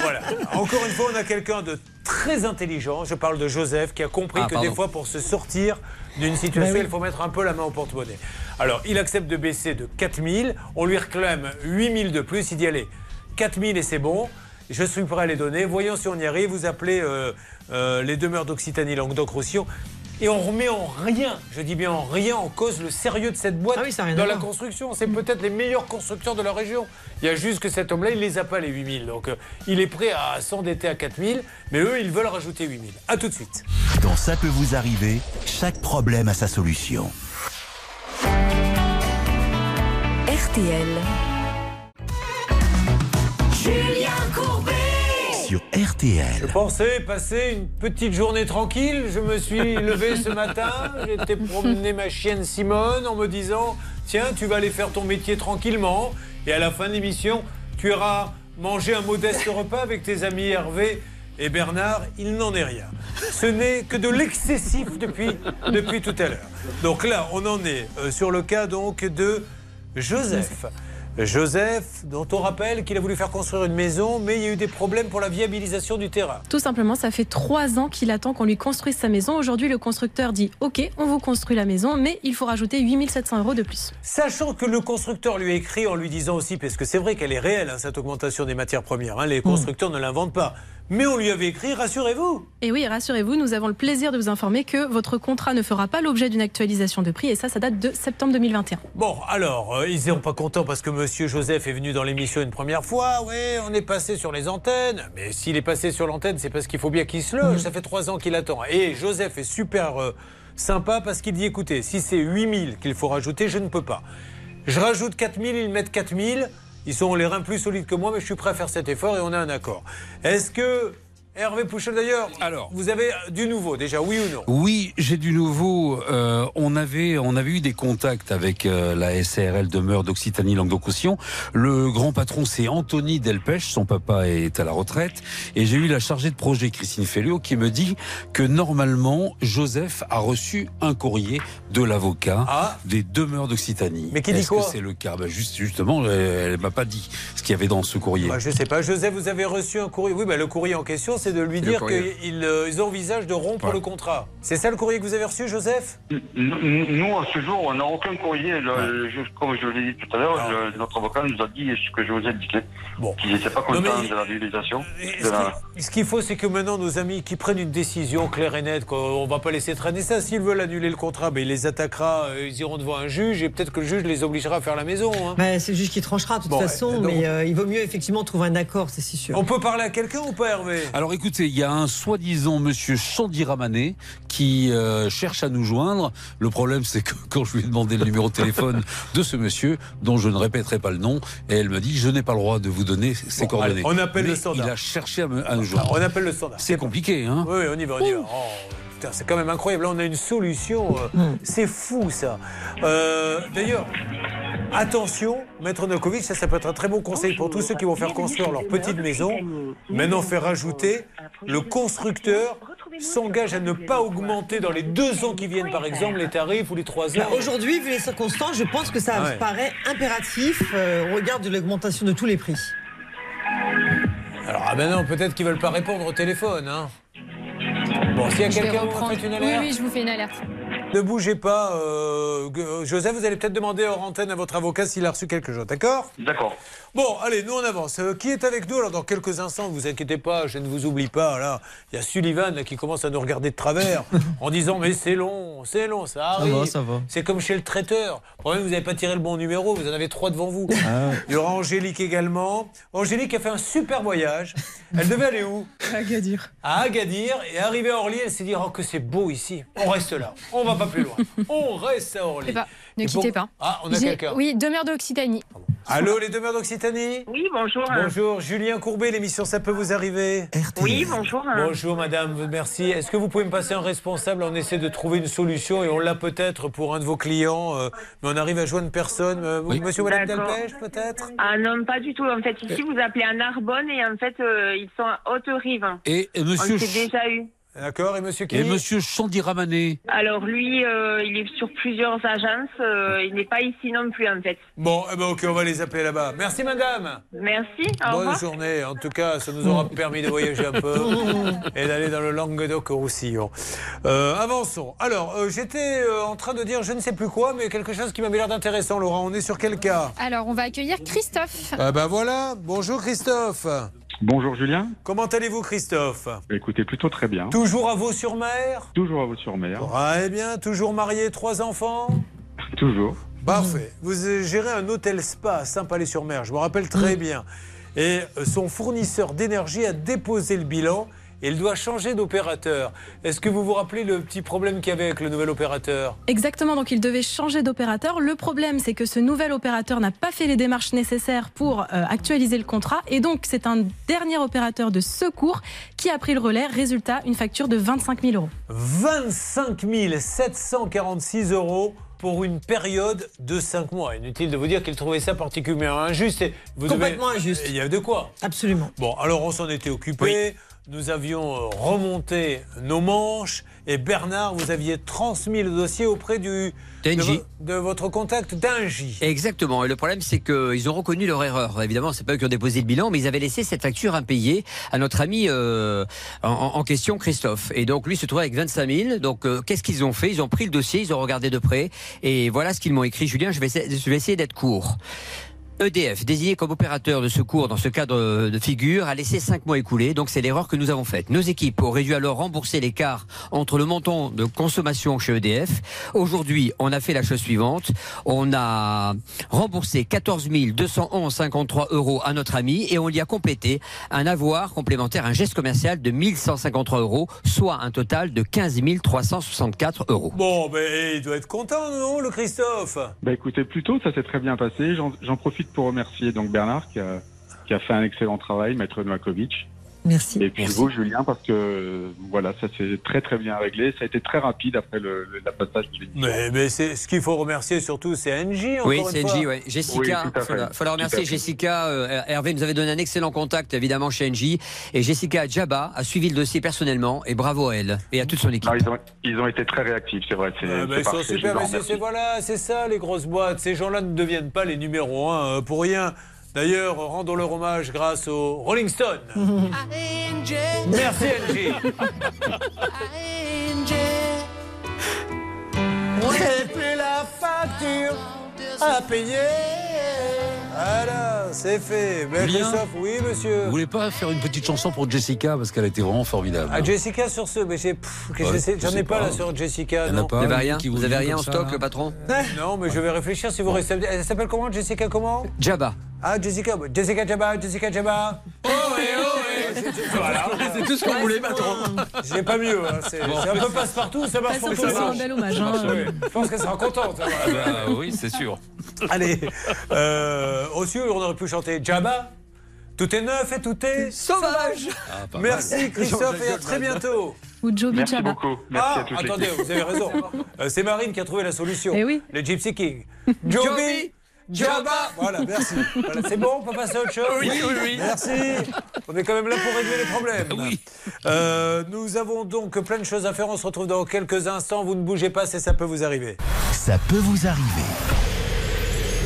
[SPEAKER 2] Voilà. Encore une fois, on a quelqu'un de très intelligent. Je parle de Joseph qui a compris
[SPEAKER 5] Ah,
[SPEAKER 2] que
[SPEAKER 5] pardon.
[SPEAKER 2] des fois, pour se sortir d'une situation,
[SPEAKER 5] Ben oui.
[SPEAKER 2] il faut mettre un peu la main au porte-monnaie. Alors, il accepte de baisser de 4000. On lui réclame 8000 de plus. Il dit allez, 4000 et c'est bon. Je suis prêt à les donner. Voyons si on y arrive. Vous appelez euh, euh, les demeures d'Occitanie, Languedoc-Roussillon. Et on remet en rien, je dis bien en rien, en cause le sérieux de cette boîte dans la construction. C'est peut-être les meilleurs constructeurs de la région. Il y a juste que cet homme-là, il les a pas les 8000. Donc euh, il est prêt à s'endetter à 4000, mais eux, ils veulent rajouter 8000. À tout de suite.
[SPEAKER 1] Dans Ça peut vous arriver, chaque problème a sa solution.
[SPEAKER 9] RTL. Julien Courbet.
[SPEAKER 1] Sur RTL.
[SPEAKER 2] Je pensais passer une petite journée tranquille. Je me suis levé ce matin, j'étais promener ma chienne Simone en me disant Tiens, tu vas aller faire ton métier tranquillement. Et à la fin de l'émission, tu iras manger un modeste repas avec tes amis Hervé et Bernard. Il n'en est rien. Ce n'est que de l'excessif depuis, depuis tout à l'heure. Donc là, on en est euh, sur le cas donc de Joseph. Joseph, dont on rappelle qu'il a voulu faire construire une maison, mais il y a eu des problèmes pour la viabilisation du terrain.
[SPEAKER 6] Tout simplement, ça fait trois ans qu'il attend qu'on lui construise sa maison. Aujourd'hui, le constructeur dit Ok, on vous construit la maison, mais il faut rajouter 8700 euros de plus.
[SPEAKER 2] Sachant que le constructeur lui a écrit en lui disant aussi, parce que c'est vrai qu'elle est réelle, hein, cette augmentation des matières premières, hein, les constructeurs ne l'inventent pas. mais on lui avait écrit, rassurez-vous.
[SPEAKER 6] Oh. Et oui, rassurez-vous, nous avons le plaisir de vous informer que votre contrat ne fera pas l'objet d'une actualisation de prix, et ça, ça date de septembre 2021.
[SPEAKER 2] Bon, alors, euh, ils n'étaient pas contents parce que Monsieur Joseph est venu dans l'émission une première fois. Oui, on est passé sur les antennes. Mais s'il est passé sur l'antenne, c'est parce qu'il faut bien qu'il se loge. Ça fait trois ans qu'il attend. Et Joseph est super euh, sympa parce qu'il dit, écoutez, si c'est 8000 qu'il faut rajouter, je ne peux pas. Je rajoute 4000, ils mettent 4000. Ils sont les reins plus solides que moi, mais je suis prêt à faire cet effort et on a un accord. Est-ce que Hervé Pouchel d'ailleurs, alors vous avez euh, du nouveau déjà, oui ou non
[SPEAKER 8] Oui, j'ai du nouveau. Euh, on avait on avait eu des contacts avec euh, la SARL de Meur d'Occitanie Languedoc-Roussillon. Le grand patron c'est Anthony Delpech, son papa est à la retraite et j'ai eu la chargée de projet Christine Fellio qui me dit que normalement Joseph a reçu un courrier de l'avocat des deux Meurs d'Occitanie.
[SPEAKER 2] Ah. Mais qui dit
[SPEAKER 8] Est-ce
[SPEAKER 2] quoi
[SPEAKER 8] que c'est le cas Bah, juste justement elle, elle m'a pas dit ce qu'il y avait dans ce courrier.
[SPEAKER 2] Bah, Je sais pas, Joseph, vous avez reçu un courrier. Oui, bah, le courrier en question, c'est de lui
[SPEAKER 8] Le
[SPEAKER 2] dire
[SPEAKER 8] courrier.
[SPEAKER 2] qu'ils euh, ils envisagent de rompre le contrat. C'est ça le courrier que vous avez reçu, Joseph
[SPEAKER 22] Nous, nous, à ce jour, on n'a aucun courrier. Le- je- comme je vous l'ai dit tout à l'heure, le- notre avocat nous a dit ce que je vous ai dit, qu'ils n'étaient pas contents de la réalisation. de la-
[SPEAKER 2] Ce qu'il faut, c'est euh, que maintenant, nos amis qui prennent une décision claire et nette, qu'on- on va pas laisser traîner ça. S'ils veulent annuler le contrat, ben, il les attaquera, euh, ils iront devant un juge et peut-être que le juge les obligera à faire la maison. hein.
[SPEAKER 10] Bah, c'est juste qu'il tranchera de toute
[SPEAKER 2] Bon,
[SPEAKER 10] façon,
[SPEAKER 2] donc-
[SPEAKER 10] mais euh, il vaut mieux effectivement trouver un accord, c'est si sûr.
[SPEAKER 2] On peut parler à quelqu'un ou pas, Hervé
[SPEAKER 8] Alors écoutez, il y a un soi-disant monsieur Chandiramané qui euh, cherche à nous joindre. Le problème, c'est que quand je lui ai demandé le numéro de téléphone de ce monsieur, dont je ne répéterai pas le nom, et elle me dit je n'ai pas le droit de vous donner ses coordonnées.
[SPEAKER 2] allez, on appelle
[SPEAKER 8] Mais
[SPEAKER 2] le standard. Ah,
[SPEAKER 8] Il a cherché à, me, à nous joindre.
[SPEAKER 2] On appelle le standard.
[SPEAKER 8] C'est compliqué, hein
[SPEAKER 2] Oui, oui, on y va, on y va. Oh, putain, c'est quand même incroyable. Là, on a une solution. euh, C'est fou, ça. Euh, D'ailleurs, attention, Maître Nokovic, ça, ça peut être un très bon conseil pour tous ceux qui vont faire construire leur petite maison. Maintenant, faire rajouter, le constructeur s'engage à ne pas augmenter dans les deux ans qui viennent, par exemple, les tarifs ou les trois ans.
[SPEAKER 10] Bah, Aujourd'hui, vu les circonstances, je pense que ça
[SPEAKER 2] Ah ouais.
[SPEAKER 10] paraît impératif euh, au regard de l'augmentation de tous les prix.
[SPEAKER 2] Alors, ah ben non, peut-être qu'ils veulent pas répondre au téléphone. Hein. Bon, s'il y a
[SPEAKER 3] Je vais
[SPEAKER 2] quelqu'un, vous
[SPEAKER 3] reprendre.
[SPEAKER 2] faites une
[SPEAKER 3] Oui,
[SPEAKER 2] alerte.
[SPEAKER 3] oui, je vous fais une alerte.
[SPEAKER 2] Ne bougez pas. euh, euh, Joseph, vous allez peut-être demander hors antenne à votre avocat s'il a reçu quelque chose, d'accord
[SPEAKER 22] D'accord.
[SPEAKER 2] Bon, allez, nous on avance. Euh, qui est avec nous Alors, dans quelques instants, vous inquiétez pas, je ne vous oublie pas. Là, il y a Sullivan là, qui commence à nous regarder de travers en disant Mais c'est long, c'est long, ça
[SPEAKER 23] Ça
[SPEAKER 2] arrive.
[SPEAKER 23] va, Ah bah, ça va.
[SPEAKER 2] C'est comme chez le traiteur. Le problème, vous n'avez pas tiré le bon numéro, vous en avez trois devant vous.
[SPEAKER 23] Ah ouais.
[SPEAKER 2] Il y aura Angélique également. Angélique a fait un super voyage. Elle devait aller où
[SPEAKER 16] Agadir.
[SPEAKER 2] à Agadir et arrivée à Orly, elle s'est dit oh, que c'est beau ici. On reste là. On va pas plus loin. On reste à Orly.
[SPEAKER 3] Je sais pas. Eh ben, Ne
[SPEAKER 2] Et
[SPEAKER 3] quittez
[SPEAKER 2] pour-
[SPEAKER 3] pas.
[SPEAKER 2] Ah, on a
[SPEAKER 3] J'ai-
[SPEAKER 2] quelqu'un.
[SPEAKER 3] Oui, demeure d'Occitanie.
[SPEAKER 2] Allô, les demeures d'Occitanie
[SPEAKER 24] Oui, bonjour.
[SPEAKER 2] Bonjour, Julien Courbet, l'émission Ça peut vous arriver
[SPEAKER 24] Oui, bonjour.
[SPEAKER 2] Bonjour, madame, merci. Est-ce que vous pouvez me passer un responsable On essaie de trouver une solution et on l'a peut-être pour un de vos clients, euh, mais on arrive à joindre personne. Euh, Monsieur ou madame
[SPEAKER 24] D'accord.
[SPEAKER 2] Delpech, peut-être
[SPEAKER 24] Ah non, pas du tout. En fait, ici, vous appelez un Narbonne et en fait, euh, ils sont à Haute-Rive.
[SPEAKER 8] Et, et monsieur
[SPEAKER 24] On s'est
[SPEAKER 8] Ch-
[SPEAKER 24] déjà eu.
[SPEAKER 2] D'accord, et monsieur qui
[SPEAKER 8] Et monsieur Chandiramané
[SPEAKER 24] Alors lui, euh, il est sur plusieurs agences. euh, il n'est pas ici non plus, en fait.
[SPEAKER 2] Bon, eh ben, ok, on va les appeler là-bas. Merci, madame.
[SPEAKER 24] Merci. Au
[SPEAKER 2] Bonne
[SPEAKER 24] revoir.
[SPEAKER 2] journée. En tout cas, ça nous aura permis de voyager un peu et d'aller dans le Languedoc-Roussillon. Euh, avançons. Alors, euh, j'étais euh, en train de dire je ne sais plus quoi, mais quelque chose qui m'avait l'air d'intéressant, Laurent. On est sur quel cas
[SPEAKER 3] Alors, on va accueillir Christophe.
[SPEAKER 2] Ah ben voilà. Bonjour Christophe.
[SPEAKER 25] Bonjour Julien. Bah,
[SPEAKER 2] Comment allez-vous Christophe
[SPEAKER 25] Écoutez, plutôt très bien.
[SPEAKER 2] Toujours à Vaux-sur-Mer
[SPEAKER 25] Toujours à Vaux-sur-Mer.
[SPEAKER 2] Eh bien, toujours marié, trois enfants
[SPEAKER 25] Toujours.
[SPEAKER 2] Parfait. Vous euh, gérez un hôtel spa à Saint-Palais-sur-Mer, je me rappelle très bien. Et euh, son fournisseur d'énergie a déposé le bilan et il doit changer d'opérateur. Est-ce que vous vous rappelez le petit problème qu'il y avait avec le nouvel opérateur
[SPEAKER 6] Exactement, donc il devait changer d'opérateur. Le problème, c'est que ce nouvel opérateur n'a pas fait les démarches nécessaires pour euh, actualiser le contrat. Et donc, c'est un dernier opérateur de secours qui a pris le relais. Résultat, une facture de 25 000 euros.
[SPEAKER 2] 25 746 euros pour une période de 5 mois. Inutile de vous dire qu'il trouvait ça particulièrement injuste. et vous devez-
[SPEAKER 10] Complètement injuste.
[SPEAKER 2] Il y a de quoi
[SPEAKER 10] Absolument.
[SPEAKER 2] Bon, alors on s'en était occupé. Nous avions euh, remonté nos manches. Et Bernard, vous aviez transmis le dossier auprès du. De,
[SPEAKER 5] D'Engie.
[SPEAKER 2] vo- de euh, votre contact d'Engie.
[SPEAKER 5] Exactement. Et le problème, c'est qu'ils ont reconnu leur erreur. Évidemment, c'est pas eux qui ont déposé le bilan, mais ils avaient laissé cette facture impayée à notre ami euh, en, en question, Christophe. Et donc, lui se trouvait avec 25 000. Donc, euh, qu'est-ce qu'ils ont fait Ils ont pris le dossier, ils ont regardé de près. Et voilà ce qu'ils m'ont écrit. Julien, je vais essa- je vais essayer d'être court. EDF, désigné comme opérateur de secours dans ce cadre de figure, a laissé 5 mois écoulés, donc c'est l'erreur que nous avons faite. Nos équipes auraient dû alors rembourser l'écart entre le montant de consommation chez EDF. Aujourd'hui, on a fait la chose suivante. On a remboursé 14 211,53 euros à notre ami et on lui a complété un avoir complémentaire, un geste commercial de 1153 euros, soit un total de 15 364 euros.
[SPEAKER 2] Bon, ben, il doit être content, non, le Christophe
[SPEAKER 25] Bah écoutez, plutôt ça s'est très bien passé. J'en j'en profite pour remercier donc Bernard qui a, qui a fait un excellent travail, Maître Novakovic.
[SPEAKER 26] Merci.
[SPEAKER 25] Et puis vous, Julien, parce que euh, voilà, ça s'est très très bien réglé. Ça a été très rapide après le, le- la passage de l'émission.
[SPEAKER 2] Mais, mais c'est, ce qu'il faut remercier surtout, c'est Angie, encore
[SPEAKER 5] Oui,
[SPEAKER 2] une
[SPEAKER 5] c'est
[SPEAKER 2] fois.
[SPEAKER 5] NJ, ouais. Jessica, il faut, la- faut la remercier. Jessica, euh, Hervé nous avait donné un excellent contact, évidemment, chez NJ. Et Jessica Djaba a suivi le dossier personnellement. Et bravo à elle et à toute son équipe.
[SPEAKER 25] Non, Ah, ils, ont, ils ont été très réactifs, c'est vrai. C'est
[SPEAKER 2] Ah, ben,
[SPEAKER 25] c'est
[SPEAKER 2] ils sont
[SPEAKER 25] parfait, je les en
[SPEAKER 2] super, mais c'est,
[SPEAKER 25] remercie.
[SPEAKER 2] c'est- voilà, c'est ça les grosses boîtes. Ces gens-là ne deviennent pas les numéros 1 pour rien. D'ailleurs, rendons leur hommage grâce aux Rolling Stones. Merci Angie.
[SPEAKER 9] J'ai
[SPEAKER 2] plus la facture à payer. Voilà, c'est fait. Mais
[SPEAKER 8] Julien
[SPEAKER 2] Christophe, oui, monsieur.
[SPEAKER 8] Vous voulez pas faire une petite chanson pour Jessica parce qu'elle était vraiment formidable.
[SPEAKER 2] Ah, Jessica sur ce, mais j'ai, pff, que
[SPEAKER 8] Ouais,
[SPEAKER 2] j'essaie- j'en
[SPEAKER 8] je
[SPEAKER 2] ai
[SPEAKER 8] sais
[SPEAKER 2] pas,
[SPEAKER 8] pas. hein.
[SPEAKER 2] là sur Jessica.
[SPEAKER 8] Y en a
[SPEAKER 2] non. Eh,
[SPEAKER 8] pas Vous avez une rien qui vous Vous avez vient rien comme en ça, hein. stock, là
[SPEAKER 5] le patron
[SPEAKER 2] Non, mais je vais réfléchir si vous restez. Elle s'appelle comment Jessica comment
[SPEAKER 5] Jabba.
[SPEAKER 2] Ah, Jessica, Jessica Jabba, Jessica Jabba. Ah, Oh,
[SPEAKER 8] eh.
[SPEAKER 2] Voilà.
[SPEAKER 5] C'est tout ce qu'on voulait, patron.
[SPEAKER 2] J'ai pas mieux. hein. C'est
[SPEAKER 14] Bon.
[SPEAKER 2] c'est un peu passe-partout, ça marche
[SPEAKER 14] Façon
[SPEAKER 2] pour
[SPEAKER 14] qu'on
[SPEAKER 2] tout
[SPEAKER 14] se
[SPEAKER 2] le
[SPEAKER 14] rende
[SPEAKER 2] monde.
[SPEAKER 14] à l'hommage, hein.
[SPEAKER 2] Oui. Je pense qu'elle sera contente. hein,
[SPEAKER 14] Ah
[SPEAKER 2] voilà.
[SPEAKER 14] bah oui, c'est sûr.
[SPEAKER 2] Allez, euh, aussi, on aurait pu chanter Jabba. Tout est neuf et tout est sauvage.
[SPEAKER 14] Ah, pas mal.
[SPEAKER 2] Merci Christophe et à très bientôt.
[SPEAKER 6] Ou Joby
[SPEAKER 2] Merci
[SPEAKER 6] Jabba.
[SPEAKER 2] beaucoup.
[SPEAKER 14] Merci
[SPEAKER 2] ah,
[SPEAKER 14] à toute l'équipe.
[SPEAKER 2] attendez, vous avez raison. Euh, c'est Marine qui a trouvé la solution.
[SPEAKER 6] Eh oui.
[SPEAKER 2] Le Gypsy King. Joby, Jabba. Voilà, merci. Voilà, c'est bon, on peut passer à autre chose
[SPEAKER 14] Oui, oui, oui.
[SPEAKER 2] Merci. On est quand même là pour régler les problèmes. Oui. nous avons donc plein de choses à faire. On se retrouve dans quelques instants. Vous ne bougez pas, c'est ça peut vous arriver.
[SPEAKER 1] Ça peut vous arriver.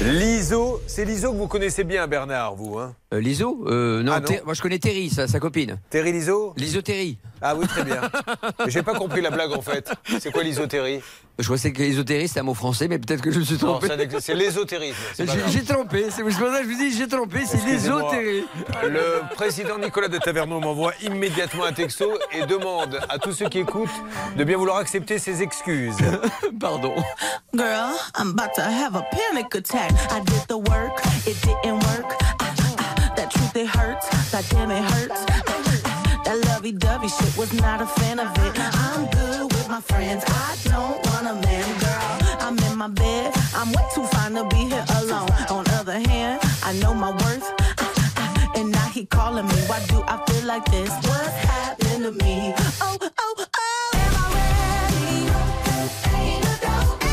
[SPEAKER 18] L'ISO, c'est l'ISO que vous connaissez bien, Bernard, vous. Hein Ah,
[SPEAKER 5] Euh, Liso Euh, non, Ter- moi je connais Terry, sa, sa copine.
[SPEAKER 18] Terry Liso
[SPEAKER 5] Liso Terry.
[SPEAKER 18] Ah oui, très bien. Mais J'ai pas compris la blague en fait. C'est quoi l'isotérie
[SPEAKER 5] Je crois que c'est que l'ésotérie, c'est un mot français, mais peut-être que je me suis
[SPEAKER 18] Non,
[SPEAKER 5] trompé.
[SPEAKER 18] ça déc- c'est l'ésotérisme. c'est pas
[SPEAKER 5] J'ai
[SPEAKER 18] grave.
[SPEAKER 5] j'ai trompé, c'est pour ça que je vous dis, j'ai trompé, c'est
[SPEAKER 18] Excusez-moi.
[SPEAKER 5] l'ésotérie.
[SPEAKER 18] Le président Nicolas de Taverneau m'envoie immédiatement un texto et demande à tous ceux qui écoutent de bien vouloir accepter ses excuses.
[SPEAKER 5] Pardon.
[SPEAKER 23] Girl, I'm about to have a panic attack. I did the work, it didn't work. Ah, ah, ah, that truth, it hurts. That damn, it hurts. Ah, ah, ah, that lovey dovey shit was not a fan of it. I'm good with my friends. I don't want a man, girl. I'm in my bed. I'm way too fine to be here alone. On other hand, I know my worth. Ah, ah, ah, and now he calling me. Why do I feel like this? What's happened to me? Oh, oh, oh. Am I ready? Ain't a doubt.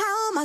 [SPEAKER 23] How am I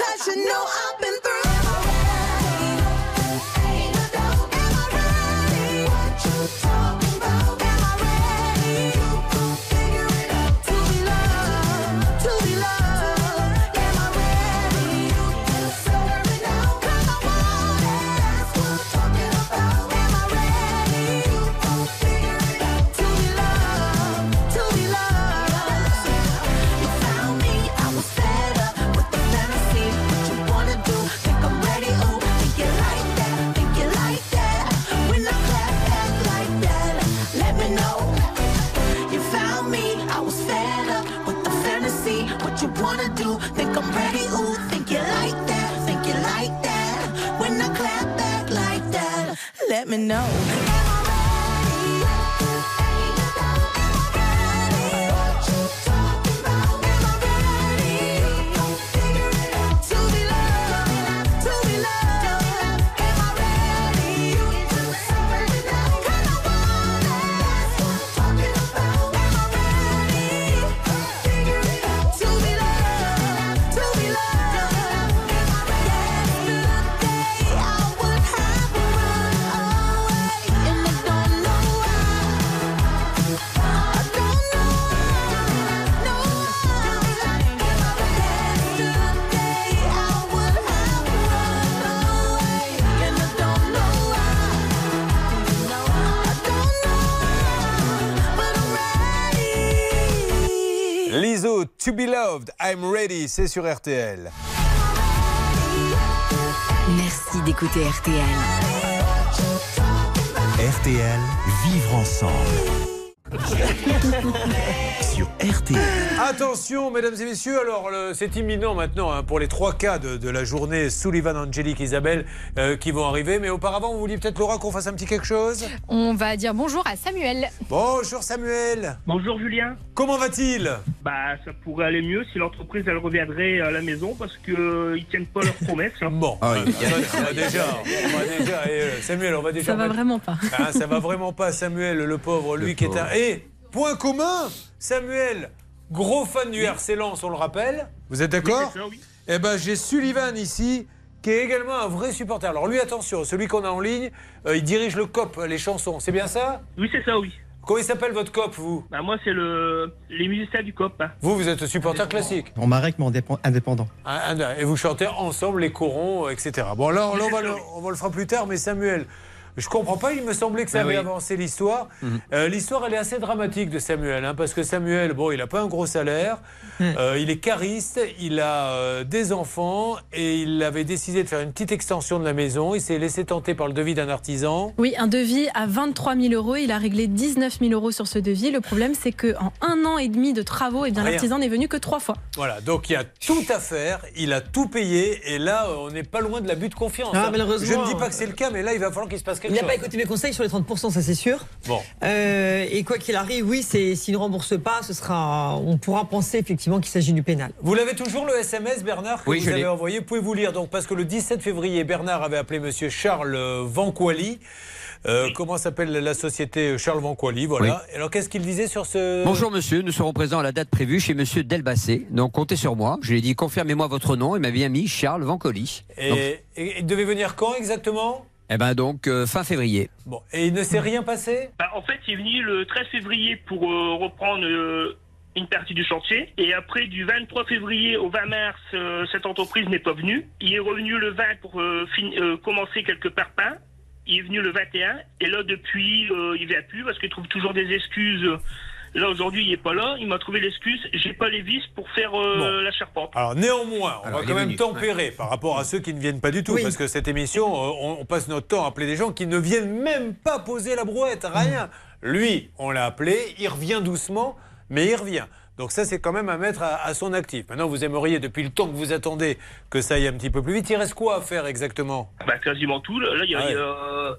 [SPEAKER 23] cause you know I've been through. Let me know. You found me, I was fed up with the fantasy. What you wanna do? Think I'm ready? Ooh, think you like that? Think you like that? When I clap back like that, let me know. To be loved, to be loved. Am I ready?
[SPEAKER 27] Schizo, To Be Loved, I'm Ready, c'est sur RTL.
[SPEAKER 9] Merci d'écouter RTL.
[SPEAKER 1] RTL, vivre ensemble. Sur RTL.
[SPEAKER 2] Attention, mesdames et messieurs, alors le- c'est imminent maintenant hein, pour les trois cas de, de la journée Sullivan, Angélique, Isabelle euh, qui vont arriver. Mais auparavant, vous vouliez peut-être, Laura, qu'on fasse un petit quelque chose
[SPEAKER 3] On va dire bonjour à Samuel.
[SPEAKER 2] Bonjour Samuel.
[SPEAKER 17] Bonjour Julien.
[SPEAKER 2] Comment va-t-il
[SPEAKER 17] Bah, ça pourrait aller mieux si l'entreprise elle reviendrait à la maison parce que euh, ils tiennent pas leurs promesses. hein.
[SPEAKER 2] Bon, on va déjà, on va déjà, et, euh, Samuel, on va déjà.
[SPEAKER 6] Ça va
[SPEAKER 2] mettre-
[SPEAKER 6] vraiment pas.
[SPEAKER 2] Ah, ça va vraiment pas, Samuel, le pauvre, lui qui est un.
[SPEAKER 6] pauvre.
[SPEAKER 2] Et point commun, Samuel, gros fan du RC Lens, on le rappelle. Vous êtes d'accord Eh ben, j'ai Sullivan ici, qui est également un vrai supporter. Alors lui, attention, celui qu'on a en ligne, euh, il dirige le COP, les chansons. C'est bien ça
[SPEAKER 17] Oui, c'est ça, oui.
[SPEAKER 2] Comment il s'appelle votre COP, vous
[SPEAKER 17] Bah, moi, c'est le les musiciens du COP. hein.
[SPEAKER 2] Vous, vous êtes supporter classique.
[SPEAKER 7] On m'arrête, mais on dépend- indépendant.
[SPEAKER 2] Ah, ah, Et vous chantez ensemble les corons, etc. Bon, là, on, là, on va, le, on va le fera plus tard, mais Samuel, je comprends pas, il me semblait que ça
[SPEAKER 5] Ah
[SPEAKER 2] avait
[SPEAKER 5] oui.
[SPEAKER 2] avancé l'histoire.
[SPEAKER 10] Mhm.
[SPEAKER 2] Euh, l'histoire, elle est assez dramatique de Samuel, hein, parce que Samuel, bon, il n'a pas un gros salaire,
[SPEAKER 10] Mhm.
[SPEAKER 2] euh, il est cariste, il a euh, des enfants, et il avait décidé de faire une petite extension de la maison. Il s'est laissé tenter par le devis d'un artisan.
[SPEAKER 6] Oui, un devis à 23 000 euros. Il a réglé 19 000 euros sur ce devis. Le problème, c'est qu'en un an et demi de travaux, eh bien,
[SPEAKER 2] Rien.
[SPEAKER 6] l'artisan n'est venu que trois fois.
[SPEAKER 2] Voilà, donc il y a tout à faire, il a tout payé, et là, euh, on n'est pas loin de l'abus de confiance.
[SPEAKER 10] Ah,
[SPEAKER 2] hein.
[SPEAKER 10] malheureusement.
[SPEAKER 2] Je ne dis pas que c'est le cas, mais là, il va falloir qu'il se passe quelque
[SPEAKER 10] Il n'a
[SPEAKER 2] chose.
[SPEAKER 10] pas écouté mes conseils sur les 30%, ça c'est sûr.
[SPEAKER 2] Bon.
[SPEAKER 10] Euh, et quoi qu'il arrive, oui, c'est s'il ne rembourse pas, ce sera, on pourra penser effectivement qu'il s'agit du pénal.
[SPEAKER 2] Vous l'avez toujours le SMS, Bernard, que
[SPEAKER 10] Oui,
[SPEAKER 2] vous
[SPEAKER 10] je
[SPEAKER 2] avez
[SPEAKER 10] l'ai.
[SPEAKER 2] envoyé. Pouvez-vous lire donc parce que le 17 février, Bernard avait appelé Monsieur Charles euh, Vanquali. Euh, comment s'appelle la société euh, Charles Vanquali Voilà. Alors qu'est-ce qu'il disait sur ce
[SPEAKER 5] Bonjour monsieur, nous serons présents à la date prévue chez monsieur Delbassé. Donc comptez sur moi. Je lui ai dit confirmez-moi votre nom. Il m'a bien mis Charles Vancoli. Donc,
[SPEAKER 2] Et, et il devait venir quand exactement
[SPEAKER 5] eh ben donc euh, fin février.
[SPEAKER 2] Bon, et il ne
[SPEAKER 10] Hmm.
[SPEAKER 2] s'est rien passé
[SPEAKER 17] Bah, en fait, il est venu le 13 février pour euh, reprendre euh, une partie du chantier. Et après, du 23 février au 20 mars, euh, cette entreprise n'est pas venue. Il est revenu le 20 pour euh, fin- euh, commencer quelques parpaings. Il est venu le 21. Et là, depuis, euh, il vient plus parce qu'il trouve toujours des excuses. Là, aujourd'hui, il n'est pas là. Il m'a trouvé l'excuse. J'ai pas les vis pour faire euh, la charpente.
[SPEAKER 2] Alors néanmoins, on
[SPEAKER 17] Alors,
[SPEAKER 2] va
[SPEAKER 17] il
[SPEAKER 2] quand
[SPEAKER 17] est
[SPEAKER 2] même
[SPEAKER 17] venu,
[SPEAKER 2] tempérer par rapport à ceux qui ne viennent pas du tout,
[SPEAKER 17] Oui.
[SPEAKER 2] parce que cette émission, euh, on, on passe notre temps à appeler des gens qui ne viennent même pas poser la brouette,
[SPEAKER 17] Mm.
[SPEAKER 2] rien. Lui, on l'a appelé, il revient doucement, mais il revient. Donc ça, c'est quand même à mettre à, à son actif. Maintenant, vous aimeriez, depuis le temps que vous attendez, que ça aille un petit peu plus vite. Il reste quoi à faire exactement
[SPEAKER 17] Bah, quasiment tout. Là, il y a,
[SPEAKER 2] Ah ouais.
[SPEAKER 17] il y a-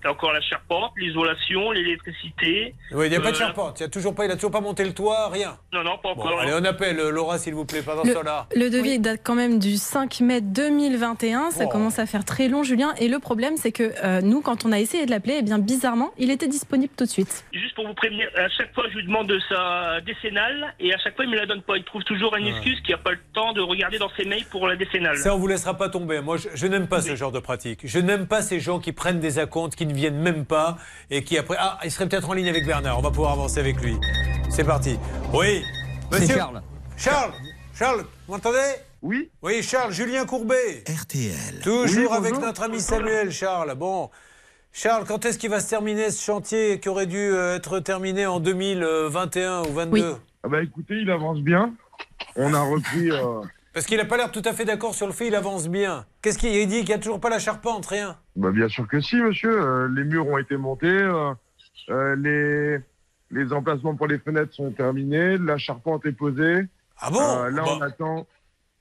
[SPEAKER 17] il y a encore la charpente, l'isolation, l'électricité.
[SPEAKER 2] Oui, il n'y a pas de
[SPEAKER 17] Euh,
[SPEAKER 2] charpente, il n'a toujours, pas- il a toujours pas monté le toit, rien.
[SPEAKER 17] Non, non, pas
[SPEAKER 2] Bon,
[SPEAKER 17] encore.
[SPEAKER 2] allez, on appelle euh, Laura, s'il vous plaît, pendant
[SPEAKER 6] Le,
[SPEAKER 2] ce temps-là.
[SPEAKER 6] le devis date quand même du 5 mai 2021. Ça
[SPEAKER 2] Oh.
[SPEAKER 6] commence à faire très long, Julien. Et le problème, c'est que euh, nous, quand on a essayé de l'appeler, eh bien, bizarrement, il était disponible tout de suite.
[SPEAKER 17] Juste pour vous prévenir, à chaque fois, je lui demande sa décennale et à chaque fois, il me la donne pas. Il trouve toujours une excuse qu'il n'a pas le temps de regarder dans ses mails pour la décennale.
[SPEAKER 2] Ça, on vous laissera pas tomber. Moi, je, je n'aime pas ce genre de pratique. Je n'aime pas ces gens qui prennent des acomptes, qui ne viennent même pas et qui après. Ah, il serait peut-être en ligne avec Bernard. On va pouvoir avancer avec lui. C'est parti. Oui,
[SPEAKER 1] C'est
[SPEAKER 2] monsieur.
[SPEAKER 1] Charles.
[SPEAKER 2] Charles, Charles, vous m'entendez Oui. Oui, Charles, Julien Courbet.
[SPEAKER 1] RTL.
[SPEAKER 2] Toujours avec notre ami Samuel, Charles. Bon. Charles, quand est-ce qu'il va se terminer ce chantier qui aurait dû euh, être terminé en euh, 2021 ou 22
[SPEAKER 17] Ah bah écoutez, il avance bien. On a repris. euh,
[SPEAKER 2] Parce qu'il n'a pas l'air tout à fait d'accord sur le fait, il avance bien. Qu'est-ce qu'il il dit qu'il n'y a toujours pas la charpente, rien
[SPEAKER 17] bah bien sûr que si, monsieur. Euh, les murs ont été montés, euh, euh, les les emplacements pour les fenêtres sont terminés, la charpente est posée.
[SPEAKER 2] Ah bon
[SPEAKER 17] Euh, Là,
[SPEAKER 2] Bah.
[SPEAKER 17] on attend.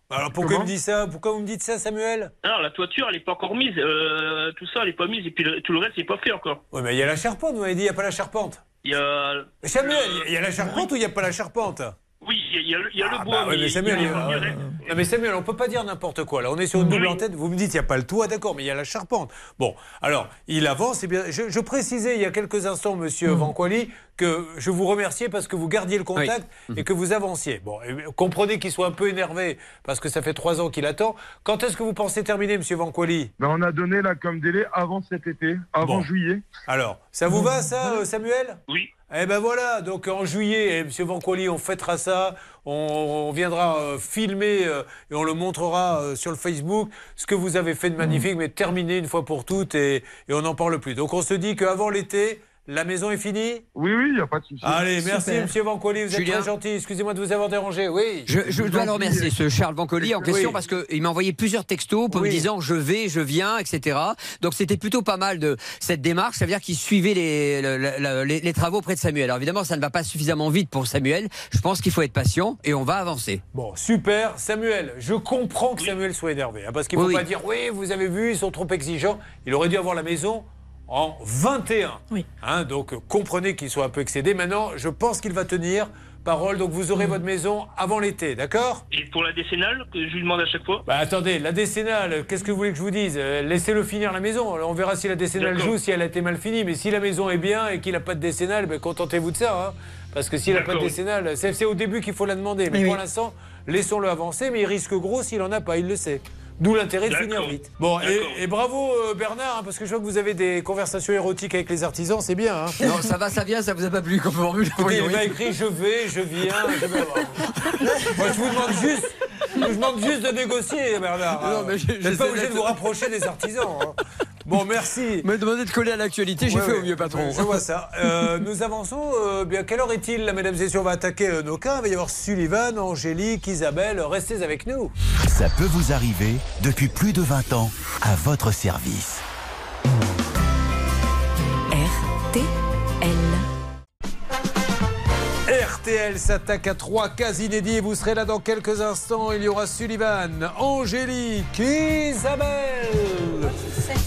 [SPEAKER 2] Alors pourquoi il me dit ça Pourquoi vous me dites ça, Samuel
[SPEAKER 17] Non, la toiture, elle n'est pas encore mise. Euh, tout ça, elle n'est pas mise. Et puis le- tout le reste, c'est pas fait encore.
[SPEAKER 2] Oui, mais il y a la charpente, vous m'avez dit, il n'y a pas la charpente.
[SPEAKER 17] Il y a.
[SPEAKER 2] Mais Samuel, il y a la charpente ou il n'y a pas la charpente
[SPEAKER 17] Oui, il y a- il y a le, il y a le
[SPEAKER 2] Ah
[SPEAKER 17] bois.
[SPEAKER 2] bah oui,
[SPEAKER 17] mais
[SPEAKER 2] mais
[SPEAKER 17] il-
[SPEAKER 2] Samuel,
[SPEAKER 17] il y a
[SPEAKER 2] il-
[SPEAKER 17] pas de
[SPEAKER 2] euh,
[SPEAKER 17] muret.
[SPEAKER 2] Non mais Samuel, on peut pas dire n'importe quoi. Là, on est sur une double antenne. Vous me dites, il n'y a pas le toit, d'accord, mais il y a la charpente. Bon, alors, il avance. Et bien, je, je précisais il y a quelques instants, Monsieur Vanquali, que je vous remerciais parce que vous gardiez le contact et que vous avanciez. Bon, et comprenez qu'il soit un peu énervé parce que ça fait trois ans qu'il attend. Quand est-ce que vous pensez terminer, Monsieur Vanquali
[SPEAKER 17] Ben, on a donné là comme délai avant cet été, avant
[SPEAKER 2] Bon.
[SPEAKER 17] juillet.
[SPEAKER 2] Alors, ça
[SPEAKER 25] Mmh.
[SPEAKER 2] vous va ça, euh, Samuel
[SPEAKER 17] Oui.
[SPEAKER 2] Eh ben voilà, donc en juillet, eh, Monsieur Vancoli, on fêtera ça, on, on viendra euh, filmer euh, et on le montrera euh, sur le Facebook, ce que
[SPEAKER 25] Mmh.
[SPEAKER 2] vous avez fait de magnifique, mais terminé une fois pour toutes et, et on n'en parle plus. Donc on se dit qu'avant l'été, La maison est finie
[SPEAKER 25] Oui, oui, il n'y a pas de souci.
[SPEAKER 2] Allez, merci M. Monsieur Bancoli, vous êtes
[SPEAKER 5] Julien.
[SPEAKER 2] très gentil. Excusez-moi de vous avoir dérangé. Oui.
[SPEAKER 5] Je, je dois le remercier, ce Charles Bancoli, en question, parce qu'il m'a envoyé plusieurs textos pour me disant je vais, je viens, etc. Donc c'était plutôt pas mal de cette démarche. Ça veut dire qu'il suivait les, le- le- le- les, les travaux près de Samuel. Alors évidemment, ça ne va pas suffisamment vite pour Samuel. Je pense qu'il faut être patient et on va avancer.
[SPEAKER 2] Bon, super. Samuel, je comprends que Samuel soit énervé. hein, parce qu'il ne faut
[SPEAKER 5] Oui,
[SPEAKER 2] pas
[SPEAKER 5] oui.
[SPEAKER 2] dire, oui, vous avez vu, ils sont trop exigeants. Il aurait dû avoir la maison en 21.
[SPEAKER 6] Oui.
[SPEAKER 2] Hein, donc euh, comprenez qu'il soit un peu excédé. Maintenant, je pense qu'il va tenir parole. Donc vous aurez votre maison avant l'été, d'accord
[SPEAKER 26] Et pour la décennale, que je lui demande à chaque fois.
[SPEAKER 2] Bah attendez, la décennale, qu'est-ce que vous voulez que je vous dise Euh, Laissez-le finir la maison. Alors, on verra si la décennale
[SPEAKER 26] D'accord.
[SPEAKER 2] joue, si elle a été mal finie. Mais si la maison est bien et qu'il n'a pas de décennale, ben, contentez-vous de ça. hein. Parce que s'il n'a pas de
[SPEAKER 26] D'accord.
[SPEAKER 2] décennale, c'est c'est au début qu'il faut la demander. Mais
[SPEAKER 26] Mais
[SPEAKER 2] pour
[SPEAKER 26] oui.
[SPEAKER 2] l'instant, laissons-le avancer. Mais il risque gros s'il n'en a pas, il le sait. D'où l'intérêt de finir vite. Bon, et,
[SPEAKER 26] D'accord.
[SPEAKER 2] et bravo euh, Bernard, hein, parce que je vois que vous avez des conversations érotiques avec les artisans, c'est bien. hein.
[SPEAKER 5] Non, ça va, ça vient, ça vous a pas plu comme formule
[SPEAKER 2] Écoutez,
[SPEAKER 5] Oui,
[SPEAKER 2] il
[SPEAKER 5] oui.
[SPEAKER 2] m'a écrit je vais, je viens. je vais voir. Moi, je vous demande juste, je vous demande juste de négocier, Bernard.
[SPEAKER 5] Non, mais je-
[SPEAKER 2] Vous n'êtes
[SPEAKER 5] je
[SPEAKER 2] pas
[SPEAKER 5] sais
[SPEAKER 2] obligé de
[SPEAKER 5] d'être-
[SPEAKER 2] vous rapprocher des artisans. hein. Bon, merci.
[SPEAKER 5] Me demander de coller à l'actualité, j'ai
[SPEAKER 2] Ouais,
[SPEAKER 5] fait
[SPEAKER 2] ouais.
[SPEAKER 5] au mieux, patron.
[SPEAKER 2] Je vois ça. Euh, nous avançons. euh, bien, quelle heure est-il, là, mesdames et messieurs On va attaquer euh, nos cas. Il va y avoir Sullivan, Angélique, Isabelle. Restez avec nous.
[SPEAKER 1] Ça peut vous arriver depuis plus de 20 ans à votre service.
[SPEAKER 2] RTL s'attaque à trois cas inédits et vous serez là dans quelques instants. Il y aura Sullivan, Angélique, Isabelle.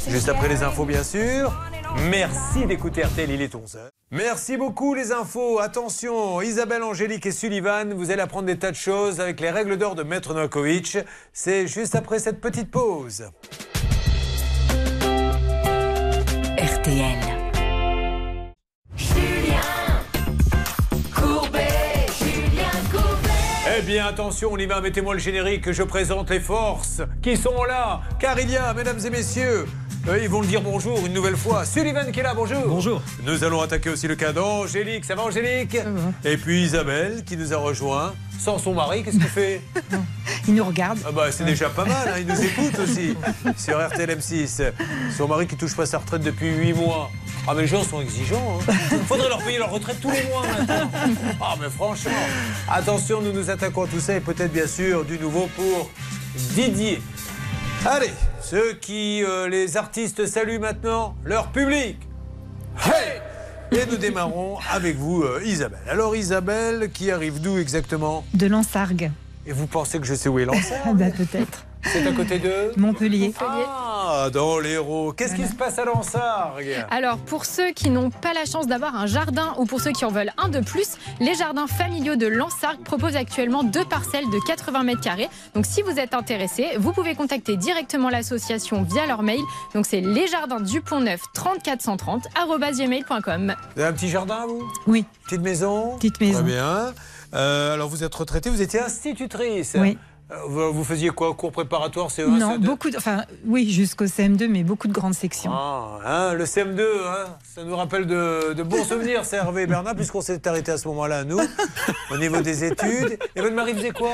[SPEAKER 2] Juste après les infos, bien sûr. Merci d'écouter RTL, il est 11h. Merci beaucoup les infos. Attention, Isabelle, Angélique et Sullivan, vous allez apprendre des tas de choses avec les règles d'or de Maître Novakovic. C'est juste après cette petite pause.
[SPEAKER 9] RTL.
[SPEAKER 4] Courbet, Julien Courbet.
[SPEAKER 2] Eh bien, attention, on y va, mettez-moi le générique, je présente les forces qui sont là, car il y a, mesdames et messieurs, euh, ils vont le dire bonjour une nouvelle fois. Sullivan qui est là, bonjour. Bonjour. Nous allons attaquer aussi le cas d'Angélique, ça va Angélique Et puis Isabelle qui nous a rejoint, sans son mari, qu'est-ce qu'il fait
[SPEAKER 16] Il nous regarde.
[SPEAKER 2] Ah bah c'est déjà pas mal, hein, il nous écoute aussi sur RTLM6. Son mari qui touche pas sa retraite depuis 8 mois. Ah mais les gens sont exigeants. hein. Faudrait leur payer leur retraite tous les mois maintenant. Ah mais franchement. Attention, nous nous attaquons à tout ça et peut-être bien sûr du nouveau pour Didier. Allez, ceux qui, euh, les artistes saluent maintenant leur public. Hey Et nous démarrons avec vous euh, Isabelle. Alors Isabelle qui arrive d'où exactement
[SPEAKER 16] De Lansargues.
[SPEAKER 2] Et vous pensez que je sais où est l'ancien
[SPEAKER 16] Ah bah, peut-être.
[SPEAKER 2] C'est à côté de
[SPEAKER 16] Montpellier.
[SPEAKER 2] Ah, dans l'Hérault. Qu'est-ce qui se passe à Lansargues
[SPEAKER 3] Alors, pour ceux qui n'ont pas la chance d'avoir un jardin ou pour ceux qui en veulent un de plus, les jardins familiaux de Lansargues proposent actuellement deux parcelles de 80 mètres carrés. Donc, si vous êtes intéressé, vous pouvez contacter directement l'association via leur mail. Donc, c'est lesjardinsdupont9 3430 gmail.com.
[SPEAKER 2] Vous avez un petit jardin, vous
[SPEAKER 16] Oui.
[SPEAKER 2] Petite maison
[SPEAKER 16] Petite
[SPEAKER 2] Très bien. Euh, alors, vous êtes retraitée, vous étiez institutrice.
[SPEAKER 16] Oui.
[SPEAKER 2] Euh, Vous, vous faisiez quoi Cours préparatoire, E CE1,
[SPEAKER 16] Non,
[SPEAKER 2] CE2?
[SPEAKER 16] beaucoup de, enfin, oui, jusqu'au CM2, mais beaucoup de grandes sections.
[SPEAKER 2] Ah, hein, le CM2, hein, ça nous rappelle de, de bons souvenirs, c'est Hervé et Bernard, puisqu'on s'est arrêté à ce moment-là, nous, au niveau des études. Et votre mari faisait quoi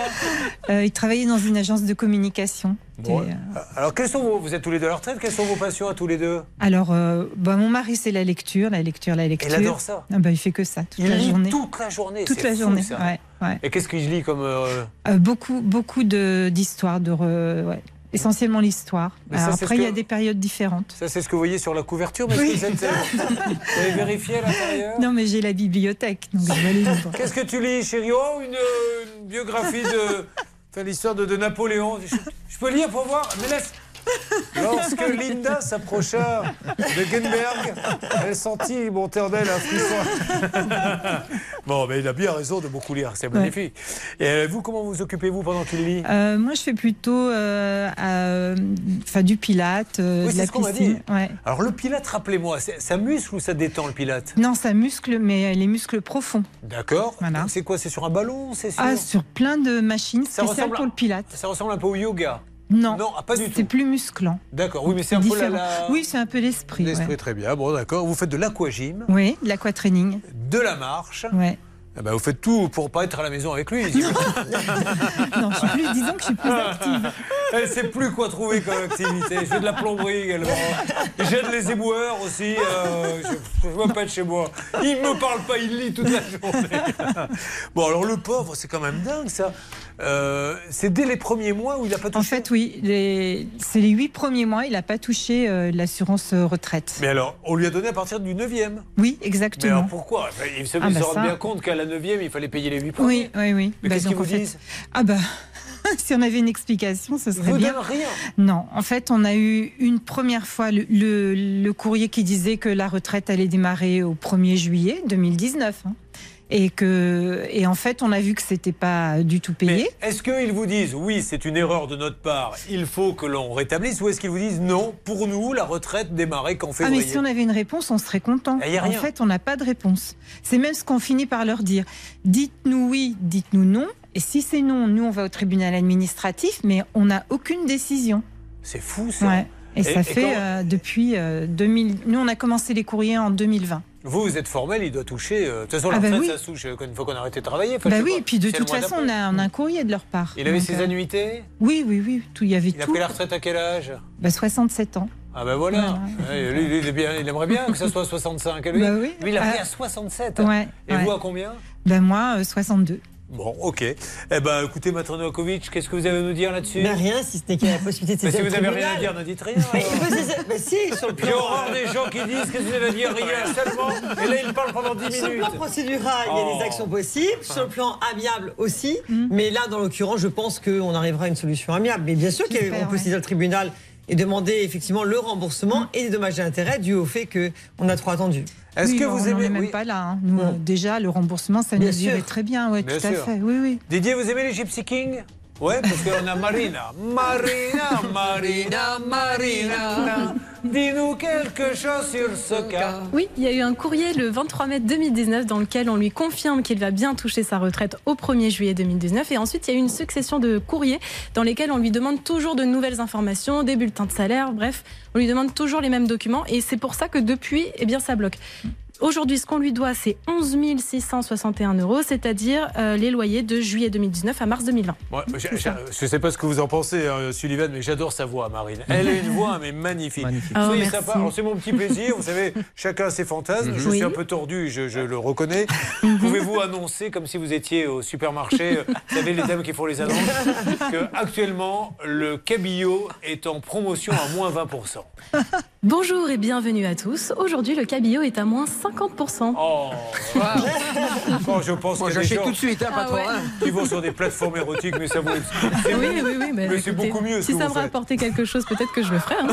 [SPEAKER 16] Euh, il travaillait dans une agence de communication.
[SPEAKER 2] Bon,
[SPEAKER 16] Et, euh,
[SPEAKER 2] Alors, quels sont vos, vous êtes tous les deux à la retraite, quelles sont vos passions à tous les deux
[SPEAKER 16] alors, euh, bah, mon mari, c'est la lecture, la lecture, la lecture.
[SPEAKER 2] adore ça.
[SPEAKER 16] Ah bah, il fait que ça toute
[SPEAKER 2] Il
[SPEAKER 16] la
[SPEAKER 2] lit
[SPEAKER 16] journée.
[SPEAKER 2] toute la journée.
[SPEAKER 16] Toute
[SPEAKER 2] c'est
[SPEAKER 16] la
[SPEAKER 2] fou,
[SPEAKER 16] journée.
[SPEAKER 2] ça.
[SPEAKER 16] ouais, ouais.
[SPEAKER 2] Et qu'est-ce que je lis comme. euh,
[SPEAKER 16] Euh, beaucoup, beaucoup de d'histoires, de re- ouais. essentiellement l'histoire.
[SPEAKER 2] Mais ça,
[SPEAKER 16] Alors,
[SPEAKER 2] c'est
[SPEAKER 16] Après,
[SPEAKER 2] ce
[SPEAKER 16] il y
[SPEAKER 2] que-
[SPEAKER 16] a des périodes différentes.
[SPEAKER 2] Ça, c'est ce que vous voyez sur la couverture, mais
[SPEAKER 16] Oui.
[SPEAKER 2] est-ce que vous, êtes, euh, vous avez vérifié à l'intérieur
[SPEAKER 16] Non, mais j'ai la bibliothèque, donc je vais aller lire.
[SPEAKER 2] Qu'est-ce que tu lis, chérie Oh, une, euh, une biographie de. Enfin, l'histoire de, de Napoléon. Je, je peux lire pour voir Mais laisse. Lorsque Linda s'approcha de Gutenberg, elle sentit monter en elle un frisson. bon, mais il a bien raison de beaucoup lire, c'est magnifique. Et euh, vous, comment vous occupez-vous pendant qu'il lit
[SPEAKER 16] Euh, moi, je fais plutôt euh, à- enfin, du pilate, euh,
[SPEAKER 2] Oui,
[SPEAKER 16] de
[SPEAKER 2] c'est
[SPEAKER 16] la
[SPEAKER 2] ce qu'on m'a
[SPEAKER 16] piscine.
[SPEAKER 2] dit.
[SPEAKER 16] Ouais.
[SPEAKER 2] Alors, le pilate, rappelez-moi, c'est- ça muscle ou ça détend le pilate
[SPEAKER 16] Non, ça muscle, mais les muscles profonds.
[SPEAKER 2] D'accord. C'est quoi C'est sur un ballon C'est sur...
[SPEAKER 16] Ah, sur plein de machines
[SPEAKER 2] Ça
[SPEAKER 16] spéciales
[SPEAKER 2] ressemble à-
[SPEAKER 16] pour le pilate.
[SPEAKER 2] Ça ressemble un peu au yoga.
[SPEAKER 16] Non,
[SPEAKER 2] Non, ah, pas du tout.
[SPEAKER 16] c'est plus musclant.
[SPEAKER 2] D'accord. Oui, mais c'est un peu la,
[SPEAKER 16] différent.
[SPEAKER 2] la-
[SPEAKER 16] Oui, c'est un peu l'esprit. ouais.
[SPEAKER 2] L'esprit, très bien. Bon, d'accord. Vous faites de l'aquagym,
[SPEAKER 16] Oui, de l'aquatraining.
[SPEAKER 2] de la marche.
[SPEAKER 16] Ouais.
[SPEAKER 2] Eh ben, vous faites tout pour pas être à la maison avec lui.
[SPEAKER 16] Non, je suis plus, disons que je suis plus active.
[SPEAKER 2] Elle sait plus quoi trouver comme activité. Je fais de la plomberie également. J'aide les éboueurs aussi. euh, je ne vois pas de chez moi. Il me parle pas, il lit toute la journée. Bon, alors le pauvre, c'est quand même dingue ça. Euh, c'est dès les premiers mois où il n'a pas
[SPEAKER 16] En
[SPEAKER 2] touché.
[SPEAKER 16] fait, oui, les- c'est les huit premiers mois, il n'a pas touché euh, l'assurance euh, retraite.
[SPEAKER 2] Mais alors, on lui a donné à partir du 9e.
[SPEAKER 16] Oui,
[SPEAKER 2] Mais alors
[SPEAKER 16] exactement.
[SPEAKER 2] pourquoi Enfin, Ils se,
[SPEAKER 16] Ah,
[SPEAKER 2] ils se
[SPEAKER 16] bah,
[SPEAKER 2] rendent
[SPEAKER 16] ça.
[SPEAKER 2] bien compte qu'à la 9e, il fallait payer les 8 points.
[SPEAKER 16] Oui, oui, oui.
[SPEAKER 2] Mais
[SPEAKER 16] Bah,
[SPEAKER 2] qu'est-ce
[SPEAKER 16] donc,
[SPEAKER 2] qu'ils vous
[SPEAKER 16] en fait-
[SPEAKER 2] disent
[SPEAKER 16] Ah bah, si on avait une explication, ce serait
[SPEAKER 2] Vous
[SPEAKER 16] bien.
[SPEAKER 2] donnent rien.
[SPEAKER 16] Non, en fait, on a eu une première fois le, le- le courrier qui disait que la retraite allait démarrer au 1er juillet 2019. hein. Et, que, et en fait, on a vu que c'était pas du tout payé.
[SPEAKER 2] Est-ce qu'ils vous disent oui, c'est une erreur de notre part, il faut que l'on rétablisse, ou est-ce qu'ils vous disent non, pour nous, la retraite démarrait qu'en
[SPEAKER 16] Ah, mais
[SPEAKER 2] février
[SPEAKER 16] si on avait une réponse, on serait content.
[SPEAKER 2] Ah, y a
[SPEAKER 16] en
[SPEAKER 2] rien.
[SPEAKER 16] fait, on n'a pas de réponse. C'est même ce qu'on finit par leur dire. Dites-nous oui, dites-nous non. Et si c'est non, nous, on va au tribunal administratif, mais on n'a aucune décision.
[SPEAKER 2] C'est fou ça.
[SPEAKER 16] Ouais. Et,
[SPEAKER 2] hein. Et-
[SPEAKER 16] ça
[SPEAKER 2] et
[SPEAKER 16] fait
[SPEAKER 2] quand-
[SPEAKER 16] euh, depuis euh, 2000. Nous, on a commencé les courriers en 2020.
[SPEAKER 2] Vous, vous êtes formel, il doit toucher. euh, De toute façon, la
[SPEAKER 16] Ah, bah
[SPEAKER 2] retraite,
[SPEAKER 16] oui.
[SPEAKER 2] ça se touche euh, une fois qu'on a arrêté de travailler. enfin,
[SPEAKER 16] bah
[SPEAKER 2] je sais
[SPEAKER 16] oui,
[SPEAKER 2] pas,
[SPEAKER 16] et puis de
[SPEAKER 2] c'est le
[SPEAKER 16] toute
[SPEAKER 2] mois
[SPEAKER 16] façon, on
[SPEAKER 2] d'après.
[SPEAKER 16] a, on a un courrier de leur part.
[SPEAKER 2] Il avait
[SPEAKER 16] Donc,
[SPEAKER 2] ses
[SPEAKER 16] euh,
[SPEAKER 2] annuités
[SPEAKER 16] Oui, oui, oui, tout, il y avait
[SPEAKER 2] Il a
[SPEAKER 16] tout.
[SPEAKER 2] pris la retraite à quel âge
[SPEAKER 16] Bah, 67 ans.
[SPEAKER 2] Ah ben voilà. Ouais, lui, lui, il, est bien- il aimerait bien que ça soit 65. Et Lui,
[SPEAKER 16] Bah oui.
[SPEAKER 2] lui, il a pris
[SPEAKER 16] Ah.
[SPEAKER 2] à 67.
[SPEAKER 16] Ouais,
[SPEAKER 2] Et
[SPEAKER 16] ouais.
[SPEAKER 2] vous, à combien
[SPEAKER 16] Bah, moi, euh, 62.
[SPEAKER 2] Bon, ok. Eh ben, écoutez, Maître Novakovic, qu'est-ce que vous avez à nous dire là-dessus
[SPEAKER 10] Mais rien, Hein, si ce n'est qu'il y a la possibilité de
[SPEAKER 2] Mais si
[SPEAKER 10] saisir
[SPEAKER 2] vous
[SPEAKER 10] le
[SPEAKER 2] n'avez rien à
[SPEAKER 10] tribunal.
[SPEAKER 2] dire, ne dites rien.
[SPEAKER 10] Mais, mais c'est- mais si, sur le plan.
[SPEAKER 2] J'ai horreur des gens qui disent qu'est-ce que vous avez à dire, rien seulement. Et là, il parle pendant 10
[SPEAKER 10] Sur le
[SPEAKER 2] minutes.
[SPEAKER 10] plan procédural, il y a
[SPEAKER 2] Oh.
[SPEAKER 10] des actions possibles. Sur le plan amiable aussi.
[SPEAKER 16] Mm.
[SPEAKER 10] Mais là, dans l'occurrence, je pense qu'on arrivera à une solution amiable. Mais bien sûr qu'on
[SPEAKER 16] J'espère, ouais.
[SPEAKER 10] peut
[SPEAKER 16] Mm.
[SPEAKER 10] saisir le tribunal et demander effectivement le remboursement et les dommages et intérêts dus au fait qu'on a trop attendu.
[SPEAKER 2] Est-ce
[SPEAKER 16] Oui,
[SPEAKER 2] que
[SPEAKER 16] non,
[SPEAKER 2] vous
[SPEAKER 16] on n'en
[SPEAKER 2] aimez-
[SPEAKER 16] est même
[SPEAKER 2] oui.
[SPEAKER 16] pas là. hein. Nous, euh, déjà, le remboursement, ça
[SPEAKER 2] Bien
[SPEAKER 16] nous irait
[SPEAKER 2] sûr.
[SPEAKER 16] très bien. Ouais,
[SPEAKER 2] Bien
[SPEAKER 16] tout à
[SPEAKER 2] sûr.
[SPEAKER 16] fait. Oui, oui.
[SPEAKER 2] Didier, vous aimez les Gypsy Kings Ouais, parce qu'on a Marina. Marina, Marina, Marina. Dis-nous quelque chose sur ce cas.
[SPEAKER 6] Oui, il y a eu un courrier le 23 mai 2019 dans lequel on lui confirme qu'il va bien toucher sa retraite au 1er juillet 2019. Et ensuite, il y a eu une succession de courriers dans lesquels on lui demande toujours de nouvelles informations, des bulletins de salaire, bref, on lui demande toujours les mêmes documents. Et c'est pour ça que depuis, eh bien, ça bloque. Aujourd'hui, ce qu'on lui doit, c'est 11 661 euros, c'est-à-dire euh, les loyers de juillet 2019 à mars 2020.
[SPEAKER 2] Ouais, j'a- j'a- je ne sais pas ce que vous en pensez, hein, Sullivan, mais j'adore sa voix, Marine. Elle a une voix, mais magnifique.
[SPEAKER 6] Oh,
[SPEAKER 2] Soyez
[SPEAKER 6] merci.
[SPEAKER 2] sympa. Alors, c'est mon petit plaisir. Vous savez, chacun ses fantasmes. Je
[SPEAKER 6] Mhm. Oui. Mhm.
[SPEAKER 2] suis un peu tordu, je, je le reconnais. Pouvez-vous annoncer, comme si vous étiez au supermarché, euh, vous savez, les dames qui font les annonces, que actuellement le cabillaud est en promotion à moins 20%.
[SPEAKER 6] Bonjour et bienvenue à tous. Aujourd'hui, le cabillaud est à moins 50%.
[SPEAKER 2] Oh, Bon, je pense
[SPEAKER 5] Moi,
[SPEAKER 2] qu'il y a des
[SPEAKER 5] j'achète
[SPEAKER 2] gens
[SPEAKER 5] tout de suite, hein,
[SPEAKER 6] Ah
[SPEAKER 5] patron.
[SPEAKER 6] ouais.
[SPEAKER 5] hein.
[SPEAKER 2] qui vont sur des plateformes érotiques, mais ça vous... c'est-
[SPEAKER 6] Oui, oui, oui. bah,
[SPEAKER 2] Mais c'est
[SPEAKER 6] écoutez,
[SPEAKER 2] beaucoup mieux, ce
[SPEAKER 6] Si
[SPEAKER 2] que
[SPEAKER 6] ça
[SPEAKER 2] vous
[SPEAKER 6] me
[SPEAKER 2] faites.
[SPEAKER 6] rapportait quelque chose, peut-être que je le ferais. hein.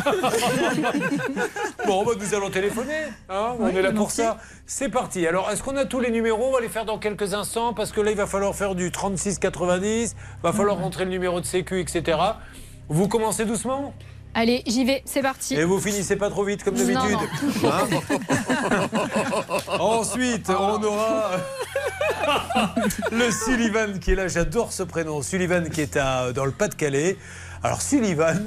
[SPEAKER 2] Bon, bah, nous allons téléphoner. hein, on
[SPEAKER 6] Oui,
[SPEAKER 2] est là
[SPEAKER 6] volontiers.
[SPEAKER 2] pour ça. C'est parti. Alors, est-ce qu'on a tous les numéros On va les faire dans quelques instants parce que là, il va falloir faire du 3690. Va falloir rentrer le numéro de sécu, etc. Vous commencez doucement
[SPEAKER 3] Allez, j'y vais, c'est parti.
[SPEAKER 2] et vous finissez pas trop vite comme
[SPEAKER 3] Non,
[SPEAKER 2] d'habitude.
[SPEAKER 3] non.
[SPEAKER 2] Hein Ensuite, on aura le Sullivan qui est là. J'adore ce prénom. Sullivan qui est à, dans le Pas-de-Calais. Alors Sullivan,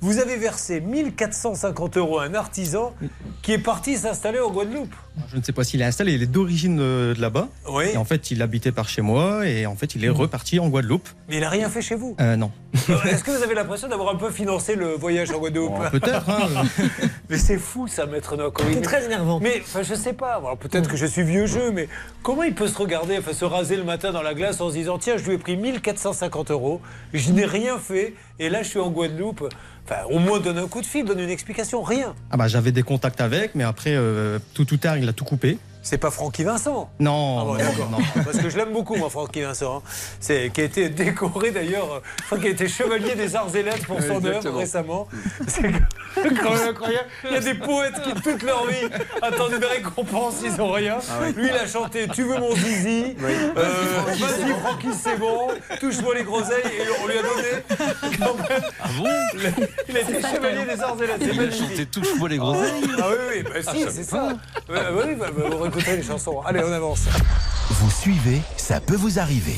[SPEAKER 2] vous avez versé 1450 euros à un artisan qui est parti s'installer en Guadeloupe.
[SPEAKER 7] Je ne sais pas s'il est installé, il est d'origine euh, de là-bas.
[SPEAKER 2] Oui.
[SPEAKER 7] Et en fait, il habitait par chez moi et en fait, il est reparti en Guadeloupe.
[SPEAKER 2] Mais il n'a rien fait chez vous.
[SPEAKER 7] Euh, non.
[SPEAKER 2] Ah Est-ce que vous avez l'impression d'avoir un peu financé le voyage en Guadeloupe
[SPEAKER 7] Peut-être. hein.
[SPEAKER 2] Mais c'est fou ça, maître Nokovic.
[SPEAKER 10] C'est très énervant.
[SPEAKER 2] Mais enfin, je sais pas, Alors, peut-être que je suis vieux jeu, mais comment il peut se regarder, enfin, se raser le matin dans la glace en se disant tiens, je lui ai pris 1450 euros, je n'ai rien fait, et là je suis en Guadeloupe. Enfin, au moins donne un coup de fil, donne une explication, rien.
[SPEAKER 7] Ah bah, j'avais des contacts avec, mais après, euh, tout ou tard, il a tout coupé.
[SPEAKER 2] C'est pas Francky Vincent
[SPEAKER 7] Non.
[SPEAKER 2] Ah bon,
[SPEAKER 7] non,
[SPEAKER 2] d'accord.
[SPEAKER 7] non.
[SPEAKER 2] Parce que je l'aime beaucoup, moi, Francky Vincent. hein. C'est qui a été décoré d'ailleurs, euh, je crois qu'il a été chevalier des arts et lettres pour son œuvre
[SPEAKER 5] Exactement.
[SPEAKER 2] récemment. C'est quand même incroyable. Il y a des poètes qui toute leur vie attendaient des récompenses, ils ont rien. Lui, il a chanté Tu veux mon zizi Euh, Ah Vas-y, Francky, c'est bon. Touche-moi les groseilles. Et on lui a donné. Quand même, Ah il a été chevalier des arts et lettres. C'est
[SPEAKER 8] Il a
[SPEAKER 2] magnifique.
[SPEAKER 8] chanté touche-moi les gros.
[SPEAKER 2] Ah oui, oui, bah, si, c'est ça. Ouais, oui, bah, bah, vous réécouterez les chansons. Allez, on avance.
[SPEAKER 1] Vous suivez, ça peut vous arriver.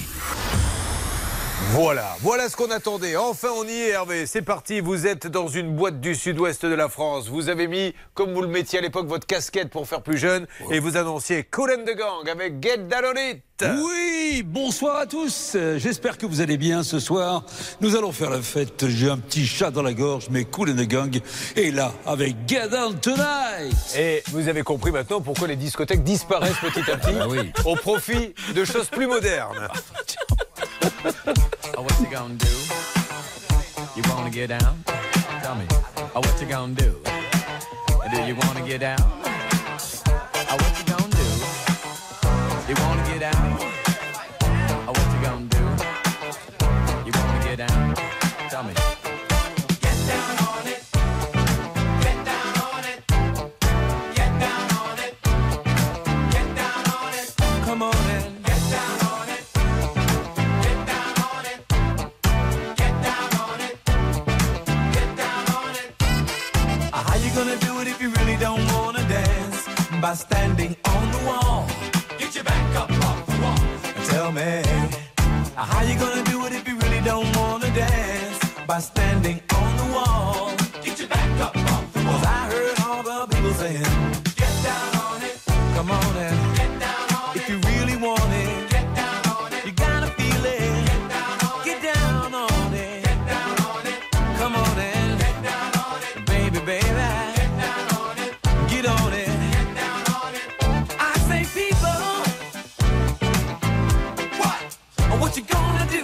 [SPEAKER 2] Voilà, voilà ce qu'on attendait. Enfin, on y est, Hervé. C'est parti. Vous êtes dans une boîte du sud-ouest de la France. Vous avez mis, comme vous le mettiez à l'époque, votre casquette pour faire plus jeune et vous annonciez Cool and the Gang avec Get Down on It.
[SPEAKER 8] Oui, bonsoir à tous. Euh, J'espère que vous allez bien ce soir. Nous allons faire la fête. J'ai un petit chat dans la gorge, mais Cool and the Gang est là avec Get Down Tonight.
[SPEAKER 4] Et vous avez compris maintenant pourquoi les discothèques disparaissent petit à petit au profit de choses plus modernes.
[SPEAKER 14] Oh, what you gonna do? You wanna get down? Tell me. Oh, what you gonna do? Do you wanna get down? Oh, what you gonna do? You wanna get down? Oh, what you gonna do? You wanna get down? Tell me. Come on and get down on it. Get down on it. Get down on it. Get down on it. Uh, How you gonna do it if you really don't wanna dance? By standing on the wall. Get your back up off the wall. And tell me. uh, How you gonna do it if you really don't wanna dance? By standing on the wall. Get your back up off the wall. 'Cause I heard all the people saying. Get down on it. Come on and. Get down on it. If you really want it. Get down on it. You gotta feel it. Get down on it. Get down on it. Come on in. Get down on it. Baby, baby. Get down on it. Get on it. Get down on it. I say people. What? What you gonna do?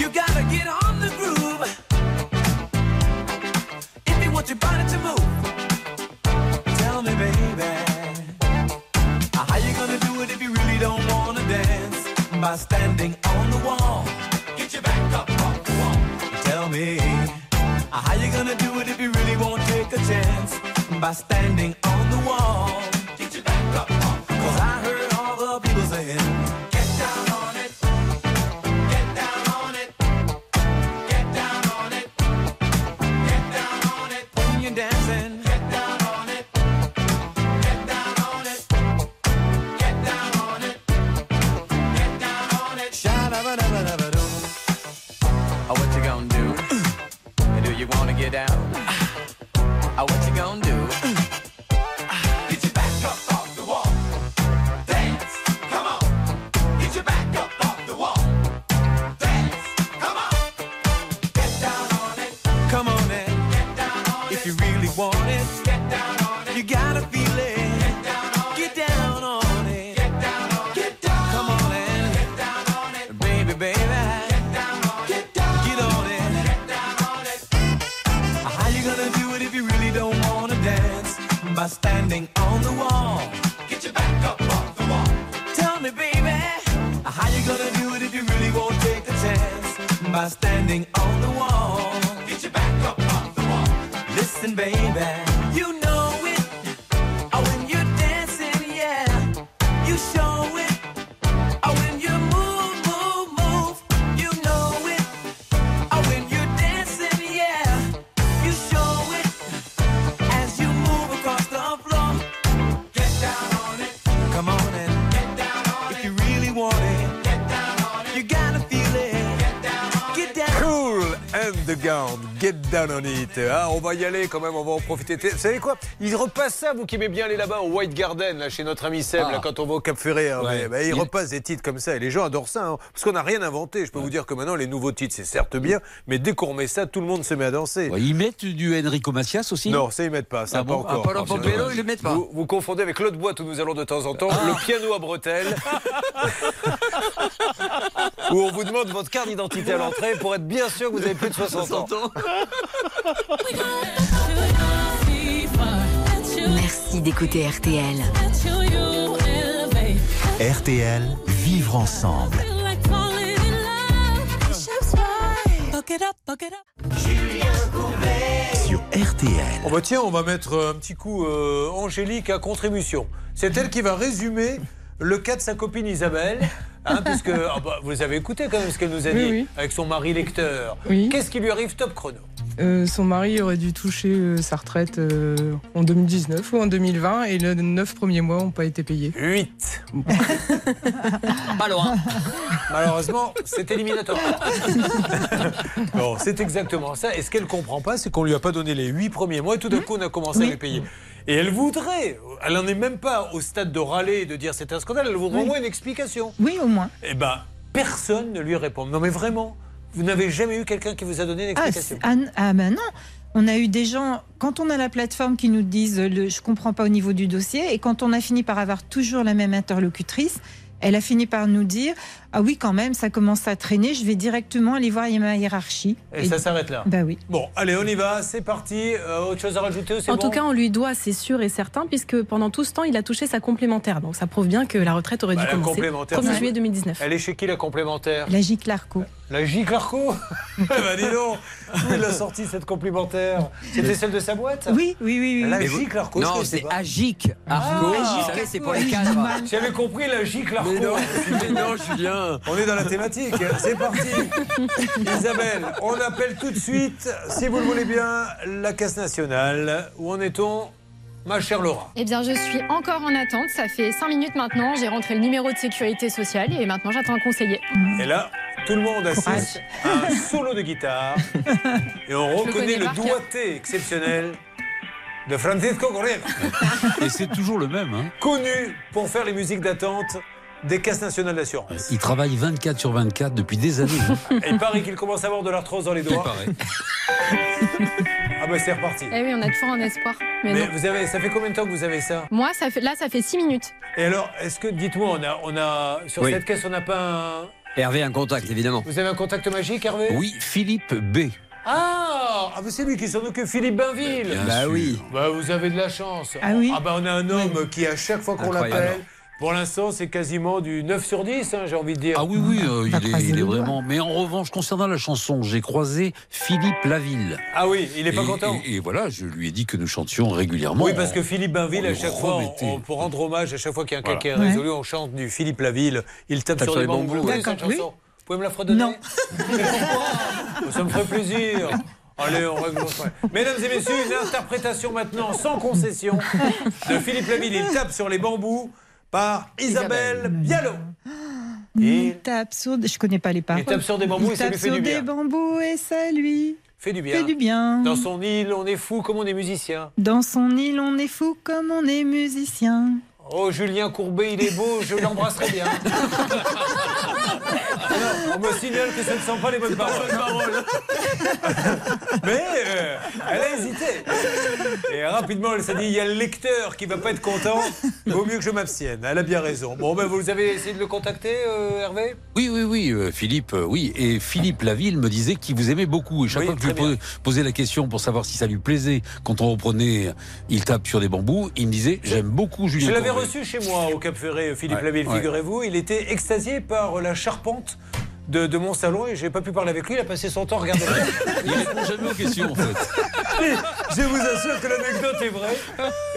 [SPEAKER 14] You gotta get on the groove. If you want your body to move. Tell me, baby. Uh, How you gonna do it if you really don't wanna dance? By standing on the wall. Get your back up off the wall. Tell me. uh, How you gonna do it if you really won't take a chance? By standing on the wall. Get your back up off the wall. Cause I heard all the people saying. Get down on it. Get down on it. Get down on it. Get down on it. When you're dancing. Get down on it. Get down on it. Get down on it. Get down on it. Sha-da-ba-da-ba-da-ba-doo. Oh, what you gonna do? do you wanna get out? Oh, what you gonna do? Get your back up off the wall. Dance, come on. Get your back up off the wall. Dance, come on. Get down on it. Come on in. Get down on it. If you really want it. Get down on it. You gotta feel it. Get down on it. Get down on it. Get down on it. Get down. Come on in. Get down on it. Baby, baby. Get down on it. Get down. Get on it. Get down on it. How you gonna do it if you really don't wanna dance? By standing on the wall. Get your back up off the wall. Tell me, baby, how you gonna do it if you really won't take a chance? By standing on the wall. Get your back up off the wall. Listen, baby, you know it. Oh, when you're dancing, yeah, you show it. Oh, when you move, move, move, you know it. Oh, when you're dancing, yeah, you show it. As you move across the floor, get down on it. Come on in. Get down on if it. you really want it. Get down on it. You gotta feel it. Get down on it.
[SPEAKER 2] Cool and the Gang, Get Down on It. Ah, on va y aller quand même, on va en profiter. Vous savez quoi Il repasse ça, vous qui aimez bien aller là-bas au White Garden, là, chez notre ami Seb,
[SPEAKER 4] Ah.
[SPEAKER 2] là, quand on va au Cap Ferré. hein,
[SPEAKER 4] Ouais.
[SPEAKER 2] mais, bah, il,
[SPEAKER 4] Il-
[SPEAKER 2] repasse des titres comme ça et les gens adorent ça. hein, parce qu'on n'a rien inventé. Je peux vous dire que maintenant, les nouveaux titres, c'est certes bien, mais dès qu'on met ça, tout le monde se met à danser.
[SPEAKER 8] Ils mettent du Enrico Macias aussi
[SPEAKER 2] Non, ça, ils mettent pas. Ça,
[SPEAKER 8] Ah
[SPEAKER 2] pas
[SPEAKER 8] bon
[SPEAKER 2] encore.
[SPEAKER 8] Ah, Paolo Pompeo, ils le mettent pas.
[SPEAKER 2] Vous, vous confondez avec l'autre boîte où nous allons de temps en temps, le piano à bretelles. où on vous demande votre carte d'identité à l'entrée pour être bien sûr que vous avez plus de 60 ans.
[SPEAKER 9] Merci d'écouter RTL.
[SPEAKER 13] RTL, vivre ensemble. Sur RTL.
[SPEAKER 4] Oh bah tiens, on va mettre euh, un petit coup euh, Angélique à contribution. C'est elle qui va résumer
[SPEAKER 2] le cas de sa copine Isabelle. hein, puisque ah bah, vous avez écouté quand même ce qu'elle nous a
[SPEAKER 15] Oui,
[SPEAKER 2] dit
[SPEAKER 15] oui.
[SPEAKER 2] avec son mari lecteur.
[SPEAKER 15] Oui.
[SPEAKER 2] Qu'est-ce qui lui arrive top chrono
[SPEAKER 15] Euh, son mari aurait dû toucher euh, sa retraite euh, en 2019 ou en 2020 et les neuf premiers mois n'ont pas été payés.
[SPEAKER 2] 8.
[SPEAKER 5] Pas loin.
[SPEAKER 2] Malheureusement, c'est éliminatoire. bon, c'est exactement ça. Et ce qu'elle comprend pas, c'est qu'on lui a pas donné les huit premiers mois et
[SPEAKER 6] Mmh.
[SPEAKER 2] tout d'un coup, on a commencé à les payer. Et elle voudrait, elle n'en est même pas au stade de râler et de dire c'est un scandale, elle voudrait au moins une explication.
[SPEAKER 16] Oui, au moins.
[SPEAKER 2] Eh ben, personne ne lui répond. Non, mais vraiment, vous n'avez jamais eu quelqu'un qui vous a donné une
[SPEAKER 16] Ah,
[SPEAKER 2] explication.
[SPEAKER 16] c'est- ah, n- ah, bah non on a eu des gens, quand on a la plateforme qui nous disent euh, le, je comprends pas au niveau du dossier, et quand on a fini par avoir toujours la même interlocutrice, elle a fini par nous dire ah oui quand même ça commence à traîner, je vais directement aller voir ma hiérarchie.
[SPEAKER 2] Et ça s'arrête là.
[SPEAKER 16] Bah oui.
[SPEAKER 2] Bon, allez, on y va, c'est parti. Euh, autre chose à rajouter ou c'est
[SPEAKER 6] En
[SPEAKER 2] bon
[SPEAKER 6] tout cas, on lui doit, c'est sûr et certain, puisque pendant tout ce temps, il a touché sa complémentaire. Donc ça prouve bien que la retraite aurait
[SPEAKER 2] Bah,
[SPEAKER 6] dû
[SPEAKER 2] la
[SPEAKER 6] commencer
[SPEAKER 2] complémentaire,
[SPEAKER 6] 1er
[SPEAKER 2] c'est-
[SPEAKER 6] juillet 2019.
[SPEAKER 2] Elle est chez qui la complémentaire
[SPEAKER 16] La J. Clarco.
[SPEAKER 2] La J. Clarco Eh ben dis donc Où il a sorti cette complémentaire C'était celle de sa boîte
[SPEAKER 16] Oui, oui, oui.
[SPEAKER 2] La
[SPEAKER 5] Mais
[SPEAKER 2] J.
[SPEAKER 5] vous-
[SPEAKER 2] Clarco
[SPEAKER 5] Non,
[SPEAKER 2] je sais
[SPEAKER 5] c'est
[SPEAKER 2] pas.
[SPEAKER 5] Agic Arco.
[SPEAKER 2] Ah,
[SPEAKER 5] vous
[SPEAKER 2] Agic
[SPEAKER 5] savez, c'est
[SPEAKER 2] Arco,
[SPEAKER 5] pour les
[SPEAKER 2] oui,
[SPEAKER 5] cadres.
[SPEAKER 2] J'avais compris la J. Clarco
[SPEAKER 5] Mais non, mais non, Julien.
[SPEAKER 2] On est dans la thématique, c'est parti Isabelle, on appelle tout de suite, si vous le voulez bien, la caisse nationale. Où en est-on Ma chère Laura.
[SPEAKER 3] Eh bien, je suis encore en attente. Ça fait 5 minutes maintenant. J'ai rentré le numéro de sécurité sociale et maintenant j'attends un conseiller. Eh
[SPEAKER 2] Et là, tout le monde assiste à un solo de guitare et on
[SPEAKER 3] le
[SPEAKER 2] reconnaît
[SPEAKER 3] connais
[SPEAKER 2] le
[SPEAKER 3] par cœur.
[SPEAKER 2] doigté exceptionnel de Francisco Correa.
[SPEAKER 8] Et c'est toujours le même. hein.
[SPEAKER 2] connu pour faire les musiques d'attente des caisses nationales d'assurance.
[SPEAKER 8] Il travaille 24 sur 24 depuis des années. hein.
[SPEAKER 2] Et il paraît qu'il commence à avoir de l'arthrose dans les
[SPEAKER 8] C'est
[SPEAKER 2] doigts.
[SPEAKER 8] pareil.
[SPEAKER 2] Ah bah c'est reparti.
[SPEAKER 3] Eh oui, on a toujours un espoir. Mais,
[SPEAKER 2] Mais,
[SPEAKER 3] non.
[SPEAKER 2] vous avez, ça fait combien de temps que vous avez ça
[SPEAKER 3] Moi, ça fait, là, ça fait 6 minutes.
[SPEAKER 2] Et alors, est-ce que, dites-moi, on a, on a, sur
[SPEAKER 5] Oui.
[SPEAKER 2] cette caisse, on n'a pas un...
[SPEAKER 5] Hervé, un contact, évidemment.
[SPEAKER 2] Vous avez un contact magique, Hervé
[SPEAKER 5] Oui, Philippe B.
[SPEAKER 2] Ah, ah bah c'est lui qui s'en occupe, Philippe Bainville.
[SPEAKER 5] Bien Bah sûr. oui.
[SPEAKER 2] Bah vous avez de la chance.
[SPEAKER 16] Ah oui.
[SPEAKER 2] Ah bah on a un homme qui, à chaque fois qu'on
[SPEAKER 5] Incroyable.
[SPEAKER 2] l'appelle, pour l'instant, c'est quasiment du 9 sur 10, hein, j'ai envie de dire.
[SPEAKER 8] Ah oui, oui, euh,
[SPEAKER 2] T'as
[SPEAKER 8] il est,
[SPEAKER 2] croisé
[SPEAKER 8] il
[SPEAKER 2] le
[SPEAKER 8] est
[SPEAKER 2] doigt.
[SPEAKER 8] vraiment. Mais en revanche, concernant la chanson, j'ai croisé Philippe Laville.
[SPEAKER 2] Ah oui, il est pas
[SPEAKER 8] Et-
[SPEAKER 2] content.
[SPEAKER 8] Et, et voilà, je lui ai dit que nous chantions régulièrement.
[SPEAKER 2] Oui, parce que Philippe Bainville,
[SPEAKER 8] on
[SPEAKER 2] à
[SPEAKER 8] le
[SPEAKER 2] chaque fois,
[SPEAKER 8] remettait.
[SPEAKER 2] on- on- pour rendre hommage, à chaque fois qu'il y a un
[SPEAKER 8] Voilà.
[SPEAKER 2] quelqu'un
[SPEAKER 8] Ouais.
[SPEAKER 2] résolu, on chante du Philippe Laville. Il tape, sur les bons bouts. Vous connaissez cette
[SPEAKER 16] D'accord, oui.
[SPEAKER 2] chanson Vous pouvez me la fredonner Non. Ça me ferait plaisir. Allez, on règle notre problème. Mesdames et messieurs, une interprétation maintenant sans concession de Philippe Laville. Il tape sur les bambous par Isabelle Biallo.
[SPEAKER 16] Il tape sur des- je connais pas les paroles.
[SPEAKER 2] Il tape sur des bambous
[SPEAKER 16] Il
[SPEAKER 2] et ça
[SPEAKER 16] tape
[SPEAKER 2] lui fait
[SPEAKER 16] sur
[SPEAKER 2] du bien.
[SPEAKER 16] des bambous et ça lui
[SPEAKER 2] Fait du bien.
[SPEAKER 16] fait du bien.
[SPEAKER 2] Dans son île, on est fou comme on est musicien.
[SPEAKER 16] Dans son île on est fou comme on est musicien.
[SPEAKER 2] Oh, Julien Courbet, il est beau, je l'embrasserai bien. Alors, on me signale que ce ne sont pas les bonnes paroles. Mais euh, elle a hésité. Et rapidement, elle s'est dit il y a le lecteur qui va pas être content, vaut mieux que je m'abstienne. Elle a bien raison. Bon, ben vous avez essayé de le contacter, euh, Hervé
[SPEAKER 8] Oui, oui, oui, euh, Philippe, euh, oui. Et Philippe Laville me disait qu'il vous aimait beaucoup. Et chaque
[SPEAKER 2] Oui,
[SPEAKER 8] fois que je lui
[SPEAKER 2] très bien.
[SPEAKER 8] posais, posais la question pour savoir si ça lui plaisait, quand on reprenait Il tape sur des bambous, il me disait J'aime beaucoup Julien.
[SPEAKER 2] Je l'avais
[SPEAKER 8] Courbet.
[SPEAKER 2] reçu chez moi au Cap Ferré, Philippe
[SPEAKER 8] Ouais,
[SPEAKER 2] Laville,
[SPEAKER 8] ouais.
[SPEAKER 2] figurez-vous. Il était extasié par la charpente. De, de mon salon et j'ai pas pu parler avec lui, il a passé son temps à regarder.
[SPEAKER 8] Il répond jamais aux questions, en fait.
[SPEAKER 2] Mais je vous assure que l'anecdote est vraie.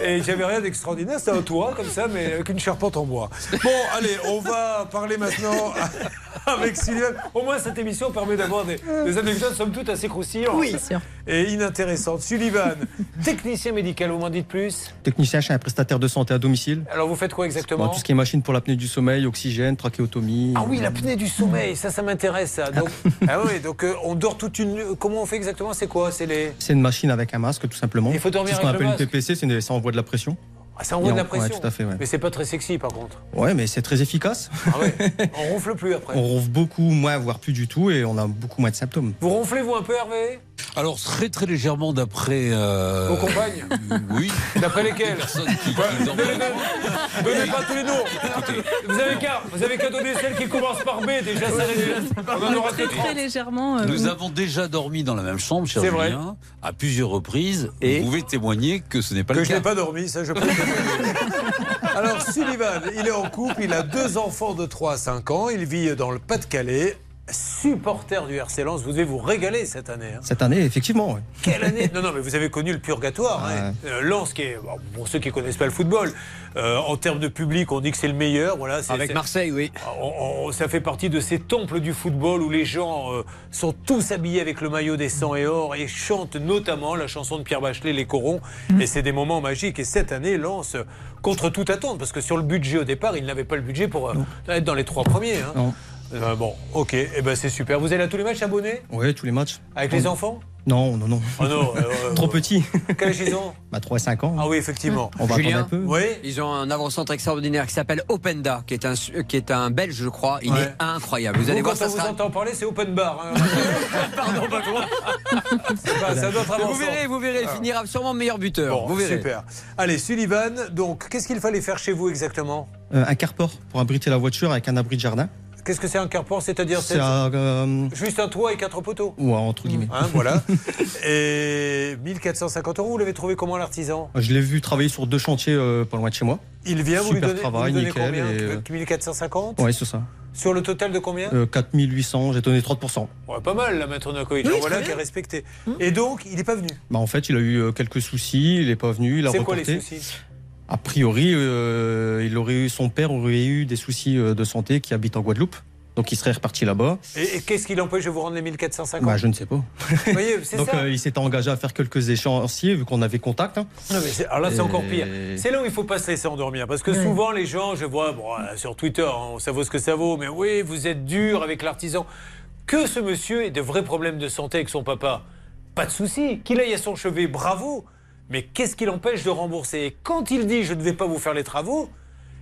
[SPEAKER 2] Et j'avais rien d'extraordinaire, c'était un toit comme ça, mais avec une charpente en bois. Bon, allez, on va parler maintenant avec Sylvain. Au moins, cette émission permet d'avoir des, des anecdotes, somme toute, assez croustillantes.
[SPEAKER 6] Oui, sûr.
[SPEAKER 2] Et inintéressantes. Sullivan, technicien médical, vous m'en dites plus
[SPEAKER 7] Technicien chez un prestataire de santé à domicile.
[SPEAKER 2] Alors, vous faites quoi
[SPEAKER 7] Bon,
[SPEAKER 2] exactement
[SPEAKER 7] tout ce qui est machine pour l'apnée du sommeil, oxygène, trachéotomie.
[SPEAKER 2] Ah oui, l'apnée du sommeil, ça, ça m'intéresse. ça. Donc, ah oui, donc euh, on dort toute une. nuit. Comment on fait exactement C'est quoi C'est les.
[SPEAKER 7] C'est une machine avec un masque, tout simplement.
[SPEAKER 2] Il faut dormir
[SPEAKER 7] C'est ce qu'on
[SPEAKER 2] avec le
[SPEAKER 7] appelle une
[SPEAKER 2] masque.
[SPEAKER 7] PPC, c'est une- ça envoie de la pression.
[SPEAKER 2] Ah, ça envoie
[SPEAKER 7] Et
[SPEAKER 2] de la
[SPEAKER 7] on- ouais,
[SPEAKER 2] pression.
[SPEAKER 7] tout à fait, ouais.
[SPEAKER 2] Mais c'est pas très sexy, par contre.
[SPEAKER 7] Ouais, mais c'est très efficace.
[SPEAKER 2] Ah ouais, on ronfle plus après.
[SPEAKER 7] On ronfle beaucoup moins, voire plus du tout, et on a beaucoup moins de symptômes.
[SPEAKER 2] Vous ronflez-vous un peu, Hervé
[SPEAKER 8] Alors, très, très légèrement d'après. euh,
[SPEAKER 2] Vos compagnes
[SPEAKER 8] Oui.
[SPEAKER 2] D'après lesquelles
[SPEAKER 8] Personne qui. qui dort.
[SPEAKER 2] Donnez pas tous les noms Vous avez qu'à vous avez qu'à donner celle qui commence par B, déjà, ça reste. On en aura que
[SPEAKER 6] Très, très
[SPEAKER 2] 30.
[SPEAKER 6] légèrement. euh,
[SPEAKER 8] Nous avons déjà dormi dans la même chambre, cher
[SPEAKER 2] C'est
[SPEAKER 8] Julien,
[SPEAKER 2] vrai.
[SPEAKER 8] à plusieurs reprises.
[SPEAKER 5] Et
[SPEAKER 8] vous pouvez témoigner que ce n'est pas
[SPEAKER 2] Que
[SPEAKER 8] le
[SPEAKER 2] je
[SPEAKER 8] cas.
[SPEAKER 2] n'ai pas dormi, ça je peux. Alors Sullivan, il est en couple, il a deux enfants de 3 à 5 ans, il vit dans le Pas-de-Calais. supporter du RC Lens. Vous devez vous régaler cette année. hein.
[SPEAKER 7] Cette année, effectivement. ouais.
[SPEAKER 2] Quelle année Non, non, mais vous avez connu le purgatoire. hein. Euh, Lens, qui est, bon, pour ceux qui ne connaissent pas le football, euh, en termes de public, on dit que c'est le meilleur. Voilà, c'est-
[SPEAKER 5] Avec
[SPEAKER 2] c'est-
[SPEAKER 5] Marseille, oui.
[SPEAKER 2] on- on- ça fait partie de ces temples du football où les gens euh, sont tous habillés avec le maillot des 100 et or et chantent notamment la chanson de Pierre Bachelet, Les Corons. Et c'est des moments magiques. Et cette année, Lens, euh, contre toute attente, parce que sur le budget au départ, ils n'avaient pas le budget pour euh, être dans les trois premiers. hein.
[SPEAKER 7] Non.
[SPEAKER 2] Euh, bon, ok, eh ben, c'est super. Vous allez à tous les matchs abonnés
[SPEAKER 7] Ouais, tous les matchs.
[SPEAKER 2] Avec les enfants
[SPEAKER 7] Non, non, non.
[SPEAKER 2] Oh non, euh,
[SPEAKER 7] Trop petit.
[SPEAKER 2] Quel âge ils ont
[SPEAKER 7] Bah, 3 et 5 ans.
[SPEAKER 2] Ah oui, effectivement.
[SPEAKER 7] On va
[SPEAKER 5] Julien,
[SPEAKER 7] attendre un peu.
[SPEAKER 2] Oui.
[SPEAKER 5] Ils ont un avant-centre extraordinaire qui s'appelle Openda, qui est un, su- qui est un Belge, je crois. Il
[SPEAKER 2] Ouais.
[SPEAKER 5] est incroyable. Ah, Vous allez
[SPEAKER 2] Vous,
[SPEAKER 5] voir,
[SPEAKER 2] quand
[SPEAKER 5] ça
[SPEAKER 2] on vous
[SPEAKER 5] sera-
[SPEAKER 2] entend parler, c'est open bar. hein. Pardon, pas toi. C'est pas- c'est un autre
[SPEAKER 5] Vous
[SPEAKER 2] avant-centre.
[SPEAKER 5] verrez, vous verrez, il
[SPEAKER 2] Ah.
[SPEAKER 5] finira sûrement meilleur buteur.
[SPEAKER 2] Bon,
[SPEAKER 5] vous verrez.
[SPEAKER 2] Super. Allez, Sullivan, donc qu'est-ce qu'il fallait faire chez vous exactement
[SPEAKER 7] Euh, un carport pour abriter la voiture avec un abri de jardin.
[SPEAKER 2] Qu'est-ce que c'est un carport C'est-à-dire c'est
[SPEAKER 7] C'est un, euh,
[SPEAKER 2] juste un toit et quatre poteaux
[SPEAKER 7] ouais, entre guillemets.
[SPEAKER 2] Hein, voilà. Et 1450 euros, vous l'avez trouvé comment l'artisan
[SPEAKER 7] Je l'ai vu travailler sur deux chantiers euh, pas loin de chez moi.
[SPEAKER 2] Il vient, vous lui
[SPEAKER 7] Super
[SPEAKER 2] donnez, vous lui
[SPEAKER 7] travail,
[SPEAKER 2] donnez
[SPEAKER 7] nickel,
[SPEAKER 2] combien
[SPEAKER 7] et, euh,
[SPEAKER 2] 1450
[SPEAKER 7] Ouais, c'est ça.
[SPEAKER 2] Sur le total de combien
[SPEAKER 7] Euh, 4800, j'ai donné 30%.
[SPEAKER 2] Ouais, Pas mal, la maître Nakovic.
[SPEAKER 7] Oui,
[SPEAKER 2] Alors
[SPEAKER 7] très
[SPEAKER 2] voilà,
[SPEAKER 7] bien.
[SPEAKER 2] qui est respecté. Et donc, il n'est pas venu.
[SPEAKER 7] Bah, en fait, il a eu euh, quelques soucis, il n'est pas venu, il a
[SPEAKER 2] C'est quoi les
[SPEAKER 7] reporté.
[SPEAKER 2] soucis
[SPEAKER 7] A priori, euh, il aurait eu, son père aurait eu des soucis euh, de santé qui habite en Guadeloupe. Donc il serait reparti là-bas.
[SPEAKER 2] Et, et qu'est-ce qui l'empêche de vous rendre les 1450
[SPEAKER 7] Bah, je ne sais pas.
[SPEAKER 2] Vous voyez, c'est
[SPEAKER 7] Donc
[SPEAKER 2] ça.
[SPEAKER 7] euh, il s'était engagé à faire quelques échéanciers vu qu'on avait contact. hein.
[SPEAKER 2] Non, mais c'est- alors là, c'est
[SPEAKER 7] Et-
[SPEAKER 2] encore pire. C'est là où il faut pas se laisser endormir. Parce que souvent, les gens, je vois bon, euh, sur Twitter, hein, ça vaut ce que ça vaut, mais oui, vous êtes dur avec l'artisan. Que ce monsieur ait de vrais problèmes de santé avec son papa, pas de souci. Qu'il aille à son chevet, bravo. Mais qu'est-ce qui l'empêche de rembourser Et quand il dit je ne vais pas vous faire les travaux,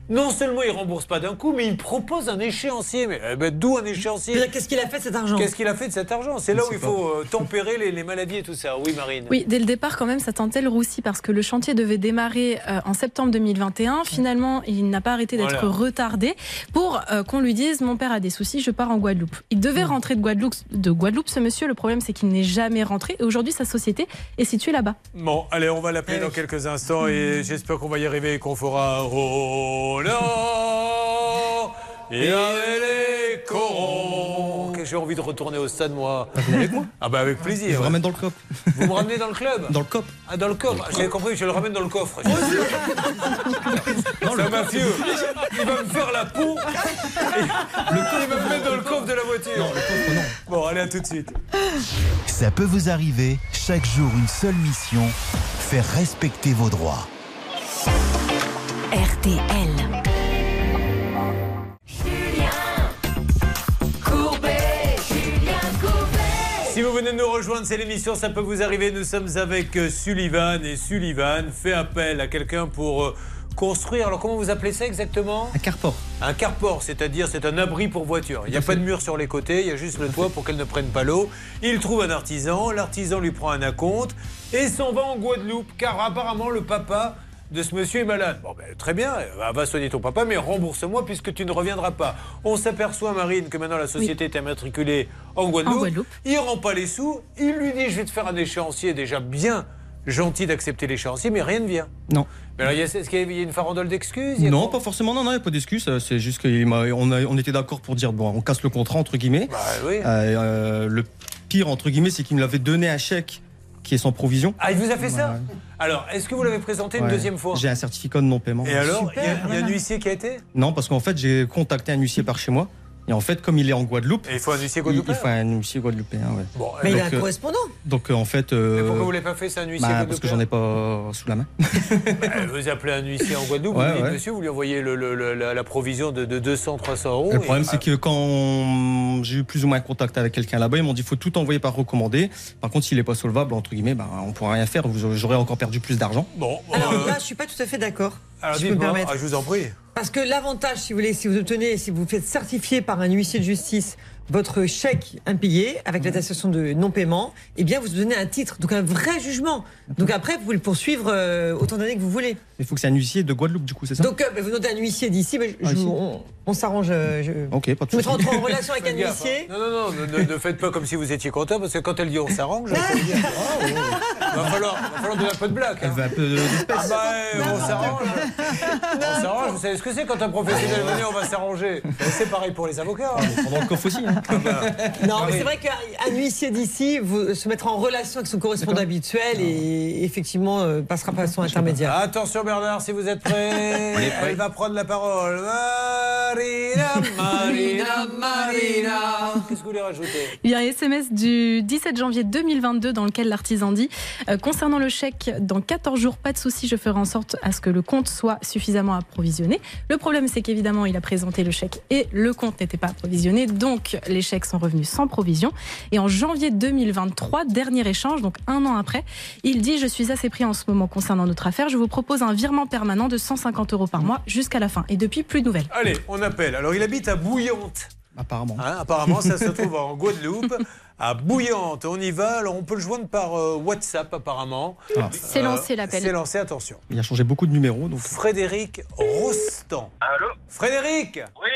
[SPEAKER 2] non seulement il rembourse pas d'un coup, mais il propose un échéancier. Mais eh ben, d'où un échéancier
[SPEAKER 10] Qu'est-ce qu'il a fait de cet argent
[SPEAKER 2] Qu'est-ce qu'il a fait de cet argent C'est là où
[SPEAKER 10] sais
[SPEAKER 2] il faut euh, tempérer les, les maladies et tout ça. Oui, Marine.
[SPEAKER 6] Oui, dès le départ, quand même, ça tentait le roussi parce que le chantier devait démarrer euh, en septembre 2021. Finalement, il n'a pas arrêté d'être
[SPEAKER 24] Voilà.
[SPEAKER 6] retardé pour euh, qu'on lui dise Mon père a des soucis, je pars en Guadeloupe. Il devait rentrer de Guadeloupe, de Guadeloupe, ce monsieur. Le problème, c'est qu'il n'est jamais rentré. Et aujourd'hui, sa société est située là-bas.
[SPEAKER 2] Bon, allez, on va l'appeler dans quelques instants et j'espère qu'on va y arriver et qu'on fera Roland et avec les corons. Ok, J'ai envie de retourner au stade, moi. Avec moi Ah, bah avec
[SPEAKER 7] Je
[SPEAKER 2] plaisir.
[SPEAKER 7] vous ramène dans le cop.
[SPEAKER 2] Vous me ramenez dans le club
[SPEAKER 7] Dans le cop. Oh,
[SPEAKER 2] Ah, dans le coffre J'avais compris, je le ramène dans le coffre. C'est un mafieux. Il va me faire la peau. et il va me mettre dans le coffre de la voiture. Bon, allez, à tout de suite.
[SPEAKER 1] Ça peut vous arriver, chaque jour une seule mission, faire respecter vos droits.
[SPEAKER 9] RTL.
[SPEAKER 4] Courbet, Julien Courbet,
[SPEAKER 2] Si vous venez de nous rejoindre, c'est l'émission Ça peut vous arriver. Nous sommes avec euh, Sullivan et Sullivan fait appel à quelqu'un pour euh, construire. Alors comment vous appelez ça exactement
[SPEAKER 7] Un carport.
[SPEAKER 2] Un carport, c'est-à-dire c'est un abri pour voiture. Il n'y a pas de mur sur les côtés, il y a juste le toit pour qu'elle ne prenne pas l'eau. Il trouve un artisan, l'artisan lui prend un acompte et s'en va en Guadeloupe car apparemment le papa de ce monsieur est malade. Bon, ben, très bien, euh, va soigner ton papa, mais rembourse-moi puisque tu ne reviendras pas. On s'aperçoit, Marine, que maintenant la société est immatriculée en Guadeloupe. Il rend pas les sous, il lui dit je vais te faire un échéancier déjà bien gentil d'accepter l'échéancier, mais rien ne vient.
[SPEAKER 7] Non.
[SPEAKER 2] Mais alors, il y a, est-ce qu'il y a- il y a une farandole d'excuses Il y a
[SPEAKER 7] Non, pas forcément. Non, non, il n'y a pas d'excuse. euh, C'est juste qu'on on était d'accord pour dire bon, on casse le contrat entre guillemets.
[SPEAKER 2] Bah, oui.
[SPEAKER 7] Euh, euh, le pire entre guillemets, c'est qu'il me l'avait donné un chèque qui est sans provision.
[SPEAKER 2] Ah, il vous a fait ça
[SPEAKER 7] Ouais.
[SPEAKER 2] Alors, est-ce que vous l'avez présenté une
[SPEAKER 7] Ouais.
[SPEAKER 2] deuxième fois
[SPEAKER 7] J'ai un certificat de non paiement.
[SPEAKER 2] Et alors, il y a, il y a un huissier qui a été
[SPEAKER 7] Non, parce qu'en fait, j'ai contacté un huissier par chez moi. Et en fait, comme il est en Guadeloupe,
[SPEAKER 2] Et il faut un huissier
[SPEAKER 7] il,
[SPEAKER 2] guadeloupéen.
[SPEAKER 7] il faut un huissier guadeloupéen. ouais.
[SPEAKER 2] Bon, eh
[SPEAKER 10] Mais il
[SPEAKER 7] Donc,
[SPEAKER 10] a un
[SPEAKER 7] euh,
[SPEAKER 10] correspondant.
[SPEAKER 7] Donc euh, en fait. euh,
[SPEAKER 2] Pourquoi vous l'avez pas fait, c'est un huissier
[SPEAKER 7] bah, Parce que
[SPEAKER 2] guadeloupéen
[SPEAKER 7] j'en ai pas sous la main.
[SPEAKER 2] Bah, Vous appelez un huissier en Guadeloupe,
[SPEAKER 7] Ouais,
[SPEAKER 2] vous lui dites,
[SPEAKER 7] ouais.
[SPEAKER 2] monsieur, vous lui envoyez le- le- le- la, la provision de, de 200, 300 euros. et-
[SPEAKER 7] Le problème,
[SPEAKER 2] Ah,
[SPEAKER 7] c'est que quand j'ai eu plus ou moins contact avec quelqu'un là-bas, ils m'ont dit faut tout envoyer par recommandé. Par contre, s'il n'est pas solvable, entre guillemets, bah, on pourra rien faire. Vous- J'aurais encore perdu plus d'argent.
[SPEAKER 2] Bon,
[SPEAKER 10] Alors
[SPEAKER 7] euh,
[SPEAKER 10] là, je suis pas tout à fait d'accord.
[SPEAKER 2] alors
[SPEAKER 10] si je peux me
[SPEAKER 2] dites-moi,
[SPEAKER 10] permettre.
[SPEAKER 2] ah, je vous en prie.
[SPEAKER 10] Parce que l'avantage, si vous voulez, si vous obtenez, si vous faites certifier par un huissier de justice votre chèque impayé
[SPEAKER 7] Mhm.
[SPEAKER 10] avec l'attestation de non-paiement, eh bien, vous obtenez un titre, donc un vrai jugement. Donc après, vous pouvez le poursuivre euh, autant d'années que vous voulez.
[SPEAKER 7] Mhm. Il faut que c'est un huissier de Guadeloupe, du coup, c'est ça
[SPEAKER 10] Donc, euh, bah, vous notez un huissier d'ici, mais je-
[SPEAKER 7] Ah,
[SPEAKER 10] je-
[SPEAKER 7] ici.
[SPEAKER 10] on, on s'arrange. euh, je-
[SPEAKER 7] Ok, pas de
[SPEAKER 10] Je me
[SPEAKER 7] souci.
[SPEAKER 10] rentre en relation avec
[SPEAKER 2] Faites
[SPEAKER 10] un
[SPEAKER 2] gaffe,
[SPEAKER 10] huissier.
[SPEAKER 2] hein. Non, non, non, ne, ne- ne faites pas comme si vous étiez content, parce que quand elle dit on s'arrange, ça veut dire, oh, ouais. va falloir, va falloir donner un peu de blague. hein.
[SPEAKER 7] Elle veut un peu d'espèces.
[SPEAKER 2] Ah bah, eh, on s'arrange. On s'arrange, vous savez ce que c'est quand un professionnel venait, on va s'arranger. Ben, C'est pareil pour les avocats. hein.
[SPEAKER 7] Pendant le coffre aussi. hein.
[SPEAKER 10] Non,
[SPEAKER 2] Ah
[SPEAKER 10] mais
[SPEAKER 2] oui.
[SPEAKER 10] c'est vrai qu'un huissier d'ici vous- euh, se mettra en relation avec son correspondant habituel et effectivement euh, passera par son intermédiaire.
[SPEAKER 2] Attention Bernard, si vous êtes prêt, elle va prendre la parole. Marina, Marina, Marina. Qu'est-ce que vous voulez rajouter
[SPEAKER 6] Il y a un SMS du 17 janvier 2022 dans lequel l'artisan dit euh, Concernant le chèque, dans 14 jours, pas de souci, je ferai en sorte à ce que le compte soit suffisamment approvisionné. Le problème, c'est qu'évidemment, il a présenté le chèque et le compte n'était pas approvisionné, donc les chèques sont revenus sans provision. Et en janvier 2023, dernier échange, donc un an après, il dit Je suis assez pris en ce moment concernant notre affaire, je vous propose un virement permanent de 150 euros par mois jusqu'à la fin. Et depuis, plus de nouvelles.
[SPEAKER 2] Allez, on appelle. Alors, il habite à Bouillante. Hein,
[SPEAKER 7] Apparemment.
[SPEAKER 2] apparemment, ça se trouve en Guadeloupe. À Bouillante, on y va. Alors, on peut le joindre par euh, WhatsApp, apparemment. Euh,
[SPEAKER 7] Ah.
[SPEAKER 3] C'est lancé, l'appel.
[SPEAKER 2] C'est lancé, attention.
[SPEAKER 7] Il a changé beaucoup de numéros, donc.
[SPEAKER 2] Frédéric Rostand. Allô Frédéric
[SPEAKER 26] Oui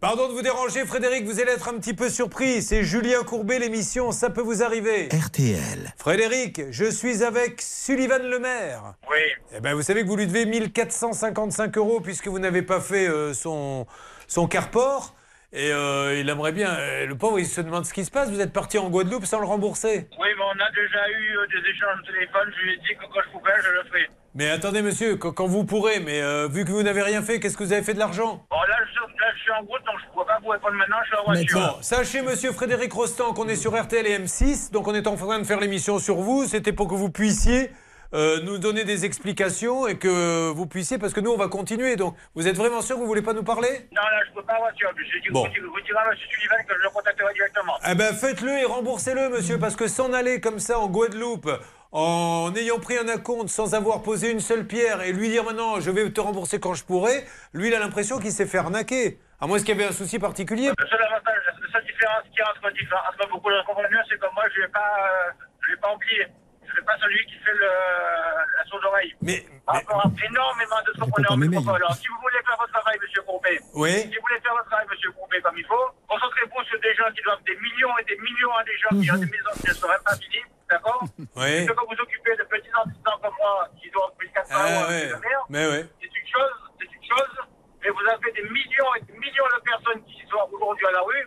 [SPEAKER 2] Pardon de vous déranger, Frédéric, vous allez être un petit peu surpris. C'est Julien Courbet, l'émission Ça peut vous arriver.
[SPEAKER 1] RTL.
[SPEAKER 2] Frédéric, je suis avec Sullivan Lemaire.
[SPEAKER 26] Oui.
[SPEAKER 2] Eh ben, vous savez que vous lui devez 1455 euros puisque vous n'avez pas fait euh, son, son carport. Et euh, il aimerait bien. euh, le pauvre, il se demande ce qui se passe. Vous êtes parti en Guadeloupe sans le rembourser.
[SPEAKER 26] Oui, mais on a déjà eu euh, des échanges de téléphone. Je lui ai dit que quand je pouvais, je le fais.
[SPEAKER 2] Mais attendez, monsieur, quand, quand vous pourrez, mais euh, vu que vous n'avez rien fait, qu'est-ce que vous avez fait de l'argent
[SPEAKER 26] Bon, Oh, là je, là, je suis en route, donc je ne pourrais pas vous répondre maintenant. Je suis en voiture.
[SPEAKER 2] Bon, sachez, monsieur Frédéric Rostand, qu'on est sur RTL et M6, donc on est en train de faire l'émission sur vous. C'était pour que vous puissiez euh, nous donner des explications et que vous puissiez, parce que nous, on va continuer. Donc, vous êtes vraiment sûr que vous voulez pas nous parler
[SPEAKER 26] Non, là, je ne peux pas en voiture. J'ai dit
[SPEAKER 2] Bon.
[SPEAKER 26] vous, vous direz à M. Sullivan que je le contacterai directement.
[SPEAKER 2] Eh ben, faites-le et remboursez-le, monsieur, parce que s'en aller comme ça en Guadeloupe, en ayant pris un acompte sans avoir posé une seule pierre et lui dire maintenant, je vais te rembourser quand je pourrai, lui, il a l'impression qu'il s'est fait arnaquer. À moins qu'il y avait un souci particulier.
[SPEAKER 26] Le seul avantage, la seule différence qu'il y a entre, diffé- entre beaucoup d'entrepreneurs, c'est que moi, je ne vais, pas, euh, je vais pas oublier. Je ne vais pas celui qui fait le, la sourde oreille.
[SPEAKER 2] Mais.
[SPEAKER 26] Par rapport à énormément d'entrepreneurs, je comprends. alors, si vous voulez faire votre travail, monsieur Courbet,
[SPEAKER 2] Oui.
[SPEAKER 26] si vous voulez faire votre travail, monsieur Courbet, comme il faut, concentrez-vous sur des gens qui doivent des millions et des millions à des gens qui ont des maisons qui ne sont même pas finies, d'accord
[SPEAKER 2] Oui.
[SPEAKER 26] Plutôt que vous occupez de petits artisans comme moi qui doivent plus de 400 euros à
[SPEAKER 2] Ah, ouais.
[SPEAKER 26] la mer,
[SPEAKER 2] Mais ouais.
[SPEAKER 26] c'est une chose, c'est une chose, mais vous avez des millions et des millions de personnes qui sont aujourd'hui à la rue,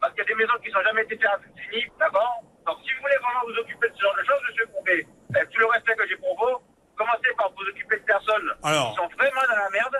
[SPEAKER 26] parce qu'il y a des maisons qui n'ont jamais été faites, finies, d'abord. Donc si vous voulez vraiment vous occuper de ce genre de choses, monsieur Courbet, avec tout le respect que j'ai pour vous, commencez par vous occuper de personnes
[SPEAKER 2] Alors.
[SPEAKER 26] qui sont vraiment dans la merde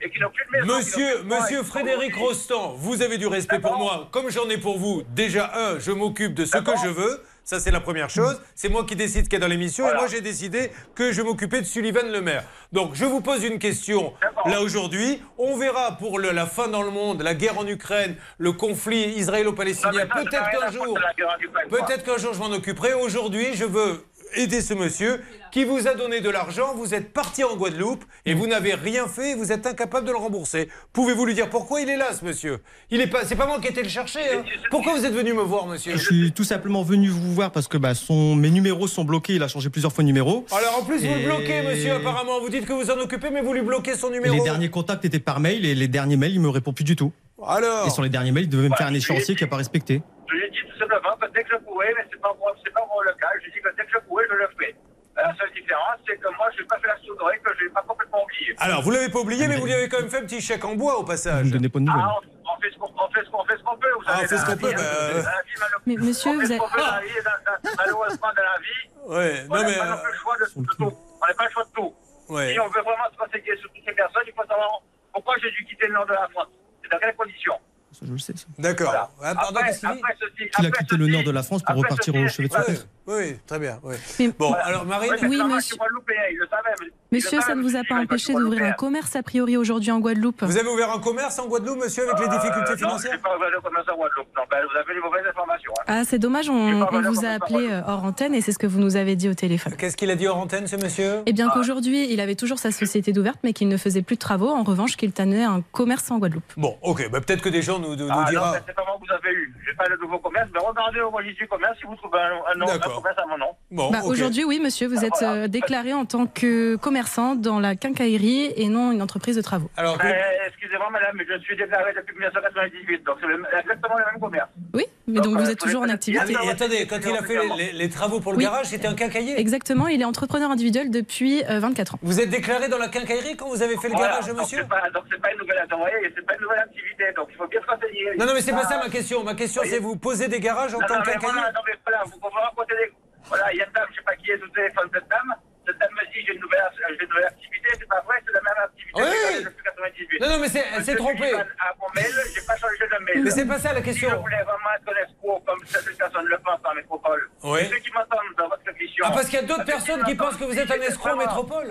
[SPEAKER 26] et qui n'ont plus de maison. qui n'ont
[SPEAKER 2] Monsieur,
[SPEAKER 26] plus de travail,
[SPEAKER 2] monsieur
[SPEAKER 26] qui sont
[SPEAKER 2] Frédéric
[SPEAKER 26] aujourd'hui-
[SPEAKER 2] Rostand, vous avez du respect pour moi, comme j'en ai pour vous. Déjà, un, je m'occupe de ce que je veux. Ça, c'est la première chose. C'est moi qui décide ce qu'il y a dans l'émission. Et moi, j'ai décidé que je m'occupais de Sullivan Le Maire. Donc, je vous pose une question là aujourd'hui. On verra pour le- la fin dans le monde, la guerre en Ukraine, le conflit israélo-palestinien.
[SPEAKER 26] Non, mais ça, ça n'a
[SPEAKER 2] Peut-être
[SPEAKER 26] rien à
[SPEAKER 2] qu'un
[SPEAKER 26] foutre
[SPEAKER 2] jour,
[SPEAKER 26] de la guerre en Ukraine, quoi.
[SPEAKER 2] peut-être qu'un jour, je m'en occuperai. Aujourd'hui, je veux aider ce monsieur qui vous a donné de l'argent. Vous êtes parti en Guadeloupe et vous n'avez rien fait. et Vous êtes incapable de le rembourser. Pouvez-vous lui dire pourquoi il est là, ce monsieur Il est pas. C'est pas moi qui ai été le chercher. hein. Pourquoi vous êtes venu me voir, monsieur
[SPEAKER 7] Je suis tout simplement venu vous voir parce que bah, son... mes numéros sont bloqués. Il a changé plusieurs fois de numéro.
[SPEAKER 2] Alors en plus, vous le
[SPEAKER 7] Et-
[SPEAKER 2] bloquez, monsieur. Apparemment, vous dites que vous en occupez, mais vous lui bloquez son
[SPEAKER 7] Et
[SPEAKER 2] numéro.
[SPEAKER 7] les derniers contacts étaient par mail et les derniers mails, il me répond plus du tout.
[SPEAKER 2] Alors
[SPEAKER 7] Et sur les derniers mails, il devait me faire un échéancier qu'il n'a pas respecté.
[SPEAKER 26] Je lui ai dit tout simplement que dès que je pouvais, mais c'est pas moi, c'est pas moi le cas, je lui ai dit que dès que je pouvais, je le fais. La seule différence, c'est que moi, je n'ai pas fait la sourde oreille, que je n'ai pas complètement oublié.
[SPEAKER 2] Alors, vous l'avez pas
[SPEAKER 7] Ah,
[SPEAKER 2] oublié, mais vous lui avez quand même fait un petit chèque en bois au passage.
[SPEAKER 7] Donnez pas de nouvelles.
[SPEAKER 26] Ah, on, on fait ce qu'on on fait ce qu'on- on fait ce qu'on peut, vous
[SPEAKER 2] Ah,
[SPEAKER 26] savez.
[SPEAKER 2] on fait ce
[SPEAKER 26] dans la
[SPEAKER 2] qu'on peut,
[SPEAKER 26] vie, hein.
[SPEAKER 2] bah, euh.
[SPEAKER 26] Dans la vie, malo-
[SPEAKER 6] Mais
[SPEAKER 26] on
[SPEAKER 6] monsieur,
[SPEAKER 26] fait
[SPEAKER 6] vous
[SPEAKER 26] ce qu'on
[SPEAKER 6] êtes-
[SPEAKER 26] peut dans la vie, et dans- dans- malheureusement, dans la vie,
[SPEAKER 2] euh, Ouais,
[SPEAKER 26] on
[SPEAKER 2] non,
[SPEAKER 26] n'a
[SPEAKER 2] mais, euh,
[SPEAKER 26] pas non plus le choix de, de tout. On n'a pas le choix de tout.
[SPEAKER 2] Ouais.
[SPEAKER 26] Si on veut vraiment se conseiller sur toutes ces personnes, il faut savoir pourquoi j'ai dû quitter le nord de la France. C'est dans quelles conditions
[SPEAKER 7] Ça, je le sais. ça.
[SPEAKER 2] D'accord.
[SPEAKER 26] Voilà.
[SPEAKER 2] Ah, pardon,
[SPEAKER 26] Après-
[SPEAKER 2] qu'est-ce qu'il dit
[SPEAKER 26] après ceci-
[SPEAKER 7] Il a
[SPEAKER 26] après
[SPEAKER 7] quitté le nord de la France pour
[SPEAKER 26] après,
[SPEAKER 7] repartir
[SPEAKER 26] ceci,
[SPEAKER 7] au chevet de
[SPEAKER 26] c'est
[SPEAKER 7] sa
[SPEAKER 26] pas-
[SPEAKER 7] tête.
[SPEAKER 2] Oui, très bien. oui. Bon,
[SPEAKER 26] Voilà.
[SPEAKER 2] alors Marine.
[SPEAKER 26] Ouais, mais
[SPEAKER 6] Oui,
[SPEAKER 26] ça marche,
[SPEAKER 6] monsieur-
[SPEAKER 26] moi, le loupé, hein, il le savait, mais- il
[SPEAKER 6] Monsieur,
[SPEAKER 26] le
[SPEAKER 6] ça
[SPEAKER 26] savait,
[SPEAKER 6] ne vous a
[SPEAKER 26] monsieur,
[SPEAKER 6] pas
[SPEAKER 26] il le
[SPEAKER 6] empêché
[SPEAKER 26] savait,
[SPEAKER 6] d'ouvrir
[SPEAKER 26] le
[SPEAKER 6] un
[SPEAKER 26] loupé, hein.
[SPEAKER 6] commerce, a priori, aujourd'hui en Guadeloupe
[SPEAKER 2] Vous avez ouvert un commerce en Guadeloupe, monsieur, avec les difficultés
[SPEAKER 26] Euh, non,
[SPEAKER 2] financières
[SPEAKER 26] j'ai pas ouvert le commerce à Guadeloupe. Non, ben, vous avez les mauvaises informations. hein.
[SPEAKER 6] Ah, c'est dommage, on,
[SPEAKER 26] J'ai pas
[SPEAKER 6] on
[SPEAKER 26] valeur
[SPEAKER 6] vous
[SPEAKER 26] comme
[SPEAKER 6] a
[SPEAKER 26] ça,
[SPEAKER 6] appelé euh, hors antenne et c'est ce que vous nous avez dit au téléphone.
[SPEAKER 2] Qu'est-ce qu'il a dit hors antenne, ce monsieur
[SPEAKER 6] Eh bien qu'aujourd'hui, il avait toujours sa société d'ouverte, mais qu'il ne faisait plus de travaux. En revanche, qu'il tenait un commerce en Guadeloupe.
[SPEAKER 2] Bon, ok, bah, peut-être que des gens nous, nous, nous
[SPEAKER 26] Ah, non,
[SPEAKER 2] dira.
[SPEAKER 26] ben, c'est pas moi que vous avez eu. J'ai pas le nouveau commerce, mais regardez au registre du commerce si vous trouvez un, un nom, un
[SPEAKER 2] D'accord.
[SPEAKER 26] commerce à mon nom.
[SPEAKER 2] Bon,
[SPEAKER 6] Bah,
[SPEAKER 2] ok.
[SPEAKER 6] Aujourd'hui, oui, monsieur, vous êtes euh, déclaré en tant que commerçant dans la quincaillerie et non une entreprise de travaux.
[SPEAKER 2] Alors,
[SPEAKER 26] Euh, Excusez-moi, madame, mais je suis déclaré depuis 1998, donc c'est le- exactement le même commerce. Euh,
[SPEAKER 6] Oui, mais donc euh, vous êtes toujours en
[SPEAKER 2] Et,
[SPEAKER 6] activité.
[SPEAKER 2] et attendez, quand il a fait les, les- les travaux pour le
[SPEAKER 6] Oui.
[SPEAKER 2] garage, c'était un quincaillier
[SPEAKER 6] Exactement, il est entrepreneur individuel depuis euh, 24 ans.
[SPEAKER 2] Vous êtes déclaré dans la quincaillerie quand vous avez fait le
[SPEAKER 6] Voilà,
[SPEAKER 2] garage, monsieur
[SPEAKER 26] Donc c'est pas une nouvelle attends, vous voyez, c'est pas une nouvelle activité, donc il faut bien se renseigner.
[SPEAKER 2] Non, non, mais c'est pas ça ma question. Ma question,
[SPEAKER 26] Voyez.
[SPEAKER 2] c'est vous posez des garages en
[SPEAKER 26] Ah. Non,
[SPEAKER 2] tant
[SPEAKER 26] non,
[SPEAKER 2] que
[SPEAKER 26] mais
[SPEAKER 2] quincaillier
[SPEAKER 26] voilà, non, mais voilà, vous pouvez raconter des... Voilà, il y a une dame, je sais pas qui est au téléphone, cette dame. Cette dame me dit, j'ai une nouvelle, j'ai une nouvelle activité, c'est pas vrai, c'est la même activité.
[SPEAKER 2] Oui.
[SPEAKER 26] que j'ai depuis 98.
[SPEAKER 2] Non, non, mais c'est- elle s'est
[SPEAKER 26] Monsieur
[SPEAKER 2] trompée.
[SPEAKER 26] Duval a mon mail, j'ai pas changé de mail.
[SPEAKER 2] Mais c'est pas ça, la question.
[SPEAKER 26] Si je voulais vraiment être un escroc, comme certaines personnes le pensent en métropole,
[SPEAKER 2] Oui.
[SPEAKER 26] ceux qui m'entendent dans votre émission...
[SPEAKER 2] Ah, parce qu'il y a
[SPEAKER 26] parce
[SPEAKER 2] d'autres
[SPEAKER 26] que
[SPEAKER 2] personnes qui
[SPEAKER 26] m'entendent,
[SPEAKER 2] pensent que vous êtes un
[SPEAKER 26] c'est
[SPEAKER 2] escroc en
[SPEAKER 26] vraiment-
[SPEAKER 2] métropole.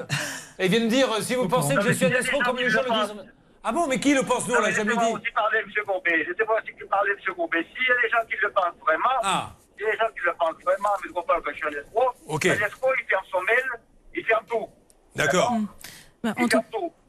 [SPEAKER 2] Et viennent dire, euh, si vous pensez
[SPEAKER 26] Non, mais
[SPEAKER 2] que je suis
[SPEAKER 26] il y a
[SPEAKER 2] un
[SPEAKER 26] des
[SPEAKER 2] escroc
[SPEAKER 26] gens
[SPEAKER 2] comme
[SPEAKER 26] qui
[SPEAKER 2] les gens
[SPEAKER 26] le
[SPEAKER 2] le disent.
[SPEAKER 26] pensent.
[SPEAKER 2] Ah bon, mais qui le pense, nous, on
[SPEAKER 26] Non, mais
[SPEAKER 2] l'a jamais
[SPEAKER 26] laissez-moi
[SPEAKER 2] dit.
[SPEAKER 26] aussi parler, M. Courbet. Laissez-moi aussi parler, M. Courbet. S'il y a des gens qui le pensent vraiment,
[SPEAKER 2] Ah.
[SPEAKER 26] s'il y a des gens qui le pensent vraiment, mais qu'on parle que je suis un escroc,
[SPEAKER 2] Ok.
[SPEAKER 26] un escroc, il ferme son mail, il ferme tout.
[SPEAKER 2] D'accord.
[SPEAKER 6] Bah, en, tout,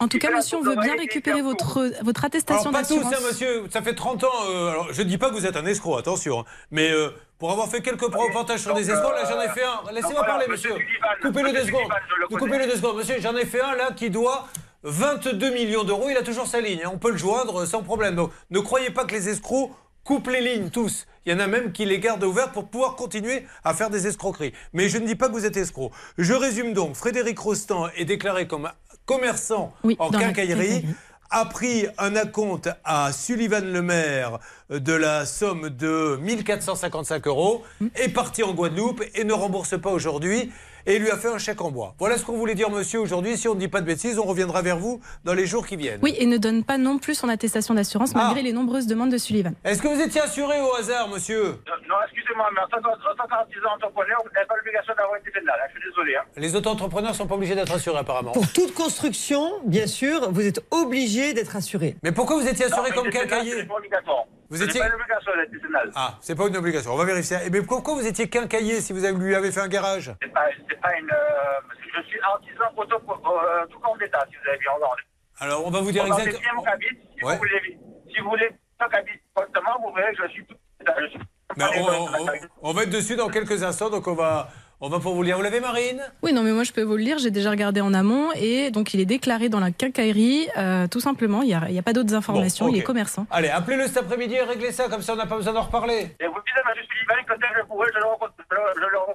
[SPEAKER 6] en tout cas, monsieur, on veut bien récupérer votre, votre
[SPEAKER 2] Alors,
[SPEAKER 6] attestation
[SPEAKER 2] pas tous,
[SPEAKER 6] d'assurance.
[SPEAKER 2] hein, monsieur. Ça fait 30 ans. euh, alors, je dis pas que vous êtes un escroc, attention. hein. Mais euh, pour avoir fait quelques reportages sur
[SPEAKER 26] donc,
[SPEAKER 2] des escrocs, là,
[SPEAKER 26] euh,
[SPEAKER 2] j'en ai fait un.
[SPEAKER 26] donc
[SPEAKER 2] Laissez-moi
[SPEAKER 26] voilà,
[SPEAKER 2] parler,
[SPEAKER 26] monsieur
[SPEAKER 2] monsieur.
[SPEAKER 26] Duval,
[SPEAKER 2] Coupez-le
[SPEAKER 26] monsieur
[SPEAKER 2] deux secondes.
[SPEAKER 26] Duval, je le connais.
[SPEAKER 2] Coupez-le deux secondes, monsieur. J'en ai fait un, là, qui doit 22 millions d'euros. Il a toujours sa ligne. hein. On peut le joindre euh, sans problème. Donc, ne croyez pas que les escrocs coupent les lignes, tous. Il y en a même qui les gardent ouvertes pour pouvoir continuer à faire des escroqueries. Mais je ne dis pas que vous êtes escroc. Je résume donc. Frédéric Rostand est déclaré comme commerçant en
[SPEAKER 28] dans la
[SPEAKER 2] quincaillerie
[SPEAKER 28] quincaillerie.
[SPEAKER 2] a pris un acompte à Sullivan Le Maire de la somme de 1455 euros, est parti en Guadeloupe et ne rembourse pas aujourd'hui et lui a fait un chèque en bois. Voilà ce qu'on voulait dire, monsieur, aujourd'hui. Si on ne dit pas de bêtises, on reviendra vers vous dans les jours qui viennent.
[SPEAKER 6] Oui, et ne donne pas non plus son attestation
[SPEAKER 5] Ah.
[SPEAKER 6] d'assurance malgré les nombreuses demandes de Sullivan.
[SPEAKER 2] Est-ce que vous étiez assuré au hasard, monsieur
[SPEAKER 26] Non, excusez-moi, mais en tant qu'en- en tant qu'artisan entrepreneur, vous n'avez pas l'obligation d'avoir été fait de là, là. Je suis désolé. Hein.
[SPEAKER 2] Les auto-entrepreneurs ne sont pas obligés d'être assurés, apparemment.
[SPEAKER 10] Pour toute construction, bien sûr, vous êtes obligé d'être assuré.
[SPEAKER 2] Mais pourquoi vous étiez assuré
[SPEAKER 26] Non,
[SPEAKER 2] comme
[SPEAKER 26] mais c'est-
[SPEAKER 2] quincaillier
[SPEAKER 26] C'est pas obligatoire.
[SPEAKER 2] Vous
[SPEAKER 26] C'est
[SPEAKER 2] étiez-
[SPEAKER 26] pas une obligation d'artisanal.
[SPEAKER 2] Ah, c'est pas une obligation. On va vérifier. Eh bien, pourquoi vous étiez quincaillier si vous avez- lui avez fait un garage
[SPEAKER 26] C'est pas, Ben, c'est pas une. euh, je suis artisan auto, euh, tout comme d'État, si vous avez bien entendu.
[SPEAKER 2] Alors, on va vous dire
[SPEAKER 26] Dans le
[SPEAKER 2] exactement.
[SPEAKER 26] 7e cabine, si,
[SPEAKER 2] Ouais.
[SPEAKER 26] vous voulez, si vous voulez pas cabine correctement, vous verrez que je suis tout. je suis-
[SPEAKER 2] Ben, on, on- on- on va être dessus dans quelques instants, donc on va, on va pour vous lire. Vous l'avez, Marine
[SPEAKER 6] Oui, non, mais moi je peux vous le lire, j'ai déjà regardé en amont et donc il est déclaré dans la quincaillerie, euh, tout simplement, il n'y a, il y a pas d'autres informations,
[SPEAKER 2] Bon,
[SPEAKER 6] il est
[SPEAKER 2] ok.
[SPEAKER 6] commerçant.
[SPEAKER 2] Allez, appelez-le cet après-midi et réglez ça, comme ça on n'a pas besoin d'en reparler.
[SPEAKER 26] Et vous dites à M. Sullivan que dès que je pourrai, je le rencontre. Je, le- je le rencontre.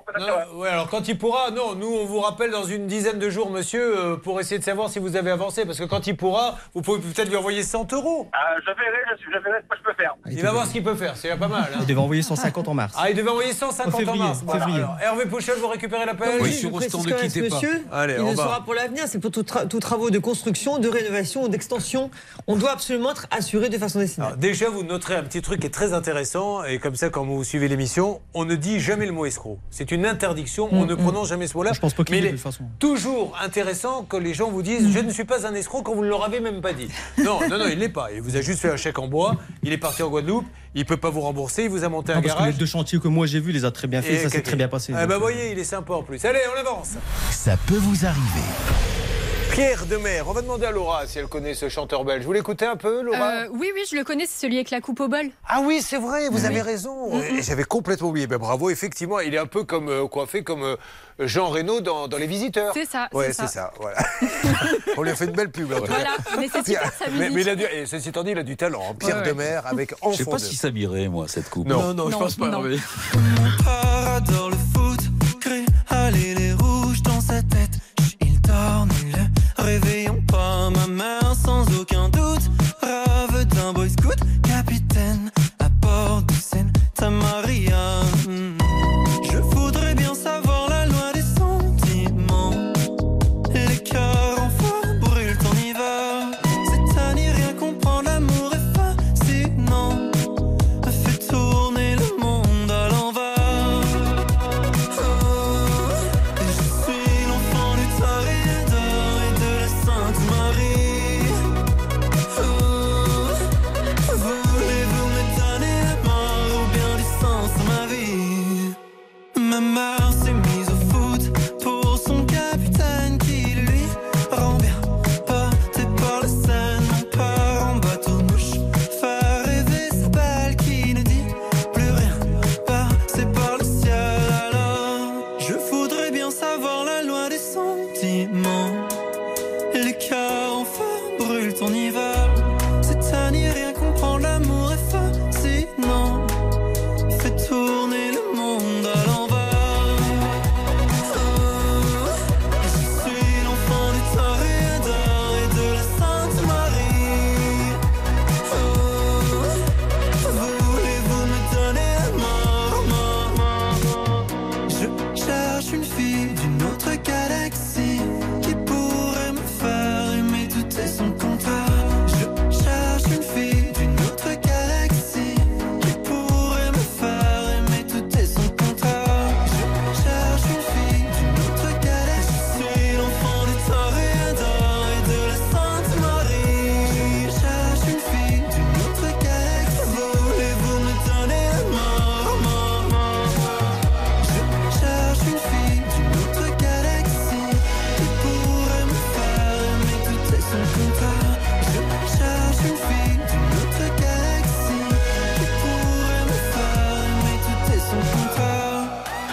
[SPEAKER 2] Non, ouais, alors quand il pourra, non, nous on vous rappelle dans une dizaine de jours, monsieur, euh, pour essayer de savoir si vous avez avancé, parce que quand il pourra, vous pouvez peut-être lui envoyer 100 euros.
[SPEAKER 26] Ah, je verrai, je, je verrai ce que je peux faire.
[SPEAKER 2] Il va voir ce qu'il peut faire, c'est pas mal. hein.
[SPEAKER 7] Il devait envoyer 150 en mars.
[SPEAKER 2] Ah, il devait envoyer 150 en
[SPEAKER 7] Février,
[SPEAKER 2] mars. Voilà,
[SPEAKER 7] février.
[SPEAKER 2] alors, Hervé Pouchel, vous récupérez l'appel
[SPEAKER 10] Oui, je précise quand même, ce monsieur,
[SPEAKER 2] Allez,
[SPEAKER 10] il
[SPEAKER 2] on
[SPEAKER 10] le
[SPEAKER 2] va.
[SPEAKER 10] sera pour l'avenir, c'est pour tous travaux de construction, de rénovation ou d'extension. On doit absolument être assuré de façon décennale.
[SPEAKER 2] Déjà, vous noterez un petit truc qui est très intéressant, et comme ça, quand vous suivez l'émission, on ne dit jamais le mot escroc. C'est une interdiction,
[SPEAKER 7] Mm,
[SPEAKER 2] on ne prononce jamais ce mot-là. Je pense pas
[SPEAKER 7] qu'il y ait de Mm. toute façon.
[SPEAKER 2] Toujours intéressant que les gens vous disent Je ne suis pas un escroc quand vous ne leur avez même pas dit. Non, non, non, il ne l'est pas. Il vous a juste fait un chèque en bois, il est parti en Guadeloupe, il ne peut pas vous rembourser, il vous a monté un
[SPEAKER 7] Non, Ah, parce que les
[SPEAKER 2] garage.
[SPEAKER 7] deux chantiers que moi j'ai vus les a très bien fait,
[SPEAKER 2] et
[SPEAKER 7] ça s'est
[SPEAKER 2] caca.
[SPEAKER 7] très bien passé.
[SPEAKER 2] Ah,
[SPEAKER 7] donc,
[SPEAKER 2] bah
[SPEAKER 7] euh,
[SPEAKER 2] voyez, il est sympa en plus. Allez, on avance
[SPEAKER 29] Ça peut vous arriver.
[SPEAKER 2] Pierre Demer, on va demander à Laura si elle connaît ce chanteur belge. Vous l'écoutez un peu, Laura
[SPEAKER 3] Euh, oui, oui, je le connais, c'est celui avec la coupe au bol.
[SPEAKER 2] Ah oui, c'est vrai, vous avez raison.
[SPEAKER 3] Mm,
[SPEAKER 2] Et J'avais complètement oublié. Ben, bravo, effectivement, il est un peu comme euh, coiffé comme euh, Jean Reno dans, dans Les Visiteurs.
[SPEAKER 3] C'est ça,
[SPEAKER 2] Ouais,
[SPEAKER 3] c'est
[SPEAKER 2] c'est ça.
[SPEAKER 3] ça.
[SPEAKER 2] Voilà. On lui a fait une belle pub. en tout cas.
[SPEAKER 3] Voilà, mais c'est super sa
[SPEAKER 2] mais,
[SPEAKER 3] musique.
[SPEAKER 2] mais il a du, et ceci étant dit, il a du talent. hein. Pierre
[SPEAKER 8] Ouais, ouais.
[SPEAKER 2] Demer avec
[SPEAKER 8] Je sais
[SPEAKER 2] enfant.
[SPEAKER 8] pas si ça m'irait, moi, cette coupe.
[SPEAKER 2] Non. Non, non, je Non, pense pas, non. Hervé.
[SPEAKER 30] adore le foot, crée, allez les rouges dans sa tête. Chut, Il torne le réveillons pas ma mère sans aucun doute. Rave d'un boy scout, capitaine à bord de Seine, ta Maria. hmm. Je voudrais bien savoir la loi des sentiments. Les cœurs en feu brûlent en hiver. C'est à n'y rien comprendre, l'amour est fascinant. Fait tourner le monde à l'envers. Oh, et je suis l'enfant du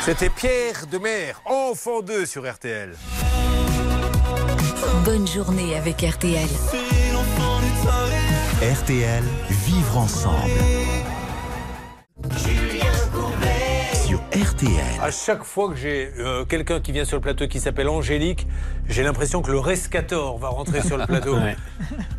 [SPEAKER 18] C'était Pierre de Mer, enfant 2 sur RTL.
[SPEAKER 9] Bonne journée avec RTL.
[SPEAKER 1] RTL, vivre ensemble. Sur RTL.
[SPEAKER 2] À chaque fois que j'ai euh, quelqu'un qui vient sur le plateau qui s'appelle Angélique, j'ai l'impression que le rescator va rentrer sur le plateau.
[SPEAKER 4] Ouais.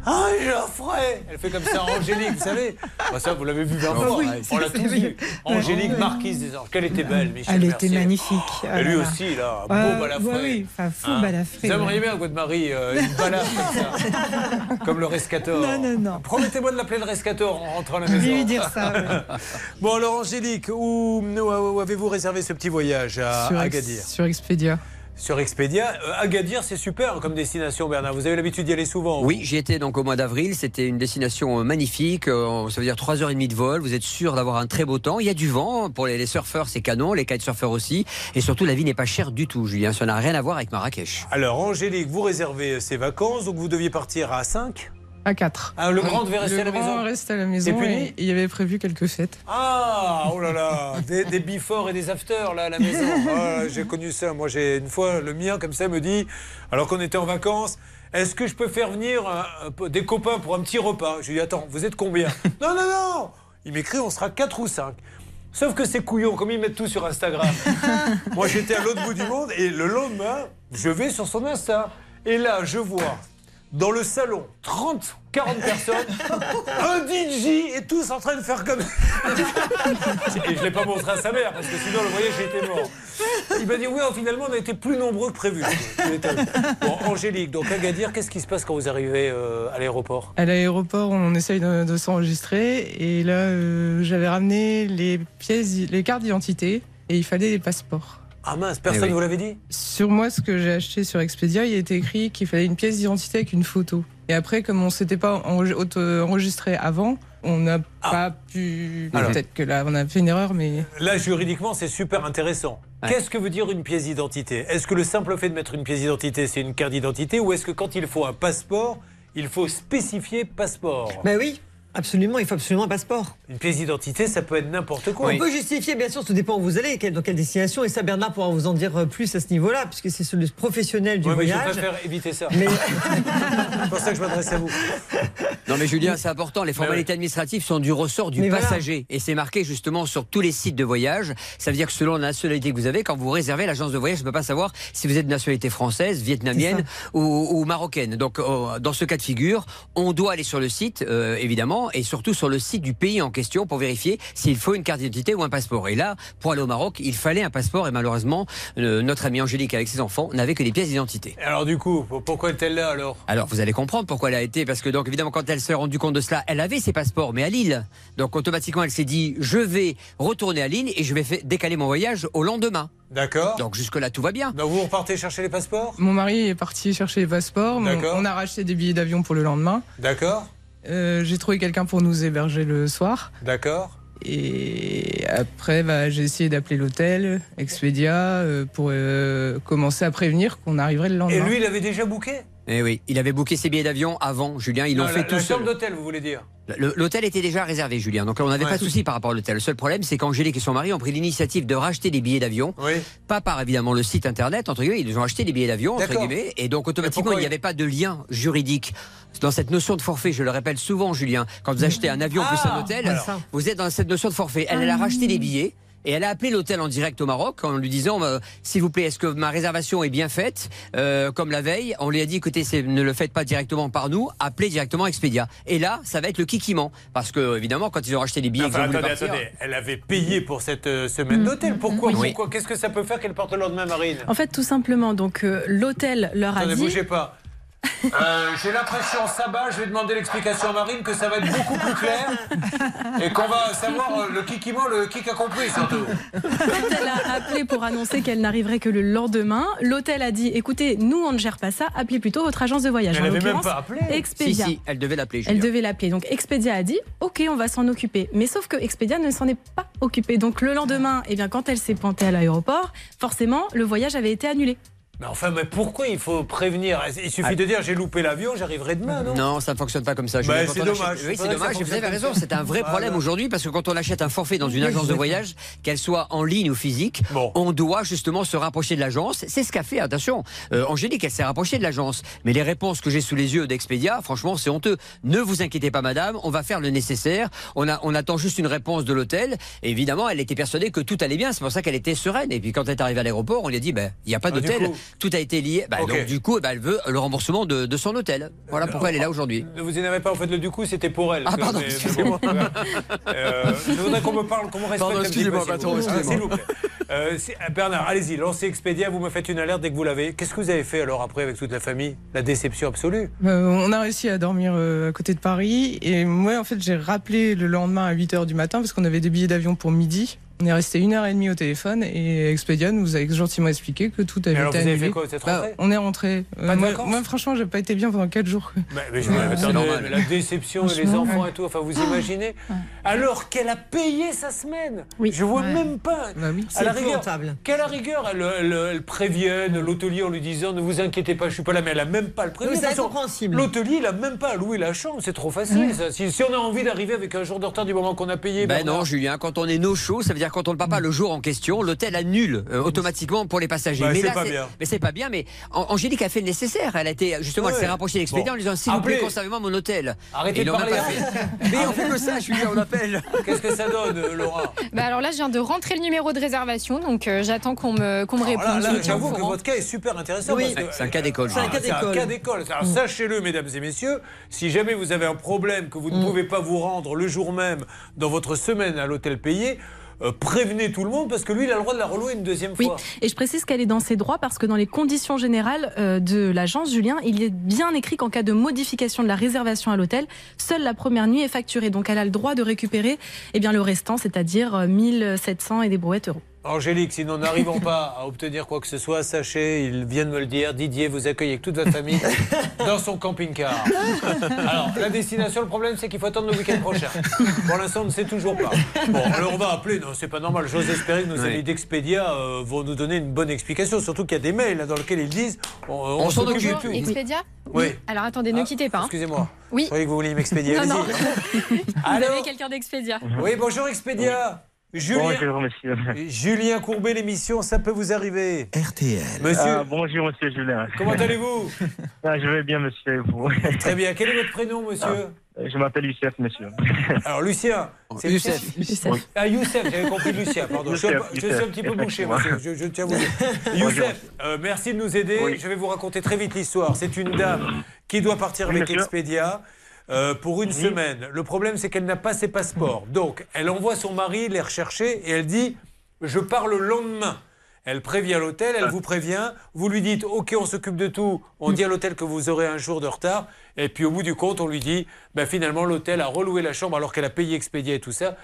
[SPEAKER 2] Ah, Geoffrey Elle fait comme ça, Angélique, vous savez Bah, Ça, vous l'avez vu bien
[SPEAKER 4] Ah
[SPEAKER 2] fort.
[SPEAKER 4] oui,
[SPEAKER 2] hein. On l'a
[SPEAKER 4] c'est
[SPEAKER 2] tous
[SPEAKER 4] vrai.
[SPEAKER 2] vu. Angélique Marquise des Anges. Qu'elle était belle, Michel.
[SPEAKER 16] Ah Elle
[SPEAKER 2] Mercier. Oh,
[SPEAKER 16] était magnifique. Ah
[SPEAKER 2] Et lui aussi, là, beau
[SPEAKER 16] Euh,
[SPEAKER 2] balafré.
[SPEAKER 16] ouais, oui, enfin, fou
[SPEAKER 2] Hein.
[SPEAKER 16] balafré,
[SPEAKER 2] Vous aimeriez
[SPEAKER 16] ouais.
[SPEAKER 2] bien, Godemarie, euh, une balade comme ça, comme le rescator.
[SPEAKER 16] Non, non, non.
[SPEAKER 2] Promettez-moi de l'appeler le rescator en rentrant à la
[SPEAKER 16] Lui
[SPEAKER 2] maison.
[SPEAKER 16] dire ça,
[SPEAKER 2] bon, alors, Angélique, où, où avez-vous réservé ce petit voyage à
[SPEAKER 15] sur, Ex-
[SPEAKER 2] Agadir
[SPEAKER 15] sur Expedia.
[SPEAKER 2] Sur Expedia. Euh, Agadir, c'est super comme destination, Bernard. Vous avez l'habitude d'y aller souvent.
[SPEAKER 5] Oui, j'y étais donc au mois d'avril. C'était une destination euh, magnifique. Euh, Ça veut dire 3h30 de vol. Vous êtes sûr d'avoir un très beau temps. Il y a du vent. Pour les, les surfeurs, c'est canon. Les kitesurfers aussi. Et surtout, la vie n'est pas chère du tout, Julien. Ça n'a rien à voir avec Marrakech.
[SPEAKER 2] Alors, Angélique, vous réservez ces vacances, donc vous deviez partir à 5
[SPEAKER 15] À 4.
[SPEAKER 2] Ah, le grand devait rester à la
[SPEAKER 15] grand
[SPEAKER 2] maison.
[SPEAKER 15] reste à la
[SPEAKER 2] C'est
[SPEAKER 15] maison.
[SPEAKER 2] puni
[SPEAKER 15] et il y avait prévu quelques fêtes.
[SPEAKER 2] Ah, oh là là, des, des before et des after là à la maison. Oh là là, j'ai connu ça. Moi, j'ai une fois le mien comme ça il me dit, alors qu'on était en vacances, est-ce que je peux faire venir un- un peu- des copains pour un petit repas Je lui dis attends, vous êtes combien Non non non. Il m'écrit on sera quatre ou cinq. Sauf que c'est couillon, comme ils mettent tout sur Instagram. Moi, j'étais à l'autre bout du monde et le lendemain, je vais sur son Insta et là, je vois dans le salon 30 40 personnes, un DJ et tous en train de faire comme et je ne l'ai pas montré à sa mère, parce que sinon le voyage était mort. Il m'a dit, oui, finalement, on a été plus nombreux que prévu. Il était- Bon, Angélique, donc Agadir, qu'est-ce qui se passe quand vous arrivez euh, à l'aéroport
[SPEAKER 15] À l'aéroport, on essaye de, de s'enregistrer. Et là, euh, j'avais ramené les pièces, les cartes d'identité et il fallait des passeports.
[SPEAKER 2] Ah mince, personne
[SPEAKER 15] Eh oui.
[SPEAKER 2] vous l'avait dit
[SPEAKER 15] Sur moi, ce que j'ai acheté sur Expedia, il était écrit qu'il fallait une pièce d'identité avec une photo. Et après, comme on s'était pas enre- auto- enregistré avant, on n'a
[SPEAKER 2] Ah.
[SPEAKER 15] pas pu.
[SPEAKER 2] Alors.
[SPEAKER 15] Peut-être que là, on a fait une erreur, mais.
[SPEAKER 2] Là, juridiquement, c'est super intéressant. Qu'est-ce que veut dire une pièce d'identité Est-ce que le simple fait de mettre une pièce d'identité, c'est une carte d'identité Ou est-ce que quand il faut un passeport, il faut spécifier passeport
[SPEAKER 10] Ben oui, absolument, il faut absolument un passeport.
[SPEAKER 2] Une pièce d'identité, ça peut être n'importe quoi.
[SPEAKER 10] On peut justifier, bien sûr, tout dépend où vous allez, quelle- dans quelle destination. Et ça, Bernard pourra vous en dire euh, plus à ce niveau-là, puisque c'est celui professionnel du
[SPEAKER 2] Ouais, mais
[SPEAKER 10] voyage.
[SPEAKER 2] je préfère éviter ça.
[SPEAKER 10] Mais-
[SPEAKER 2] c'est pour ça que je m'adresse à vous.
[SPEAKER 5] Non mais Julien, c'est important. Les formalités administratives sont du ressort du
[SPEAKER 2] Mais voilà.
[SPEAKER 5] passager et c'est marqué justement sur tous les sites de voyage. Ça veut dire que selon la nationalité que vous avez, quand vous réservez, l'agence de voyage ne peut pas savoir si vous êtes de nationalité française, vietnamienne ou, ou marocaine. Donc euh, dans ce cas de figure, on doit aller sur le site euh, évidemment et surtout sur le site du pays en question pour vérifier s'il faut une carte d'identité ou un passeport. Et là, pour aller au Maroc, il fallait un passeport et malheureusement, euh, notre amie Angélique avec ses enfants n'avait que des pièces d'identité.
[SPEAKER 2] Alors du coup, pourquoi est-elle là alors
[SPEAKER 5] Alors vous allez comprendre pourquoi elle a été, parce que donc évidemment quand elle s'est rendue compte de cela, elle avait ses passeports, mais à Lille. Donc automatiquement elle s'est dit, je vais retourner à Lille et je vais fa- décaler mon voyage au lendemain.
[SPEAKER 2] D'accord.
[SPEAKER 5] Donc jusque-là tout va bien.
[SPEAKER 2] Donc vous repartez chercher les passeports
[SPEAKER 15] Mon mari est parti chercher les passeports. Mon-
[SPEAKER 2] D'accord.
[SPEAKER 15] On a racheté des billets d'avion pour le lendemain.
[SPEAKER 2] D'accord
[SPEAKER 15] Euh, j'ai trouvé quelqu'un pour nous héberger le soir.
[SPEAKER 2] D'accord
[SPEAKER 15] Et après, bah, j'ai essayé d'appeler l'hôtel, Expedia, euh, pour euh, commencer à prévenir qu'on arriverait le lendemain.
[SPEAKER 2] Et lui, il avait déjà booké
[SPEAKER 5] Eh oui, il avait booké ses billets d'avion avant, Julien, ils l'ont
[SPEAKER 2] Ah,
[SPEAKER 5] fait
[SPEAKER 2] la-
[SPEAKER 5] tout
[SPEAKER 2] la
[SPEAKER 5] seul.
[SPEAKER 2] chambre d'hôtel, vous voulez dire
[SPEAKER 5] Le- L'hôtel était déjà réservé, Julien. Donc on n'avait
[SPEAKER 2] Ouais.
[SPEAKER 5] pas de souci par rapport à l'hôtel. Le seul problème, c'est qu'Angélique et son mari ont pris l'initiative de racheter des billets d'avion. Pas par évidemment le site internet, entre guillemets. Ils ont acheté des billets d'avion, entre
[SPEAKER 2] D'accord.
[SPEAKER 5] guillemets. Et donc
[SPEAKER 2] Mais
[SPEAKER 5] automatiquement,
[SPEAKER 2] pourquoi
[SPEAKER 5] il n'y
[SPEAKER 2] ils-
[SPEAKER 5] avait pas de lien juridique. Dans cette notion de forfait, je le répète souvent, Julien, quand vous achetez un avion plus
[SPEAKER 2] Ah,
[SPEAKER 5] un hôtel,
[SPEAKER 2] alors.
[SPEAKER 5] vous êtes dans cette notion de forfait. Elle, elle a
[SPEAKER 2] Ah.
[SPEAKER 5] racheté des billets. Et elle a appelé l'hôtel en direct au Maroc en lui disant euh, s'il vous plaît est-ce que ma réservation est bien faite euh, comme la veille on lui a dit écoutez c'est- ne le faites pas directement par nous appelez directement Expedia et là ça va être le kikiman parce que évidemment quand ils ont racheté les billets
[SPEAKER 2] Enfin,
[SPEAKER 5] qu'ils ont voulu
[SPEAKER 2] attendez,
[SPEAKER 5] partir-
[SPEAKER 2] attendez. Elle avait payé pour cette euh, semaine
[SPEAKER 10] Mm,
[SPEAKER 2] d'hôtel. Pourquoi,
[SPEAKER 5] Oui.
[SPEAKER 2] pourquoi Qu'est-ce que ça peut faire qu'elle parte le lendemain, Marine
[SPEAKER 6] En fait, tout simplement, donc euh, l'hôtel leur a
[SPEAKER 2] Attendez,
[SPEAKER 6] dit.
[SPEAKER 2] bougez pas. Euh, J'ai l'impression, Sabah, je vais demander l'explication à Marine que ça va être beaucoup plus clair et qu'on va savoir euh, le qui qui ment, le qui qui a compris surtout.
[SPEAKER 6] L'hôtel a appelé pour annoncer qu'elle n'arriverait que le lendemain. L'hôtel a dit écoutez, nous on ne gère pas ça, appelez plutôt votre agence de voyage.
[SPEAKER 5] Elle
[SPEAKER 6] En
[SPEAKER 5] avait même
[SPEAKER 6] l'occurrence,
[SPEAKER 5] pas appelé.
[SPEAKER 6] Expedia.
[SPEAKER 5] Si, si, elle devait l'appeler,
[SPEAKER 6] Elle
[SPEAKER 5] Julien.
[SPEAKER 6] devait l'appeler. Donc Expedia a dit ok, on va s'en occuper. Mais sauf que Expedia ne s'en est pas occupé. Donc le lendemain, eh bien, quand elle s'est pointée à l'aéroport, forcément, le voyage avait été annulé.
[SPEAKER 2] Mais enfin, mais pourquoi il faut prévenir Il suffit de dire j'ai loupé l'avion, j'arriverai demain, non
[SPEAKER 5] Ah. Non, ça ne fonctionne pas comme ça. Julien.
[SPEAKER 2] Bah,
[SPEAKER 5] Quand
[SPEAKER 2] c'est
[SPEAKER 5] on achète-
[SPEAKER 2] dommage.
[SPEAKER 5] Oui,
[SPEAKER 2] C'est
[SPEAKER 5] c'est
[SPEAKER 2] vrai que ça
[SPEAKER 5] dommage. et Vous
[SPEAKER 2] fonctionne
[SPEAKER 5] avez
[SPEAKER 2] comme
[SPEAKER 5] raison.
[SPEAKER 2] ça.
[SPEAKER 5] C'est un vrai
[SPEAKER 2] Voilà.
[SPEAKER 5] problème aujourd'hui parce que quand on achète un forfait dans une
[SPEAKER 2] Oui,
[SPEAKER 5] agence de
[SPEAKER 2] c'est-
[SPEAKER 5] voyage, qu'elle soit en ligne ou physique, on doit justement se rapprocher de l'agence. C'est ce qu'a fait. Attention, euh, Angélique, elle s'est rapprochée de l'agence. Mais les réponses que j'ai sous les yeux d'Expedia, franchement, c'est honteux. Ne vous inquiétez pas, madame. On va faire le nécessaire. On, a, on attend juste une réponse de l'hôtel. Et Évidemment, elle était persuadée que tout allait bien. C'est pour ça qu'elle était sereine. Et puis quand elle est arrivée à l'aéroport, on lui a dit, ben, il n'y a pas
[SPEAKER 2] Ah, du
[SPEAKER 5] d'hôtel.
[SPEAKER 2] coup.
[SPEAKER 5] Tout a été lié. Bah,
[SPEAKER 2] Ok. Euh,
[SPEAKER 5] donc, du coup, eh ben, elle veut le remboursement de, de son hôtel. Voilà Ah, pourquoi elle est là aujourd'hui.
[SPEAKER 2] Ne vous énervez pas, en fait, le du coup, c'était pour elle.
[SPEAKER 5] Ah, pardon,
[SPEAKER 2] Mais- mais
[SPEAKER 5] excusez-moi.
[SPEAKER 2] bon, voilà. Euh, je voudrais qu'on me parle, qu'on me respecte
[SPEAKER 5] Pardon,
[SPEAKER 2] un petit peu,
[SPEAKER 5] excusez-moi,
[SPEAKER 2] s'il vous
[SPEAKER 5] patron,
[SPEAKER 2] plaît. Ah,
[SPEAKER 5] excusez-moi.
[SPEAKER 2] S'il vous plaît. Euh, c'est- euh, Bernard, allez-y, lancez Expedia, vous me faites une alerte dès que vous l'avez. Qu'est-ce que vous avez fait alors après avec toute la famille La déception absolue
[SPEAKER 15] Euh, on a réussi à dormir euh, à côté de Paris. Et moi, en fait, j'ai rappelé le lendemain à 8h du matin parce qu'on avait des billets d'avion pour midi. On est resté une heure et demie au téléphone et Expedia nous a gentiment expliqué que tout avait
[SPEAKER 2] alors,
[SPEAKER 15] été
[SPEAKER 2] vous avez
[SPEAKER 15] annulé. Euh,
[SPEAKER 2] fait quoi, vous êtes
[SPEAKER 5] Bah,
[SPEAKER 2] rentré
[SPEAKER 15] On est rentré.
[SPEAKER 2] Pas de
[SPEAKER 15] moi,
[SPEAKER 2] vacances
[SPEAKER 15] moi, franchement, j'ai pas été bien pendant 4 jours.
[SPEAKER 2] Mais, mais je- attendez,
[SPEAKER 15] c'est normal.
[SPEAKER 2] mais la déception et les
[SPEAKER 15] Franchement,
[SPEAKER 2] enfants
[SPEAKER 15] ouais.
[SPEAKER 2] et tout, enfin
[SPEAKER 10] Ah.
[SPEAKER 2] vous imaginez Alors qu'elle a payé sa semaine Je vois même pas
[SPEAKER 10] C'est
[SPEAKER 2] à la rigueur,
[SPEAKER 10] épouvantable.
[SPEAKER 2] qu'à la rigueur, elle, elle, elle prévienne l'hôtelier en lui disant ne vous inquiétez pas, je suis pas là, mais elle a même pas à le prévenu.
[SPEAKER 10] Oui, c'est
[SPEAKER 2] De toute façon,
[SPEAKER 10] incompréhensible.
[SPEAKER 2] L'hôtelier, il a même pas à louer la chambre, c'est trop facile.
[SPEAKER 5] Ouais.
[SPEAKER 2] ça. Si, si on a envie d'arriver avec un jour de retard du moment qu'on a payé,
[SPEAKER 5] Ben
[SPEAKER 2] Bernard,
[SPEAKER 5] non, Julien, quand on est no show, ça veut dire quand on ne part pas le jour en question, l'hôtel annule euh, automatiquement pour les passagers.
[SPEAKER 2] Bah,
[SPEAKER 5] mais
[SPEAKER 2] c'est
[SPEAKER 5] là,
[SPEAKER 2] pas
[SPEAKER 5] c'est-
[SPEAKER 2] bien.
[SPEAKER 5] mais c'est pas bien. Mais An- Angélique a fait le nécessaire. Elle a été justement, elle
[SPEAKER 2] Ouais.
[SPEAKER 5] s'est rapprochée d'Expédia
[SPEAKER 2] Bon.
[SPEAKER 5] en lui disant s'il vous plaît,
[SPEAKER 2] Appelez.
[SPEAKER 5] conservez-moi mon hôtel.
[SPEAKER 2] Arrêtez
[SPEAKER 5] Et ils
[SPEAKER 2] de
[SPEAKER 5] l'ont même
[SPEAKER 2] parler. hein.
[SPEAKER 5] pas fait. Mais on fait que ça, Julien, on appelle.
[SPEAKER 2] Qu'est-ce que ça donne, euh, Laura
[SPEAKER 3] Bah alors là, je viens de rentrer le numéro de réservation, donc euh, j'attends qu'on me, qu'on me
[SPEAKER 2] Alors là,
[SPEAKER 3] réponde.
[SPEAKER 2] là,
[SPEAKER 3] Je vous tiens au
[SPEAKER 2] J'avoue que
[SPEAKER 3] courant.
[SPEAKER 2] votre cas est super intéressant.
[SPEAKER 3] Oui.
[SPEAKER 2] parce que-
[SPEAKER 5] C'est un cas d'école.
[SPEAKER 2] Ah,
[SPEAKER 5] Julien.
[SPEAKER 2] C'est un cas d'école. Alors, Sachez-le, mesdames et messieurs, si jamais vous avez un problème que vous ne pouvez pas vous rendre le jour même dans votre semaine à l'hôtel payé, euh, prévenez tout le monde parce que lui, il a le droit de la relouer une deuxième
[SPEAKER 6] Oui,
[SPEAKER 2] fois.
[SPEAKER 6] et je précise qu'elle est dans ses droits parce que dans les conditions générales euh, de l'agence, Julien, il est bien écrit qu'en cas de modification de la réservation à l'hôtel, seule la première nuit est facturée. Donc elle a le droit de récupérer eh bien, le restant, c'est-à-dire euh, 1700 et des brouettes euros.
[SPEAKER 2] Angélique, si nous n'arrivons pas à obtenir quoi que ce soit, sachez, ils viennent me le dire, Didier vous accueille avec toute votre famille dans son camping-car. Alors, la destination, le problème, c'est qu'il faut attendre le week-end prochain. Pour l'instant, on ne sait toujours pas. Bon, alors on va appeler, non, c'est pas normal. J'ose espérer que nos
[SPEAKER 5] Oui.
[SPEAKER 2] amis d'Expedia euh, vont nous donner une bonne explication, surtout qu'il y a des mails là, dans lesquels ils disent on, on
[SPEAKER 5] s'en
[SPEAKER 2] s'occupe
[SPEAKER 3] Bonjour,
[SPEAKER 2] de tout.
[SPEAKER 3] Expedia
[SPEAKER 2] Oui. Ah,
[SPEAKER 3] Alors attendez, ne quittez pas. hein.
[SPEAKER 2] Excusez-moi.
[SPEAKER 3] Oui.
[SPEAKER 2] Je croyais que vous vouliez m'expédier.
[SPEAKER 3] Non,
[SPEAKER 2] Allez-y.
[SPEAKER 3] non. Vous
[SPEAKER 2] Allô
[SPEAKER 3] avez quelqu'un d'Expedia
[SPEAKER 2] Oui, bonjour Expedia. Julien,
[SPEAKER 17] Bonjour, monsieur.
[SPEAKER 2] Julien Courbet, l'émission, ça peut vous arriver.
[SPEAKER 1] RTL.
[SPEAKER 2] Monsieur-
[SPEAKER 17] Ah, bonjour, monsieur Julien.
[SPEAKER 2] Comment allez-vous
[SPEAKER 17] Ah, Je vais bien, monsieur. et Vous
[SPEAKER 2] Très bien. Quel est votre prénom, monsieur
[SPEAKER 17] Je m'appelle Youssef, monsieur.
[SPEAKER 2] Alors, Lucien. c'est
[SPEAKER 17] Youssef. Oui.
[SPEAKER 2] Ah, Youssef, j'avais compris Lucien, pardon. Je suis un-
[SPEAKER 17] Youssef,
[SPEAKER 2] je suis un
[SPEAKER 17] Youssef,
[SPEAKER 2] petit peu bouché,
[SPEAKER 17] effectivement.
[SPEAKER 2] monsieur. Je, je tiens à vous dire. Youssef, euh, merci de nous aider. Je vais vous raconter très vite l'histoire. C'est une dame qui doit partir
[SPEAKER 17] Oui,
[SPEAKER 2] avec
[SPEAKER 17] monsieur.
[SPEAKER 2] Expedia. euh, pour une semaine. Le problème, c'est qu'elle n'a pas ses passeports. Donc, elle envoie son mari les rechercher et elle dit Je pars le lendemain. Elle prévient l'hôtel, elle vous prévient, vous lui dites OK, on s'occupe de tout, on dit à l'hôtel que vous aurez un jour de retard, et puis au bout du compte, on lui dit bah, finalement, l'hôtel a reloué la chambre alors qu'elle a payé Expedia et tout ça,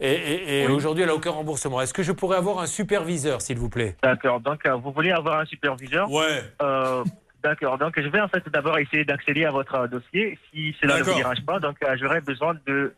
[SPEAKER 2] et, et- et
[SPEAKER 17] Oui.
[SPEAKER 2] aujourd'hui, elle n'a aucun remboursement. Est-ce que je pourrais avoir un superviseur, s'il vous plaît
[SPEAKER 17] D'accord, donc euh, vous voulez avoir un superviseur Euh,
[SPEAKER 2] Ouais.
[SPEAKER 17] D'accord, donc je vais en fait d'abord essayer d'accéder à votre euh, dossier, si cela ne vous
[SPEAKER 2] D'accord.
[SPEAKER 17] dérange pas. Donc euh, j'aurai besoin de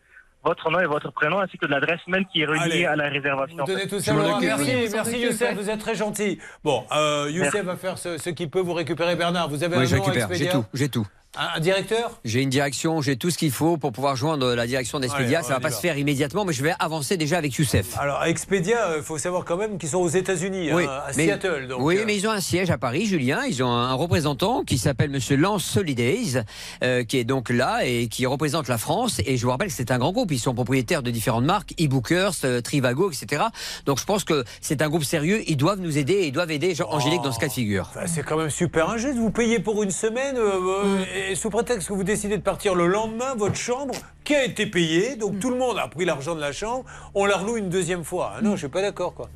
[SPEAKER 17] votre nom et votre prénom, ainsi que de l'adresse même qui est reliée
[SPEAKER 2] Allez.
[SPEAKER 17] à la réservation.
[SPEAKER 2] Vous donnez tout ça, Laura. Merci, merci Youssef, vous êtes très gentil. Bon, euh, Youssef
[SPEAKER 17] Merci.
[SPEAKER 2] va faire ce, ce qu'il peut. Vous récupérez Bernard. Vous avez
[SPEAKER 5] Oui,
[SPEAKER 2] un
[SPEAKER 5] je
[SPEAKER 2] nom,
[SPEAKER 5] récupère. J'ai
[SPEAKER 2] Expedia
[SPEAKER 5] tout. J'ai tout.
[SPEAKER 2] Un, un directeur
[SPEAKER 5] J'ai une direction, j'ai tout ce qu'il faut pour pouvoir joindre la direction
[SPEAKER 2] Allez,
[SPEAKER 5] d'Expedia.
[SPEAKER 2] on
[SPEAKER 5] Ça va
[SPEAKER 2] y
[SPEAKER 5] pas
[SPEAKER 2] va.
[SPEAKER 5] se faire immédiatement, mais je vais avancer déjà avec Youssef.
[SPEAKER 2] Alors, Expedia, il faut savoir quand même qu'ils sont aux États-Unis,
[SPEAKER 5] Oui,
[SPEAKER 2] hein, à
[SPEAKER 5] mais-
[SPEAKER 2] Seattle. Donc,
[SPEAKER 5] oui,
[SPEAKER 2] euh,
[SPEAKER 5] mais ils ont un siège à Paris, Julien. Ils ont un un représentant qui s'appelle Monsieur Lance Solidays, euh, qui est donc là et qui représente la France. Et je vous rappelle que c'est un grand groupe. Ils sont propriétaires de différentes marques, eBookers, euh, Trivago, etc. Donc je pense que c'est un groupe sérieux. Ils doivent nous aider. et Ils doivent aider Jean- Angélique dans ce cas de figure.
[SPEAKER 2] bah, c'est quand même super injuste. Vous payez pour une semaine euh, euh, et sous prétexte que vous décidez de partir le lendemain, votre chambre qui a été payée, donc tout le monde a pris l'argent de la chambre, on la reloue une deuxième fois. Ah non, je suis pas d'accord, quoi.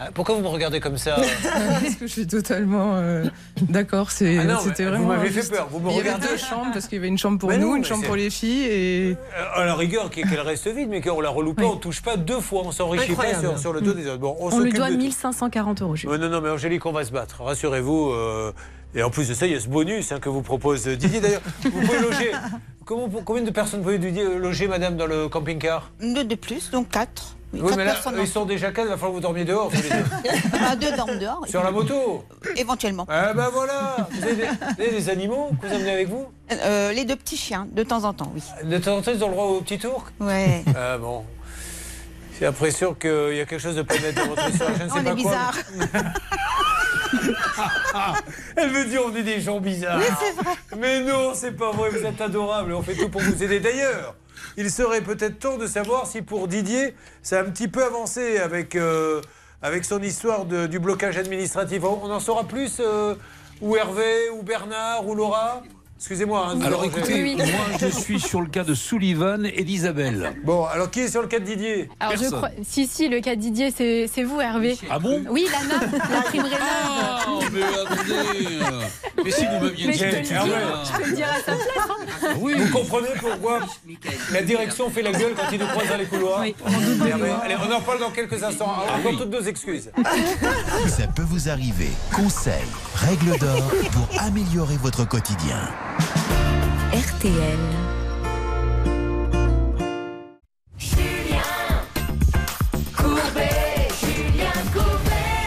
[SPEAKER 2] Ah, Pourquoi vous me regardez comme ça
[SPEAKER 15] Parce que je suis totalement euh, d'accord. c'est-
[SPEAKER 2] Ah non,
[SPEAKER 15] C'était
[SPEAKER 2] mais vous
[SPEAKER 15] vraiment.
[SPEAKER 2] m'avez fait
[SPEAKER 15] injuste.
[SPEAKER 2] peur, vous me
[SPEAKER 15] Il y avait
[SPEAKER 2] regardez.
[SPEAKER 15] deux chambres parce qu'il y avait une chambre pour
[SPEAKER 2] Mais
[SPEAKER 15] nous,
[SPEAKER 2] non,
[SPEAKER 15] une
[SPEAKER 2] mais
[SPEAKER 15] chambre
[SPEAKER 2] c'est-
[SPEAKER 15] pour les filles et.
[SPEAKER 2] Euh, À la rigueur, qu'est- qu'elle reste vide, mais qu'on la reloue pas, on touche pas deux fois, on s'enrichit pas
[SPEAKER 6] Incroyable.
[SPEAKER 2] sur, sur
[SPEAKER 15] Mm.
[SPEAKER 2] le dos des autres. Bon, on,
[SPEAKER 6] On, lui
[SPEAKER 2] s'occupe
[SPEAKER 6] doit
[SPEAKER 2] de tout.
[SPEAKER 6] 1540 euros, Julien.
[SPEAKER 2] Euh, non, non, mais Angélique, on va se battre, rassurez-vous. euh, et en plus de ça, il y a ce bonus hein, que vous propose Didier. D'ailleurs, vous pouvez loger. euh, Comment- combien de personnes pouvez loger, madame, dans le camping-car
[SPEAKER 19] Deux de plus, donc quatre.
[SPEAKER 2] Oui,
[SPEAKER 19] quatre
[SPEAKER 2] mais là,
[SPEAKER 19] personnes
[SPEAKER 2] eux, ils sont déjà quatre, il va falloir que vous dormiez dehors. tous les deux.
[SPEAKER 7] Ah,
[SPEAKER 19] À deux dorment dehors.
[SPEAKER 2] Sur la moto
[SPEAKER 19] Éventuellement.
[SPEAKER 2] Eh ben voilà Vous avez des, vous avez des animaux que vous amenez avec vous
[SPEAKER 19] Euh, les deux petits chiens, de temps en temps, oui.
[SPEAKER 2] De temps en temps, ils ont le droit au petit tour
[SPEAKER 19] Ouais.
[SPEAKER 2] Ah bon. J'ai l'impression qu'il y a quelque chose de pas net dans votre histoire. Je ne sais
[SPEAKER 19] On
[SPEAKER 2] pas
[SPEAKER 19] est bizarre.
[SPEAKER 2] quoi. Ah, Elle me dit on est des gens bizarres.
[SPEAKER 8] Ah.
[SPEAKER 19] Oui, c'est vrai.
[SPEAKER 2] Mais non, c'est pas vrai, vous êtes adorables. On fait tout pour vous aider. D'ailleurs, il serait peut-être temps de savoir si pour Didier, ça a un petit peu avancé avec, euh, avec son histoire de- du blocage administratif. On on en saura plus euh, Ou Hervé, ou Bernard, ou Laura Excusez-moi. hein, de vous
[SPEAKER 8] Alors
[SPEAKER 2] déranger.
[SPEAKER 8] écoutez, moi je suis sur le cas de Sullivan et d'Isabelle.
[SPEAKER 2] Bon, alors qui est sur le cas de Didier
[SPEAKER 3] Alors, je crois... Si, si, le cas de Didier, c'est c'est vous, Hervé.
[SPEAKER 8] Ah bon
[SPEAKER 3] Oui, Lana, la prime
[SPEAKER 19] Ah,
[SPEAKER 3] Rénov'.
[SPEAKER 8] Oh, mais attendez euh, Mais si vous m'aviez
[SPEAKER 3] Mais
[SPEAKER 8] dit...
[SPEAKER 3] je te le
[SPEAKER 8] tout
[SPEAKER 3] dis,
[SPEAKER 8] à l'heure,
[SPEAKER 3] je peux le dire à sa place. hein.
[SPEAKER 8] euh,
[SPEAKER 2] Vous comprenez pourquoi la direction fait la gueule quand ils nous croisent dans les couloirs Hervé, Allez, on en parle dans quelques instants.
[SPEAKER 8] Ah
[SPEAKER 2] Alors, Encore toutes nos excuses.
[SPEAKER 1] Ça peut vous arriver. Conseils, règles d'or pour améliorer votre quotidien.
[SPEAKER 9] RTL.
[SPEAKER 19] hein.
[SPEAKER 4] Courbet, Julien Courbet,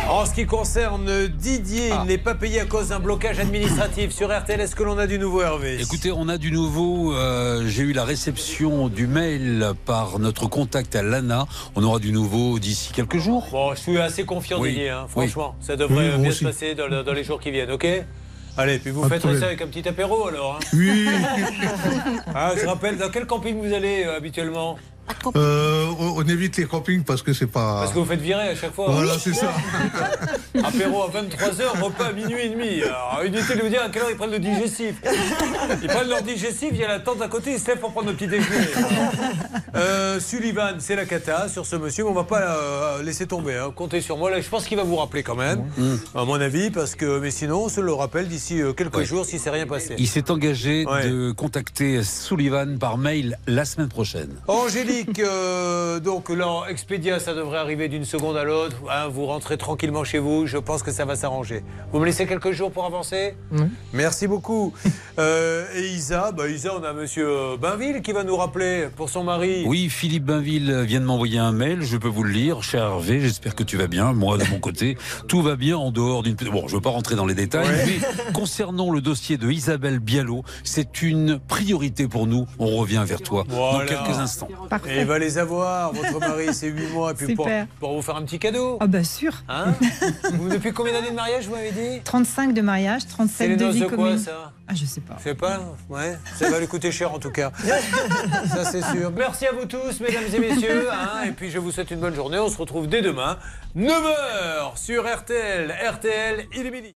[SPEAKER 2] En ce qui concerne Didier,
[SPEAKER 8] Ah.
[SPEAKER 2] il n'est pas payé à cause d'un blocage administratif sur RTL. Est-ce que l'on a du nouveau, Hervé
[SPEAKER 8] Écoutez, on a du nouveau. euh, J'ai eu la réception du mail par notre contact à l'ANA. On aura du nouveau d'ici quelques jours.
[SPEAKER 2] Bon, je suis assez confiant,
[SPEAKER 8] Oui.
[SPEAKER 2] Didier, hein,
[SPEAKER 8] Oui.
[SPEAKER 2] franchement. Ça devrait
[SPEAKER 8] Oui,
[SPEAKER 2] euh,
[SPEAKER 8] moi
[SPEAKER 2] bien
[SPEAKER 8] aussi.
[SPEAKER 2] se passer dans, le- dans les jours qui viennent, ok Allez, puis vous
[SPEAKER 8] Pas de
[SPEAKER 2] faites
[SPEAKER 8] problème.
[SPEAKER 2] ça avec un petit apéro alors. hein.
[SPEAKER 20] Oui.
[SPEAKER 2] Ah, je rappelle, dans quel camping vous allez euh, habituellement
[SPEAKER 20] Euh, on, on évite les campings parce que c'est pas.
[SPEAKER 2] Parce que vous faites virer à chaque fois.
[SPEAKER 20] Voilà, c'est ça.
[SPEAKER 2] Apéro à 23h, repas à minuit et demi. Alors, inutile de vous dire à quelle heure ils prennent le digestif. Ils prennent leur digestif, il y a la tente à côté, ils se lèvent pour prendre le petit déjeuner. Euh, Sullivan, c'est la cata sur ce monsieur, mais on va pas euh, laisser tomber. hein. Comptez sur moi, là, je pense qu'il va vous rappeler quand même,
[SPEAKER 8] Mm.
[SPEAKER 2] à mon avis, parce que, mais sinon, on se le rappelle d'ici euh, quelques jours si c'est rien passé.
[SPEAKER 8] Il s'est engagé de contacter Sullivan par mail la semaine prochaine.
[SPEAKER 2] Angélique, euh, donc là, Expedia, ça devrait arriver d'une seconde à l'autre. hein, vous rentrez tranquillement chez vous, je pense que ça va s'arranger. Vous me laissez quelques jours pour avancer Merci beaucoup. Euh, et Isa, bah Isa, on a monsieur euh, Bainville qui va nous rappeler pour son mari.
[SPEAKER 8] Oui, Philippe Bainville vient de m'envoyer un mail, je peux vous le lire. Cher Hervé, j'espère que tu vas bien. Moi, de mon côté, tout va bien en dehors d'une... Bon, je ne veux pas rentrer dans les détails, mais concernant le dossier de Isabelle Bialot, c'est une priorité pour nous. On revient vers toi dans
[SPEAKER 2] Voilà.
[SPEAKER 8] quelques instants.
[SPEAKER 2] Et il va les avoir, votre mari, c'est 8 mois. Et puis pour,
[SPEAKER 16] Super.
[SPEAKER 2] pour vous faire un petit cadeau.
[SPEAKER 16] Ah, bah sûr.
[SPEAKER 2] Hein Vous- Depuis combien d'années de mariage, vous m'avez dit
[SPEAKER 16] 35 de mariage,
[SPEAKER 2] C'est les
[SPEAKER 16] 37 de
[SPEAKER 2] noces
[SPEAKER 16] vie
[SPEAKER 2] de quoi,
[SPEAKER 16] commune.
[SPEAKER 2] ça
[SPEAKER 16] Ah, je sais pas.
[SPEAKER 2] Je sais pas, ouais. Ça va lui coûter cher en tout cas. Ça c'est sûr. Merci à vous tous, mesdames et messieurs. hein, et puis je vous souhaite une bonne journée. On se retrouve dès demain, 9h sur RTL. RTL, il est midi.